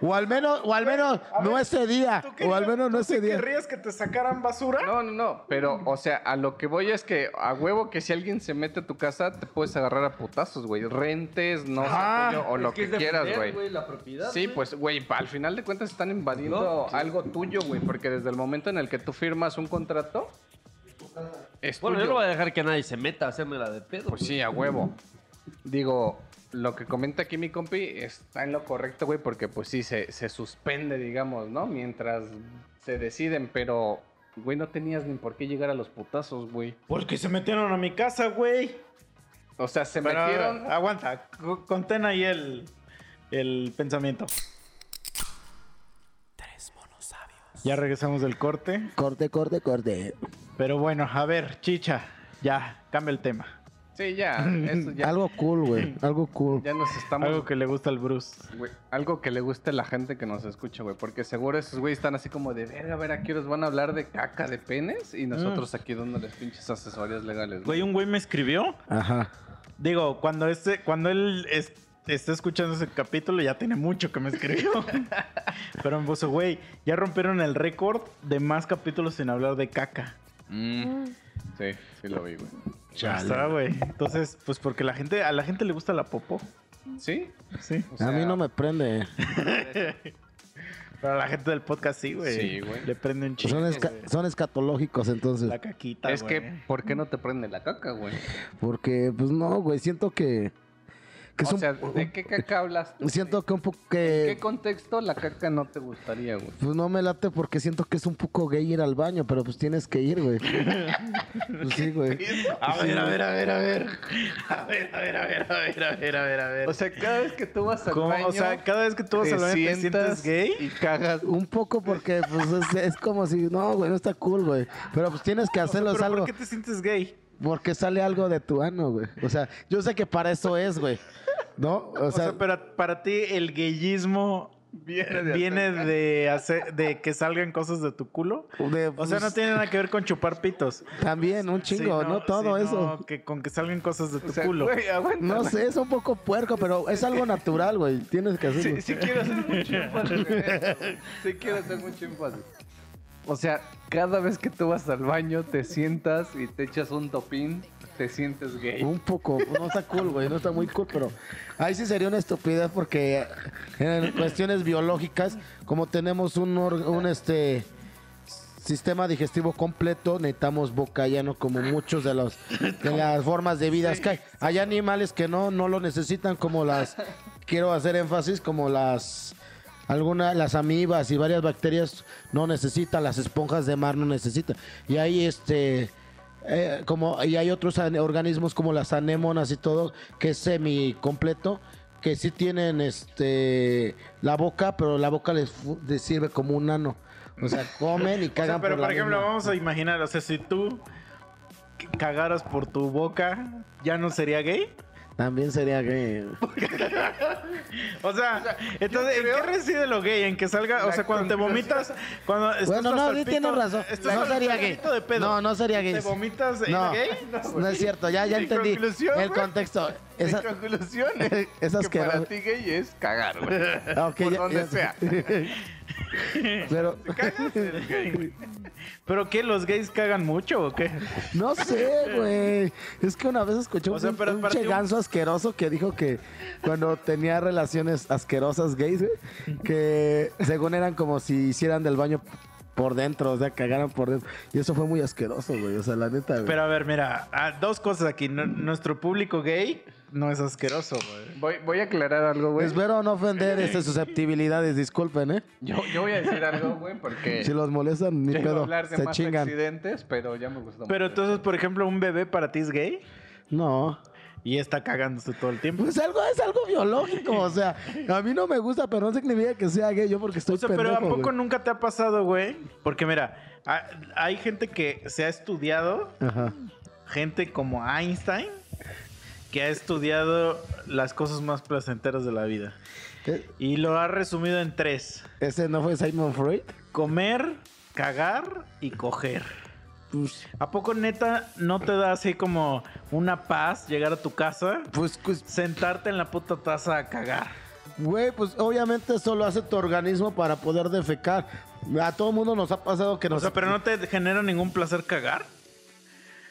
[SPEAKER 4] O al menos, o al menos, no ese día. O al menos no ese día.
[SPEAKER 1] ¿Querrías que te sacaran basura?
[SPEAKER 2] No, no, no. Pero, o sea, a lo que voy es que a huevo que si alguien se mete a tu casa, te puedes agarrar a putazos, güey. Rentes, no sé, tuyo, o lo Ah, que, quieras, güey.
[SPEAKER 3] La propiedad.
[SPEAKER 2] Sí, pues, güey, pa- al final de cuentas están invadiendo algo tuyo, güey. Porque desde el momento en el que tú firmas un contrato, es
[SPEAKER 3] Bueno, yo
[SPEAKER 2] tuyo.
[SPEAKER 3] no voy a dejar que nadie se meta a hacerme la de pedo.
[SPEAKER 2] Pues sí, a huevo. Digo, lo que comenta aquí mi compi está en lo correcto, güey, porque pues sí, se, se suspende, digamos, ¿no? Mientras se deciden, pero, güey, no tenías ni por qué llegar a los putazos, güey.
[SPEAKER 1] Porque se metieron a mi casa, güey.
[SPEAKER 2] O sea, se
[SPEAKER 1] Pero
[SPEAKER 2] metieron...
[SPEAKER 1] aguanta, co- contén ahí el, el pensamiento. Tres monos sabios. Ya regresamos del corte.
[SPEAKER 4] Corte, corte, corte.
[SPEAKER 1] Pero bueno, a ver, chicha, ya, cambia el tema.
[SPEAKER 2] Sí, ya, eso ya,
[SPEAKER 4] Algo cool, güey. Algo cool.
[SPEAKER 2] ya nos estamos...
[SPEAKER 1] Algo que le gusta al Bruce.
[SPEAKER 2] güey, algo que le guste a la gente que nos escucha, güey, porque seguro esos güeyes están así como de, verga, a ver, aquí os van a hablar de caca de penes y nosotros aquí dándoles pinches asesorías legales,
[SPEAKER 1] Güey, un güey me escribió.
[SPEAKER 4] Ajá.
[SPEAKER 1] Digo, cuando este, cuando él es- está escuchando ese capítulo, ya tiene mucho que me escribió. Pero me puso, güey, ya rompieron el récord de más capítulos sin hablar de caca.
[SPEAKER 2] Mm. Sí, sí lo vi, güey.
[SPEAKER 1] Ya está, güey. Entonces, pues porque la gente, a la gente le gusta la popó.
[SPEAKER 2] ¿Sí?
[SPEAKER 1] Sí.
[SPEAKER 2] O
[SPEAKER 4] a
[SPEAKER 2] sea,
[SPEAKER 4] mí no me prende.
[SPEAKER 1] Pero a la gente del podcast sí, güey.
[SPEAKER 2] Sí, güey.
[SPEAKER 1] Le prende
[SPEAKER 2] Pues
[SPEAKER 1] un chingo.
[SPEAKER 4] Son, esca- son escatológicos, entonces.
[SPEAKER 1] La caquita,
[SPEAKER 2] es
[SPEAKER 1] güey.
[SPEAKER 2] que, ¿por qué no te prende la caca, güey?
[SPEAKER 4] Porque, pues no, güey. Siento que. que es
[SPEAKER 2] O
[SPEAKER 4] un-
[SPEAKER 2] sea, ¿de qué caca hablas? tú?
[SPEAKER 4] Siento que un poco
[SPEAKER 2] ¿En
[SPEAKER 4] que.
[SPEAKER 2] qué contexto la caca no te gustaría, güey?
[SPEAKER 4] Pues no me late porque siento que es un poco gay ir al baño, pero pues tienes que ir, güey. Pues sí, güey.
[SPEAKER 1] A ver, a ver, a ver, a ver. A ver, a ver, a ver, a ver, a ver, a ver, a ver.
[SPEAKER 2] O sea, cada vez que tú vas al
[SPEAKER 1] ¿Cómo?
[SPEAKER 2] baño,
[SPEAKER 1] O sea, cada vez que tú vas
[SPEAKER 2] te
[SPEAKER 1] al baño te sientas gay.
[SPEAKER 2] y cagas.
[SPEAKER 4] Un poco porque pues es, es como si, no, güey, no está cool, güey. Pero pues tienes que hacerlo, es
[SPEAKER 1] ¿Pero
[SPEAKER 4] algo.
[SPEAKER 1] ¿Por qué te sientes gay?
[SPEAKER 4] Porque sale algo de tu ano, güey. O sea, yo sé que para eso es, güey. ¿No? O
[SPEAKER 1] O sea,
[SPEAKER 4] sea,
[SPEAKER 1] pero para ti el gayismo viene de, hacer, de que salgan cosas de tu culo.
[SPEAKER 4] de-
[SPEAKER 1] O sea, no
[SPEAKER 4] pues,
[SPEAKER 1] tiene nada que ver con chupar pitos.
[SPEAKER 4] también un
[SPEAKER 1] Sí,
[SPEAKER 4] chingo, no, todo
[SPEAKER 1] sí, no,
[SPEAKER 4] eso.
[SPEAKER 1] que con que salgan cosas de tu
[SPEAKER 2] O sea,
[SPEAKER 1] culo.
[SPEAKER 2] ah, güey, aguanta.
[SPEAKER 4] No sé, es un poco puerco, pero es algo natural, güey. Tienes que hacerlo.
[SPEAKER 2] Sí, sí quiero hacer mucho énfasis. en eso, güey. Sí quiero hacer mucho énfasis. O sea, cada vez que tú vas al baño, te sientas y te echas un topín, te sientes gay.
[SPEAKER 4] Un poco, no está cool, güey, no está muy cool, pero ahí sí sería una estupidez porque en cuestiones biológicas, como tenemos un, or- un este sistema digestivo completo, necesitamos boca y ano como muchos de los de las formas de vida que hay. Hay animales que no no lo necesitan como las quiero hacer énfasis como las algunas las amibas y varias bacterias no necesitan, las esponjas de mar no necesitan. Y ahí este eh, como y hay otros an- organismos como las anémonas y todo que es semi completo que sí tienen este la boca pero la boca les, fu- les sirve como un ano o sea comen
[SPEAKER 1] O
[SPEAKER 4] y
[SPEAKER 1] sea,
[SPEAKER 4] cagan
[SPEAKER 1] pero
[SPEAKER 4] por
[SPEAKER 1] por
[SPEAKER 4] la
[SPEAKER 1] ejemplo,
[SPEAKER 4] misma.
[SPEAKER 1] vamos a imaginar, o sea, si tú c- cagaras por tu boca, ¿ya no sería gay?
[SPEAKER 4] también sería que
[SPEAKER 1] O sea, entonces, ¿en qué reside lo gay? En que salga, o sea, cuando te vomitas, cuando estás
[SPEAKER 4] bueno no
[SPEAKER 1] hasta
[SPEAKER 4] sí
[SPEAKER 1] el pito-
[SPEAKER 4] tienes razón
[SPEAKER 1] estás
[SPEAKER 4] no
[SPEAKER 1] hasta el
[SPEAKER 4] sería gay
[SPEAKER 1] pito de pedo.
[SPEAKER 4] no no sería
[SPEAKER 1] ¿Te
[SPEAKER 4] gay
[SPEAKER 1] vomitas en
[SPEAKER 4] no
[SPEAKER 1] gay?
[SPEAKER 4] no es cierto ya ya
[SPEAKER 1] Mi
[SPEAKER 4] entendí
[SPEAKER 1] conclusión,
[SPEAKER 4] el
[SPEAKER 1] güey.
[SPEAKER 4] contexto Esa-
[SPEAKER 2] Mi conclusión es
[SPEAKER 4] esas
[SPEAKER 2] que
[SPEAKER 4] que-
[SPEAKER 2] para ti gay es cagar, güey.
[SPEAKER 4] ah, ok,
[SPEAKER 2] por
[SPEAKER 4] ya-
[SPEAKER 2] donde
[SPEAKER 4] ya-
[SPEAKER 2] sea.
[SPEAKER 4] pero
[SPEAKER 1] ¿Pero qué? ¿Los gays cagan mucho o qué?
[SPEAKER 4] No sé, güey. Es que una vez escuché
[SPEAKER 1] O sea,
[SPEAKER 4] un,
[SPEAKER 1] pero
[SPEAKER 4] un
[SPEAKER 1] para ti un-
[SPEAKER 4] cheganzo asqueroso que dijo que cuando tenía relaciones asquerosas gays, güey, que según eran como si hicieran del baño por dentro, o sea, cagaran por dentro. Y eso fue muy asqueroso, güey. O sea, la neta, güey.
[SPEAKER 1] Pero a ver, mira, ah, dos cosas aquí. No- nuestro público gay no es asqueroso, güey.
[SPEAKER 2] Voy, voy a aclarar algo, güey.
[SPEAKER 4] Espero no ofender
[SPEAKER 1] eh,
[SPEAKER 4] estas susceptibilidades, disculpen, ¿eh?
[SPEAKER 2] Yo, yo voy a decir algo, güey, porque
[SPEAKER 1] eh,
[SPEAKER 4] Si los molestan, ni
[SPEAKER 2] yo iba a
[SPEAKER 4] pedo,
[SPEAKER 2] hablar de
[SPEAKER 4] se
[SPEAKER 2] más
[SPEAKER 4] chingan.
[SPEAKER 2] accidentes, pero ya me gustó.
[SPEAKER 1] Pero
[SPEAKER 2] mucho.
[SPEAKER 1] entonces, por ejemplo, un bebé para ti es gay.
[SPEAKER 4] No,
[SPEAKER 1] Y está cagándose todo el tiempo.
[SPEAKER 4] Pues algo es algo biológico, o sea, a mí no me gusta, pero no significa que sea gay yo porque estoy
[SPEAKER 1] O sea,
[SPEAKER 4] pendejo.
[SPEAKER 1] pero ¿a poco
[SPEAKER 4] güey.
[SPEAKER 1] nunca te ha pasado, güey? Porque mira, ha- hay gente que se ha estudiado,
[SPEAKER 4] Ajá.
[SPEAKER 1] gente como Einstein, que ha estudiado las cosas más placenteras de la vida.
[SPEAKER 4] ¿Qué?
[SPEAKER 1] Y lo ha resumido en tres.
[SPEAKER 4] ¿Ese no fue Simon Freud?
[SPEAKER 1] Comer, cagar y coger.
[SPEAKER 4] Pues,
[SPEAKER 1] ¿A poco neta no te da así como una paz llegar a tu casa,
[SPEAKER 4] pues, pues,
[SPEAKER 1] sentarte en la puta taza a cagar?
[SPEAKER 4] güey, pues obviamente eso lo hace tu organismo para poder defecar. A todo mundo nos ha pasado que
[SPEAKER 1] O
[SPEAKER 4] nos...
[SPEAKER 1] sea, pero no te genera ningún placer cagar.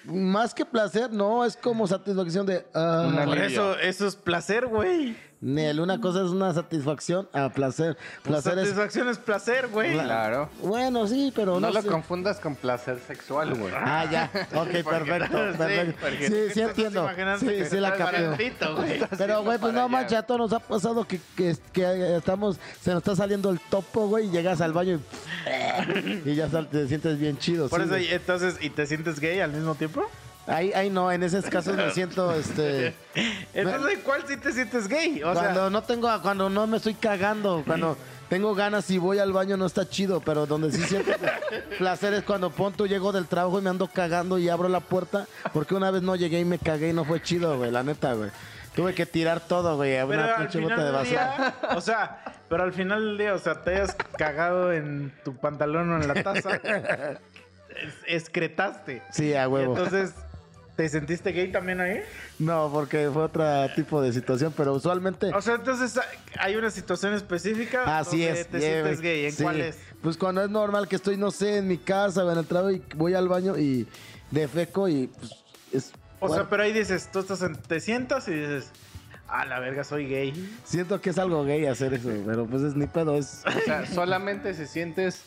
[SPEAKER 4] Más que placer, no, es como satisfacción de... ah,
[SPEAKER 2] Una
[SPEAKER 1] Por
[SPEAKER 2] Alivio.
[SPEAKER 1] eso, eso es placer, güey.
[SPEAKER 4] Nel, una cosa es una satisfacción a placer.
[SPEAKER 1] Pues
[SPEAKER 4] Placer es...
[SPEAKER 1] satisfacción es placer, güey.
[SPEAKER 2] Claro.
[SPEAKER 4] Bueno, sí, pero
[SPEAKER 2] No,
[SPEAKER 4] no,
[SPEAKER 2] lo
[SPEAKER 4] sé.
[SPEAKER 2] confundas con placer sexual, güey.
[SPEAKER 4] Ah, ya. Ok, perfecto.
[SPEAKER 1] no, sí,
[SPEAKER 4] perfecto.
[SPEAKER 1] porque
[SPEAKER 4] Sí,
[SPEAKER 1] te
[SPEAKER 4] sí
[SPEAKER 1] estás
[SPEAKER 4] entiendo.
[SPEAKER 1] imaginando
[SPEAKER 4] Sí,
[SPEAKER 1] que
[SPEAKER 4] sí la
[SPEAKER 1] estás
[SPEAKER 4] capteo.
[SPEAKER 1] baratito, güey.
[SPEAKER 4] Pero, güey, pues
[SPEAKER 2] para
[SPEAKER 4] no
[SPEAKER 2] allá.
[SPEAKER 4] manches, a todos nos ha pasado que, que- que estamos, se nos está saliendo el topo, güey, y llegas al baño y, y ya sal- te sientes bien chido.
[SPEAKER 1] Por
[SPEAKER 4] sí,
[SPEAKER 1] eso,
[SPEAKER 4] güey.
[SPEAKER 1] y entonces, ¿y te sientes gay al mismo tiempo?
[SPEAKER 4] ahí, ahí no, en esos casos me siento, este,
[SPEAKER 1] Entonces, ¿cuál sí te sientes gay? O
[SPEAKER 4] cuando
[SPEAKER 1] sea,
[SPEAKER 4] no tengo, cuando no me estoy cagando, cuando tengo ganas y voy al baño no está chido, pero donde sí siento placer es cuando ponto llego del trabajo y me ando cagando y abro la puerta, porque una vez no llegué y me cagué y no fue chido, güey, la neta, güey. Tuve que tirar todo, güey, a
[SPEAKER 1] pero
[SPEAKER 4] una
[SPEAKER 1] al
[SPEAKER 4] pinche bota de
[SPEAKER 1] final del
[SPEAKER 4] basura.
[SPEAKER 1] día, o sea, pero al final del día, o sea, te hayas cagado en tu pantalón o en la taza, es- excretaste.
[SPEAKER 4] Sí, a
[SPEAKER 1] Y
[SPEAKER 4] huevo.
[SPEAKER 1] entonces, ¿te sentiste gay también ahí?
[SPEAKER 4] No, porque fue otro tipo de situación, pero usualmente...
[SPEAKER 1] O sea, entonces hay una situación específica
[SPEAKER 4] Así
[SPEAKER 1] donde
[SPEAKER 4] es.
[SPEAKER 1] te
[SPEAKER 4] yeah,
[SPEAKER 1] sientes
[SPEAKER 4] güey.
[SPEAKER 1] gay. ¿En
[SPEAKER 4] Sí.
[SPEAKER 1] cuál es?
[SPEAKER 4] Pues cuando es normal que estoy, no sé, en mi casa o en el trabajo y voy al baño y defeco y pues, es...
[SPEAKER 1] O
[SPEAKER 4] bueno,
[SPEAKER 1] sea, pero ahí dices, tú estás en- te sientas y dices, a la verga, soy gay.
[SPEAKER 4] Siento que es algo gay hacer eso, pero pues es ni pedo, es...
[SPEAKER 2] O sea, solamente si sientes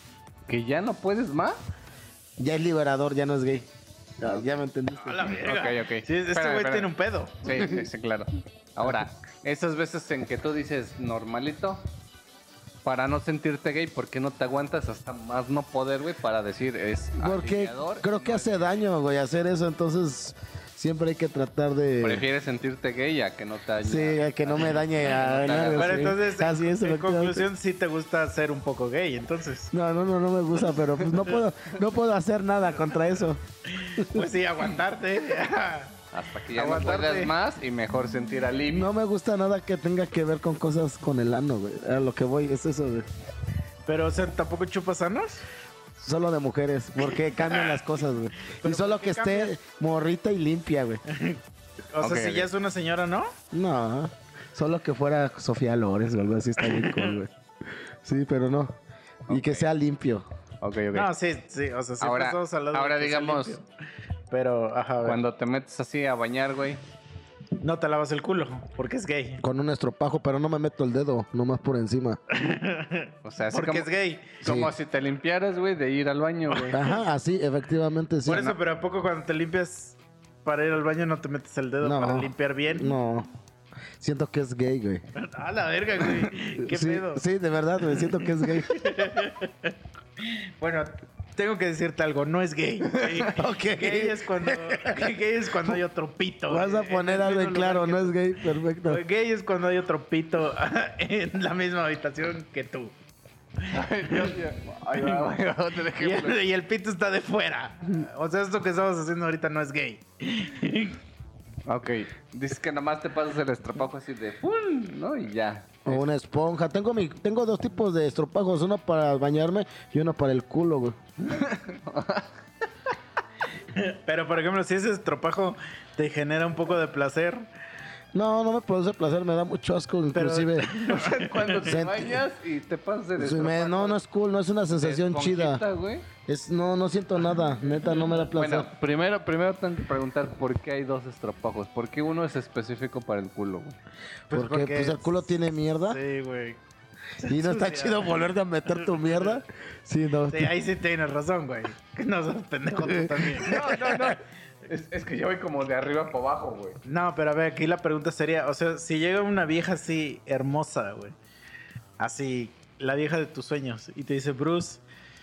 [SPEAKER 2] que ya no puedes más.
[SPEAKER 4] Ya es liberador, ya no es gay. Ya, ya me entendiste.
[SPEAKER 1] A la verga.
[SPEAKER 2] Ok, ok.
[SPEAKER 1] Sí, este
[SPEAKER 2] Espérame,
[SPEAKER 1] güey
[SPEAKER 2] espérame.
[SPEAKER 1] tiene un pedo.
[SPEAKER 2] Sí, sí, sí, claro. Ahora, esas veces en que tú dices normalito, para no sentirte gay, ¿por qué no te aguantas hasta más no poder, güey? Para decir es
[SPEAKER 4] Porque
[SPEAKER 2] aliviador,
[SPEAKER 4] creo que
[SPEAKER 2] no
[SPEAKER 4] hace daño, güey, hacer eso, entonces siempre hay que tratar
[SPEAKER 2] es-
[SPEAKER 4] de...
[SPEAKER 2] Prefieres sentirte gay a que no te haya.
[SPEAKER 4] Sí, a que no me dañe a...
[SPEAKER 2] No te hagas-
[SPEAKER 4] sí.
[SPEAKER 1] Pero entonces,
[SPEAKER 4] Así es,
[SPEAKER 1] en
[SPEAKER 4] efectivamente.
[SPEAKER 1] conclusión, sí te gusta ser un poco gay, entonces.
[SPEAKER 4] No, no, no, no me gusta, pero pues no puedo, no puedo hacer nada contra eso.
[SPEAKER 1] Pues sí, aguantarte.
[SPEAKER 2] Hasta que ya
[SPEAKER 1] Aguantarte.
[SPEAKER 2] no puedas más y mejor sentir alivio.
[SPEAKER 4] No me gusta nada que tenga que ver con cosas con el ano, güey. A lo que voy es eso, güey.
[SPEAKER 1] Pero, o sea, ¿tampoco chupas sanos?
[SPEAKER 4] Solo de mujeres, porque cambian las cosas, güey. Y
[SPEAKER 1] ¿Pero
[SPEAKER 4] solo
[SPEAKER 1] por
[SPEAKER 4] que
[SPEAKER 1] qué
[SPEAKER 4] esté
[SPEAKER 1] cambian?
[SPEAKER 4] morrita y limpia, güey.
[SPEAKER 1] O sea,
[SPEAKER 2] Ok,
[SPEAKER 1] si
[SPEAKER 2] ok.
[SPEAKER 1] ya es una señora, ¿no?
[SPEAKER 4] No, solo que fuera Sofía Lores o algo así está bien cool, güey. Sí, pero no. Y que
[SPEAKER 2] Ok.
[SPEAKER 4] sea limpio.
[SPEAKER 2] Ok, ok.
[SPEAKER 1] No, sí, sí. O sea, sí
[SPEAKER 2] Ahora-
[SPEAKER 1] pasamos al lado
[SPEAKER 2] ahora
[SPEAKER 1] de que sea
[SPEAKER 2] digamos-
[SPEAKER 1] limpio. Pero, ajá, a ver.
[SPEAKER 2] Cuando te metes así a bañar, güey.
[SPEAKER 1] no te lavas el culo, porque es gay.
[SPEAKER 4] Con un estropajo, pero no me meto el dedo, nomás por encima.
[SPEAKER 2] O sea, así
[SPEAKER 1] Porque
[SPEAKER 2] como,
[SPEAKER 1] es gay.
[SPEAKER 2] como si te limpiaras, güey, de ir al baño, güey.
[SPEAKER 4] Ajá, así, efectivamente, sí.
[SPEAKER 1] Por eso, pero ¿a poco cuando te limpias para ir al baño no te metes el dedo
[SPEAKER 4] No.
[SPEAKER 1] para limpiar bien?
[SPEAKER 4] No. Siento que es gay, güey.
[SPEAKER 1] A la verga, güey. ¿Qué
[SPEAKER 4] Eh, sí,
[SPEAKER 1] pedo?
[SPEAKER 4] sí, de verdad, güey. Siento que es gay.
[SPEAKER 1] Bueno, tengo que decirte algo, no es gay. ok. Gay es cuando, gay es cuando hay otro pito.
[SPEAKER 4] Vas a
[SPEAKER 1] el
[SPEAKER 4] poner algo en
[SPEAKER 1] mismo
[SPEAKER 4] claro, no
[SPEAKER 1] lugar
[SPEAKER 4] es
[SPEAKER 1] que
[SPEAKER 4] gay,
[SPEAKER 1] tú.
[SPEAKER 4] perfecto.
[SPEAKER 1] Gay es cuando hay otro pito en la misma habitación que tú.
[SPEAKER 2] Ahí va, ahí va, otro
[SPEAKER 1] Y
[SPEAKER 2] ejemplo.
[SPEAKER 1] el, y el pito está de fuera. O sea, esto que estamos haciendo ahorita no es gay.
[SPEAKER 2] Ok, dices que nomás te pasas el estropajo así de ¡pum! ¿no? Y ya.
[SPEAKER 4] O una esponja. Tengo mi, tengo dos tipos de estropajos, uno para bañarme y uno para el culo, güey.
[SPEAKER 1] Pero, por ejemplo, si ese estropajo te genera un poco de placer,
[SPEAKER 4] No, no me produce placer, me da mucho asco, inclusive.
[SPEAKER 2] O sea, cuando te
[SPEAKER 4] Sent-
[SPEAKER 2] bañas y te pasas el
[SPEAKER 4] Sí, me-
[SPEAKER 2] estropajo.
[SPEAKER 4] no, no es cool, no es una sensación
[SPEAKER 2] esponjita,
[SPEAKER 4] chida.
[SPEAKER 2] güey.
[SPEAKER 4] Es, no, no siento nada, neta, no me da placer.
[SPEAKER 2] Bueno, primero, primero tengo que preguntar por qué hay dos estropajos. ¿Por qué uno es específico para el culo, güey?
[SPEAKER 1] pues
[SPEAKER 4] porque,
[SPEAKER 1] porque
[SPEAKER 4] pues el culo tiene mierda
[SPEAKER 1] sí, güey.
[SPEAKER 4] y no está chido volverte a meter tu mierda. Sí, no.
[SPEAKER 1] Sí, ahí sí tienes razón, güey. No seas pendejo tú también.
[SPEAKER 2] No, no, no. Es, es que yo voy como de arriba para abajo, güey.
[SPEAKER 1] No, pero a ver, aquí la pregunta sería, o sea, si llega una vieja así hermosa, güey, así, la vieja de tus sueños, y te dice, Bruce,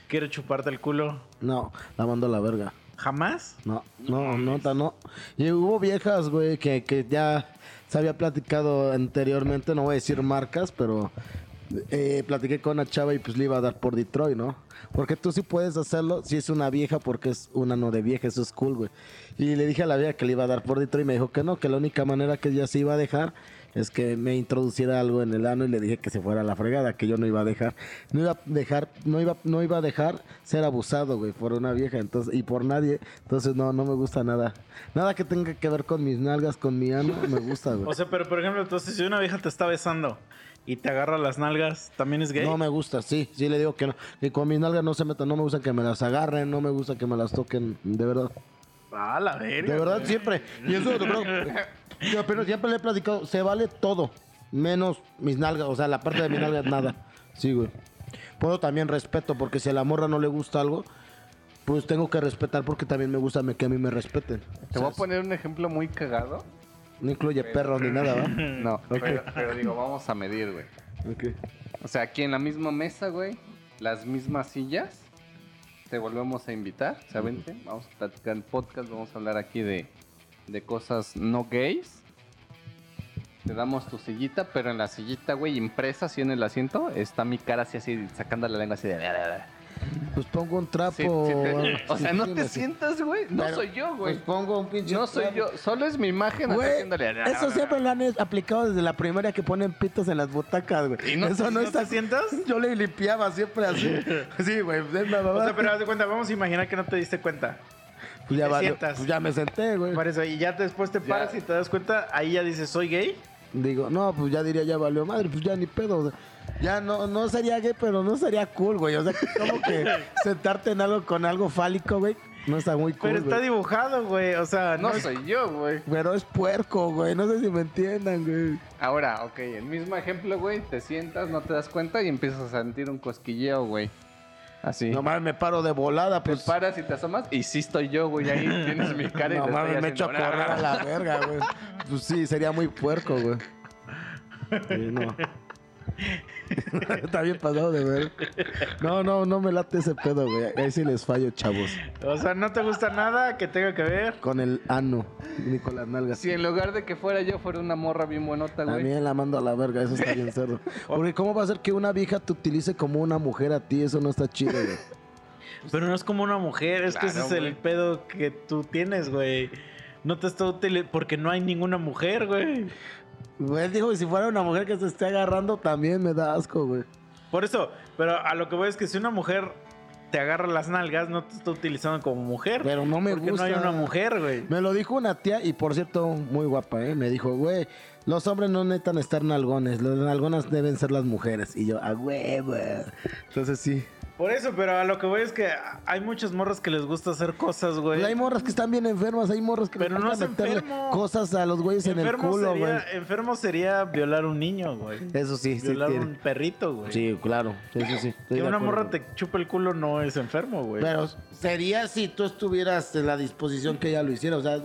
[SPEAKER 1] quiero chuparte el culo,
[SPEAKER 4] No, la mando a la verga.
[SPEAKER 7] ¿Jamás?
[SPEAKER 4] No, no, no, ta- no. Y hubo viejas, güey, que, que ya se había platicado anteriormente, no voy a decir marcas, pero eh, platiqué con una chava y pues le iba a dar por Detroit, ¿no? Porque tú sí puedes hacerlo si es una vieja, porque es una no de vieja, eso es cool, güey. Y le dije a la vieja que le iba a dar por Detroit y me dijo que no, que la única manera que ella se iba a dejar es que me introduciera algo en el ano y le dije que se fuera a la fregada, que yo no iba a dejar, no iba a dejar, no iba, no iba a dejar ser abusado, güey, por una vieja, entonces, y por nadie, entonces no, no me gusta nada. Nada que tenga que ver con mis nalgas, con mi ano, me gusta,
[SPEAKER 1] O
[SPEAKER 4] güey.
[SPEAKER 1] sea, pero por ejemplo, entonces si una vieja te está besando y te agarra las nalgas, ¿también es gay?
[SPEAKER 4] No me gusta, sí, sí le digo que no. Que con mis nalgas no se metan, no me gusta que me las agarren, no me gusta que me las toquen, de verdad.
[SPEAKER 1] Ah, la verga.
[SPEAKER 4] De verdad, siempre. Y eso, bro, yo, pero siempre le he platicado, se vale todo, menos mis nalgas, o sea, la parte de mis nalgas, nada. Sí, güey. Puedo también respeto, porque si a la morra no le gusta algo, pues tengo que respetar porque también me gusta me- que a mí me respeten.
[SPEAKER 2] Te voy a poner un ejemplo muy cagado.
[SPEAKER 4] No incluye perros ni nada, ¿va?
[SPEAKER 2] No, Mm. pero, pero digo, vamos a medir, güey. O sea, aquí en la misma mesa, güey, las mismas sillas. Te volvemos a invitar, o sea, vente, Vamos a platicar en podcast, vamos a hablar aquí de, de cosas no gays. Te damos tu sillita, pero en la sillita, güey, impresa así en el asiento, está mi cara así, así sacando la lengua así de...
[SPEAKER 4] Pues pongo un trapo.
[SPEAKER 2] Sí, sí te- o sea, no te
[SPEAKER 4] pues, sí.
[SPEAKER 2] sientas, güey. No
[SPEAKER 4] Pero,
[SPEAKER 2] soy yo,
[SPEAKER 4] Pues
[SPEAKER 2] güey.
[SPEAKER 4] pongo un pinche
[SPEAKER 2] No soy
[SPEAKER 4] trapo.
[SPEAKER 2] yo, solo es mi imagen acá
[SPEAKER 4] Güey,
[SPEAKER 2] haciéndole-
[SPEAKER 4] eso siempre lo han es- aplicado desde la primaria que ponen pitos en las butacas, güey.
[SPEAKER 2] Y no-
[SPEAKER 4] eso
[SPEAKER 1] ¿No
[SPEAKER 4] no, está
[SPEAKER 1] te sientas?
[SPEAKER 4] Yo le limpiaba siempre así. Sí, güey. es la
[SPEAKER 1] O
[SPEAKER 4] mamá.
[SPEAKER 1] sea, pero haz de cuenta, vamos a imaginar que no te diste cuenta.
[SPEAKER 4] Pues ya,
[SPEAKER 1] te
[SPEAKER 4] valió.
[SPEAKER 1] sientas.
[SPEAKER 4] Pues ya me senté, güey.
[SPEAKER 1] Por eso, y ya después te paras y te das cuenta, ahí ya dices, soy gay.
[SPEAKER 4] Digo, no, pues ya diría, ya valió madre, pues ya ni pedo. o sea, ya no, no sería gay, pero no sería cool, güey. O sea, como que sentarte en algo con algo fálico, güey, no está muy cool.
[SPEAKER 1] Pero está
[SPEAKER 4] güey.
[SPEAKER 1] dibujado, güey. O sea, no,
[SPEAKER 2] No soy yo, güey.
[SPEAKER 4] Pero es puerco, güey. No sé si me entiendan, güey.
[SPEAKER 2] Ahora, ok, el mismo ejemplo, güey, te sientas, no te das cuenta y empiezas a sentir un cosquilleo, güey. Así.
[SPEAKER 4] No mames, me paro de volada,
[SPEAKER 2] te
[SPEAKER 4] pues.
[SPEAKER 2] paras y te asomas y sí estoy yo, güey, ahí tienes mi cara y
[SPEAKER 4] No
[SPEAKER 2] te estoy
[SPEAKER 4] mames, me echo
[SPEAKER 2] haciendo "Ah".
[SPEAKER 4] a correr a la verga, güey. Pues sí, sería muy puerco, güey. Sí, no. Está bien pasado de ver. No, no, no me late ese pedo, güey. Ahí sí les fallo, chavos.
[SPEAKER 1] o sea, no te gusta nada que tenga que ver.
[SPEAKER 4] Con el ano, ni con las nalgas.
[SPEAKER 2] Si en lugar de que fuera yo, fuera una morra bien
[SPEAKER 4] Ah,
[SPEAKER 2] buenota, güey.
[SPEAKER 4] También la mando a la verga, eso está bien cerdo. Porque ¿cómo va a ser que una vieja te utilice como una mujer a ti? Eso no está chido, güey.
[SPEAKER 1] Pero no es como una mujer, es que ese
[SPEAKER 2] Claro,
[SPEAKER 1] es el
[SPEAKER 2] güey.
[SPEAKER 1] pedo que tú tienes, güey. No te está útil porque no hay ninguna mujer, güey.
[SPEAKER 4] Güey, dijo, y si fuera una mujer que se esté agarrando, también me da asco, güey.
[SPEAKER 1] Por eso, pero a lo que voy es que si una mujer te agarra las nalgas, no te está utilizando como mujer.
[SPEAKER 4] Pero no me
[SPEAKER 1] porque
[SPEAKER 4] gusta.
[SPEAKER 1] no hay una mujer, güey.
[SPEAKER 4] Me lo dijo una tía y por cierto, muy guapa, ¿eh? Me dijo, güey, los hombres no necesitan estar nalgones, las nalgonas deben ser las mujeres. Y yo, ah, güey, güey. Entonces sí.
[SPEAKER 1] Por eso, pero a lo que voy es que hay muchas morras que les gusta hacer cosas, güey.
[SPEAKER 4] Pues, Hay morras que están bien enfermas, hay morras que
[SPEAKER 1] Pues, Pero
[SPEAKER 4] les
[SPEAKER 1] no
[SPEAKER 4] gusta
[SPEAKER 1] es enfermo.
[SPEAKER 4] cosas a los güeyes en el
[SPEAKER 1] Enfermo
[SPEAKER 4] culo, güey.
[SPEAKER 1] sería, enfermo sería violar un niño, güey.
[SPEAKER 4] Eso sí, sí
[SPEAKER 1] violar
[SPEAKER 4] tiene.
[SPEAKER 1] un perrito, güey.
[SPEAKER 4] Sí, claro. Eso sí. estoy
[SPEAKER 1] que
[SPEAKER 4] de
[SPEAKER 1] una
[SPEAKER 4] acuerdo.
[SPEAKER 1] morra te chupa el culo no es enfermo, güey.
[SPEAKER 4] Pero sería si tú estuvieras en la disposición que ella lo hiciera, o sea,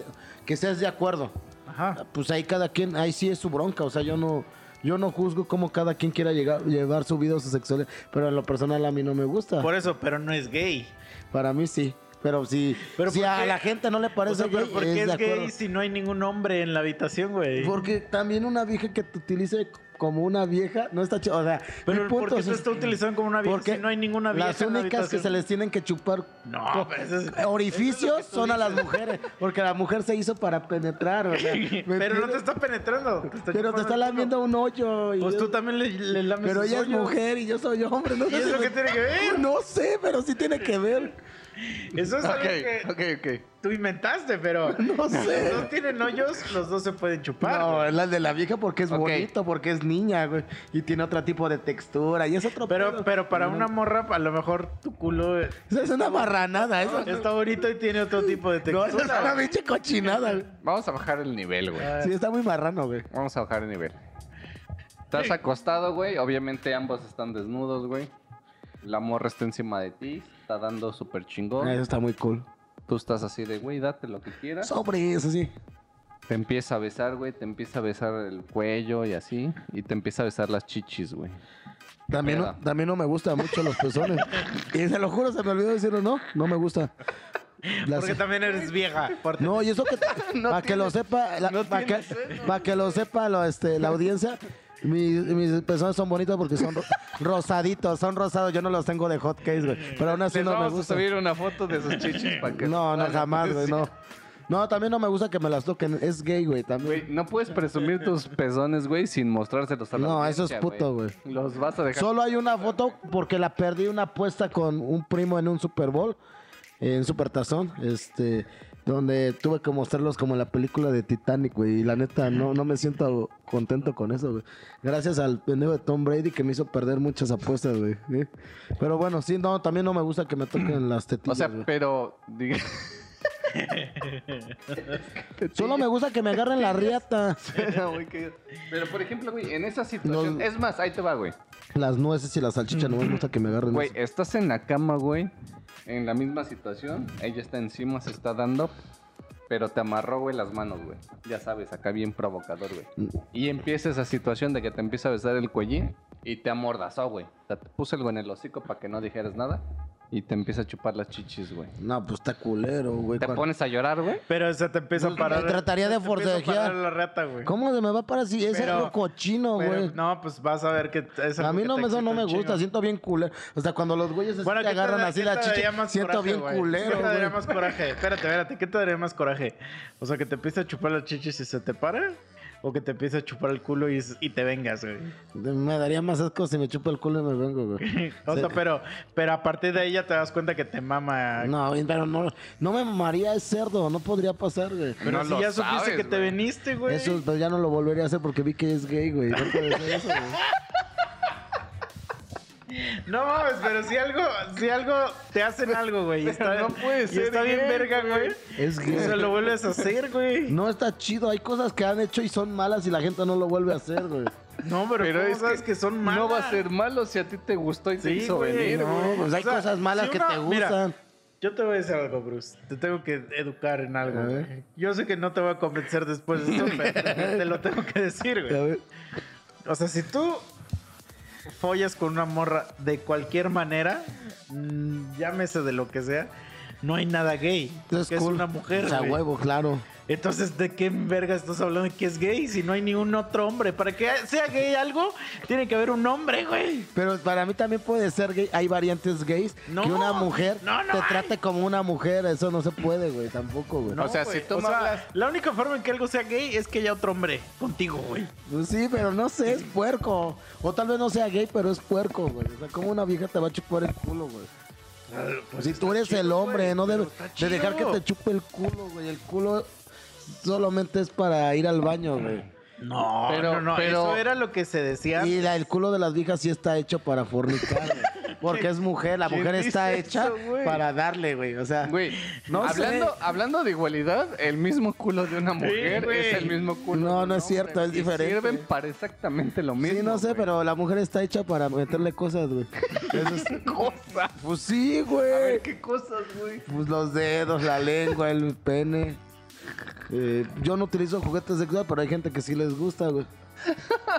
[SPEAKER 4] que seas de acuerdo.
[SPEAKER 1] Ajá.
[SPEAKER 4] Pues ahí cada quien, ahí sí es su bronca, o sea, yo no yo no juzgo cómo cada quien quiera llegar, llevar su vida o su sexualidad, pero en lo personal a mí no me gusta.
[SPEAKER 1] Por eso, pero no es gay.
[SPEAKER 4] Para mí sí, pero si,
[SPEAKER 1] Pero
[SPEAKER 4] si
[SPEAKER 1] ¿por
[SPEAKER 4] a
[SPEAKER 1] qué?
[SPEAKER 4] la gente no le
[SPEAKER 1] O
[SPEAKER 4] parece
[SPEAKER 1] sea, pero
[SPEAKER 4] gay,
[SPEAKER 1] ¿por qué
[SPEAKER 4] es
[SPEAKER 1] es,
[SPEAKER 4] de acuerdo.
[SPEAKER 1] gay si no hay ningún hombre en la habitación, güey?
[SPEAKER 4] Porque también una vieja que te utilice como una vieja no está chido, o sea,
[SPEAKER 1] Pero
[SPEAKER 4] mi
[SPEAKER 1] ¿por
[SPEAKER 4] punto
[SPEAKER 1] qué
[SPEAKER 4] es-
[SPEAKER 1] se está utilizando como una vieja
[SPEAKER 4] porque
[SPEAKER 1] si no hay ninguna vieja
[SPEAKER 4] Las
[SPEAKER 1] en la
[SPEAKER 4] únicas que
[SPEAKER 1] habitación?
[SPEAKER 4] se les tienen que chupar
[SPEAKER 1] No, pero eso es-
[SPEAKER 4] orificios son a las mujeres, porque la mujer se hizo para penetrar, o sea, ¿me
[SPEAKER 1] Pero no
[SPEAKER 4] entiendes?
[SPEAKER 1] te está penetrando. te está
[SPEAKER 4] Pero
[SPEAKER 1] chupando
[SPEAKER 4] te está
[SPEAKER 1] el culo.
[SPEAKER 4] lamiendo un hoyo. y
[SPEAKER 1] Pues
[SPEAKER 4] yo-
[SPEAKER 1] tú también le, le lames
[SPEAKER 4] pero
[SPEAKER 1] sus
[SPEAKER 4] ella es
[SPEAKER 1] hoyos.
[SPEAKER 4] mujer y yo soy hombre. No
[SPEAKER 1] ¿Y
[SPEAKER 4] sé si
[SPEAKER 1] eso
[SPEAKER 4] me-
[SPEAKER 1] qué tiene que ver?
[SPEAKER 4] No sé, pero sí tiene que ver.
[SPEAKER 1] Eso es algo que
[SPEAKER 2] Ok, ok, ok.
[SPEAKER 1] tú inventaste, pero...
[SPEAKER 4] No sé.
[SPEAKER 1] Los dos tienen hoyos, los dos se pueden chupar.
[SPEAKER 4] No,
[SPEAKER 1] güey.
[SPEAKER 4] es la de la vieja porque es
[SPEAKER 2] Ok.
[SPEAKER 4] bonito, porque es niña, güey. Y tiene otro tipo de textura y es otro
[SPEAKER 1] Pero,
[SPEAKER 4] pedo.
[SPEAKER 1] pero para una morra, a lo mejor tu culo eh,
[SPEAKER 4] Esa es una barranada. Eso,
[SPEAKER 1] está bonito y tiene otro tipo de
[SPEAKER 4] no, esa es
[SPEAKER 1] textura.
[SPEAKER 4] una pinche cochinada, güey.
[SPEAKER 2] Vamos a bajar el nivel, güey.
[SPEAKER 4] Sí, está muy marrano, güey.
[SPEAKER 2] Vamos a bajar el nivel. Estás acostado, güey. Obviamente ambos están desnudos, güey. La morra está encima de ti, está dando súper
[SPEAKER 4] Ah, Eso
[SPEAKER 2] chingón.
[SPEAKER 4] está muy cool.
[SPEAKER 2] Tú estás así de, güey, date lo que quieras.
[SPEAKER 4] Sobre eso, sí.
[SPEAKER 2] Te empieza a besar, güey, te empieza a besar el cuello y así. Y te empieza a besar las chichis, güey.
[SPEAKER 4] También no,
[SPEAKER 2] Peda.
[SPEAKER 4] también no me gustan mucho los pezones. y se lo juro, se me olvidó decirlo, no, no me gusta. Las-
[SPEAKER 1] Porque también eres vieja. Por
[SPEAKER 4] No, y eso que para que lo sepa, la-
[SPEAKER 2] no
[SPEAKER 4] para que,
[SPEAKER 2] tienes eso.
[SPEAKER 4] para que lo sepa lo, este, la audiencia, mis, mis pezones son bonitos porque son ro- rosaditos, son rosados. Yo no los tengo de hot case, güey. Pero aún así
[SPEAKER 2] Les
[SPEAKER 4] Ah, no me
[SPEAKER 2] vamos a
[SPEAKER 4] gusta.
[SPEAKER 2] subir una foto de sus chichis para que
[SPEAKER 4] No, no
[SPEAKER 2] Vale,
[SPEAKER 4] jamás,
[SPEAKER 2] pues,
[SPEAKER 4] güey,
[SPEAKER 2] sí.
[SPEAKER 4] no. No, también no me gusta que me las toquen. Es gay, güey, también.
[SPEAKER 2] Güey, no puedes presumir tus pezones, güey, sin mostrárselos a la
[SPEAKER 4] No, eso es
[SPEAKER 2] audiencia,
[SPEAKER 4] puto, güey.
[SPEAKER 2] Los vas a dejar.
[SPEAKER 4] Solo hay una foto porque la perdí una apuesta con un primo en un Super Bowl, en Super Tazón, este, donde tuve que mostrarlos como en la película de Titanic, güey. Y la neta, no, no me siento contento con eso, güey. Gracias al pendejo de Tom Brady que me hizo perder muchas apuestas, güey. ¿eh? Pero bueno, sí, no, también no me gusta que me toquen las
[SPEAKER 2] O
[SPEAKER 4] tetillas,
[SPEAKER 2] sea,
[SPEAKER 4] güey.
[SPEAKER 2] pero diga-
[SPEAKER 4] Solo me gusta que me agarren la riata.
[SPEAKER 2] Era muy que- Pero por ejemplo, güey, en esa situación,
[SPEAKER 4] No.
[SPEAKER 2] es más, ahí te va, güey.
[SPEAKER 4] Las nueces y la salchicha no me gusta que me agarren
[SPEAKER 2] Güey,
[SPEAKER 4] eso.
[SPEAKER 2] estás en la cama, güey, en la misma situación, ella está encima, se está dando, pero te amarró, güey, las manos, güey. Ya sabes, acá bien provocador, güey.
[SPEAKER 1] Mm.
[SPEAKER 2] Y empieza esa situación de que te empieza a besar el cuellín y te amordazó, güey. O sea, te puso algo en el hocico para que no dijeras nada y te empieza a chupar las chichis, güey.
[SPEAKER 4] No, pues está culero, güey.
[SPEAKER 2] Te
[SPEAKER 4] Cuando-
[SPEAKER 2] pones a llorar, güey.
[SPEAKER 1] Pero se te empieza a parar.
[SPEAKER 4] trataría de
[SPEAKER 1] se te empieza a
[SPEAKER 4] forcejear.
[SPEAKER 1] parar la rata, güey.
[SPEAKER 4] ¿Cómo se me va para así? Ese es
[SPEAKER 1] Pero-
[SPEAKER 4] algo cochino,
[SPEAKER 1] Pero,
[SPEAKER 4] güey.
[SPEAKER 1] no, pues vas a ver que es
[SPEAKER 4] A
[SPEAKER 1] algo
[SPEAKER 4] mí
[SPEAKER 1] que
[SPEAKER 4] no
[SPEAKER 1] te
[SPEAKER 4] me, eso
[SPEAKER 1] excita
[SPEAKER 4] no
[SPEAKER 1] un
[SPEAKER 4] me gusta,
[SPEAKER 1] chingo.
[SPEAKER 4] siento bien culero. O sea, cuando los güeyes así
[SPEAKER 1] Bueno,
[SPEAKER 4] te
[SPEAKER 1] ¿qué te
[SPEAKER 4] agarran
[SPEAKER 1] da-
[SPEAKER 4] así
[SPEAKER 1] qué
[SPEAKER 4] la
[SPEAKER 1] te daría
[SPEAKER 4] chicha,
[SPEAKER 1] más
[SPEAKER 4] siento
[SPEAKER 1] coraje,
[SPEAKER 4] bien
[SPEAKER 1] güey?
[SPEAKER 4] culero,
[SPEAKER 1] ¿Qué te daría
[SPEAKER 4] güey.
[SPEAKER 1] más coraje? Espérate, espérate, ¿qué te daría más coraje? O sea, que te empiece a chupar las chichis y se te para. O que te empiece a chupar el culo y, y te vengas, güey.
[SPEAKER 4] Me daría más asco si me chupa el culo y me vengo, güey.
[SPEAKER 1] O
[SPEAKER 4] Sí.
[SPEAKER 1] sea, pero, pero a partir de ahí ya te das cuenta que te mama.
[SPEAKER 4] No, güey, pero no, no me mamaría el cerdo, no podría pasar, güey.
[SPEAKER 1] pero
[SPEAKER 2] no
[SPEAKER 1] si
[SPEAKER 2] lo
[SPEAKER 1] ya supiste
[SPEAKER 2] sabes,
[SPEAKER 1] que te
[SPEAKER 2] güey.
[SPEAKER 1] veniste, güey.
[SPEAKER 4] Eso pues, ya no lo volvería a hacer porque vi que es gay, güey. No puede ser eso, güey.
[SPEAKER 1] No mames, pero si algo, si algo te hacen algo, güey. y Está,
[SPEAKER 2] no puede
[SPEAKER 1] y
[SPEAKER 2] ser
[SPEAKER 1] está bien
[SPEAKER 2] gay,
[SPEAKER 1] verga, güey.
[SPEAKER 4] Es
[SPEAKER 1] Y se
[SPEAKER 4] gay.
[SPEAKER 1] lo vuelves a hacer, güey.
[SPEAKER 4] No está chido, hay cosas que han hecho y son malas y la gente no lo vuelve a hacer, güey.
[SPEAKER 1] No, pero,
[SPEAKER 2] Pero
[SPEAKER 1] ¿cómo
[SPEAKER 2] es
[SPEAKER 1] sabes
[SPEAKER 2] que
[SPEAKER 1] que, son malas.
[SPEAKER 2] No va a ser malo si a ti te gustó y te
[SPEAKER 1] Sí,
[SPEAKER 2] hizo
[SPEAKER 1] güey,
[SPEAKER 2] venir,
[SPEAKER 1] no.
[SPEAKER 2] güey.
[SPEAKER 4] No, pues hay
[SPEAKER 1] O sea,
[SPEAKER 4] cosas malas
[SPEAKER 1] si
[SPEAKER 4] que
[SPEAKER 1] una-
[SPEAKER 4] te
[SPEAKER 1] mira,
[SPEAKER 4] gustan.
[SPEAKER 1] Yo te voy a decir algo, Bruce. Te tengo que educar en algo.
[SPEAKER 4] A ver.
[SPEAKER 1] güey. Yo sé que no te voy a convencer después de esto, pero te lo tengo que decir,
[SPEAKER 4] A
[SPEAKER 1] güey.
[SPEAKER 4] ver,
[SPEAKER 1] O sea, si tú follas con una morra de cualquier manera, mm, llámese de lo que sea, no hay nada gay.
[SPEAKER 4] entonces,
[SPEAKER 1] que es
[SPEAKER 4] cool.
[SPEAKER 1] una mujer.
[SPEAKER 4] O sea,
[SPEAKER 1] güey.
[SPEAKER 4] huevo, claro.
[SPEAKER 1] Entonces, ¿de qué verga estás hablando de que es gay si no hay ni un otro hombre? Para que sea gay algo, tiene que haber un hombre, güey.
[SPEAKER 4] Pero para mí también puede ser gay. Hay variantes gays
[SPEAKER 1] No,
[SPEAKER 4] que una mujer
[SPEAKER 1] no, no
[SPEAKER 4] te
[SPEAKER 1] hay.
[SPEAKER 4] trate como una mujer. Eso no se puede, güey. Tampoco, güey.
[SPEAKER 1] No,
[SPEAKER 2] sea,
[SPEAKER 1] güey.
[SPEAKER 2] si tú
[SPEAKER 1] O
[SPEAKER 2] me
[SPEAKER 1] sea,
[SPEAKER 2] hablas-
[SPEAKER 1] La única forma en que algo sea gay es que haya otro hombre contigo, güey.
[SPEAKER 4] Pues sí, pero no sé, es puerco. O tal vez no sea gay, pero es puerco, güey. O sea, como una vieja te va a chupar el culo, güey. Pues si tú eres el hombre,
[SPEAKER 1] güey,
[SPEAKER 4] no
[SPEAKER 1] pero
[SPEAKER 4] debes
[SPEAKER 1] está
[SPEAKER 4] de
[SPEAKER 1] chido.
[SPEAKER 4] dejar que te chupe el culo, güey. El culo solamente es para ir al baño, güey.
[SPEAKER 1] No,
[SPEAKER 2] Pero-
[SPEAKER 1] no, no.
[SPEAKER 2] pero-
[SPEAKER 1] Eso era lo que se decía.
[SPEAKER 4] Y la- el culo de las viejas sí está hecho para fornicar, güey. Porque es mujer, la
[SPEAKER 1] ¿Quién
[SPEAKER 4] mujer
[SPEAKER 1] dice
[SPEAKER 4] está
[SPEAKER 1] eso,
[SPEAKER 4] hecha
[SPEAKER 1] güey?
[SPEAKER 4] para darle, güey. O sea,
[SPEAKER 2] Güey,
[SPEAKER 4] No sé.
[SPEAKER 2] hablando, hablando de igualdad, el mismo culo de una mujer
[SPEAKER 1] güey.
[SPEAKER 2] es el mismo culo.
[SPEAKER 4] No,
[SPEAKER 2] de un
[SPEAKER 4] no es cierto,
[SPEAKER 2] hombre,
[SPEAKER 4] es
[SPEAKER 2] y
[SPEAKER 4] diferente.
[SPEAKER 2] Sirven para exactamente lo mismo.
[SPEAKER 4] Sí, no sé,
[SPEAKER 2] güey.
[SPEAKER 4] pero la mujer está hecha para meterle cosas, güey. Eso es-
[SPEAKER 2] Cosa.
[SPEAKER 4] Pues sí,
[SPEAKER 2] A ver
[SPEAKER 4] güey.
[SPEAKER 2] qué cosas, güey.
[SPEAKER 4] Pues los dedos, la lengua, el pene. Eh, yo no utilizo juguetes sexuales, pero hay gente que sí les gusta, güey.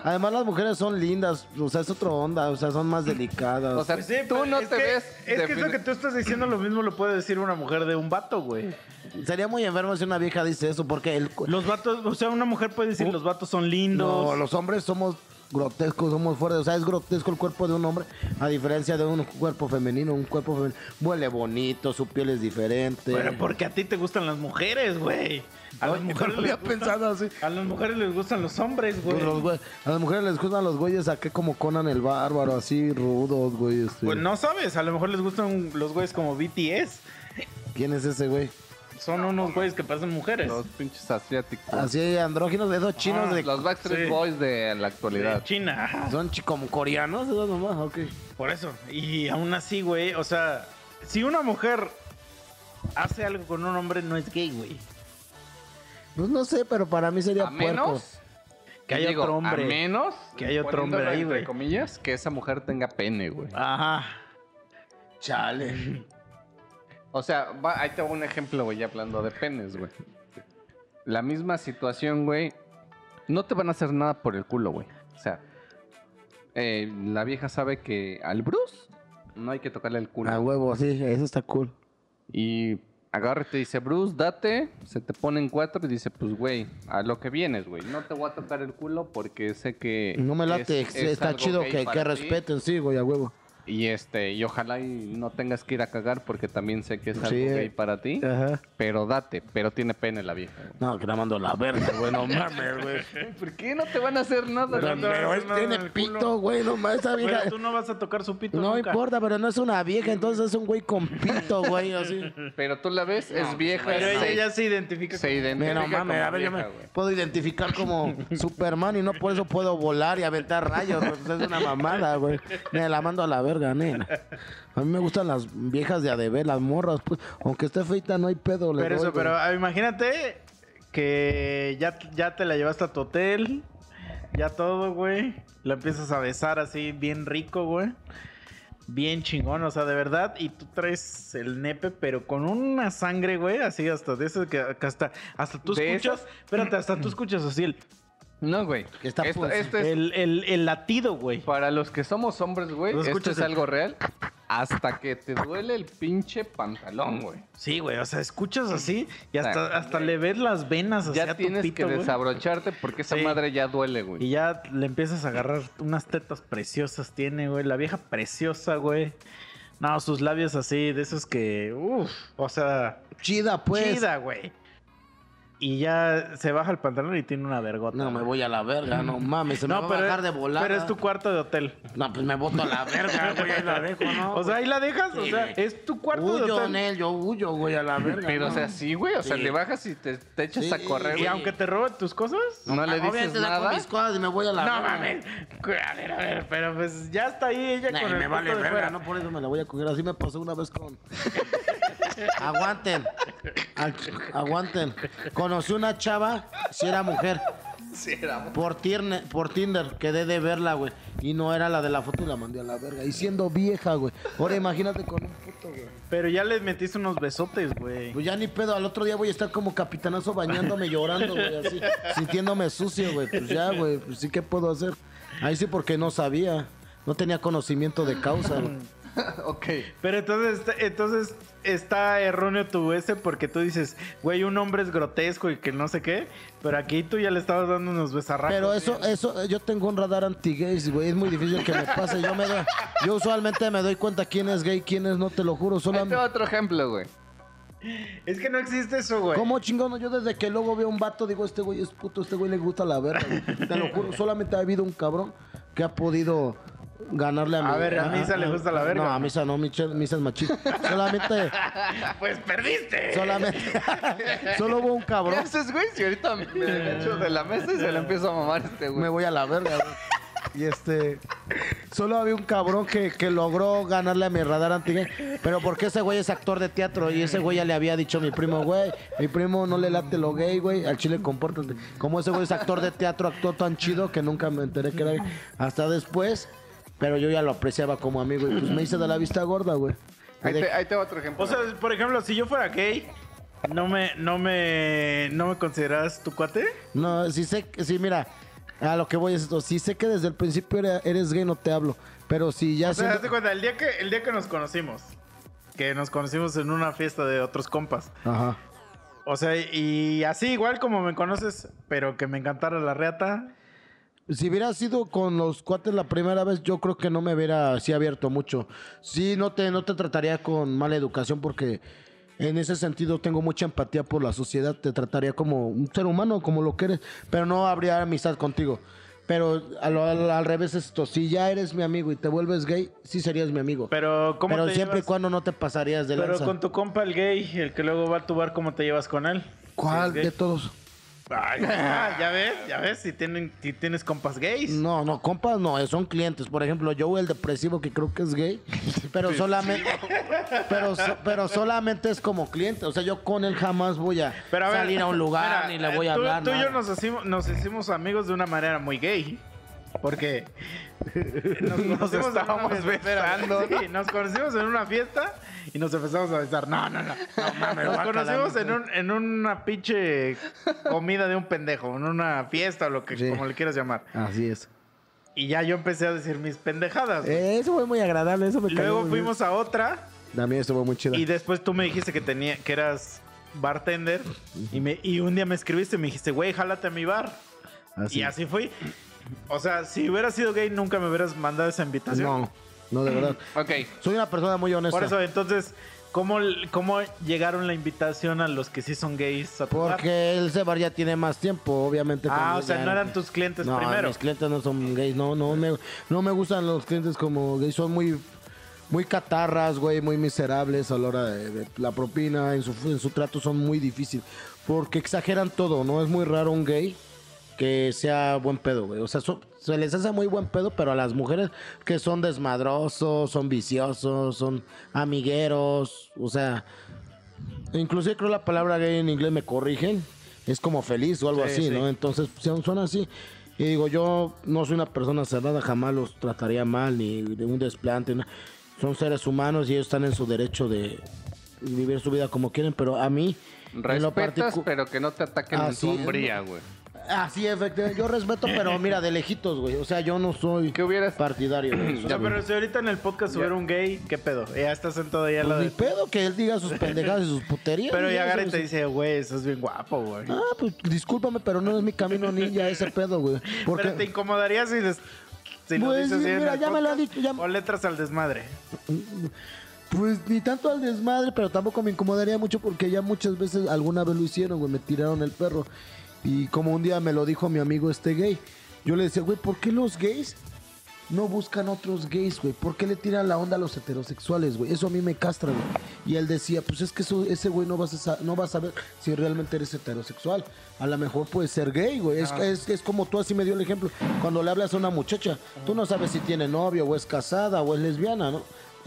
[SPEAKER 4] Además, las mujeres son lindas, o sea, es otra onda, o sea, son más delicadas.
[SPEAKER 2] O sea,
[SPEAKER 1] Pues sí,
[SPEAKER 2] tú
[SPEAKER 1] pero
[SPEAKER 2] no
[SPEAKER 1] es
[SPEAKER 2] te
[SPEAKER 1] que-
[SPEAKER 2] ves.
[SPEAKER 1] Es que eso
[SPEAKER 2] defini-
[SPEAKER 1] que tú estás diciendo lo mismo lo puede decir una mujer de un vato, güey.
[SPEAKER 4] Sería muy enfermo si una vieja dice eso, porque el... cu-
[SPEAKER 1] Los vatos, o sea, una mujer puede
[SPEAKER 2] Uh.
[SPEAKER 1] decir los vatos son lindos.
[SPEAKER 4] No, los hombres somos grotescos, somos fuertes. O sea, es grotesco el cuerpo de un hombre, a diferencia de un cuerpo femenino. Un cuerpo femenino huele bonito, su piel es diferente.
[SPEAKER 1] Pero porque a ti te gustan las mujeres, güey. A las mujeres
[SPEAKER 4] había
[SPEAKER 1] les gustan-
[SPEAKER 4] pensado así.
[SPEAKER 1] A las mujeres les gustan los hombres, güey.
[SPEAKER 4] Pues los güey- a las mujeres les gustan los güeyes acá como Conan el Bárbaro, así rudos, güey. este.
[SPEAKER 1] Pues no sabes, a lo mejor les gustan los güeyes como BTS.
[SPEAKER 4] ¿Quién es ese güey?
[SPEAKER 1] Son unos güeyes que parecen mujeres.
[SPEAKER 2] Los pinches asiáticos.
[SPEAKER 4] Así andróginos de esos chinos
[SPEAKER 1] Ah,
[SPEAKER 4] de...
[SPEAKER 2] Los Backstreet
[SPEAKER 1] Sí.
[SPEAKER 2] Boys de la
[SPEAKER 1] de
[SPEAKER 2] actualidad.
[SPEAKER 1] China, ajá,
[SPEAKER 4] Son chi- como coreanos, esos nomás, ok.
[SPEAKER 1] por eso. Y aún así, güey, o sea, si una mujer hace algo con un hombre, no es gay, güey.
[SPEAKER 4] Pues no sé, pero para mí sería
[SPEAKER 2] A
[SPEAKER 4] puerco.
[SPEAKER 2] menos.
[SPEAKER 1] Que haya
[SPEAKER 2] digo,
[SPEAKER 1] otro hombre.
[SPEAKER 2] A menos.
[SPEAKER 1] Que haya otro
[SPEAKER 2] poniéndolo
[SPEAKER 1] hombre ahí,
[SPEAKER 2] entre
[SPEAKER 1] güey.
[SPEAKER 2] comillas, que esa mujer tenga pene, güey.
[SPEAKER 1] Ajá.
[SPEAKER 4] Chale.
[SPEAKER 2] O sea, va- ahí te hago un ejemplo, güey, ya hablando de penes, güey. La misma situación, güey. No te van a hacer nada por el culo, güey. O sea, eh, la vieja sabe
[SPEAKER 4] Ah,
[SPEAKER 2] que al Bruce no hay que tocarle el culo.
[SPEAKER 4] A huevo, sí, eso está cool.
[SPEAKER 2] Y agarra y te dice, Bruce, date, se te ponen cuatro y dice, pues, güey, a lo que vienes, güey, no te voy a tocar el culo porque sé que...
[SPEAKER 4] No me late,
[SPEAKER 2] es- es
[SPEAKER 4] está
[SPEAKER 2] algo
[SPEAKER 4] chido
[SPEAKER 2] gay
[SPEAKER 4] que,
[SPEAKER 2] para
[SPEAKER 4] que
[SPEAKER 2] ti".
[SPEAKER 4] respeten, sí, güey, a huevo.
[SPEAKER 2] Y este, y ojalá y no tengas que ir a cagar porque también sé que es algo
[SPEAKER 4] Sí.
[SPEAKER 2] gay para ti.
[SPEAKER 4] Ajá.
[SPEAKER 2] Pero date, pero tiene pene la vieja. güey.
[SPEAKER 4] No, que la mando a la verga, güey, no mames, güey.
[SPEAKER 2] ¿Por qué no te van a hacer nada?
[SPEAKER 4] Pero,
[SPEAKER 1] no te vas a
[SPEAKER 4] pero
[SPEAKER 1] hacer
[SPEAKER 4] él
[SPEAKER 1] nada en
[SPEAKER 4] tiene
[SPEAKER 1] el culo.
[SPEAKER 4] pito, güey, no mames, esa vieja.
[SPEAKER 1] Pero tú no vas a tocar su pito
[SPEAKER 4] No
[SPEAKER 1] nunca.
[SPEAKER 4] importa, pero no es una vieja, entonces es un güey con pito, güey, así.
[SPEAKER 2] Pero tú la ves, es vieja.
[SPEAKER 1] Pero
[SPEAKER 2] se,
[SPEAKER 1] ella ya se identifica.
[SPEAKER 2] se identifica
[SPEAKER 4] Mira, no mames,
[SPEAKER 2] como
[SPEAKER 4] a ver, yo me
[SPEAKER 2] vieja, güey.
[SPEAKER 4] puedo identificar como Superman y no por eso puedo volar y aventar rayos, güey, pues es una mamada, güey. Me la mando a la verga, nena. A mí me gustan las viejas de ADB, las morras, pues, aunque esté feita no hay pedo, le
[SPEAKER 1] Pero
[SPEAKER 4] doy,
[SPEAKER 1] eso,
[SPEAKER 4] güey.
[SPEAKER 1] pero ah, imagínate que ya, ya te la llevaste a tu hotel, ya todo, güey. La empiezas a besar así bien rico, güey. Bien chingón, o sea, de verdad. Y tú traes el nepe, pero con una sangre, güey, así hasta de esas que, que hasta, hasta tú
[SPEAKER 2] ¿De
[SPEAKER 1] escuchas. Espérate, hasta tú escuchas así el,
[SPEAKER 2] No, güey.
[SPEAKER 4] Que está
[SPEAKER 2] Esto-
[SPEAKER 4] pulsa.
[SPEAKER 2] esto es-
[SPEAKER 1] el- el- el latido, güey.
[SPEAKER 2] para los que somos hombres, güey,
[SPEAKER 1] No
[SPEAKER 2] esto
[SPEAKER 1] escuchas
[SPEAKER 2] es
[SPEAKER 1] el-
[SPEAKER 2] algo real. Hasta que te duele el pinche pantalón, güey.
[SPEAKER 1] Sí, güey, o sea, escuchas así y
[SPEAKER 2] Ah,
[SPEAKER 1] hasta, hasta le ves las venas hacia
[SPEAKER 2] Ya
[SPEAKER 1] tu
[SPEAKER 2] tienes
[SPEAKER 1] pito,
[SPEAKER 2] que
[SPEAKER 1] güey.
[SPEAKER 2] desabrocharte porque esa
[SPEAKER 1] Sí.
[SPEAKER 2] madre ya duele,
[SPEAKER 1] Y
[SPEAKER 2] güey.
[SPEAKER 1] ya le empiezas a agarrar unas tetas preciosas tiene, güey. La vieja preciosa, güey. No, sus labios así, de esos que... Uf, o sea,
[SPEAKER 4] Chida, pues.
[SPEAKER 1] chida, güey. Y ya se baja el pantalón y tiene una vergota.
[SPEAKER 4] No, me
[SPEAKER 1] güey.
[SPEAKER 4] voy a la verga, no mames, se me va a bajar de volar.
[SPEAKER 1] Pero es tu cuarto de hotel.
[SPEAKER 4] No, pues me boto a la verga, güey, ahí la dejo, ¿no?
[SPEAKER 1] o sea, ahí la dejas, o
[SPEAKER 4] Sí,
[SPEAKER 1] sea,
[SPEAKER 4] güey.
[SPEAKER 1] es tu cuarto de
[SPEAKER 4] Huyo,
[SPEAKER 1] hotel.
[SPEAKER 4] Nel, yo huyo, güey, a la verga.
[SPEAKER 2] Pero, o
[SPEAKER 4] no.
[SPEAKER 2] sea, sí, güey. O sea,
[SPEAKER 4] Sí.
[SPEAKER 2] le bajas y te, te echas
[SPEAKER 4] Sí.
[SPEAKER 2] a correr,
[SPEAKER 1] Y
[SPEAKER 2] güey.
[SPEAKER 1] aunque te roben tus cosas...
[SPEAKER 2] No le dices
[SPEAKER 4] Obviamente saco
[SPEAKER 2] nada.
[SPEAKER 4] mis cosas y me voy a la
[SPEAKER 1] No
[SPEAKER 4] verga.
[SPEAKER 1] mames. A ver, a ver, pero pues ya está ahí ella
[SPEAKER 4] Nah,
[SPEAKER 1] con el
[SPEAKER 4] me vale
[SPEAKER 1] puto de
[SPEAKER 4] verga,
[SPEAKER 1] fuera.
[SPEAKER 4] no por eso me la voy a coger. Así me pasó una vez con. aguanten. Ac- Aguanten. Conocí una chava, si era mujer. Por, tierne- por Tinder, quedé de verla, güey. Y no era la de la foto y la mandé a la verga. Y siendo vieja, güey. Ahora imagínate con un puto, güey.
[SPEAKER 1] Pero ya les metiste unos besotes, güey.
[SPEAKER 4] Pues ya ni pedo, al otro día voy a estar como capitanazo bañándome, llorando, güey, así, sintiéndome sucio, güey. Pues ya, güey, pues sí, ¿qué puedo hacer? Ahí sí porque no sabía, no tenía conocimiento de causa,
[SPEAKER 2] Mm,
[SPEAKER 4] güey.
[SPEAKER 2] ok.
[SPEAKER 1] Pero entonces, está- entonces está erróneo tu ese porque tú dices, güey, un hombre es grotesco y que no sé qué, pero aquí tú ya le estabas dando unos besarracos.
[SPEAKER 4] Pero eso, eso, eh, yo tengo un radar anti-gays, güey, es muy difícil que me pase. Yo me doy, yo usualmente me doy cuenta quién es gay, quién es, no te lo juro,
[SPEAKER 2] Ahí te va
[SPEAKER 4] solamente...
[SPEAKER 2] Este otro ejemplo, güey.
[SPEAKER 1] Es que no existe eso, güey.
[SPEAKER 4] ¿Cómo chingón? Yo desde que luego veo a un vato digo, este güey es puto, este güey le gusta la verga, güey. Te lo juro, solamente ha habido un cabrón que ha podido ganarle a mi...
[SPEAKER 1] A ver, a Misa le gusta la verga.
[SPEAKER 4] No, a Misa no, Michelle- Misa es machista. Solamente,
[SPEAKER 1] Pues perdiste.
[SPEAKER 4] solamente, solo hubo un
[SPEAKER 2] ¿Qué
[SPEAKER 4] cabrón,
[SPEAKER 2] haces, güey? Si ahorita me echo de la mesa y se le empiezo a mamar a este, güey.
[SPEAKER 4] me voy a la verga, güey. Y este, solo había un cabrón que, que logró ganarle a mi radar antigay. Pero porque ese güey es actor de teatro y ese güey ya le había dicho a mi primo, güey, mi primo no le late lo gay, güey, al chile compórtate. Como ese güey es actor de teatro, actuó tan chido que nunca me enteré que era gay. Hasta después, pero yo ya lo apreciaba como amigo y pues me hice de la vista gorda, güey. Y
[SPEAKER 2] Ahí
[SPEAKER 4] de-
[SPEAKER 2] te, ahí te va otro ejemplo.
[SPEAKER 1] O sea, por ejemplo, si yo fuera gay, no me, no me, no me consideras tu cuate.
[SPEAKER 4] No, si sé, que- si mira, a lo que voy es esto, si sé que desde el principio era- eres gay no te hablo, pero si ya
[SPEAKER 1] O sea,
[SPEAKER 4] siento-
[SPEAKER 1] hazte cuenta, el día que, el día que nos conocimos, que nos conocimos en una fiesta de otros compas.
[SPEAKER 4] Ajá.
[SPEAKER 1] O sea, y así igual como me conoces, pero que me encantara la reata.
[SPEAKER 4] Si hubiera sido con los cuates la primera vez, yo creo que no me hubiera así abierto mucho. Sí, no te, no te trataría con mala educación porque en ese sentido tengo mucha empatía por la sociedad. Te trataría como un ser humano, como lo que eres, pero no habría amistad contigo. Pero a lo- al, al revés esto, si ya eres mi amigo y te vuelves gay, sí serías mi amigo. Pero,
[SPEAKER 1] Pero ¿cómo te
[SPEAKER 4] siempre y
[SPEAKER 1] llevas?
[SPEAKER 4] cuando no te pasarías de
[SPEAKER 1] Pero
[SPEAKER 4] lanza.
[SPEAKER 1] con tu compa el gay, el que luego va a tu bar, ¿cómo te llevas con él?
[SPEAKER 4] ¿Cuál
[SPEAKER 1] Si es
[SPEAKER 4] de
[SPEAKER 1] gay.
[SPEAKER 4] todos?
[SPEAKER 1] Ay, ah, ya ves, ya ves, si, tienen, si tienes compas gays.
[SPEAKER 4] No, no, compas no, eh, son clientes. Por ejemplo, yo el depresivo que creo que es gay, pero solamente pero, so- pero solamente es como cliente. O sea, yo con él jamás voy a,
[SPEAKER 1] Pero a ver,
[SPEAKER 4] salir a un
[SPEAKER 1] mira,
[SPEAKER 4] lugar ni le voy a
[SPEAKER 1] tú,
[SPEAKER 4] hablar.
[SPEAKER 1] Tú y yo
[SPEAKER 4] nada.
[SPEAKER 1] nos hicimos, nos hicimos amigos de una manera muy gay. Porque nos, conocimos en una
[SPEAKER 2] estábamos
[SPEAKER 1] fiesta, espera,
[SPEAKER 2] besando,
[SPEAKER 1] sí, nos conocimos en una fiesta y nos empezamos a besar. No, no, no. nos
[SPEAKER 4] guácala,
[SPEAKER 1] conocimos
[SPEAKER 4] no.
[SPEAKER 1] en, un- en una pinche comida de un pendejo, en una fiesta o lo que,
[SPEAKER 4] Sí.
[SPEAKER 1] como le quieras llamar.
[SPEAKER 4] Así es.
[SPEAKER 1] Y ya yo empecé a decir mis pendejadas. güey.
[SPEAKER 4] Eh, eso fue muy agradable, eso me cayó
[SPEAKER 1] Luego
[SPEAKER 4] muy bien.
[SPEAKER 1] fuimos a otra
[SPEAKER 4] También estuvo muy chida.
[SPEAKER 1] Y después tú me dijiste que tenía, que eras bartender. Y, me, y un día me escribiste y me dijiste, güey, jálate a mi bar.
[SPEAKER 4] Así.
[SPEAKER 1] Y así fui. O sea, si hubiera sido gay, nunca me hubieras mandado esa invitación.
[SPEAKER 4] No, no, de verdad.
[SPEAKER 2] Ok,
[SPEAKER 4] Soy una persona muy honesta.
[SPEAKER 1] Por eso, entonces, ¿cómo, ¿cómo llegaron la invitación a los que sí son gays a tu bar?
[SPEAKER 4] Porque el Cebar ya tiene más tiempo, obviamente.
[SPEAKER 1] Ah,
[SPEAKER 4] cuando
[SPEAKER 1] o sea,
[SPEAKER 4] ya-
[SPEAKER 1] no eran tus clientes
[SPEAKER 4] No,
[SPEAKER 1] primero.
[SPEAKER 4] mis clientes no son gays. No, no me, no me gustan los clientes como gays. Son muy, muy catarras, güey, muy miserables a la hora de, de la propina. En su, en su trato son muy difíciles. Porque exageran todo, ¿no? Es muy raro un gay que sea buen pedo, güey. O sea, so- se les hace muy buen pedo, pero a las mujeres que son desmadrosos, son viciosos, son amigueros, o sea... Inclusive creo la palabra gay en inglés me corrigen. Es como feliz o algo así, ¿no? Entonces son- suena así. Y digo, yo no soy una persona cerrada, jamás los trataría mal, ni de un desplante. no. Son seres humanos y ellos están en su derecho de vivir su vida como quieren, pero a mí... en lo
[SPEAKER 2] respetas,
[SPEAKER 4] particu-
[SPEAKER 2] pero que no te ataquen en
[SPEAKER 4] Así
[SPEAKER 2] tu
[SPEAKER 4] es,
[SPEAKER 2] hombría, güey.
[SPEAKER 4] Así, efectivamente. Yo respeto, pero mira, de lejitos, güey. O sea, yo no soy
[SPEAKER 2] ¿Qué hubieras-
[SPEAKER 4] partidario de eso.
[SPEAKER 1] O sea, pero si ahorita en el podcast hubiera un gay, ¿qué pedo? Ya está sentado ahí al
[SPEAKER 4] Pues
[SPEAKER 1] lado
[SPEAKER 4] ni
[SPEAKER 1] de...
[SPEAKER 4] pedo que él diga sus pendejadas y sus puterías.
[SPEAKER 1] Pero
[SPEAKER 4] güey,
[SPEAKER 1] ya
[SPEAKER 4] eso
[SPEAKER 1] Gary
[SPEAKER 4] es-
[SPEAKER 1] te dice, güey, estás bien guapo, güey.
[SPEAKER 4] Ah, pues discúlpame, pero no es mi camino ninja ese pedo, güey.
[SPEAKER 1] Pero te incomodaría si, les- si lo
[SPEAKER 4] Pues,
[SPEAKER 1] dices así en
[SPEAKER 4] mira,
[SPEAKER 1] el
[SPEAKER 4] ya me lo ha
[SPEAKER 1] podcast,
[SPEAKER 4] dicho, ya-
[SPEAKER 1] O letras al desmadre.
[SPEAKER 4] Pues ni tanto al desmadre, pero tampoco me incomodaría mucho porque ya muchas veces alguna vez lo hicieron, güey, me tiraron el perro. Y como un día me lo dijo mi amigo este gay, yo le decía, güey, ¿por qué los gays no buscan otros gays, güey? ¿Por qué le tiran la onda a los heterosexuales, güey? Eso a mí me castra, güey. Y él decía, pues es que eso- ese güey no, vas a sa- no va a saber si realmente eres heterosexual. A lo mejor puedes ser gay, güey. Es, es- es como tú así me dio el ejemplo. Cuando le hablas a una muchacha, tú no sabes si tiene novio o es casada o es lesbiana, ¿no?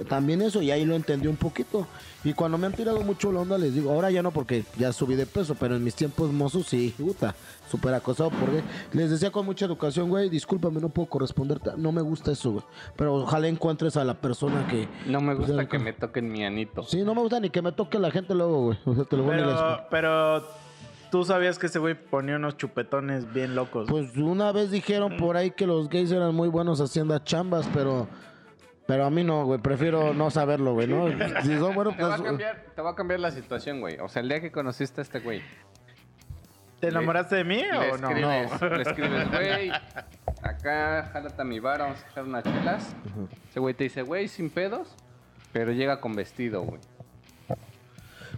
[SPEAKER 4] También eso, y ahí lo entendí un poquito. Y cuando me han tirado mucho la onda, les digo, ahora ya no porque ya subí de peso, pero en mis tiempos mozos sí, puta, súper acosado porque les decía con mucha educación, güey, discúlpame, no puedo corresponderte, no me gusta eso, güey. Pero ojalá encuentres a la persona que...
[SPEAKER 2] No me gusta
[SPEAKER 4] Pues,
[SPEAKER 2] que me toquen mi anito.
[SPEAKER 4] Sí, no me gusta ni que me toque la gente luego, güey. O sea, te lo voy a negar.
[SPEAKER 1] Pero, pero tú sabías que ese güey ponía unos chupetones bien locos.
[SPEAKER 4] Pues una vez dijeron por ahí que los gays eran muy buenos haciendo chambas, pero... Pero a mí no, güey, prefiero no saberlo, güey, ¿no? Si son buenos,
[SPEAKER 2] Te va, a
[SPEAKER 4] pues,
[SPEAKER 2] cambiar, te va a cambiar la situación, güey. O sea, el día que conociste a este güey,
[SPEAKER 1] ¿Te enamoraste de mí
[SPEAKER 2] le
[SPEAKER 1] o no?
[SPEAKER 2] escribes, le escribes, güey, acá, jálate a mi bar, vamos a echar unas chelas. Ese güey te dice, güey, sin pedos, pero llega con vestido, güey.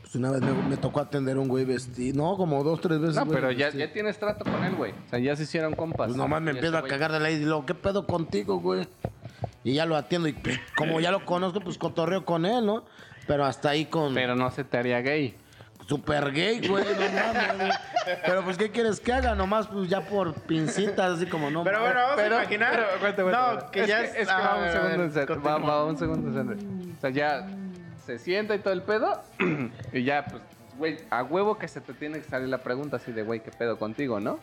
[SPEAKER 4] Pues una vez me, me tocó atender a un güey vestido. No, como dos, tres veces.
[SPEAKER 2] No,
[SPEAKER 4] güey,
[SPEAKER 2] pero ya,
[SPEAKER 4] vestido.
[SPEAKER 2] ya tienes trato con él, güey. O sea, ya se hicieron compas.
[SPEAKER 4] Pues nomás me
[SPEAKER 2] Y
[SPEAKER 4] empiezo
[SPEAKER 2] ese
[SPEAKER 4] a
[SPEAKER 2] güey-
[SPEAKER 4] cagar de la y digo, ¿qué pedo contigo, güey? Y ya lo atiendo. Y pues, como ya lo conozco, pues cotorreo con él, ¿no? Pero hasta ahí
[SPEAKER 1] Mm.
[SPEAKER 4] con
[SPEAKER 2] Pero no se te haría gay.
[SPEAKER 4] super gay, güey. No mames, güey. Pero pues, ¿qué quieres que haga? Nomás, pues ya por pincitas, así como no.
[SPEAKER 1] Pero bueno, vamos
[SPEAKER 2] Pero-
[SPEAKER 1] a imaginar. no, que
[SPEAKER 2] Es
[SPEAKER 1] ya
[SPEAKER 2] que-
[SPEAKER 1] es-
[SPEAKER 2] es que
[SPEAKER 1] ah,
[SPEAKER 2] va un
[SPEAKER 1] a ver, a
[SPEAKER 2] segundo
[SPEAKER 1] ver,
[SPEAKER 2] en serio, va-
[SPEAKER 1] continúa.
[SPEAKER 2] va un segundo en serio. O sea, ya se sienta y todo el pedo. Y ya, pues, güey, a huevo que se te tiene que salir la pregunta así de, güey, ¿qué pedo contigo, no?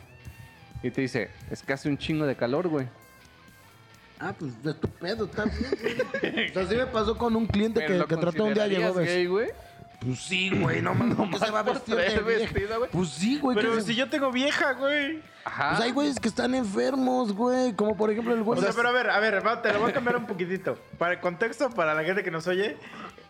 [SPEAKER 2] Y te dice, es que hace un chingo de calor, güey.
[SPEAKER 4] Ah, pues de tu pedo, está bien, güey. O sea, así me pasó con un cliente
[SPEAKER 2] Pero
[SPEAKER 4] que,
[SPEAKER 2] lo
[SPEAKER 4] que trató un día,
[SPEAKER 2] considerarías
[SPEAKER 4] llegó
[SPEAKER 2] gay,
[SPEAKER 4] vestido.
[SPEAKER 2] güey.
[SPEAKER 4] Pues sí, güey, no mames, ¿cómo se va a
[SPEAKER 2] por
[SPEAKER 4] vestir de
[SPEAKER 2] traer
[SPEAKER 4] vieja?
[SPEAKER 2] vestido, güey.
[SPEAKER 4] Pues sí, güey.
[SPEAKER 1] Pero
[SPEAKER 4] ¿qué-
[SPEAKER 1] si yo tengo vieja, güey.
[SPEAKER 2] Ajá.
[SPEAKER 4] Pues hay güeyes que están enfermos, güey. Como por ejemplo el güey.
[SPEAKER 1] O sea, pero a ver, a ver, va, te lo voy a cambiar un poquitito. Para el contexto, para la gente que nos oye,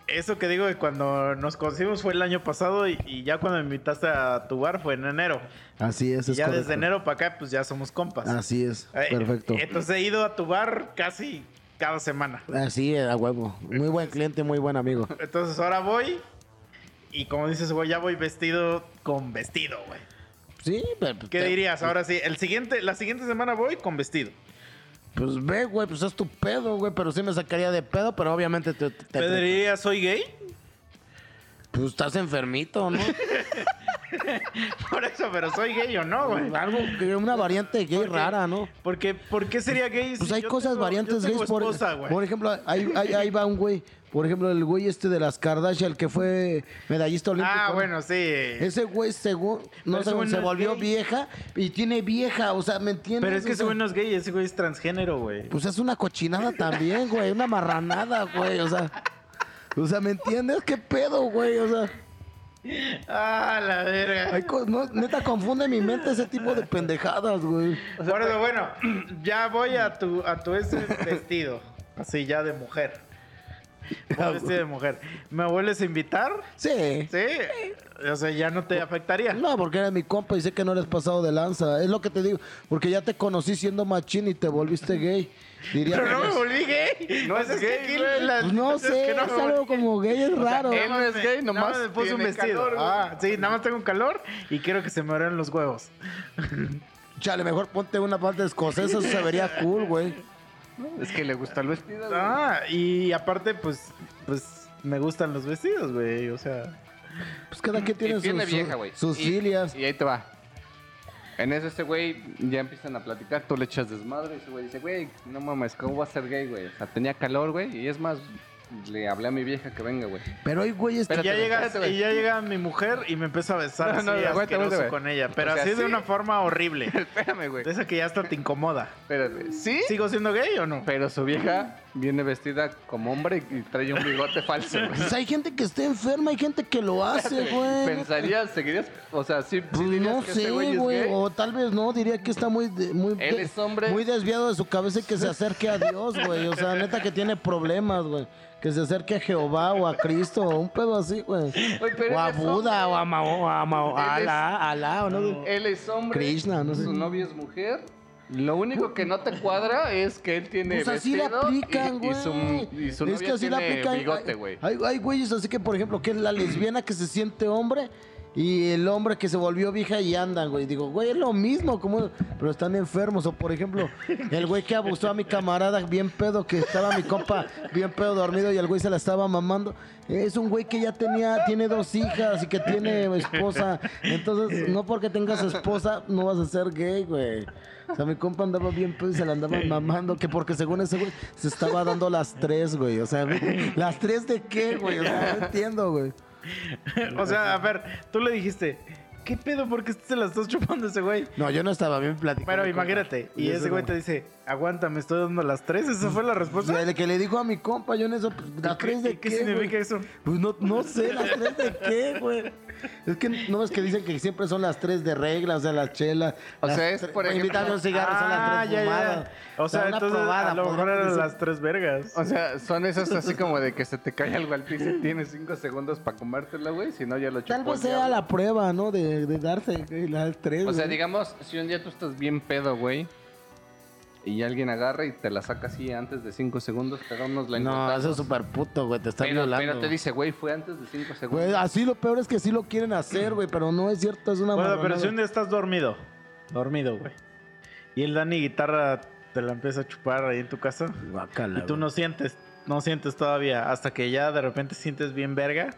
[SPEAKER 1] eso que digo que cuando nos conocimos fue el año pasado y, y ya cuando me invitaste a tu bar fue en enero.
[SPEAKER 4] Así es,
[SPEAKER 1] Y
[SPEAKER 4] es
[SPEAKER 1] ya
[SPEAKER 4] correcto.
[SPEAKER 1] desde enero para acá, pues ya somos compas.
[SPEAKER 4] Así es,
[SPEAKER 1] Eh,
[SPEAKER 4] perfecto.
[SPEAKER 1] Entonces he ido a tu bar casi cada semana.
[SPEAKER 4] Así es, a huevo. Muy buen cliente, muy buen amigo.
[SPEAKER 1] Entonces ahora voy y como dices, güey, ya voy vestido con vestido, güey.
[SPEAKER 4] Sí, pero. pues,
[SPEAKER 1] ¿Qué dirías? Ahora sí, el siguiente, la siguiente semana voy con vestido.
[SPEAKER 4] Pues ve, güey, pues es tu pedo, güey. Pero sí me sacaría de pedo, pero obviamente te. te- te-
[SPEAKER 1] ¿Te dirías soy gay?
[SPEAKER 4] pues estás enfermito, ¿no?
[SPEAKER 1] Por eso, pero soy gay o no, güey.
[SPEAKER 4] Pues, Algo, que- una variante gay rara, ¿no?
[SPEAKER 1] Porque, ¿Por qué sería gay?
[SPEAKER 4] Pues
[SPEAKER 1] si
[SPEAKER 4] hay
[SPEAKER 1] yo
[SPEAKER 4] cosas
[SPEAKER 1] tengo-
[SPEAKER 4] variantes
[SPEAKER 1] yo
[SPEAKER 4] gays
[SPEAKER 1] tengo
[SPEAKER 4] por,
[SPEAKER 1] esposa, güey?
[SPEAKER 4] por ejemplo, ahí, ahí- ahí va un güey. Por ejemplo, el güey este de las Kardashian, el que fue medallista olímpico.
[SPEAKER 1] Ah,
[SPEAKER 4] ¿no?
[SPEAKER 1] bueno, sí.
[SPEAKER 4] Ese güey según,
[SPEAKER 1] Pero
[SPEAKER 4] no
[SPEAKER 1] ese
[SPEAKER 4] según,
[SPEAKER 1] güey
[SPEAKER 4] se
[SPEAKER 1] no es
[SPEAKER 4] volvió
[SPEAKER 1] gay.
[SPEAKER 4] vieja y tiene vieja, o sea, ¿me entiendes?
[SPEAKER 1] Pero es que
[SPEAKER 4] O
[SPEAKER 1] ese
[SPEAKER 4] sea,
[SPEAKER 1] güey no es gay, ese güey es transgénero, güey.
[SPEAKER 4] Pues es una cochinada también, güey, una marranada, güey, o sea. O sea, ¿me entiendes? ¿Qué pedo, güey? O sea,
[SPEAKER 1] Ah, la verga.
[SPEAKER 4] hay co- no, neta confunde mi mente ese tipo de pendejadas, güey.
[SPEAKER 1] Por eso, bueno, este ya voy a tu, a tu ese vestido. Así ya de mujer. Voy vestido de mujer. ¿Me vuelves a invitar?
[SPEAKER 4] Sí.
[SPEAKER 1] Sí. O sea, ya no te afectaría.
[SPEAKER 4] No, porque era mi compa y sé que no eres pasado de lanza. Es lo que te digo. Porque ya te conocí siendo machín y te volviste gay. Diría
[SPEAKER 1] Pero
[SPEAKER 4] que
[SPEAKER 1] no me
[SPEAKER 4] eres-
[SPEAKER 1] volví gay.
[SPEAKER 2] No
[SPEAKER 1] Pues
[SPEAKER 2] es
[SPEAKER 1] que
[SPEAKER 2] gay,
[SPEAKER 1] aquí
[SPEAKER 2] güey.
[SPEAKER 1] la-
[SPEAKER 4] Pues no
[SPEAKER 1] es
[SPEAKER 4] sé,
[SPEAKER 1] que no
[SPEAKER 4] es
[SPEAKER 1] me
[SPEAKER 4] algo
[SPEAKER 1] volví-
[SPEAKER 4] como gay, es raro.
[SPEAKER 2] él no es gay,
[SPEAKER 1] Nada
[SPEAKER 2] nomás
[SPEAKER 1] me puse un
[SPEAKER 2] tiene
[SPEAKER 1] vestido.
[SPEAKER 2] calor, güey.
[SPEAKER 1] ah, sí, nada más tengo un calor y quiero que se me abran los huevos.
[SPEAKER 4] Chale, mejor ponte una parte escocesa, eso se vería cool, güey.
[SPEAKER 2] Es que le gusta el vestido. güey.
[SPEAKER 1] Ah, y aparte, pues, pues me gustan los vestidos, güey. O sea,
[SPEAKER 4] Pues cada quien tiene,
[SPEAKER 2] Y
[SPEAKER 4] sus-
[SPEAKER 2] tiene
[SPEAKER 4] sus-
[SPEAKER 2] vieja, güey.
[SPEAKER 4] sus
[SPEAKER 2] Y-
[SPEAKER 4] filias.
[SPEAKER 2] Y ahí te va. En eso este güey ya empiezan a platicar, tú le echas desmadre y ese güey dice, güey, no mames, ¿cómo va a ser gay, güey? O sea, tenía calor, güey, y es más, le hablé a mi vieja que venga, güey.
[SPEAKER 4] Pero hay güeyes que
[SPEAKER 1] y ya,
[SPEAKER 2] Espérate,
[SPEAKER 1] llega,
[SPEAKER 2] espérate, güey.
[SPEAKER 1] y ya llega mi mujer y me empieza a besar
[SPEAKER 2] No, no,
[SPEAKER 1] así,
[SPEAKER 2] aguanta, aguanta,
[SPEAKER 1] asqueroso
[SPEAKER 2] güey.
[SPEAKER 1] con ella. Pero
[SPEAKER 2] O sea,
[SPEAKER 1] así de
[SPEAKER 2] sí.
[SPEAKER 1] una forma horrible.
[SPEAKER 2] Espérame, güey.
[SPEAKER 1] De esa que ya hasta te incomoda.
[SPEAKER 2] Espérame. ¿Sí?
[SPEAKER 1] ¿Sigo siendo gay o no?
[SPEAKER 2] Pero su vieja viene vestida como hombre y trae un bigote falso, güey.
[SPEAKER 4] Pues hay gente que está enferma, hay gente que lo hace, güey.
[SPEAKER 2] Pensarías, seguirías, o sea, sí, sí
[SPEAKER 4] Pues
[SPEAKER 2] dirías
[SPEAKER 4] no
[SPEAKER 2] que este
[SPEAKER 4] sé,
[SPEAKER 2] güey es
[SPEAKER 4] güey.
[SPEAKER 2] gay.
[SPEAKER 4] O tal vez no, diría que está muy, de- muy,
[SPEAKER 2] Él
[SPEAKER 4] de-
[SPEAKER 2] es hombre.
[SPEAKER 4] muy desviado de su cabeza y que se acerque a Dios, güey. O sea, neta que tiene problemas, güey. Que se acerque a Jehová o a Cristo o un pedo así, güey.
[SPEAKER 2] Güey, pero
[SPEAKER 4] O a
[SPEAKER 2] él es
[SPEAKER 4] Buda
[SPEAKER 2] hombre.
[SPEAKER 4] o a Mao, a Mao, a
[SPEAKER 2] Él es-
[SPEAKER 4] Alá, a Alá, o no. sé.
[SPEAKER 2] Él es hombre.
[SPEAKER 4] Krishna, no sé.
[SPEAKER 2] Su novia es mujer. Lo único que no te cuadra es que él tiene
[SPEAKER 4] Pues así la
[SPEAKER 2] vestido
[SPEAKER 4] aplican,
[SPEAKER 2] y,
[SPEAKER 4] güey.
[SPEAKER 2] y su, y su novia
[SPEAKER 4] la
[SPEAKER 2] tiene
[SPEAKER 4] aplican.
[SPEAKER 2] bigote,
[SPEAKER 4] Hay-
[SPEAKER 2] güey.
[SPEAKER 4] Hay, hay güeyes así que, por ejemplo, que es la lesbiana que se siente hombre y el hombre que se volvió vieja y andan, güey. Digo, güey, es lo mismo, como, pero están enfermos. O, por ejemplo, el güey que abusó a mi camarada bien pedo, que estaba mi compa bien pedo dormido y el güey se la estaba mamando. Es un güey que ya tenía, tiene dos hijas y que tiene esposa. Entonces, no porque tengas esposa, no vas a ser gay, güey. O sea, mi compa andaba bien pedo y se la andaba mamando, que porque según ese güey se estaba dando las tres, güey. O sea, ¿las tres de qué, güey? O sea, no entiendo, güey.
[SPEAKER 1] o sea, a ver, tú le dijiste, ¿qué pedo? ¿Por qué se la estás chupando a ese güey?
[SPEAKER 4] No, yo no estaba bien platicando.
[SPEAKER 1] Pero imagínate, y ese güey te dice, aguanta, me estoy dando las tres. ¿Esa fue la respuesta?
[SPEAKER 4] El que le dijo a mi compa, yo en eso, pues, ¿las tres de
[SPEAKER 1] ¿Qué,
[SPEAKER 4] qué?
[SPEAKER 1] significa
[SPEAKER 4] güey?
[SPEAKER 1] eso?
[SPEAKER 4] Pues no, no sé, ¿las tres de qué, güey? Es que no es que dicen que siempre son las tres de regla, o sea, las chelas.
[SPEAKER 2] O
[SPEAKER 4] las
[SPEAKER 2] sea, es,
[SPEAKER 4] tres-
[SPEAKER 2] por
[SPEAKER 4] güey,
[SPEAKER 2] ejemplo-
[SPEAKER 4] invítame un cigarro, son
[SPEAKER 1] Ah,
[SPEAKER 4] las tres
[SPEAKER 1] ya,
[SPEAKER 4] fumadas.
[SPEAKER 1] ya. O sea,
[SPEAKER 4] una
[SPEAKER 1] entonces
[SPEAKER 4] probada,
[SPEAKER 1] a lo mejor
[SPEAKER 4] podríamos
[SPEAKER 1] eran
[SPEAKER 4] decir.
[SPEAKER 1] las tres vergas.
[SPEAKER 2] O sea, son esas así como de que se te cae algo al piso y tienes cinco segundos para comértela, güey. Si no, ya lo chupó
[SPEAKER 4] Tal vez
[SPEAKER 2] el
[SPEAKER 4] sea
[SPEAKER 2] diablo.
[SPEAKER 4] la prueba, ¿no? De, de darse güey, las tres.
[SPEAKER 2] O sea,
[SPEAKER 4] güey.
[SPEAKER 2] digamos, si un día tú estás bien pedo, güey, y alguien agarra y te la saca así antes de cinco segundos, te da unos
[SPEAKER 4] No,
[SPEAKER 2] lengotazos.
[SPEAKER 4] eso es súper puto, güey. Te están
[SPEAKER 2] pero,
[SPEAKER 4] violando.
[SPEAKER 2] pero te dice, güey, fue antes de cinco segundos.
[SPEAKER 4] Güey, así lo peor es que sí lo quieren hacer, güey, pero no es cierto, es una
[SPEAKER 1] Bueno,
[SPEAKER 4] marranada.
[SPEAKER 1] pero si un día estás dormido, dormido, güey, y el Dani guitarra te la empieza a chupar ahí en tu casa,
[SPEAKER 4] Guácala,
[SPEAKER 1] y tú
[SPEAKER 4] güey.
[SPEAKER 1] no sientes, no sientes todavía, hasta que ya de repente sientes bien verga,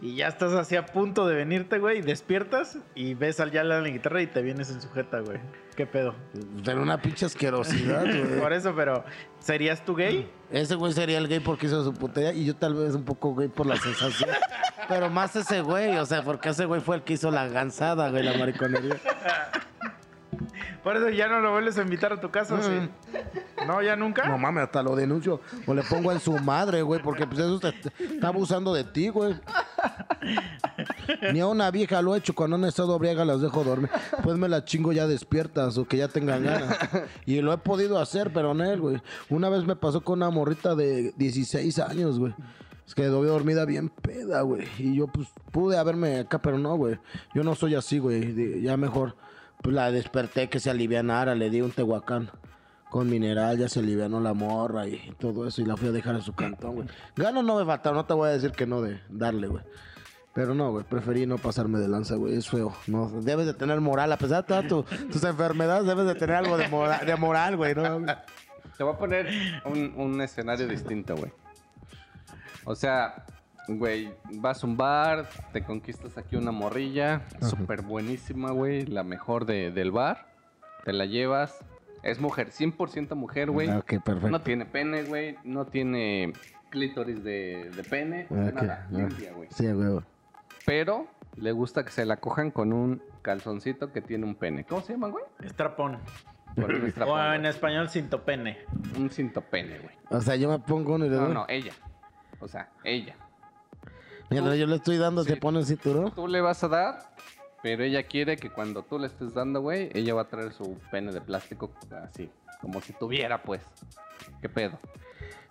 [SPEAKER 1] y ya estás así a punto de venirte, güey, y despiertas y ves al ya Dani guitarra y te vienes en sujeta, güey. ¿Qué pedo?
[SPEAKER 4] Pero una pinche asquerosidad, güey.
[SPEAKER 1] Por eso, pero ¿serías tú gay?
[SPEAKER 4] Ese güey sería el gay porque hizo su putería y yo tal vez un poco gay por la sensación. Pero más ese güey, o sea, porque ese güey fue el que hizo la gansada, güey, la mariconería.
[SPEAKER 1] Por eso ya no lo vuelves a invitar a tu casa, ¿sí? No, ya nunca.
[SPEAKER 4] No mames, hasta lo denuncio. O le pongo en su madre, güey, porque pues eso te- te- está abusando de ti, güey. Ni a una vieja lo he hecho. Cuando han estado briaga las dejo dormir. Pues me las chingo ya despiertas o que ya tengan ganas. Y lo he podido hacer, pero no él, güey. Una vez me pasó con una morrita de 16 años, güey. Es que quedó dormida bien peda, güey. Y yo, pues, pude haberme acá, pero no, güey. Yo no soy así, güey. de- Ya mejor. Pues la desperté que se alivianara, le di un tehuacán. Con mineral ya se alivianó la morra y todo eso. Y la fui a dejar a su cantón, güey. Gano no me faltaron, no te voy a decir que no de darle, güey. Pero no, güey, preferí no pasarme de lanza, güey. Es feo. No, debes de tener moral. A pesar de todas tu- tus enfermedades, debes de tener algo de, mora- de moral, güey. ¿no?
[SPEAKER 2] Te voy a poner un, un escenario distinto, güey. O sea, güey, vas a un bar, te conquistas aquí una morrilla, súper buenísima, güey, la mejor de- del bar. Te la llevas. Es mujer, 100% mujer, güey.
[SPEAKER 4] Ah, ok, perfecto.
[SPEAKER 2] No tiene pene, güey. No tiene clítoris de, de pene.
[SPEAKER 4] Ok,
[SPEAKER 2] Nada,
[SPEAKER 4] ah.
[SPEAKER 2] limpia, güey.
[SPEAKER 4] Sí, güey. güey.
[SPEAKER 2] Pero le gusta que se la cojan con un calzoncito que tiene un pene. ¿Cómo se llaman, güey?
[SPEAKER 1] Estrapón.
[SPEAKER 2] Con un estrapón,
[SPEAKER 1] o en
[SPEAKER 2] güey.
[SPEAKER 1] español, sintopene.
[SPEAKER 2] Un cintopene, güey.
[SPEAKER 4] O sea, yo me pongo uno y le
[SPEAKER 2] No,
[SPEAKER 4] doy.
[SPEAKER 2] no, ella. O sea, ella.
[SPEAKER 4] Mientras yo le estoy dando, se
[SPEAKER 2] Sí.
[SPEAKER 4] pone el cinturón.
[SPEAKER 2] Tú le vas a dar, pero ella quiere que cuando tú le estés dando, güey, ella va a traer su pene de plástico así, como si tuviera, pues. ¿Qué pedo?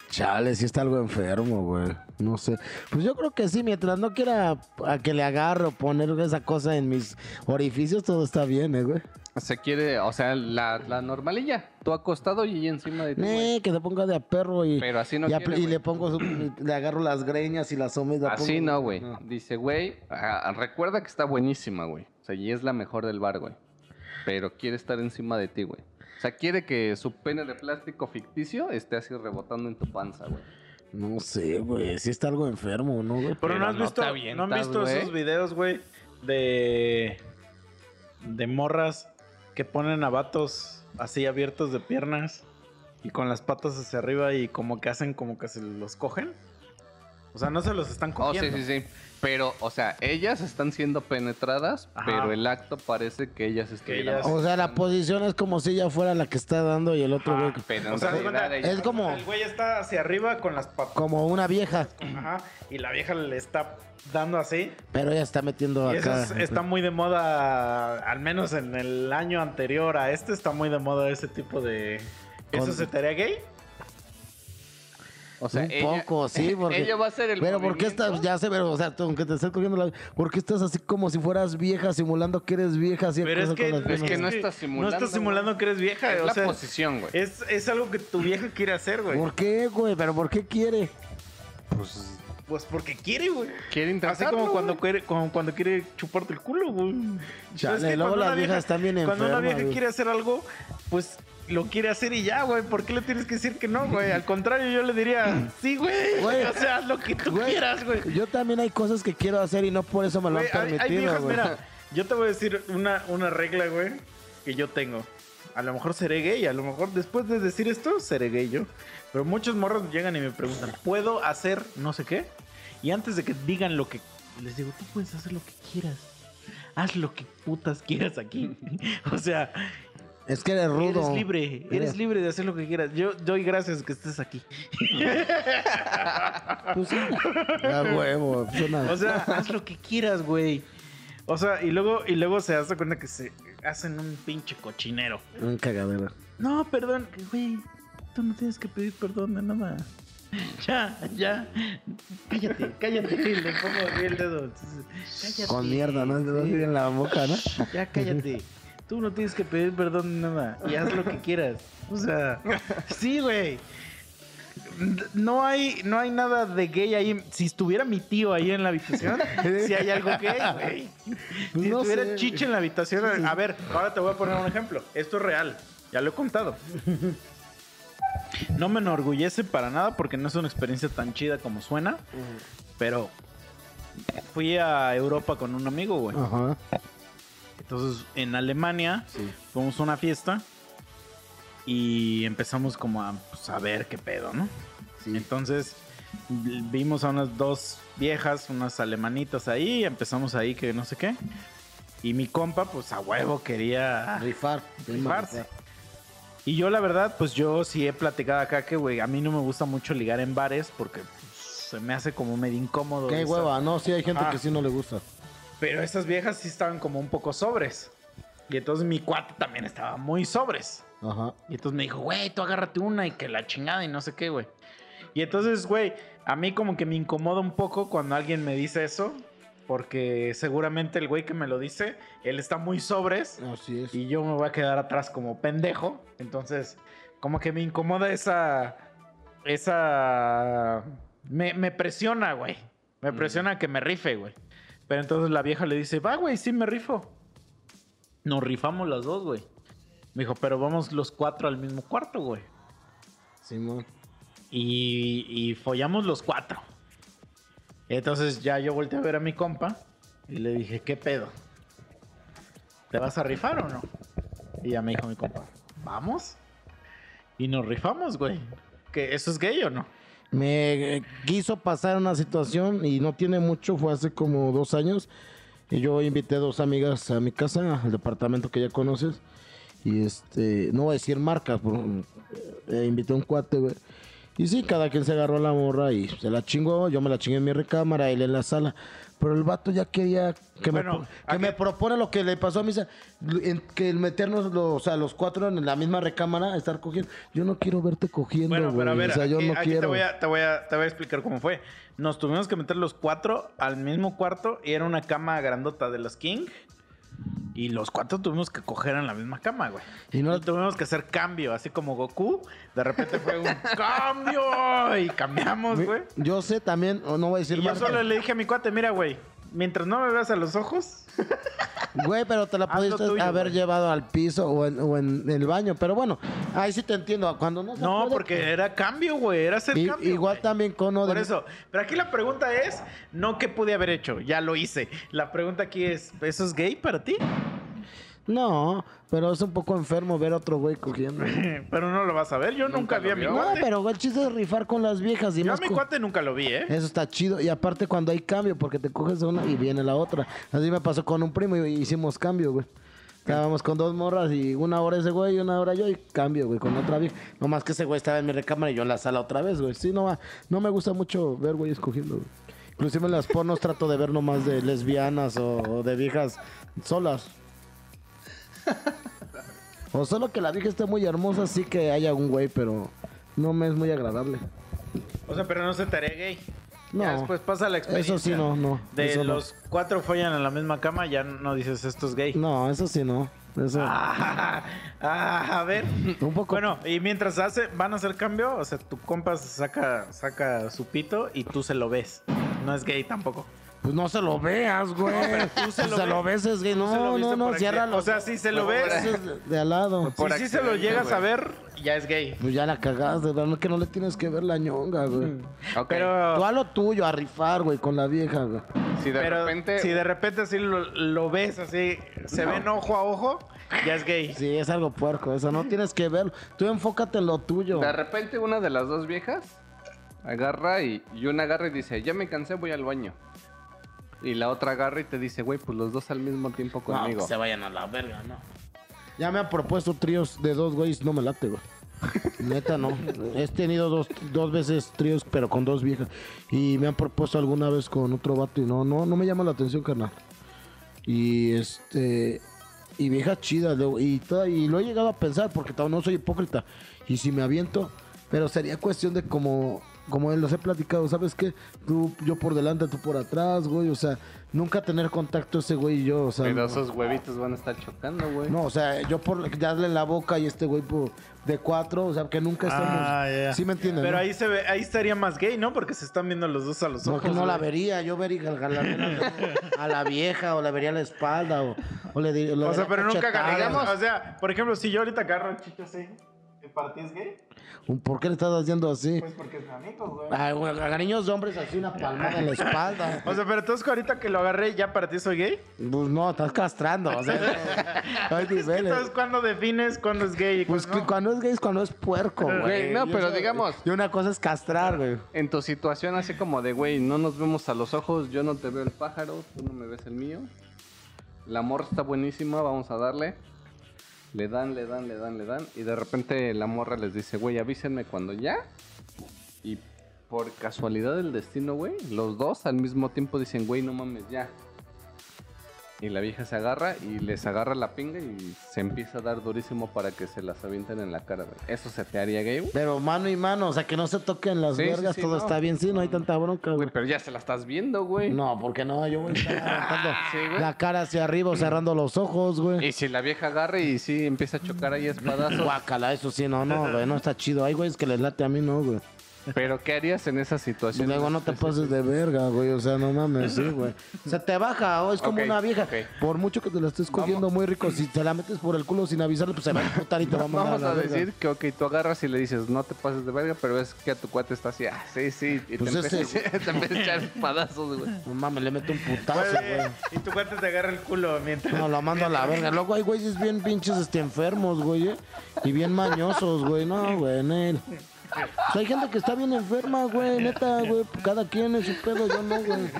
[SPEAKER 4] Chale, sí está algo enfermo, güey. No sé. Pues yo creo que sí, mientras no quiera a que le agarre o poner esa cosa en mis orificios, todo está bien, eh, güey.
[SPEAKER 2] Se quiere, o sea, la, la normalilla. Tú acostado y ella encima de ti. güey.
[SPEAKER 4] Eh, que se ponga de a perro y,
[SPEAKER 2] Pero así no
[SPEAKER 4] y, apl-
[SPEAKER 2] quiere,
[SPEAKER 4] y
[SPEAKER 2] güey.
[SPEAKER 4] le pongo su- le agarro las greñas y las sombras. y la
[SPEAKER 2] Así
[SPEAKER 4] pongo-
[SPEAKER 2] no, güey. Dice, güey, ah, recuerda que está buenísima, güey. O sea, y es la mejor del bar, güey. Pero quiere estar encima de ti, güey. O sea, quiere que su pene de plástico ficticio esté así rebotando en tu panza, güey.
[SPEAKER 4] No sé, güey. Sí está algo enfermo, ¿no, güey?
[SPEAKER 1] Pero,
[SPEAKER 2] Pero
[SPEAKER 1] no has
[SPEAKER 2] no
[SPEAKER 1] visto, ¿no
[SPEAKER 2] te avientas,
[SPEAKER 1] han visto
[SPEAKER 2] güey.
[SPEAKER 1] esos videos, güey, de, de morras que ponen a vatos así abiertos de piernas y con las patas hacia arriba y como que hacen como que se los cogen. O sea, no se los están
[SPEAKER 2] Oh, sí,
[SPEAKER 1] cogiendo.
[SPEAKER 2] sí, sí. Pero, o sea, ellas están siendo penetradas,
[SPEAKER 1] Ajá.
[SPEAKER 2] pero el acto parece que ellas estuvieran...
[SPEAKER 1] ellas-
[SPEAKER 4] O sea, la posición es como si ella fuera la que está dando y el otro, güey,
[SPEAKER 2] Pero
[SPEAKER 1] O
[SPEAKER 2] en
[SPEAKER 1] sea, haz de
[SPEAKER 2] realidad
[SPEAKER 1] cuenta,
[SPEAKER 2] ellas-
[SPEAKER 4] Es como-
[SPEAKER 1] El güey está hacia arriba con las patas.
[SPEAKER 4] como una vieja.
[SPEAKER 1] Ajá, y la vieja le está dando así.
[SPEAKER 4] Pero ella está metiendo
[SPEAKER 1] Y eso
[SPEAKER 4] acá.
[SPEAKER 1] es- está muy de moda, al menos en el año anterior a este, está muy de moda ese tipo de... ¿Eso
[SPEAKER 4] Con-
[SPEAKER 1] se te haría gay?
[SPEAKER 2] O sea,
[SPEAKER 4] un
[SPEAKER 2] ella-
[SPEAKER 4] poco, sí, porque.
[SPEAKER 2] ella va a hacer el
[SPEAKER 4] Pero ¿por qué estás,
[SPEAKER 2] movimiento?
[SPEAKER 4] ya sé, pero, o sea, tú, aunque te estés cogiendo la. ¿Por qué estás así como si fueras vieja, simulando que eres vieja? así
[SPEAKER 1] Pero es
[SPEAKER 4] cosa
[SPEAKER 1] que,
[SPEAKER 4] con las
[SPEAKER 2] es
[SPEAKER 4] manos?
[SPEAKER 2] que no
[SPEAKER 1] es
[SPEAKER 2] estás simulando,
[SPEAKER 1] No estás simulando que eres vieja.
[SPEAKER 2] Es
[SPEAKER 1] o
[SPEAKER 2] la
[SPEAKER 1] sea,
[SPEAKER 2] posición, güey.
[SPEAKER 1] es, es algo que tu vieja quiere hacer, güey.
[SPEAKER 4] ¿Por qué, güey? ¿Pero por qué quiere?
[SPEAKER 1] Pues porque quiere, güey.
[SPEAKER 2] Quiere
[SPEAKER 1] Así
[SPEAKER 2] intentarlo,
[SPEAKER 1] como
[SPEAKER 2] güey.
[SPEAKER 1] cuando quiere, como cuando quiere chuparte el culo, güey.
[SPEAKER 4] Chale,
[SPEAKER 1] Pues Es que
[SPEAKER 4] luego
[SPEAKER 1] cuando
[SPEAKER 4] las
[SPEAKER 1] una
[SPEAKER 4] viejas están bien
[SPEAKER 1] Cuando una
[SPEAKER 4] enfermas,
[SPEAKER 1] vieja
[SPEAKER 4] güey.
[SPEAKER 1] quiere hacer algo, pues lo quiere hacer y ya, güey. ¿Por qué le tienes que decir que no, güey? Al contrario, yo le diría, sí, güey.
[SPEAKER 4] Mm. Güey.
[SPEAKER 1] O sea, haz lo que tú
[SPEAKER 4] Güey,
[SPEAKER 1] quieras, güey.
[SPEAKER 4] Yo también hay cosas que quiero hacer y no por eso me lo han
[SPEAKER 1] Güey, hay, hay
[SPEAKER 4] permitido,
[SPEAKER 1] viejas,
[SPEAKER 4] güey.
[SPEAKER 1] mira, yo te voy a decir una, una regla, güey, que yo tengo. A lo mejor seré gay, a lo mejor después de decir esto seré gay yo. Pero muchos morros llegan y me preguntan, ¿puedo hacer no sé qué? Y antes de que digan lo que... Les digo, tú puedes hacer lo que quieras. Haz lo que putas quieras aquí. o sea,
[SPEAKER 4] Es que eres rudo. Eh.
[SPEAKER 1] eres libre. Eres
[SPEAKER 4] Eres-
[SPEAKER 1] libre de hacer lo que quieras. Yo doy gracias que estés aquí.
[SPEAKER 4] Pues sí. A huevo. pues una-
[SPEAKER 1] O sea, haz lo que quieras, güey. O sea, y luego, y luego se hace cuenta que se hacen un pinche cochinero.
[SPEAKER 4] un cagadero.
[SPEAKER 1] No, perdón, que, güey. Tú no tienes que pedir perdón de nada. Ya, ya. Cállate, cállate. Y le pongo aquí el dedo. Entonces, cállate.
[SPEAKER 4] Con mierda, ¿no? Te vas a ir en la boca, ¿no?
[SPEAKER 1] Ya, cállate. Tú no tienes que pedir perdón de nada. Y haz lo que quieras. O sea, sí, güey. No hay, no hay nada de gay ahí. Si estuviera mi tío ahí en la habitación, si hay algo gay, güey. Si
[SPEAKER 4] No
[SPEAKER 1] estuviera
[SPEAKER 4] sé.
[SPEAKER 1] chiche en la habitación, a ver, ahora te voy a poner un ejemplo. Esto es real, ya lo he contado. No me enorgullece para nada porque no es una experiencia tan chida como suena, pero fui a Europa con un amigo, güey.
[SPEAKER 4] Ajá.
[SPEAKER 1] Entonces, en Alemania, fuimos a una fiesta y empezamos como a, pues, a ver qué pedo, ¿no? Entonces, l- vimos a unas dos viejas, unas alemanitas ahí, empezamos ahí que no sé qué. Y mi compa, pues a huevo quería
[SPEAKER 4] Rifar.
[SPEAKER 1] rifarse. Y yo, la verdad, pues yo sí he platicado acá que, güey, a mí no me gusta mucho ligar en bares porque pues, se me hace como medio incómodo.
[SPEAKER 4] Qué
[SPEAKER 1] esa-
[SPEAKER 4] hueva, no, sí hay gente
[SPEAKER 1] Ah.
[SPEAKER 4] que sí no le gusta.
[SPEAKER 1] pero esas viejas sí estaban como un poco sobres. Y entonces mi cuate también estaba muy sobres.
[SPEAKER 4] Ajá.
[SPEAKER 1] Y entonces me dijo, güey, tú agárrate una y que la chingada y no sé qué, güey. Y entonces, güey, a mí como que me incomoda un poco cuando alguien me dice eso. Porque seguramente el güey que me lo dice, él está muy sobres.
[SPEAKER 4] Así es.
[SPEAKER 1] Y yo me voy a quedar atrás como pendejo. Entonces, como que me incomoda esa... Esa... Me, me presiona, güey. Me presiona que me rife, güey. Pero entonces la vieja le dice, va, güey, sí me rifo. Nos rifamos las dos, güey. Me dijo, pero vamos los cuatro al mismo cuarto, güey.
[SPEAKER 4] Simón.
[SPEAKER 1] Y, y follamos los cuatro. Entonces ya yo volteé a ver a mi compa y le dije, ¿qué pedo? ¿Te vas a rifar o no? Y ya me dijo mi compa, ¿vamos? Y nos rifamos, güey. ¿Que ¿Eso es gay o no?
[SPEAKER 4] Me eh, quiso pasar una situación y no tiene mucho, fue hace como dos años. Y yo invité dos amigas a mi casa, al departamento que ya conoces. Y este, no voy a decir marcas, pero, eh, invité a un cuate, güey. Y sí, cada quien se agarró a la morra y se la chingó. Yo me la chingué en mi recámara, él en la sala. Pero el vato ya quería que, me,
[SPEAKER 1] Bueno,
[SPEAKER 4] pro- que
[SPEAKER 1] aquí-
[SPEAKER 4] me propone lo que le pasó a mí. o sea, en- que el meternos los, o sea, los cuatro en la misma recámara, estar cogiendo. Yo no quiero verte cogiendo,
[SPEAKER 1] Bueno, pero a
[SPEAKER 4] güey.
[SPEAKER 1] ver, eh,
[SPEAKER 4] o sea, yo
[SPEAKER 1] aquí,
[SPEAKER 4] no
[SPEAKER 1] aquí
[SPEAKER 4] quiero.
[SPEAKER 1] te, voy a, te, voy a, te voy a explicar cómo fue. Nos tuvimos que meter los cuatro al mismo cuarto y era una cama grandota de los King. Y los cuatro tuvimos que coger en la misma cama, güey.
[SPEAKER 4] Y
[SPEAKER 1] Y
[SPEAKER 4] no-
[SPEAKER 1] no tuvimos que hacer cambio, así como Goku. De repente fue un cambio y cambiamos, güey.
[SPEAKER 4] Yo sé también, o no voy a decir
[SPEAKER 1] Y yo
[SPEAKER 4] más.
[SPEAKER 1] solo le dije a mi cuate, mira, güey, mientras no me veas a los ojos,
[SPEAKER 4] Güey, pero te la
[SPEAKER 1] Haz lo
[SPEAKER 4] pudiste
[SPEAKER 1] tuyo,
[SPEAKER 4] haber
[SPEAKER 1] güey.
[SPEAKER 4] llevado al piso o en, o en el baño. Pero bueno, ahí sí te entiendo. Cuando no se
[SPEAKER 1] no,
[SPEAKER 4] puede,
[SPEAKER 1] porque era cambio, güey, era hacer
[SPEAKER 4] i-
[SPEAKER 1] cambio.
[SPEAKER 4] igual
[SPEAKER 1] güey.
[SPEAKER 4] también con uno
[SPEAKER 1] Por
[SPEAKER 4] de-
[SPEAKER 1] eso. Pero aquí la pregunta es, no qué pude haber hecho, ya lo hice. La pregunta aquí es, ¿eso es gay para ti?
[SPEAKER 4] No, pero es un poco enfermo ver a otro güey cogiendo.
[SPEAKER 1] Pero no lo vas a ver, yo nunca,
[SPEAKER 2] Nunca
[SPEAKER 1] vi
[SPEAKER 2] lo
[SPEAKER 1] a mi
[SPEAKER 2] vio.
[SPEAKER 4] No,
[SPEAKER 1] cuate.
[SPEAKER 4] pero güey, el chiste es rifar con las viejas y
[SPEAKER 1] Yo a
[SPEAKER 4] más
[SPEAKER 1] mi
[SPEAKER 4] co-
[SPEAKER 1] cuate nunca lo vi, ¿eh?
[SPEAKER 4] Eso está chido. Y aparte cuando hay cambio, porque te coges una y viene la otra. Así me pasó con un primo y y hicimos cambio, güey. Estábamos con dos morras y una hora ese güey y una hora yo y cambio, güey, con otra vieja. Nomás que ese güey estaba en mi recámara y yo en la sala otra vez, güey. Sí, no, va- no me gusta mucho ver güey escogiendo, güey. Inclusive en las pornos trato de ver nomás de lesbianas o, o de viejas solas. O solo que la vieja esté muy hermosa, sí que haya un güey, pero no me es muy agradable.
[SPEAKER 1] O sea, pero no se tarea gay.
[SPEAKER 4] No.
[SPEAKER 1] Ya después pasa la experiencia.
[SPEAKER 4] Eso sí, no, no.
[SPEAKER 1] De
[SPEAKER 4] Eso no.
[SPEAKER 1] los cuatro follan en la misma cama, ya no dices esto es gay.
[SPEAKER 4] No, eso sí no. Eso.
[SPEAKER 1] Ah, ah, a ver.
[SPEAKER 4] Un poco.
[SPEAKER 1] Bueno, y mientras hace, van a hacer cambio, o sea, tu compa se saca, saca su pito y tú se lo ves. No es gay tampoco.
[SPEAKER 4] Pues no se lo veas, güey.
[SPEAKER 1] tú se
[SPEAKER 4] Si
[SPEAKER 1] lo
[SPEAKER 4] se
[SPEAKER 1] ves.
[SPEAKER 4] lo ves, es gay.
[SPEAKER 1] Tú se lo
[SPEAKER 4] No,
[SPEAKER 1] viste
[SPEAKER 4] no, no,
[SPEAKER 1] por
[SPEAKER 4] cierra
[SPEAKER 1] accidente.
[SPEAKER 4] los
[SPEAKER 1] O sea, si se lo
[SPEAKER 2] Fue por
[SPEAKER 1] ves,
[SPEAKER 4] ojos de- de al lado.
[SPEAKER 1] si
[SPEAKER 2] por
[SPEAKER 1] sí se lo
[SPEAKER 2] accidente,
[SPEAKER 1] llegas a
[SPEAKER 2] güey.
[SPEAKER 1] ver, ya es gay.
[SPEAKER 4] Pues ya la cagaste, ¿verdad? Que no le tienes que ver la ñonga, güey.
[SPEAKER 1] Mm.
[SPEAKER 2] Ok,
[SPEAKER 4] Tú
[SPEAKER 1] Pero,
[SPEAKER 4] a lo tuyo, a rifar, güey, con la vieja, güey.
[SPEAKER 2] si de
[SPEAKER 1] pero
[SPEAKER 2] repente...
[SPEAKER 1] si de repente sí lo, lo ves así, se ven ojo a ojo, ya es gay.
[SPEAKER 4] Sí, es algo puerco eso. No tienes que verlo. Tú enfócate en lo tuyo.
[SPEAKER 2] De repente una de las dos viejas agarra y, y una agarra y dice, ya me cansé, voy al baño. Y la otra agarra y te dice, güey, pues los dos al mismo tiempo conmigo.
[SPEAKER 1] pues
[SPEAKER 4] vayan a la verga, no. Ya me han propuesto tríos de dos güeyes, no me late, güey. Neta, no. He tenido dos, dos veces tríos, pero con dos viejas. Y me han propuesto alguna vez con otro vato y no, no, no me llama la atención, carnal. Y este. Y viejas chidas, luego, y, toda- y lo he llegado a pensar porque tam- no soy hipócrita. Y si me aviento, pero sería cuestión de como. Como los he platicado, ¿sabes qué? Tú, yo por delante, tú por atrás, güey. O sea, nunca tener contacto ese güey y yo. O sea,
[SPEAKER 2] Pero esos huevitos van a estar chocando, güey.
[SPEAKER 4] no, o sea, yo por darle la boca y este güey por- de cuatro, o sea, que nunca estamos.
[SPEAKER 1] Ah, ya.
[SPEAKER 4] ¿Sí me entienden?
[SPEAKER 1] Pero
[SPEAKER 4] no?
[SPEAKER 1] ahí se ve, ahí estaría más gay, ¿no? Porque se están viendo los dos a los
[SPEAKER 4] No,
[SPEAKER 1] ojos.
[SPEAKER 4] que no la
[SPEAKER 1] güey.
[SPEAKER 4] vería, yo vería a la, a la vieja o la vería a la espalda o, o le diría.
[SPEAKER 1] O sea, pero nunca
[SPEAKER 4] ganamos.
[SPEAKER 1] ganamos. O sea, por ejemplo, si yo ahorita agarro a un chico así, ¿te partís gay?
[SPEAKER 4] ¿Por qué le estás haciendo así?
[SPEAKER 1] Pues porque es mi amigo, güey.
[SPEAKER 4] Ay, güey, a niños de hombres así una palmada en la espalda.
[SPEAKER 1] O sea, pero tú es que ahorita que lo agarré, ¿ya para ti soy gay?
[SPEAKER 4] Pues no, estás castrando. O sea, hay niveles.
[SPEAKER 1] Entonces, ¿cuándo defines cuándo es gay y
[SPEAKER 4] Pues
[SPEAKER 1] cuándo
[SPEAKER 4] cu- cuando es gay es cuando es puerco, güey.
[SPEAKER 2] Güey, no,
[SPEAKER 4] Y
[SPEAKER 2] pero
[SPEAKER 4] eso-
[SPEAKER 2] digamos-
[SPEAKER 4] Y una cosa es castrar, güey.
[SPEAKER 2] En tu situación así como de, güey, no nos vemos a los ojos, yo no te veo el pájaro, tú no me ves el mío. La morra está buenísima, vamos a darle. Le dan, le dan, le dan, le dan. Y de repente la morra les dice, güey, avísenme cuando ya. Y por casualidad del destino, güey, los dos al mismo tiempo dicen, güey, no mames, ya. Y la vieja se agarra y les agarra la pinga y se empieza a dar durísimo para que se las avienten en la cara, güey. ¿Eso se te haría gay, güey?
[SPEAKER 4] Pero mano y mano, o sea, que no se toquen las
[SPEAKER 2] Sí, sí,
[SPEAKER 4] vergas,
[SPEAKER 2] sí,
[SPEAKER 4] todo
[SPEAKER 2] no.
[SPEAKER 4] está bien, sí, no hay tanta bronca, Ah, güey.
[SPEAKER 2] Güey, pero ya se la estás viendo, güey. Ah,
[SPEAKER 4] No, porque no, yo voy a estar levantando
[SPEAKER 2] Sí, güey.
[SPEAKER 4] la cara hacia arriba o cerrando los ojos, güey.
[SPEAKER 2] Y si la vieja agarra y sí empieza a chocar ahí a espadazos.
[SPEAKER 4] Guácala, eso sí, no, no, güey, no está chido. Hay güeyes que les late a mí, no, güey.
[SPEAKER 2] Pero ¿qué harías en esa
[SPEAKER 4] Y
[SPEAKER 2] situación?
[SPEAKER 4] luego no te pases de verga, güey, o sea, no mames, sí, güey. Se te baja, o es como
[SPEAKER 2] Ok,
[SPEAKER 4] una vieja.
[SPEAKER 2] ok.
[SPEAKER 4] Por mucho que te la estés cogiendo muy rico, si te la metes por el culo sin avisarle, pues se va a putar y te va a mandar
[SPEAKER 2] Vamos
[SPEAKER 4] la
[SPEAKER 2] a
[SPEAKER 4] verga.
[SPEAKER 2] decir que, ok, tú agarras y le dices, no te pases de verga, pero es que a tu cuate está así, ah, sí, sí, y
[SPEAKER 4] Pues
[SPEAKER 2] te, empieza,
[SPEAKER 4] ese-
[SPEAKER 2] te empieza a echar espadazos, güey.
[SPEAKER 4] No mames, le meto un putazo,
[SPEAKER 1] Puede-
[SPEAKER 4] güey.
[SPEAKER 1] Y tu cuate te agarra el culo mientras.
[SPEAKER 4] No, lo mando a la verga. Luego hay güeyes bien pinches este, enfermos, güey. ¿eh? Y bien mañosos, güey. No, güey, nel. O sea, hay gente que está bien enferma, güey. Neta, güey. Cada quien es su pedo, yo no, güey.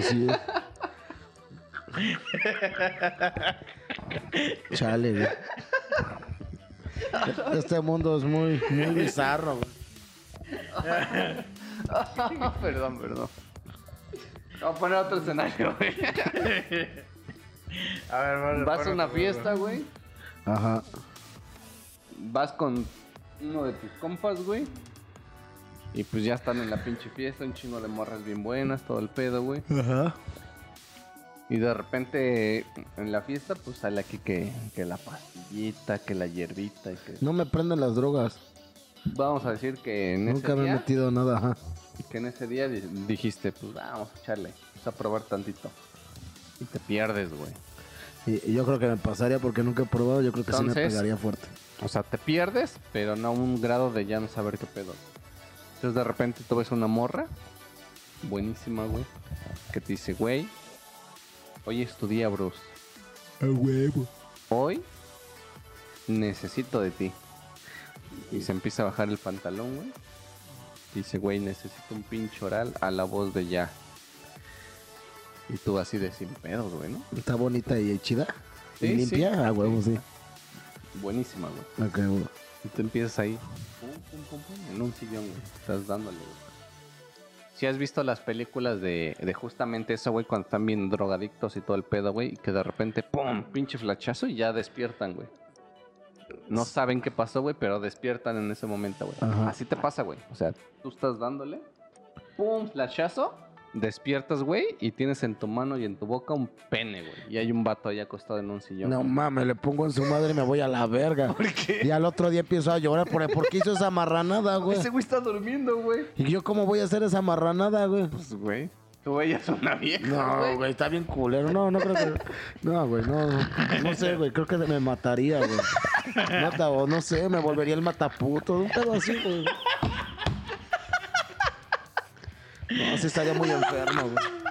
[SPEAKER 4] Así es. Chale, güey. Este mundo es muy, muy bizarro, güey.
[SPEAKER 2] perdón, perdón. Vamos a poner otro escenario, güey.
[SPEAKER 1] A ver, vale,
[SPEAKER 2] Vas a
[SPEAKER 1] pon
[SPEAKER 2] una
[SPEAKER 1] otro, güey.
[SPEAKER 2] fiesta, güey.
[SPEAKER 4] Ajá.
[SPEAKER 2] Vas con uno de tus compas, güey. Y pues ya están en la pinche fiesta, un chingo de morras bien buenas, todo el pedo, güey.
[SPEAKER 4] Ajá.
[SPEAKER 2] Y de repente en la fiesta, pues sale aquí que, que la pastillita, que la hierbita, y que...
[SPEAKER 4] No me prenden las drogas.
[SPEAKER 2] Vamos a decir que en
[SPEAKER 4] Nunca
[SPEAKER 2] ese
[SPEAKER 4] me he
[SPEAKER 2] día,
[SPEAKER 4] metido nada. Ajá.
[SPEAKER 2] que en ese día di- dijiste, pues vamos a echarle, vamos a probar tantito. Y te pierdes, güey.
[SPEAKER 4] Y, y yo creo que me pasaría porque nunca he probado. Yo creo que sí me
[SPEAKER 2] Entonces-
[SPEAKER 4] pegaría fuerte.
[SPEAKER 2] O sea, te pierdes, pero no a un grado de ya no saber qué pedo. Entonces de repente tú ves una morra, buenísima, güey, que te dice, güey, hoy es tu día, bros. Hoy necesito de ti. Y se empieza a bajar el pantalón, güey. Dice, güey, necesito un pinche oral a la voz de ya. Y tú así de sin pedos, güey, ¿no?
[SPEAKER 4] Está bonita y chida.
[SPEAKER 2] Sí,
[SPEAKER 4] y
[SPEAKER 2] sí.
[SPEAKER 4] limpia. Ah, huevo, sí.
[SPEAKER 2] Buenísima, güey.
[SPEAKER 4] Ok, güey.
[SPEAKER 2] Y tú empiezas ahí, pum, pum, pum, pum, en un sillón, güey. Estás dándole, güey. Si has visto las películas de, de justamente eso, güey, cuando están bien drogadictos y todo el pedo, güey, y que de repente, pum, pinche flachazo y ya despiertan, güey. No saben qué pasó, güey, pero despiertan en ese momento, güey.
[SPEAKER 4] Ajá.
[SPEAKER 2] Así te pasa, güey. O sea, tú estás dándole, pum, flachazo, despiertas, güey, y tienes en tu mano y en tu boca un pene, güey. Y hay un vato ahí acostado en un sillón.
[SPEAKER 4] No mames, le pongo en su madre y me voy a la verga. Y al otro día empiezo a llorar por, por qué hizo esa marranada, güey.
[SPEAKER 2] Ese güey está durmiendo, güey.
[SPEAKER 4] ¿Y yo cómo voy a hacer esa marranada, güey?
[SPEAKER 2] Pues, güey. Tú veías una vieja.
[SPEAKER 4] No, güey, está bien culero. No, no creo que. No, güey, no. No sé, güey, creo que me mataría, güey. Mata, o no sé, me volvería el mataputo. Un pedo así, güey. No, sí estaría muy enfermo, güey.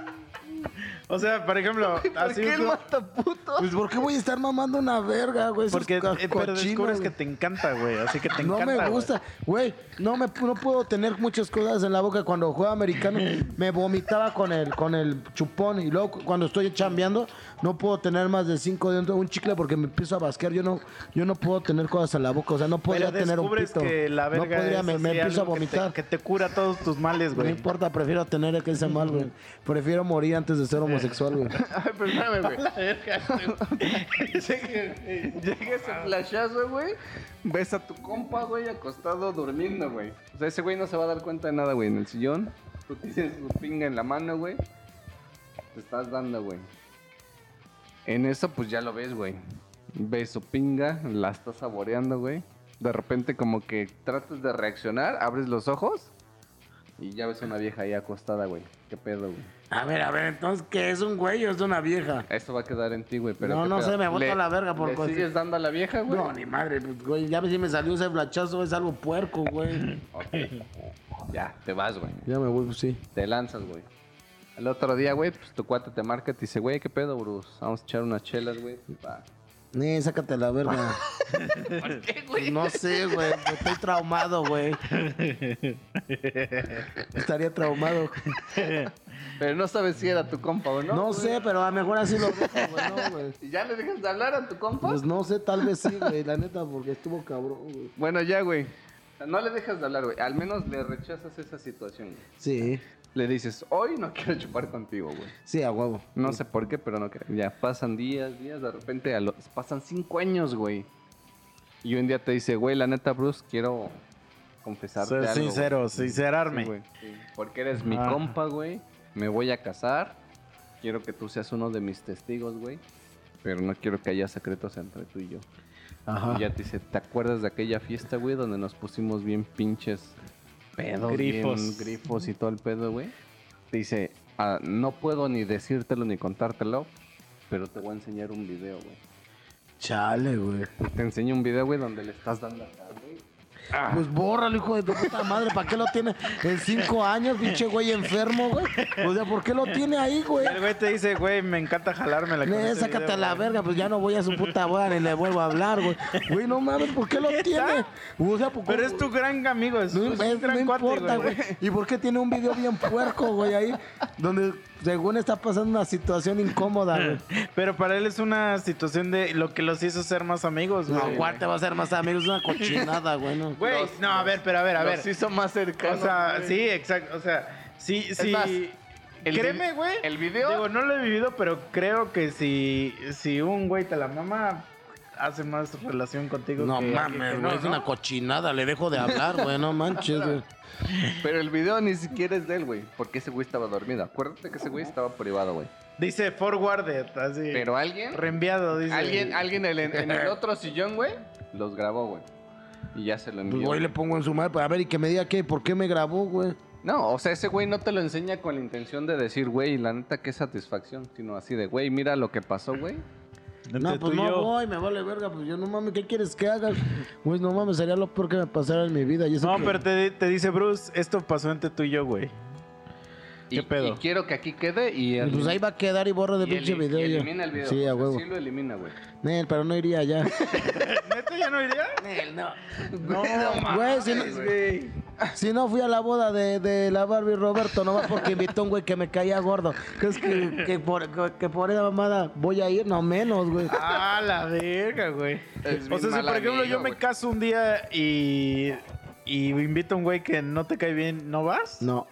[SPEAKER 1] O sea, por ejemplo,
[SPEAKER 2] ¿Por
[SPEAKER 1] así
[SPEAKER 2] qué el
[SPEAKER 1] como-
[SPEAKER 2] mataputo?
[SPEAKER 4] Pues, ¿por qué voy a estar mamando una verga, güey? Eso es
[SPEAKER 1] porque eh,
[SPEAKER 4] co-
[SPEAKER 1] pero
[SPEAKER 4] cochino,
[SPEAKER 1] descubres
[SPEAKER 4] güey.
[SPEAKER 1] que te encanta, güey, así que te
[SPEAKER 4] no
[SPEAKER 1] encanta.
[SPEAKER 4] me
[SPEAKER 1] güey.
[SPEAKER 4] gusta, güey. No me no puedo tener muchas cosas en la boca cuando juego americano. Me vomitaba con el con el chupón y luego cu- cuando estoy chambeando no puedo tener más de cinco dentro de un chicle porque me empiezo a basquear. Yo no yo no puedo tener cosas en la boca, o sea, no podría
[SPEAKER 1] Pero
[SPEAKER 4] tener un
[SPEAKER 1] descubres
[SPEAKER 4] pito.
[SPEAKER 1] que la verga
[SPEAKER 4] no podría,
[SPEAKER 1] es
[SPEAKER 4] me, me
[SPEAKER 1] así
[SPEAKER 4] empiezo a
[SPEAKER 1] algo que te-
[SPEAKER 4] vomitar.
[SPEAKER 1] Que te, cura todos tus males,
[SPEAKER 4] no
[SPEAKER 1] güey.
[SPEAKER 4] importa, prefiero tener que ese mal, güey. Prefiero morir antes de ser homosexual, güey.
[SPEAKER 2] Ay, perdóname, güey. Llega llega ese flashazo, güey. Ves a tu compa, güey, acostado durmiendo, güey. O sea, ese güey no se va a dar cuenta de nada, güey, en el sillón. Tú tienes tu pinga en la mano, güey. Te estás dando, güey. En eso, pues ya lo ves, güey. Ves su pinga, la estás saboreando, güey. De repente, como que tratas de reaccionar, abres los ojos y ya ves una vieja ahí acostada, güey. ¿Qué pedo, güey?
[SPEAKER 4] A ver, a ver, entonces ¿qué es un güey o es una vieja?
[SPEAKER 2] Eso va a quedar en ti, güey. Pero
[SPEAKER 4] No,
[SPEAKER 2] ¿qué
[SPEAKER 4] no
[SPEAKER 2] pedo?
[SPEAKER 4] sé, me boto
[SPEAKER 2] Le-
[SPEAKER 4] a la verga por
[SPEAKER 2] ¿Le
[SPEAKER 4] cualquier-
[SPEAKER 2] sigues dando a la vieja, güey?
[SPEAKER 4] No, ni madre, pues, güey, ya si me salió ese flachazo, es algo puerco, güey.
[SPEAKER 2] Ok. Ya, te vas, güey.
[SPEAKER 4] Ya me voy, pues, sí.
[SPEAKER 2] Te lanzas, güey. Al otro día, güey, pues tu cuate te marca y te dice, güey, ¿qué pedo, Bruce? Vamos a echar unas chelas, güey. Pa.
[SPEAKER 4] Eh, sácate la verga. No sé, güey. Estoy traumado, güey. Estaría traumado.
[SPEAKER 2] Pero no sabes si era tu compa o no.
[SPEAKER 4] No,
[SPEAKER 2] güey.
[SPEAKER 4] sé, pero a lo mejor así lo dejo, güey. No, güey.
[SPEAKER 2] ¿Y ¿Ya le dejas de hablar a tu compa?
[SPEAKER 4] Pues no sé, tal vez sí, güey. La neta, porque estuvo cabrón, güey.
[SPEAKER 2] Bueno, ya, güey. O sea, No le dejas de hablar, güey. Al menos le rechazas esa situación. güey.
[SPEAKER 4] Sí,
[SPEAKER 2] Le dices, hoy no quiero chupar contigo, güey.
[SPEAKER 4] sí, a huevo.
[SPEAKER 2] No sé por qué, pero no creo. Ya pasan días, días, de repente a los, pasan cinco años, güey. Y un día te dice, güey, la neta, Bruce, quiero confesarte
[SPEAKER 5] Ser
[SPEAKER 2] algo. güey".
[SPEAKER 5] sincero,
[SPEAKER 2] Sí,
[SPEAKER 5] sincerarme.
[SPEAKER 2] güey, sí. Porque eres mi
[SPEAKER 5] Ah.
[SPEAKER 2] compa, güey. Me voy a casar. Quiero que tú seas uno de mis testigos, güey. Pero no quiero que haya secretos entre tú y yo.
[SPEAKER 4] Ajá.
[SPEAKER 2] Y ya te dice, ¿te acuerdas de aquella fiesta, güey? Donde nos pusimos bien pinches pedos, grifos,
[SPEAKER 5] Grifos.
[SPEAKER 2] grifos y todo el pedo, güey. Te dice, "Ah, no puedo ni decírtelo ni contártelo, pero te voy a enseñar un video, güey.
[SPEAKER 4] Chale, güey.
[SPEAKER 2] Te enseño un video, güey, donde le estás dando acá, güey.
[SPEAKER 4] Pues bórralo, hijo de tu puta madre. ¿Para qué lo tiene en cinco años, pinche güey enfermo, güey? O sea, ¿por qué lo tiene ahí, güey?
[SPEAKER 1] El güey te dice, güey, me encanta jalármela. con
[SPEAKER 4] Eh,
[SPEAKER 1] ese
[SPEAKER 4] sácate
[SPEAKER 1] video,
[SPEAKER 4] a la
[SPEAKER 1] güey.
[SPEAKER 4] verga, pues ya no voy a su puta boda ni le vuelvo a hablar, güey. Güey, no mames, ¿por qué lo tiene? O sea, ¿por qué-
[SPEAKER 1] Pero es tu gran amigo, es,
[SPEAKER 4] No,
[SPEAKER 1] es un
[SPEAKER 4] es-
[SPEAKER 1] gran
[SPEAKER 4] no
[SPEAKER 1] cuate,
[SPEAKER 4] importa,
[SPEAKER 1] güey.
[SPEAKER 4] güey. ¿Y por qué tiene un video bien puerco, güey, ahí? Donde según está pasando una situación incómoda, güey.
[SPEAKER 1] Pero para él es una situación de lo que los hizo ser más amigos, güey.
[SPEAKER 4] No, ¿cuál te va a hacer más amigos? Es una cochinada, güey. no.
[SPEAKER 1] Güey,
[SPEAKER 2] Los-
[SPEAKER 1] no, a ver, pero a ver, a ver.
[SPEAKER 2] Los hizo más cercanos.
[SPEAKER 1] O sea,
[SPEAKER 2] güey.
[SPEAKER 1] sí, exacto. O sea, sí, sí.
[SPEAKER 2] más, el
[SPEAKER 1] Créeme,
[SPEAKER 2] vi-
[SPEAKER 1] güey.
[SPEAKER 2] el video-
[SPEAKER 1] Digo, no lo he vivido, pero creo que si, si un güey te la mama, hace más relación contigo.
[SPEAKER 4] No
[SPEAKER 1] que- que-
[SPEAKER 4] mames,
[SPEAKER 1] que
[SPEAKER 4] güey, es
[SPEAKER 1] ¿no?
[SPEAKER 4] una cochinada, le dejo de hablar, güey, no manches, güey.
[SPEAKER 2] Pero el video ni siquiera es de él, güey. Porque ese güey estaba dormido. Acuérdate que ese güey estaba privado, güey.
[SPEAKER 1] Dice forwarded, así.
[SPEAKER 2] Pero alguien,
[SPEAKER 1] Reenviado, dice.
[SPEAKER 2] alguien, alguien en, el- en el otro sillón, güey, los grabó, güey. Y ya se lo
[SPEAKER 4] Pues,
[SPEAKER 2] envió.
[SPEAKER 4] güey, le pongo en su madre, pero a ver, y que me diga qué, ¿por qué me grabó, güey?
[SPEAKER 2] No, o sea, ese güey no te lo enseña con la intención de decir, güey, la neta, qué satisfacción. Sino así de, güey, mira lo que pasó, güey.
[SPEAKER 5] Entre
[SPEAKER 4] No, pues
[SPEAKER 5] tú y
[SPEAKER 4] no
[SPEAKER 5] yo.
[SPEAKER 4] voy, me vale verga, pues yo no mames, ¿qué quieres que haga? Güey, no mames, sería lo peor que me pasara en mi vida. Y eso
[SPEAKER 1] No,
[SPEAKER 4] que-
[SPEAKER 1] pero te, te dice Bruce, esto pasó entre tú y yo, güey.
[SPEAKER 2] Y,
[SPEAKER 1] ¿Qué pedo?
[SPEAKER 2] y quiero que aquí quede y...
[SPEAKER 4] Y, Pues ahí va a quedar y borra de
[SPEAKER 2] y
[SPEAKER 4] pinche
[SPEAKER 2] eli- y
[SPEAKER 4] video. ya.
[SPEAKER 2] elimina el video.
[SPEAKER 4] Sí, a
[SPEAKER 2] O sea,
[SPEAKER 4] huevo.
[SPEAKER 2] Sí lo elimina, güey.
[SPEAKER 4] Nel, pero no iría allá.
[SPEAKER 1] ¿Eh, ¿Neta ya no iría?
[SPEAKER 2] No,
[SPEAKER 4] Güey, si no, si no fui a la boda de, de la Barbie Roberto, no va porque invitó a un güey que me caía gordo. ¿Crees que, que, por, que, que por esa mamada voy a ir? No menos, güey.
[SPEAKER 1] Ah, la verga, güey.
[SPEAKER 2] Es
[SPEAKER 1] O
[SPEAKER 2] bien
[SPEAKER 1] sea, si
[SPEAKER 2] mal
[SPEAKER 1] por ejemplo
[SPEAKER 2] amigo,
[SPEAKER 1] yo me
[SPEAKER 2] güey.
[SPEAKER 1] caso un día y, y invito a un güey que no te cae bien, ¿no vas?
[SPEAKER 4] No.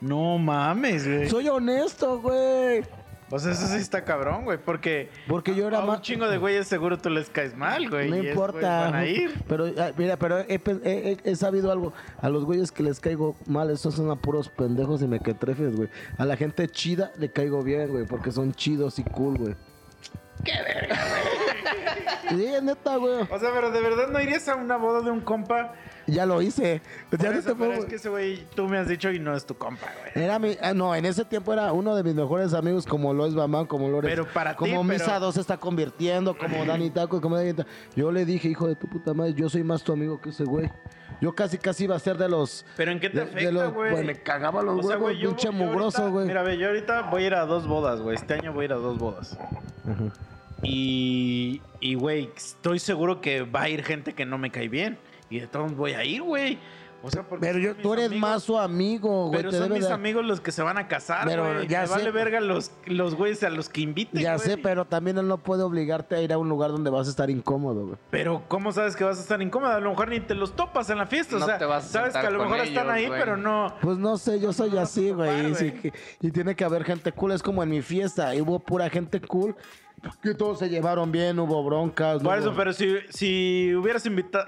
[SPEAKER 1] No mames, güey.
[SPEAKER 4] Soy honesto, güey.
[SPEAKER 1] O sea, eso sí está cabrón, güey, porque
[SPEAKER 4] Porque yo
[SPEAKER 1] a
[SPEAKER 4] era
[SPEAKER 1] un
[SPEAKER 4] más.
[SPEAKER 1] chingo de güeyes seguro tú les caes mal, güey.
[SPEAKER 4] No
[SPEAKER 1] y es, güey,
[SPEAKER 4] importa.
[SPEAKER 1] Van a ir.
[SPEAKER 4] Pero, ah, mira, pero he, pe- he- he- he sabido algo. A los güeyes que les caigo mal, esos son a puros pendejos y me mequetrefes, güey. A la gente chida le caigo bien, güey, porque son chidos y cool, güey. ¡Qué verga, Sí, neta, güey.
[SPEAKER 1] O sea, pero de verdad no irías a una boda de un compa.
[SPEAKER 4] Ya lo hice.
[SPEAKER 1] Por
[SPEAKER 4] Pues Ya no
[SPEAKER 1] eso,
[SPEAKER 4] te
[SPEAKER 1] pero
[SPEAKER 4] puedo-
[SPEAKER 1] es que ese güey tú me has dicho y no es tu compa, güey.
[SPEAKER 4] Era mi, ah, no, en ese tiempo era uno de mis mejores amigos, como lo es Bamán, como lo eres-
[SPEAKER 1] Pero para ti,
[SPEAKER 4] como
[SPEAKER 1] pero-
[SPEAKER 4] Misa 2 se está convirtiendo, como Dani Tacos, como Dani Tacos. Yo le dije, hijo de tu puta madre, yo soy más tu amigo que ese güey. Yo casi, casi iba a ser de los.
[SPEAKER 1] Pero ¿en qué te
[SPEAKER 4] de- de
[SPEAKER 1] afecta,
[SPEAKER 4] los-
[SPEAKER 1] güey?
[SPEAKER 4] güey, me cagaba los
[SPEAKER 1] O sea,
[SPEAKER 4] huevos,
[SPEAKER 1] güey, yo-
[SPEAKER 4] pinche
[SPEAKER 1] yo
[SPEAKER 4] mugroso,
[SPEAKER 1] ahorita-
[SPEAKER 4] güey.
[SPEAKER 1] Mira, ve, yo ahorita voy a ir a dos bodas, güey. Este año voy a ir a dos bodas. Y, y, güey, estoy seguro que va a ir gente que no me cae bien. Y de todos voy a ir, güey. O sea, porque
[SPEAKER 4] Pero
[SPEAKER 1] son
[SPEAKER 4] yo,
[SPEAKER 1] mis
[SPEAKER 4] tú eres
[SPEAKER 1] amigos.
[SPEAKER 4] más su amigo, güey.
[SPEAKER 1] Pero
[SPEAKER 4] te
[SPEAKER 1] son
[SPEAKER 4] debe
[SPEAKER 1] mis
[SPEAKER 4] de-
[SPEAKER 1] amigos los que se van a casar,
[SPEAKER 4] Pero
[SPEAKER 1] güey.
[SPEAKER 4] ya
[SPEAKER 1] Me
[SPEAKER 4] sé.
[SPEAKER 1] vale verga los, los güeyes a los que inviten,
[SPEAKER 4] Ya
[SPEAKER 1] güey.
[SPEAKER 4] sé, pero también él no puede obligarte a ir a un lugar donde vas a estar incómodo, güey.
[SPEAKER 1] Pero, ¿cómo sabes que vas a estar incómoda? A lo mejor ni te los topas en la fiesta.
[SPEAKER 2] No
[SPEAKER 1] o sea,
[SPEAKER 2] te vas a
[SPEAKER 1] sabes que
[SPEAKER 2] sentar
[SPEAKER 1] a lo
[SPEAKER 2] con
[SPEAKER 1] mejor están
[SPEAKER 2] ellos,
[SPEAKER 1] ahí,
[SPEAKER 2] güey.
[SPEAKER 1] pero no...
[SPEAKER 4] Pues no sé, yo soy así, güey.
[SPEAKER 1] topar,
[SPEAKER 4] Y, sí
[SPEAKER 1] güey.
[SPEAKER 4] que- y tiene que haber gente cool. Es como en mi fiesta. y Hubo pura gente cool. Que todos se llevaron bien, hubo broncas. no
[SPEAKER 1] Por
[SPEAKER 4] hubo-
[SPEAKER 1] eso, pero si, si hubieras invitado,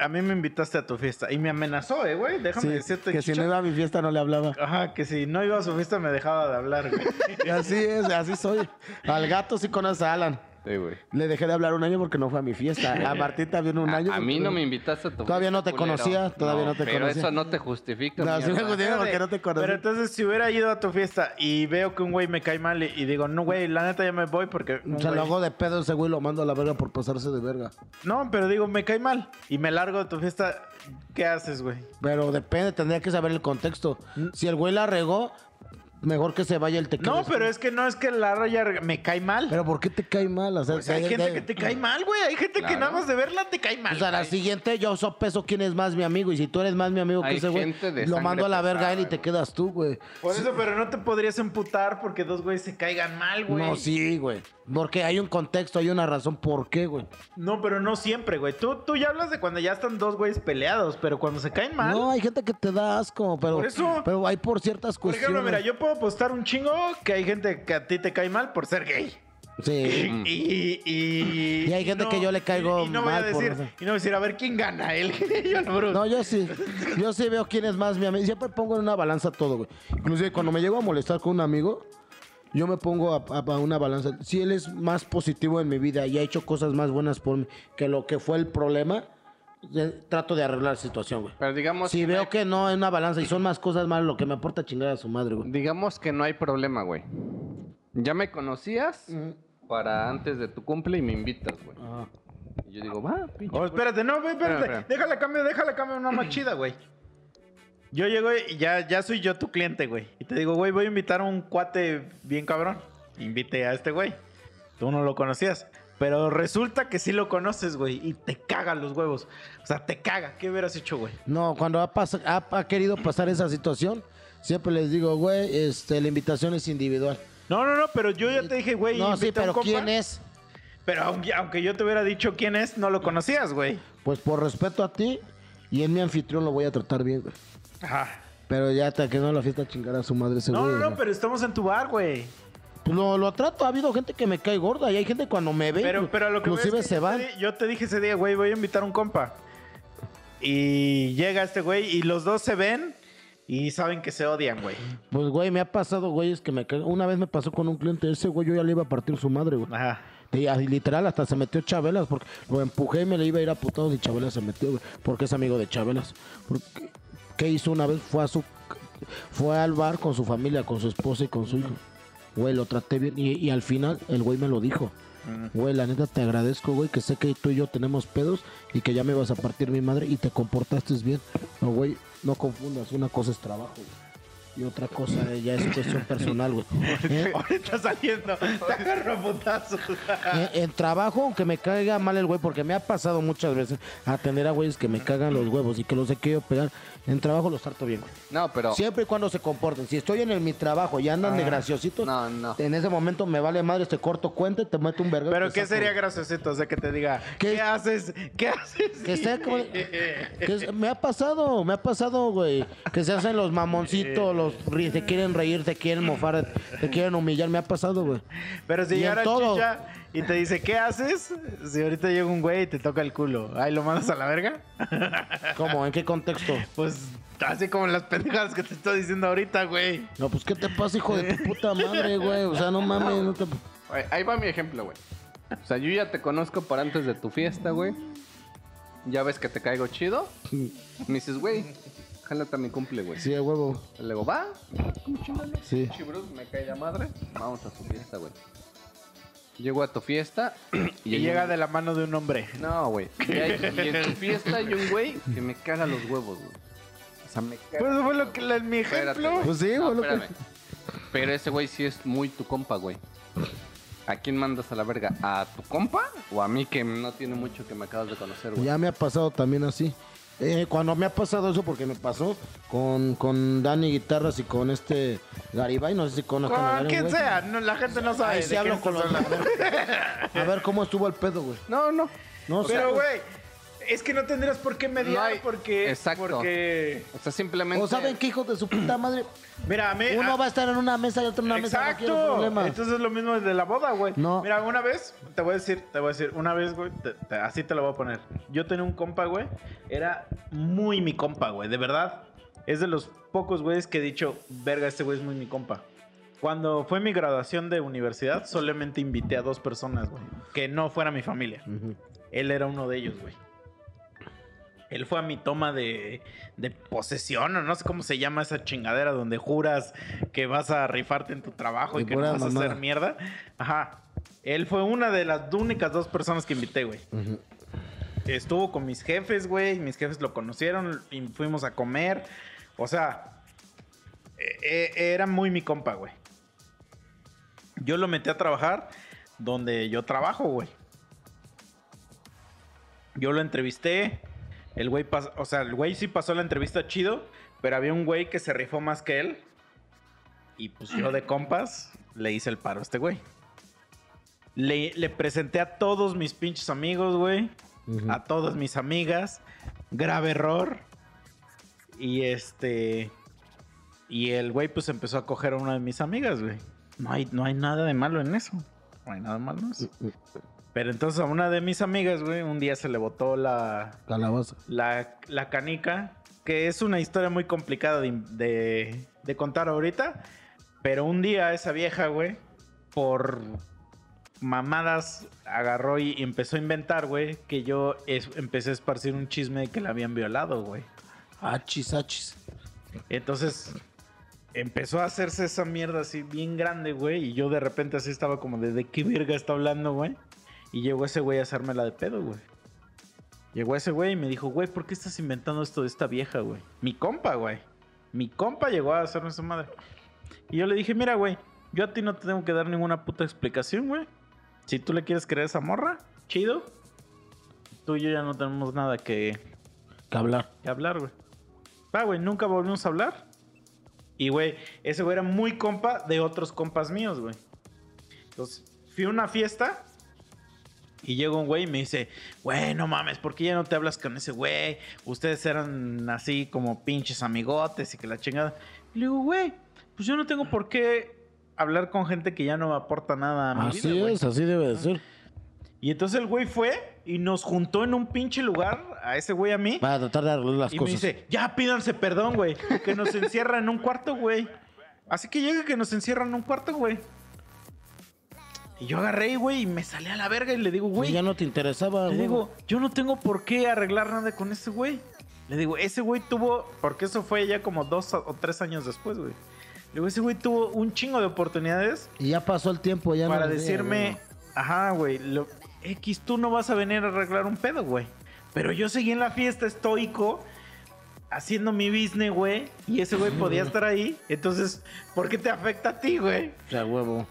[SPEAKER 1] a mí me invitaste a tu fiesta y me amenazó, eh, güey. Déjame
[SPEAKER 4] Sí,
[SPEAKER 1] decirte
[SPEAKER 4] que si
[SPEAKER 1] Chicho.
[SPEAKER 4] no iba a mi fiesta no le hablaba.
[SPEAKER 1] Ajá, que si no iba a su fiesta me dejaba de hablar, güey.
[SPEAKER 4] Y así es, así soy. Al gato sí conoce a Alan.
[SPEAKER 2] Sí, güey.
[SPEAKER 4] Le dejé de hablar un año porque no fue a mi fiesta. A Martita vino un
[SPEAKER 2] A,
[SPEAKER 4] año.
[SPEAKER 2] a mí no me invitaste a tu
[SPEAKER 4] Todavía no te
[SPEAKER 2] culero.
[SPEAKER 4] conocía, todavía no te
[SPEAKER 2] Pero
[SPEAKER 4] conocía.
[SPEAKER 2] eso no te justifica,
[SPEAKER 4] No, sí me
[SPEAKER 2] mierda.
[SPEAKER 4] jodieron porque no te conocí.
[SPEAKER 1] Pero entonces, si hubiera ido a tu fiesta y veo que un güey me cae mal y, y digo, no, güey, la neta ya me voy porque. un
[SPEAKER 4] O sea,
[SPEAKER 1] güey-
[SPEAKER 4] lo hago de pedo ese güey, lo mando a la verga por pasarse de verga.
[SPEAKER 1] No, pero digo, me cae mal y me largo de tu fiesta, ¿qué haces, güey?
[SPEAKER 4] Pero depende, tendría que saber el contexto. Si el güey la regó, mejor que se vaya el te
[SPEAKER 1] Mm. No, pero es que no es que la raya me cae mal.
[SPEAKER 4] Pues, Pero ¿por qué te cae mal? O sea,
[SPEAKER 1] O sea, Pues hay
[SPEAKER 4] de-
[SPEAKER 1] gente
[SPEAKER 4] de-
[SPEAKER 1] que te cae mal, güey. Hay gente que
[SPEAKER 2] Claro.
[SPEAKER 1] nada más de verla te cae mal.
[SPEAKER 4] O sea, la
[SPEAKER 1] güey.
[SPEAKER 4] siguiente yo sopeso quién es más mi amigo. Y si tú eres más mi amigo que
[SPEAKER 2] Hay
[SPEAKER 4] ese güey,
[SPEAKER 2] gente de
[SPEAKER 4] lo
[SPEAKER 2] sangre
[SPEAKER 4] mando a la verga a él y
[SPEAKER 2] pesada,
[SPEAKER 4] te
[SPEAKER 2] güey.
[SPEAKER 4] quedas tú, güey.
[SPEAKER 1] Por eso, pero no te podrías emputar porque dos güeyes se caigan mal, güey.
[SPEAKER 4] No, sí, güey. Porque hay un contexto, hay una razón por qué, güey.
[SPEAKER 1] No, pero no siempre, güey. Tú, tú ya hablas de cuando ya están dos güeyes peleados, pero cuando se caen mal.
[SPEAKER 4] No, hay gente que te da asco, pero,
[SPEAKER 1] Por eso.
[SPEAKER 4] pero hay por ciertas
[SPEAKER 1] por
[SPEAKER 4] cuestiones.
[SPEAKER 1] ejemplo, mira, yo puedo apostar un chingo que hay gente que a ti te cae mal por ser gay.
[SPEAKER 4] Sí.
[SPEAKER 1] Y, y,
[SPEAKER 4] Y hay gente que yo le caigo
[SPEAKER 1] y, y no voy a
[SPEAKER 4] mal por
[SPEAKER 1] decir,
[SPEAKER 4] eso.
[SPEAKER 1] Y no voy a decir, a ver quién gana, él y yo, el Bruce.
[SPEAKER 4] No, yo sí. Yo sí veo quién es más mi amigo. Siempre pongo en una balanza todo, güey. Inclusive cuando me llego a molestar con un amigo, yo me pongo a, a- a una balanza. Si él es más positivo en mi vida y ha hecho cosas más buenas por mí que lo que fue el problema, eh, trato de arreglar la situación, güey.
[SPEAKER 2] Pero digamos,
[SPEAKER 4] Si
[SPEAKER 2] que no
[SPEAKER 4] veo
[SPEAKER 2] hay-
[SPEAKER 4] que no es una balanza y son más cosas malas, lo que me aporta chingar a su madre, güey.
[SPEAKER 2] digamos que no hay problema, güey. Ya me conocías para antes de tu cumple y me invitas, güey. Y yo digo, va, pinche.
[SPEAKER 1] Oh, espérate, no, güey, espérate.
[SPEAKER 2] Espera, espera.
[SPEAKER 1] Déjala cambio, déjala cambio una más chida, güey. Yo llego y ya, ya soy yo tu cliente, güey. Y te digo, güey, voy a invitar a un cuate bien cabrón. Invite a este güey. Tú no lo conocías. Pero resulta que sí lo conoces, güey. Y te caga los huevos. O sea, te caga. ¿Qué hubieras hecho, güey?
[SPEAKER 4] No, cuando ha, pas- ha- ha querido pasar esa situación, Siempre les digo, güey, este, la invitación es individual.
[SPEAKER 1] No, no, no, pero yo ya te dije, güey.
[SPEAKER 4] no,
[SPEAKER 1] invita
[SPEAKER 4] sí,
[SPEAKER 1] a un
[SPEAKER 4] pero
[SPEAKER 1] compa.
[SPEAKER 4] ¿quién es?
[SPEAKER 1] Pero aunque, aunque yo te hubiera dicho quién es, no lo conocías, güey.
[SPEAKER 4] Pues por respeto a ti y en mi anfitrión lo voy a tratar bien, güey.
[SPEAKER 1] Ajá.
[SPEAKER 4] Pero ya hasta que no la fiesta chingar a su madre
[SPEAKER 1] No,
[SPEAKER 4] seguro.
[SPEAKER 1] no, no,
[SPEAKER 4] güey.
[SPEAKER 1] pero estamos en tu bar, güey.
[SPEAKER 4] Pues lo, lo trato, ha habido gente que me cae gorda y hay gente cuando me ve,
[SPEAKER 1] Pero, pero a lo que voy
[SPEAKER 4] inclusive
[SPEAKER 1] es que
[SPEAKER 4] se
[SPEAKER 1] yo
[SPEAKER 4] van.
[SPEAKER 1] te di- Yo te dije ese día, güey, voy a invitar a un compa. Y llega este güey y los dos se ven y saben que se odian, güey.
[SPEAKER 4] Pues güey, me ha pasado güeyes que me caen. Una vez me pasó con un cliente, ese güey yo ya le iba a partir su madre, güey.
[SPEAKER 1] Ajá.
[SPEAKER 4] Y así, literal, hasta se metió Chabelas, porque lo empujé y me le iba a ir a putados y Chabelas se metió, güey, porque es amigo de Chabelas. Porque- ¿Qué hizo una vez? Fue a su fue al bar con su familia, con su esposa y con su hijo. Güey, lo traté bien y, y al final el güey me lo dijo. Güey, la neta te agradezco, güey, que sé que tú y yo tenemos pedos y que ya me vas a partir mi madre y te comportaste bien. No, güey, no confundas, una cosa es trabajo, güey. Y otra cosa eh, ya es cuestión personal, güey. ¿Eh?
[SPEAKER 1] Ahorita saliendo, te agarro a putazos.
[SPEAKER 2] Ah.
[SPEAKER 4] Eh, En, en trabajo, aunque me caiga mal el güey, porque me ha pasado muchas veces atender a güeyes que me cagan los huevos y que los he querido pegar, en trabajo los trato bien. güey.
[SPEAKER 2] No, pero.
[SPEAKER 4] Siempre y cuando se comporten. Si estoy en el- mi trabajo y andan de graciositos,
[SPEAKER 2] No, no.
[SPEAKER 4] en ese momento me vale madre, te corto cuenta y te meto un verga.
[SPEAKER 1] Pero ¿qué sería graciosito? O sea, que te diga, ¿qué,
[SPEAKER 4] ¿Qué?
[SPEAKER 1] haces? ¿Qué haces?
[SPEAKER 4] Que sea como- que es- me ha pasado, me ha pasado, güey. Que se hacen los mamoncitos, los ri- se quieren reír, te quieren mofar, te quieren humillar. Me ha pasado, güey.
[SPEAKER 1] Pero si
[SPEAKER 4] Y en
[SPEAKER 1] llegara el
[SPEAKER 4] todo.
[SPEAKER 1] chicha y te dice, ¿qué haces? Si ahorita llega un güey y te toca el culo, ¿ahí lo mandas a la verga?
[SPEAKER 4] ¿Cómo? ¿En qué contexto?
[SPEAKER 1] Pues así como las pendejadas que te estoy diciendo ahorita, güey.
[SPEAKER 4] No, pues, ¿qué te pasa, hijo de tu puta madre, güey? O sea, no mames, no te...
[SPEAKER 2] Ahí- Ahí va mi ejemplo, güey. O sea, yo ya te conozco para antes de tu fiesta, güey. Ya ves que te caigo chido. Me dices, güey, jálate a mi cumple, güey.
[SPEAKER 4] Sí, a huevo.
[SPEAKER 2] Le digo, va. ¿Cómo chingale?
[SPEAKER 4] Sí.
[SPEAKER 2] Chibros, me cae la madre. Vamos a tu fiesta, güey. Llego a tu fiesta
[SPEAKER 1] Y, llega de la mano de un hombre.
[SPEAKER 2] No, güey. Y, hay- y en tu fiesta hay un güey que me caga los huevos, güey. O sea, me caga.
[SPEAKER 1] Pues eso fue lo que, la- mi
[SPEAKER 2] Espérate,
[SPEAKER 1] ejemplo.
[SPEAKER 2] güey.
[SPEAKER 4] Pues sí,
[SPEAKER 2] No,
[SPEAKER 4] güey, lo que-
[SPEAKER 2] espérame. Pero ese güey sí es muy tu compa, güey. ¿A quién mandas a la verga? ¿A tu compa? ¿O a mí que no tiene mucho que me acabas de conocer, güey?
[SPEAKER 4] Ya me ha pasado también así. Eh, cuando me ha pasado eso, porque me pasó con, con Dani Guitarras y con este Garibay, no sé si conozcan a
[SPEAKER 1] Con
[SPEAKER 4] Garibay,
[SPEAKER 1] quien
[SPEAKER 4] güey.
[SPEAKER 1] sea, no, la gente no sabe.
[SPEAKER 4] Ahí
[SPEAKER 1] de
[SPEAKER 4] sí hablo
[SPEAKER 1] quién
[SPEAKER 4] con los
[SPEAKER 1] estás hablando.
[SPEAKER 4] A ver cómo estuvo el pedo, güey.
[SPEAKER 2] No, no.
[SPEAKER 4] No, sé,
[SPEAKER 1] Pero, güey, es que no tendrías por qué mediar
[SPEAKER 2] No hay-
[SPEAKER 1] porque.
[SPEAKER 2] Exacto.
[SPEAKER 1] Porque.
[SPEAKER 2] O sea, simplemente.
[SPEAKER 4] O saben qué hijos de su puta madre.
[SPEAKER 1] Mira, a mí.
[SPEAKER 4] Uno
[SPEAKER 1] a-
[SPEAKER 4] va a estar en una mesa y otro en una mesa. no quiero
[SPEAKER 1] ah. Exacto.
[SPEAKER 4] problemas.
[SPEAKER 1] Entonces es lo mismo de la boda, güey.
[SPEAKER 4] No.
[SPEAKER 1] Mira, una vez, te voy a decir, te voy a decir, una vez, güey, te- te- así te lo voy a poner. Yo tenía un compa, güey, era muy mi compa, güey, de verdad. Es de los pocos güeyes que he dicho, verga, este güey es muy mi compa. Cuando fue mi graduación de universidad, solamente invité a dos personas, güey, que no fuera mi familia.
[SPEAKER 4] Ujú.
[SPEAKER 1] Él era uno de ellos, güey. Él fue a mi toma de, de posesión, o no sé cómo se llama esa chingadera donde juras que vas a rifarte en tu trabajo y,
[SPEAKER 4] Y
[SPEAKER 1] que no
[SPEAKER 4] pura
[SPEAKER 1] vas a
[SPEAKER 4] mamada.
[SPEAKER 1] hacer mierda. Ajá. Él fue una de las únicas dos personas que invité, güey.
[SPEAKER 4] Ujú.
[SPEAKER 1] Estuvo con mis jefes, güey. y Mis jefes lo conocieron y fuimos a comer. O sea, e- e- era muy mi compa, güey. Yo lo metí a trabajar donde yo trabajo, güey. Yo lo entrevisté. El güey pas- o sea, el güey sí pasó la entrevista chido, pero había un güey que se rifó más que él. Y pues yo de compas le hice el paro a este güey. Le, le presenté a todos mis pinches amigos, güey.
[SPEAKER 4] Ujú.
[SPEAKER 1] A todas mis amigas. Grave error. Y este. Y el güey pues empezó a coger a una de mis amigas, güey. No hay, no hay nada de malo en eso. No hay nada de malo en eso. Pero entonces a una de mis amigas, güey, un día se le botó la,
[SPEAKER 4] Calabaza.
[SPEAKER 1] la, la canica, que es una historia muy complicada de, de- de contar ahorita, pero un día esa vieja, güey, por mamadas agarró y empezó a inventar, güey, que yo es- empecé a esparcir un chisme de que la habían violado, güey.
[SPEAKER 4] Achis, achis.
[SPEAKER 1] Entonces empezó a hacerse esa mierda así bien grande, güey. Y yo de repente así estaba como de, ¿de qué verga está hablando, güey? Y llegó ese güey a hacérmela de pedo, güey. Llegó ese güey y me dijo, güey, ¿por qué estás inventando esto de esta vieja, güey? Mi compa, güey. Mi compa llegó a hacerme esa madre. Y yo le dije, mira, güey, yo a ti no te tengo que dar ninguna puta explicación, güey. Si tú le quieres creer a esa morra, chido. Tú y yo ya no tenemos nada que,
[SPEAKER 4] Que hablar.
[SPEAKER 1] que hablar, güey. Va, güey, nunca volvimos a hablar. Y, güey, ese güey era muy compa de otros compas míos, güey. Entonces, fui a una fiesta y llega un güey y me dice, güey, no mames, ¿por qué ya no te hablas con ese güey? Ustedes eran así como pinches amigotes y que la chingada. Y le digo, güey, pues yo no tengo por qué hablar con gente que ya no me aporta nada a mi vida,
[SPEAKER 4] Así
[SPEAKER 1] güey".
[SPEAKER 4] es, así debe de ser.
[SPEAKER 1] Y entonces el güey fue y nos juntó en un pinche lugar a ese güey a mí.
[SPEAKER 4] Para tratar de arreglar las
[SPEAKER 1] y
[SPEAKER 4] cosas.
[SPEAKER 1] me dice, ya pídanse perdón, güey, que nos encierran en un cuarto, güey. Así que llega que nos encierran en un cuarto, güey. Y yo agarré, güey, y me salí a la verga y le digo,
[SPEAKER 4] Pues
[SPEAKER 1] güey,
[SPEAKER 4] ya no te interesaba,
[SPEAKER 1] le
[SPEAKER 4] güey.
[SPEAKER 1] digo, yo no tengo por qué arreglar nada con ese güey. Le digo, ese güey tuvo, porque eso fue ya como dos o tres años después, güey. Le digo, ese güey tuvo un chingo de oportunidades
[SPEAKER 4] Y ya pasó el tiempo, ya no
[SPEAKER 1] para
[SPEAKER 4] lo veía,
[SPEAKER 1] decirme,
[SPEAKER 4] güey.
[SPEAKER 1] ajá, güey, lo- X, tú no vas a venir a arreglar un pedo, güey. Pero yo seguí en la fiesta estoico, haciendo mi business, güey, y ese güey podía estar ahí. Entonces, ¿por qué te afecta a ti, güey?
[SPEAKER 4] O sea, huevo.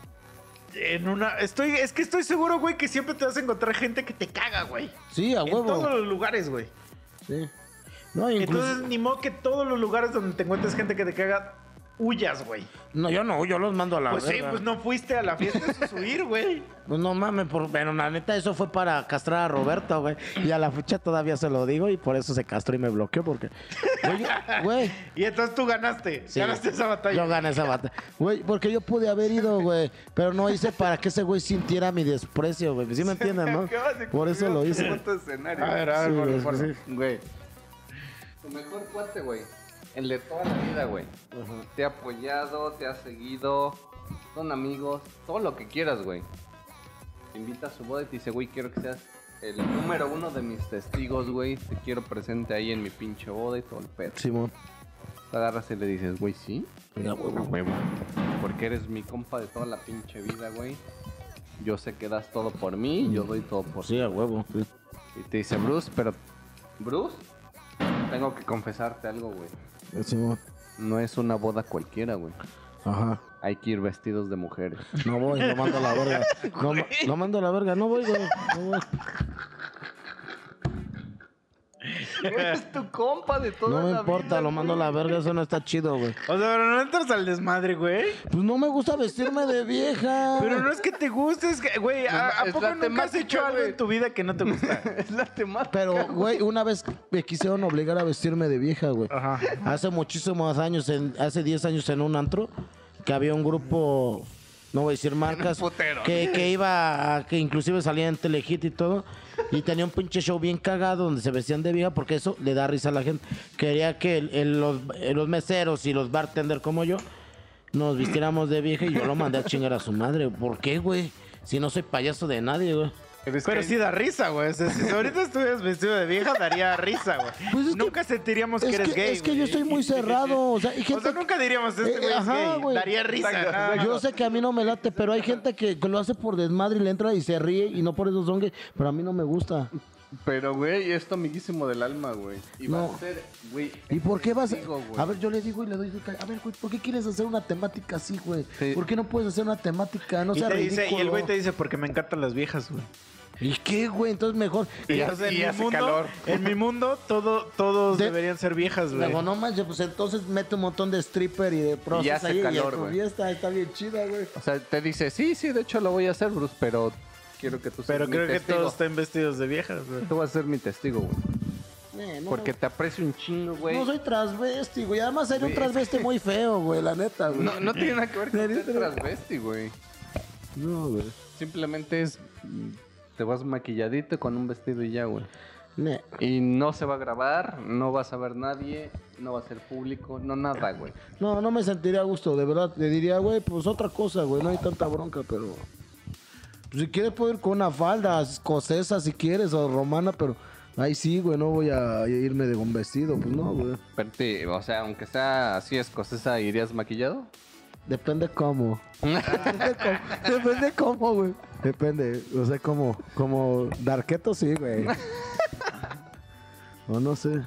[SPEAKER 1] En una, estoy, es que estoy seguro, güey, que siempre te vas a encontrar gente que te caga, güey.
[SPEAKER 4] Sí, a
[SPEAKER 1] En
[SPEAKER 4] huevo.
[SPEAKER 1] todos los lugares, güey.
[SPEAKER 4] Sí. No, incluso.
[SPEAKER 1] Entonces, ni modo que todos los lugares donde te encuentres gente que te caga, huyas, güey.
[SPEAKER 4] No, yo no, yo los mando a la
[SPEAKER 1] Pues sí,
[SPEAKER 4] verga.
[SPEAKER 1] pues no fuiste a la fiesta, eso es huir, güey.
[SPEAKER 4] Pues no mames, por, pero la neta eso fue para castrar a Roberto, güey. Y a la fecha todavía se lo digo y por eso se castró y me bloqueó porque... Güey, yo- Güey,
[SPEAKER 1] Y entonces tú ganaste,
[SPEAKER 4] Sí,
[SPEAKER 1] ganaste
[SPEAKER 4] güey.
[SPEAKER 1] esa batalla.
[SPEAKER 4] yo gané esa batalla. Güey, porque yo pude haber ido, güey. Pero no hice para que ese güey sintiera mi desprecio, güey. ¿Sí me entienden, no?
[SPEAKER 2] Acabas de
[SPEAKER 4] Por eso
[SPEAKER 2] construir
[SPEAKER 4] lo
[SPEAKER 2] otro
[SPEAKER 4] hice.
[SPEAKER 2] puto escenario.
[SPEAKER 4] A ver, a ver, Sí, bueno, güey, bueno.
[SPEAKER 2] Güey. Tu mejor cuate, güey. El de toda la vida, güey. Te ha apoyado, te ha seguido. Son amigos, todo lo que quieras, güey. Te invita a su boda y te dice, güey, quiero que seas el número uno de mis testigos, güey. Te quiero presente ahí en mi pinche boda y todo el pedo.
[SPEAKER 4] Simón.
[SPEAKER 2] Te agarras y le dices, güey, sí.
[SPEAKER 4] Mira,
[SPEAKER 2] A
[SPEAKER 4] huevo.
[SPEAKER 2] huevo. Porque eres mi compa de toda la pinche vida, güey. Yo sé que das todo por mí, yo doy todo por ti.
[SPEAKER 4] Pues Sí, a huevo. sí.
[SPEAKER 2] Y te dice, Bruce, pero... Bruce, tengo que confesarte algo, güey.
[SPEAKER 4] Simón.
[SPEAKER 2] No es una boda cualquiera, güey.
[SPEAKER 4] Ajá.
[SPEAKER 2] Hay que ir vestidos de mujeres.
[SPEAKER 4] No voy, lo mando a la verga. No, ma- lo mando a la verga, no voy, güey. No voy.
[SPEAKER 2] es tu compa de toda
[SPEAKER 4] No me
[SPEAKER 2] la
[SPEAKER 4] importa,
[SPEAKER 2] vida,
[SPEAKER 4] lo mando a la verga, eso no está chido, güey.
[SPEAKER 1] O sea, pero no entras al desmadre, güey.
[SPEAKER 4] Pues no me gusta vestirme de vieja.
[SPEAKER 1] Pero no es que te guste, es que, güey, ¿a, a
[SPEAKER 2] Es la
[SPEAKER 1] poco nunca has
[SPEAKER 2] temática,
[SPEAKER 1] hecho algo
[SPEAKER 2] güey.
[SPEAKER 1] en tu vida que no te gusta?
[SPEAKER 2] Es la temática.
[SPEAKER 4] Pero, güey, una vez me quisieron obligar a vestirme de vieja, güey.
[SPEAKER 1] Ajá.
[SPEAKER 4] Hace muchísimos años, en- hace 10 años en un antro, que había un grupo, no voy a decir marcas, que, que iba, a- que inclusive salía en Telehit y todo, y tenía un pinche show bien cagado donde se vestían de vieja porque eso le da risa a la gente. Quería que el- el- los, eh, los meseros y los bartender como yo nos vistiéramos de vieja y yo lo mandé a chingar a su madre. ¿Por qué, güey? Si no soy payaso de nadie, güey.
[SPEAKER 1] Pero sí da risa, güey. O sea, si ahorita estuvieras vestido de vieja, daría risa, güey.
[SPEAKER 4] Pues es que-
[SPEAKER 1] nunca sentiríamos que
[SPEAKER 4] Es
[SPEAKER 1] eres
[SPEAKER 4] que,
[SPEAKER 1] gay.
[SPEAKER 4] es que yo
[SPEAKER 1] güey.
[SPEAKER 4] estoy muy cerrado. O sea, hay
[SPEAKER 1] O sea,
[SPEAKER 4] gente que-
[SPEAKER 1] nunca diríamos,
[SPEAKER 4] Eh,
[SPEAKER 1] este güey es
[SPEAKER 4] ajá,
[SPEAKER 1] gay.
[SPEAKER 4] güey.
[SPEAKER 1] Daría risa. nada más.
[SPEAKER 4] Yo sé que a mí no me late, pero hay gente que, que lo hace por desmadre y le entra y se ríe y no por eso son gay, pero a mí no me gusta.
[SPEAKER 2] Pero, güey, es tu amiguísimo del alma, güey. Y va
[SPEAKER 4] No.
[SPEAKER 2] a ser, güey...
[SPEAKER 4] ¿Y por qué vas?
[SPEAKER 2] testigo, güey.
[SPEAKER 4] A ver, yo le digo y le doy, a ver, güey, ¿por qué quieres hacer una temática así, güey?
[SPEAKER 2] Sí.
[SPEAKER 4] ¿Por qué no puedes hacer una temática? No
[SPEAKER 1] y,
[SPEAKER 4] sea
[SPEAKER 1] te dice, y el güey
[SPEAKER 4] ridículo.
[SPEAKER 1] te dice, porque me encantan las viejas, güey.
[SPEAKER 4] ¿Y qué, güey? Entonces mejor.
[SPEAKER 1] Y,
[SPEAKER 2] hace- y hace calor.
[SPEAKER 1] En mi mundo, todo, todos
[SPEAKER 4] De-
[SPEAKER 1] deberían ser viejas, güey.
[SPEAKER 4] Luego, no manches, pues entonces mete un montón de stripper y de pros
[SPEAKER 2] Y hace
[SPEAKER 4] ahí y
[SPEAKER 2] calor,
[SPEAKER 4] tu
[SPEAKER 2] güey.
[SPEAKER 4] fiesta está bien chida, güey.
[SPEAKER 2] O sea, te dice, sí, sí, de hecho lo voy a hacer, Bruce, pero quiero que tú seas
[SPEAKER 1] Pero
[SPEAKER 2] mi
[SPEAKER 1] creo que
[SPEAKER 2] testigo.
[SPEAKER 1] todos estén vestidos de viejas, güey.
[SPEAKER 2] Tú vas a ser mi testigo, güey.
[SPEAKER 4] Eh, no
[SPEAKER 2] Porque te aprecio un chingo, güey.
[SPEAKER 4] No soy transvesti, güey. Además sería un transvesti muy feo, güey, la neta, güey.
[SPEAKER 2] No, no tiene nada que ver con ser transvesti, güey.
[SPEAKER 4] No, güey.
[SPEAKER 2] Simplemente es. mm, Te vas maquilladito con un vestido y ya, güey.
[SPEAKER 4] Ne.
[SPEAKER 2] Y no se va a grabar, no vas a ver nadie, no va a ser público, no nada, güey.
[SPEAKER 4] No, no me sentiría a gusto, de verdad. Le diría, güey, pues otra cosa, güey. No hay tanta bronca, pero. pues, si quieres, puedo ir con una falda escocesa si quieres o romana, pero. Ahí sí, güey, no voy a irme de un vestido, pues no, güey.
[SPEAKER 2] Pero te- o sea, aunque sea así escocesa, ¿irías maquillado?
[SPEAKER 4] Depende cómo. Depende cómo, depende cómo, güey. Depende, o sea, como, como Darqueto sí, güey. O no sé,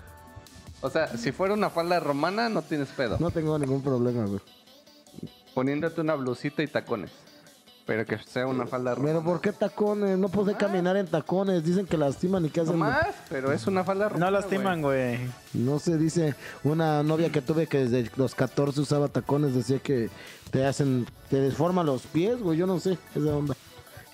[SPEAKER 2] O sea, si fuera una falda romana, no tienes pedo.
[SPEAKER 4] no tengo ningún problema, güey.
[SPEAKER 2] Poniéndote una blusita y tacones. Pero que sea una falda roja.
[SPEAKER 4] Pero ¿por qué tacones? No puede caminar en tacones. Dicen que lastiman y que
[SPEAKER 2] No
[SPEAKER 4] hacen.
[SPEAKER 2] más, pero es una falda roja.
[SPEAKER 1] No lastiman, güey.
[SPEAKER 4] No sé, dice una novia que tuve que desde los 14 usaba tacones, decía que te hacen, te deforman los pies, güey, yo no sé, esa onda.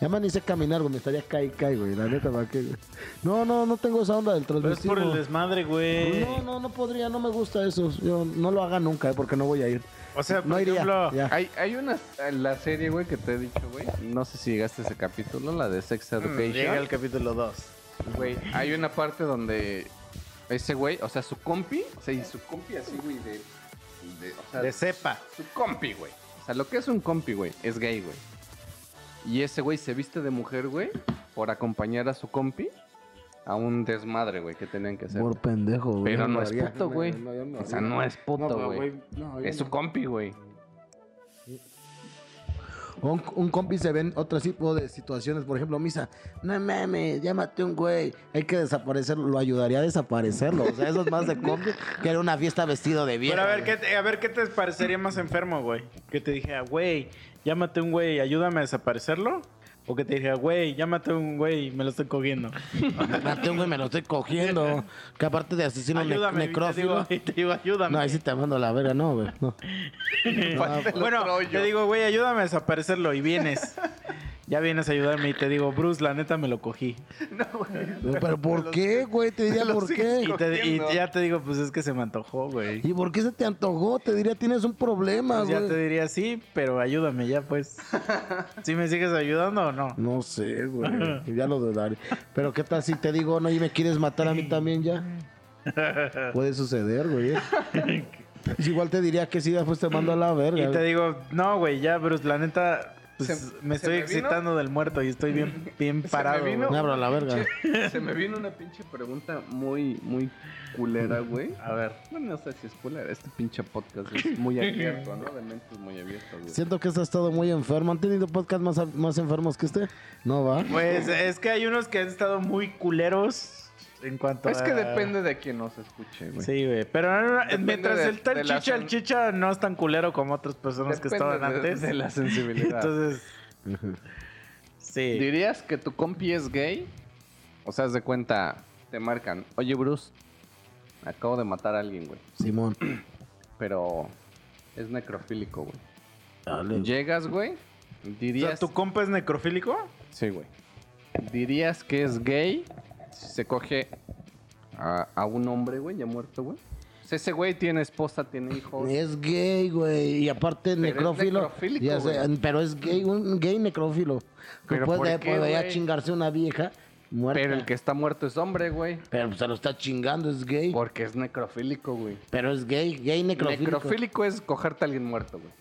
[SPEAKER 4] Ya me ni sé caminar, güey, me estaría cae, cae, güey, la neta, ¿para qué, güey? No, no, no tengo esa onda del
[SPEAKER 1] Pero es
[SPEAKER 4] transvestismo.
[SPEAKER 1] por el desmadre, güey.
[SPEAKER 4] No, no, no podría, no me gusta eso, yo no lo haga nunca, eh, porque no voy a ir.
[SPEAKER 1] O sea, por
[SPEAKER 4] No iría,
[SPEAKER 1] ejemplo,
[SPEAKER 4] ya.
[SPEAKER 2] Hay, hay una, la serie, güey, que te he dicho, güey. No sé si llegaste a ese capítulo, la de Sex
[SPEAKER 1] llega el
[SPEAKER 2] Education.
[SPEAKER 1] capítulo 2.
[SPEAKER 2] Güey, hay una parte donde ese güey, o sea, su compi, o sea, y su compi así, güey, de, de- o sea,
[SPEAKER 1] De cepa.
[SPEAKER 2] su compi, güey. O sea, lo que es un compi, güey, es gay, güey. Y ese güey se viste de mujer, güey, por acompañar a su compi a un desmadre, güey, que tenían que hacer.
[SPEAKER 4] Por pendejo, güey.
[SPEAKER 2] Pero no es
[SPEAKER 4] haría.
[SPEAKER 2] puto, güey.
[SPEAKER 4] No, yo no
[SPEAKER 2] O sea,
[SPEAKER 4] haría.
[SPEAKER 2] no es puto,
[SPEAKER 4] No,
[SPEAKER 2] güey.
[SPEAKER 4] no, yo
[SPEAKER 2] Es su
[SPEAKER 4] no.
[SPEAKER 2] compi, güey.
[SPEAKER 4] Un, un compi se ven otro tipo de situaciones, por ejemplo, misa, no mames, llámate un güey, hay que desaparecerlo, lo ayudaría a desaparecerlo, o sea, eso es más de compi que era una fiesta vestido de vieja. eh.
[SPEAKER 1] Pero a ver,
[SPEAKER 4] güey.
[SPEAKER 1] ¿qué te, a ver, ¿qué te parecería más enfermo, güey? Que te dijera, güey, llámate un güey, ayúdame a desaparecerlo. O que te dijera, güey, llámate un güey, me lo estoy cogiendo.
[SPEAKER 4] Llámate un güey, me lo estoy cogiendo, que aparte de asesino ne-
[SPEAKER 1] Ayúdame, y te digo,
[SPEAKER 4] necrófilo.
[SPEAKER 1] y te digo, ayúdame.
[SPEAKER 4] No, ahí sí te mando la verga, no, güey. no.
[SPEAKER 1] bueno, te digo, güey, ayúdame a desaparecerlo y vienes. ya vienes a ayudarme y te digo, Bruce, la neta me lo cogí.
[SPEAKER 4] Pero ¿por qué, güey? Te diría por qué.
[SPEAKER 1] Y, te- y ya te digo, pues es que se me antojó, güey.
[SPEAKER 4] ¿Y por qué se te antojó? Te diría, tienes un
[SPEAKER 2] Ah,
[SPEAKER 4] problema,
[SPEAKER 1] Pues ya
[SPEAKER 4] güey.
[SPEAKER 1] te diría, sí, pero ayúdame ya, pues. ¿Sí me sigues ayudando o no?
[SPEAKER 4] No sé, güey. Ya lo dudaré. Pero qué tal si te digo, no, y me quieres matar a mí también ya. Puede suceder, güey. Pues igual te diría que sí, después te mando a la verga.
[SPEAKER 1] Y te
[SPEAKER 4] güey.
[SPEAKER 1] digo, no, güey, ya, Bruce, la neta, pues,
[SPEAKER 2] Se-
[SPEAKER 1] me
[SPEAKER 2] se
[SPEAKER 1] estoy
[SPEAKER 2] me
[SPEAKER 1] excitando del muerto y estoy bien, bien
[SPEAKER 2] Se me
[SPEAKER 1] parado. güey.
[SPEAKER 2] vino-
[SPEAKER 4] Me abro a la verga.
[SPEAKER 2] Se me vino una pinche pregunta muy, muy culera, güey.
[SPEAKER 1] A ver,
[SPEAKER 2] Bueno, no sé si es culera. Este pinche podcast es muy abierto, ¿no? De mentes muy abiertas, güey.
[SPEAKER 4] Siento que has estado muy enfermo. ¿Han tenido podcast más, más enfermos que este? No va.
[SPEAKER 1] pues es que hay unos que han estado muy culeros en cuanto
[SPEAKER 2] Es
[SPEAKER 1] a...
[SPEAKER 2] que depende de quién nos escuche, güey.
[SPEAKER 1] Sí, güey, pero no, no,
[SPEAKER 2] Depende
[SPEAKER 1] mientras
[SPEAKER 2] de-
[SPEAKER 1] el tal
[SPEAKER 2] de la
[SPEAKER 1] chicha, el
[SPEAKER 2] sen-
[SPEAKER 1] chicha no es tan culero como otras personas que
[SPEAKER 2] Depende
[SPEAKER 1] estaban
[SPEAKER 2] de-
[SPEAKER 1] antes.
[SPEAKER 2] De la sensibilidad.
[SPEAKER 1] Entonces, sí.
[SPEAKER 2] ¿Dirías que tu compi es gay? O sea, haz de cuenta, te marcan. Oye, Bruce, acabo de matar a alguien, güey.
[SPEAKER 4] Simón.
[SPEAKER 2] Pero es necrofílico, güey. Llegas, güey.
[SPEAKER 1] O sea,
[SPEAKER 2] Dirías.
[SPEAKER 1] ¿tu compa es necrofílico?
[SPEAKER 2] Sí, güey. ¿Dirías que es gay si se coge a, a un hombre, güey, ya muerto, güey? O sea, ese güey tiene esposa, tiene hijos.
[SPEAKER 4] Es gay, güey. Y
[SPEAKER 2] Pero
[SPEAKER 4] aparte,
[SPEAKER 2] es
[SPEAKER 4] necrófilo.
[SPEAKER 2] necrofílico,
[SPEAKER 4] Ya sé,
[SPEAKER 2] güey.
[SPEAKER 4] pero es gay, un gay necrófilo. Que
[SPEAKER 2] Pero
[SPEAKER 4] puede,
[SPEAKER 2] ¿por qué,
[SPEAKER 4] podría
[SPEAKER 2] güey?
[SPEAKER 4] chingarse una vieja muerta.
[SPEAKER 2] Pero el que está muerto es hombre, güey.
[SPEAKER 4] Pero se lo está chingando, es gay.
[SPEAKER 2] Porque es necrofílico, güey.
[SPEAKER 4] Pero es gay, gay necrofílico.
[SPEAKER 2] Necrofílico es cogerte a alguien muerto, güey.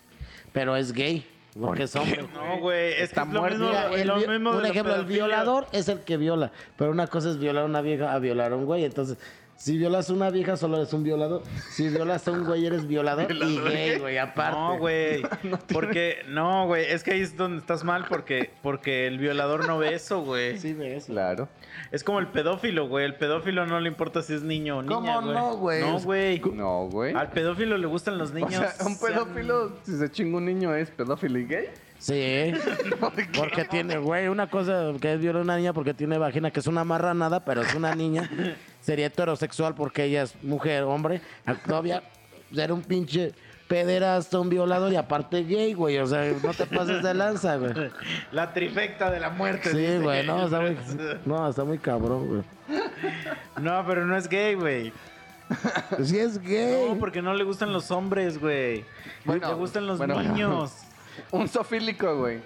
[SPEAKER 4] Pero es gay, porque es hombre.
[SPEAKER 1] No, güey, es que
[SPEAKER 2] Está
[SPEAKER 1] es lo
[SPEAKER 2] muerto.
[SPEAKER 1] mismo,
[SPEAKER 4] Mira,
[SPEAKER 1] güey,
[SPEAKER 4] el
[SPEAKER 1] lo
[SPEAKER 4] vi-
[SPEAKER 1] mismo de
[SPEAKER 4] un
[SPEAKER 1] la
[SPEAKER 4] ejemplo, el
[SPEAKER 1] pedofilia.
[SPEAKER 4] violador es el que viola. Pero una cosa es violar a una vieja a violar a un güey. Entonces, si violas a una vieja, solo eres un violador. Si violas a un güey, eres violador y gay, güey, aparte.
[SPEAKER 1] No, güey. Porque, no, güey. Es que ahí es donde estás mal porque, porque el violador no ve eso, güey.
[SPEAKER 4] Sí, ve eso.
[SPEAKER 2] Claro.
[SPEAKER 1] Es como el pedófilo, güey. El pedófilo no le importa si es niño o niña,
[SPEAKER 4] ¿Cómo
[SPEAKER 1] güey.
[SPEAKER 4] no, güey?
[SPEAKER 1] No, güey.
[SPEAKER 2] No, güey.
[SPEAKER 1] Al pedófilo le gustan los
[SPEAKER 2] O
[SPEAKER 1] niños.
[SPEAKER 2] sea, un pedófilo, si se chinga un niño, es pedófilo y gay.
[SPEAKER 4] Sí, porque tiene, güey, una cosa que es violar a una niña porque tiene vagina, que es una marranada, pero es una niña. Sería heterosexual porque ella es mujer, hombre. Octavia era un pinche pederasta, un violador y aparte gay, güey. O sea, no te pases de lanza, güey.
[SPEAKER 1] La trifecta de la muerte.
[SPEAKER 4] Sí,
[SPEAKER 1] dice.
[SPEAKER 4] güey, no, está muy, no, está muy cabrón, güey.
[SPEAKER 1] No, pero no es gay, güey.
[SPEAKER 4] Sí es gay.
[SPEAKER 1] No, porque no le gustan los hombres, güey.
[SPEAKER 2] Bueno,
[SPEAKER 1] le gustan los
[SPEAKER 2] bueno, bueno.
[SPEAKER 1] niños.
[SPEAKER 2] Un zofílico, güey.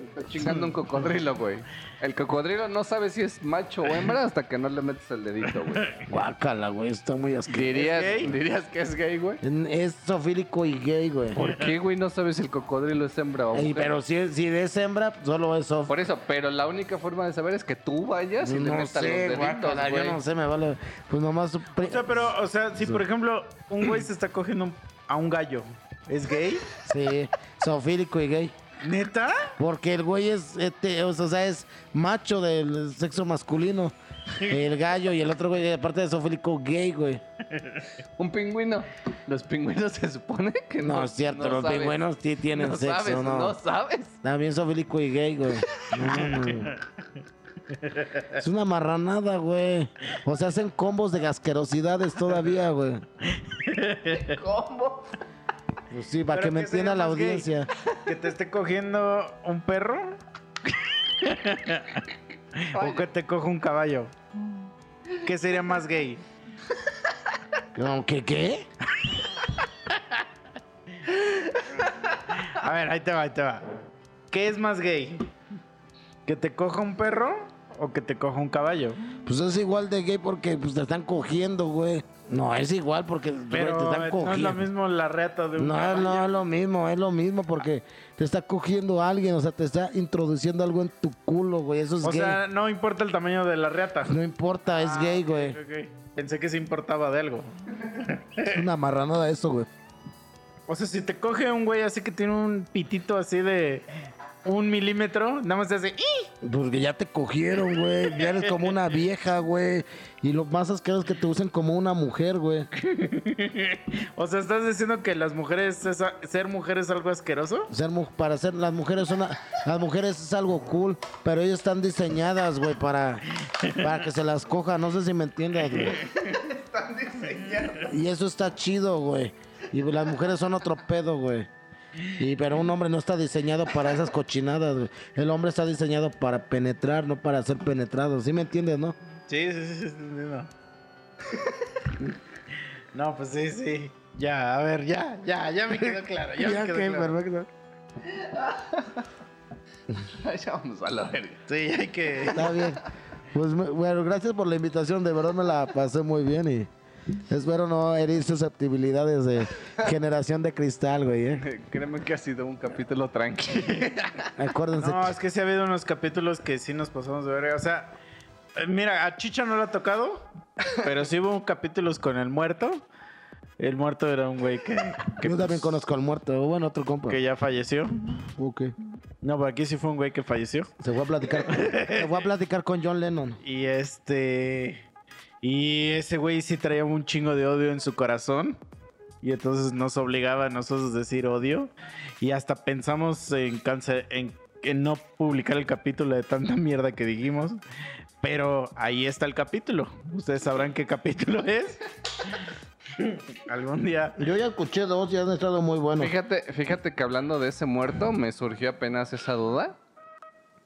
[SPEAKER 2] Está chingando un cocodrilo, güey. El cocodrilo no sabe si es macho o hembra hasta que no le metes el dedito, güey.
[SPEAKER 4] Guácala, güey, está muy asqueroso.
[SPEAKER 2] ¿Dirías,
[SPEAKER 1] ¿Es gay?
[SPEAKER 2] ¿Dirías que es gay, güey?
[SPEAKER 4] Es sofílico y gay, güey.
[SPEAKER 2] ¿Por qué, güey? No sabes si el cocodrilo es hembra o
[SPEAKER 4] Ey,
[SPEAKER 2] mujer.
[SPEAKER 4] pero si, si es hembra, solo es sof.
[SPEAKER 2] Por eso, pero la única forma de saber es que tú vayas y le
[SPEAKER 4] No
[SPEAKER 2] metas los
[SPEAKER 4] sé,
[SPEAKER 2] deditos,
[SPEAKER 4] guácala, yo
[SPEAKER 2] güey.
[SPEAKER 4] no sé, me vale. Pues nomás. su pri-
[SPEAKER 1] O sea, pero, o sea, si por ejemplo un güey se está cogiendo un- a un gallo, ¿es gay?
[SPEAKER 4] Sí, sofílico y gay.
[SPEAKER 1] ¿Neta?
[SPEAKER 4] Porque el güey es, este, o sea, es macho del sexo masculino. El gallo y el otro güey, aparte de zoofílico gay, güey.
[SPEAKER 2] Un pingüino. Los pingüinos se supone que no.
[SPEAKER 4] No, es cierto, los
[SPEAKER 2] saben.
[SPEAKER 4] pingüinos sí tienen
[SPEAKER 2] no
[SPEAKER 4] sexo,
[SPEAKER 2] sabes,
[SPEAKER 4] ¿no?
[SPEAKER 2] sabes.
[SPEAKER 4] También zoofílico y gay, güey. No, güey. Es una marranada, güey. O sea, hacen combos de gasquerosidades todavía, güey.
[SPEAKER 2] ¿Cómo?
[SPEAKER 4] Pues sí, para
[SPEAKER 1] ¿Pero
[SPEAKER 4] que me
[SPEAKER 1] qué sería
[SPEAKER 4] entienda la
[SPEAKER 1] más gay?
[SPEAKER 4] audiencia.
[SPEAKER 1] ¿Que te esté cogiendo un perro? ¿O que te coja un caballo? ¿Qué sería más gay?
[SPEAKER 4] No, ¿Qué qué?
[SPEAKER 1] A ver, ahí te va, ahí te va. ¿Qué es más gay? ¿Que te coja un perro o que te coja un caballo?
[SPEAKER 4] Pues es igual de gay porque pues, te están cogiendo, güey. No, es igual porque güey,
[SPEAKER 1] Pero
[SPEAKER 4] te están
[SPEAKER 1] no es
[SPEAKER 4] cogiendo.
[SPEAKER 1] lo mismo la reata de un
[SPEAKER 4] No,
[SPEAKER 1] caballo.
[SPEAKER 4] no, es lo mismo, es lo mismo porque te está cogiendo alguien, o sea, te está introduciendo algo en tu culo, güey. Eso es
[SPEAKER 1] O
[SPEAKER 4] gay.
[SPEAKER 1] sea, no importa el tamaño de la reata. Ah,
[SPEAKER 4] no importa, es gay, güey.
[SPEAKER 1] Ok, Pensé que se importaba de algo.
[SPEAKER 4] Es una marranada eso, güey.
[SPEAKER 1] O sea, si te coge un güey así que tiene un pitito así de un milímetro, nada más te hace... "Ih".
[SPEAKER 4] Porque Pues ya te cogieron, güey. Ya eres como una vieja, güey. Y lo más asqueroso es que te usen como una mujer, güey.
[SPEAKER 1] O sea, ¿estás diciendo que las mujeres, es a- ser mujer es algo asqueroso?
[SPEAKER 4] Ser mu- para ser las mujeres son a- las mujeres es algo cool, pero ellas están diseñadas, güey, para para que se las coja, no sé si me entiendas, güey. Están diseñadas. Y eso está chido, güey. Y las mujeres son otro pedo, güey. Y pero un hombre no está diseñado para esas cochinadas, güey. El hombre está diseñado para penetrar, no para ser penetrado. ¿Sí me entiendes, no?
[SPEAKER 1] Sí, sí, sí, sí, sí, no. No, pues sí, sí. Ya, a ver, ya, ya, ya me quedó claro. Ya, me quedó claro.
[SPEAKER 4] perfecto.
[SPEAKER 2] Ya vamos a la verga.
[SPEAKER 1] Sí, hay que...
[SPEAKER 4] Está bien. Pues mu- bueno, gracias por la invitación, de verdad me la pasé muy bien y espero no herir susceptibilidades de generación de cristal, güey. ¿eh?
[SPEAKER 2] Créeme que ha sido un capítulo tranquilo.
[SPEAKER 4] Acuérdense.
[SPEAKER 1] No, es que sí ha habido unos capítulos que sí nos pasamos de verga. O sea, eh, mira, a Chicha no la ha tocado, pero sí hubo capítulos con el muerto. El muerto era un güey que, que,
[SPEAKER 4] yo también
[SPEAKER 1] pues,
[SPEAKER 4] conozco al muerto, bueno, otro compa.
[SPEAKER 1] que ya falleció.
[SPEAKER 4] Ok.
[SPEAKER 1] No, pero aquí sí fue un güey que falleció.
[SPEAKER 4] Se fue a platicar, se fue a platicar con John Lennon.
[SPEAKER 1] Y este. Y ese güey sí traía un chingo de odio en su corazón. Y entonces nos obligaba a nosotros a decir odio. Y hasta pensamos en, cance- en, en no publicar el capítulo de tanta mierda que dijimos. Pero ahí está el capítulo. Ustedes sabrán qué capítulo es. Algún día.
[SPEAKER 4] Yo ya escuché dos y han estado muy buenos.
[SPEAKER 2] Fíjate, fíjate que hablando de ese muerto, me surgió apenas esa duda.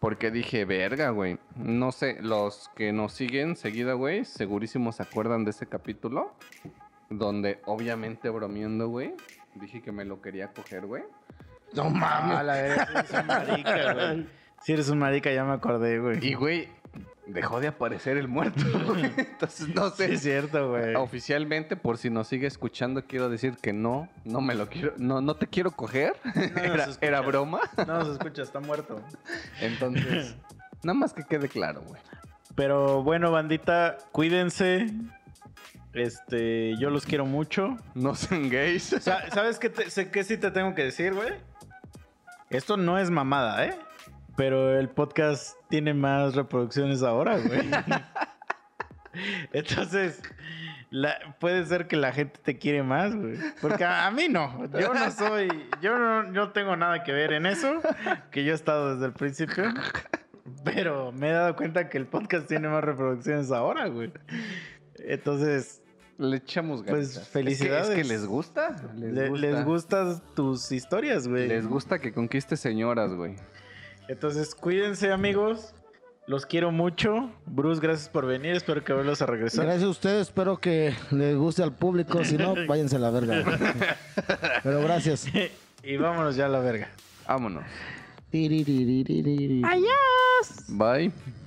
[SPEAKER 2] Porque dije, verga, güey. No sé, los que nos siguen seguida, güey, segurísimo se acuerdan de ese capítulo. Donde, obviamente, bromeando, güey, dije que me lo quería coger, güey. Ah,
[SPEAKER 4] No mames.
[SPEAKER 1] la eres un marica, güey. Si eres un marica, ya me acordé, güey.
[SPEAKER 2] Y, güey, dejó de aparecer el muerto, güey. Entonces, no
[SPEAKER 1] Sí,
[SPEAKER 2] sé.
[SPEAKER 1] es cierto, güey.
[SPEAKER 2] Oficialmente, por si nos sigue escuchando, quiero decir que no, no me lo quiero, no, no te quiero coger.
[SPEAKER 1] nos
[SPEAKER 2] era,
[SPEAKER 1] escuchas.
[SPEAKER 2] era broma.
[SPEAKER 1] No se escucha, está muerto.
[SPEAKER 2] Entonces, nada más que quede claro, güey.
[SPEAKER 1] Pero bueno, bandita, cuídense. Este, yo los quiero mucho.
[SPEAKER 2] No sean gays.
[SPEAKER 1] Sa- ¿Sabes qué, te- sé- qué sí te tengo que decir, güey? Esto no es mamada, ¿eh? Pero el podcast tiene más reproducciones ahora, güey. Entonces, la- puede ser que la gente te quiere más, güey. Porque a, a mí no. Yo no soy. Yo no, no tengo nada que ver en eso. Que yo he estado desde el principio. Pero me he dado cuenta que el podcast tiene más reproducciones ahora, güey. Entonces,
[SPEAKER 2] Le echamos ganas.
[SPEAKER 1] Pues, felicidades.
[SPEAKER 2] Es que, les gusta. Les
[SPEAKER 1] le-
[SPEAKER 2] gusta.
[SPEAKER 1] les gustan tus historias, güey.
[SPEAKER 2] Les gusta que conquiste señoras, güey.
[SPEAKER 1] Entonces, cuídense, amigos. Los quiero mucho. Bruce, gracias por venir. Espero que vuelvas a regresar.
[SPEAKER 4] Gracias a ustedes, espero que les guste al público. Si no, váyanse a la verga. Pero gracias.
[SPEAKER 1] y vámonos ya a la verga.
[SPEAKER 2] Vámonos.
[SPEAKER 4] Tiririririririri.
[SPEAKER 2] Bye.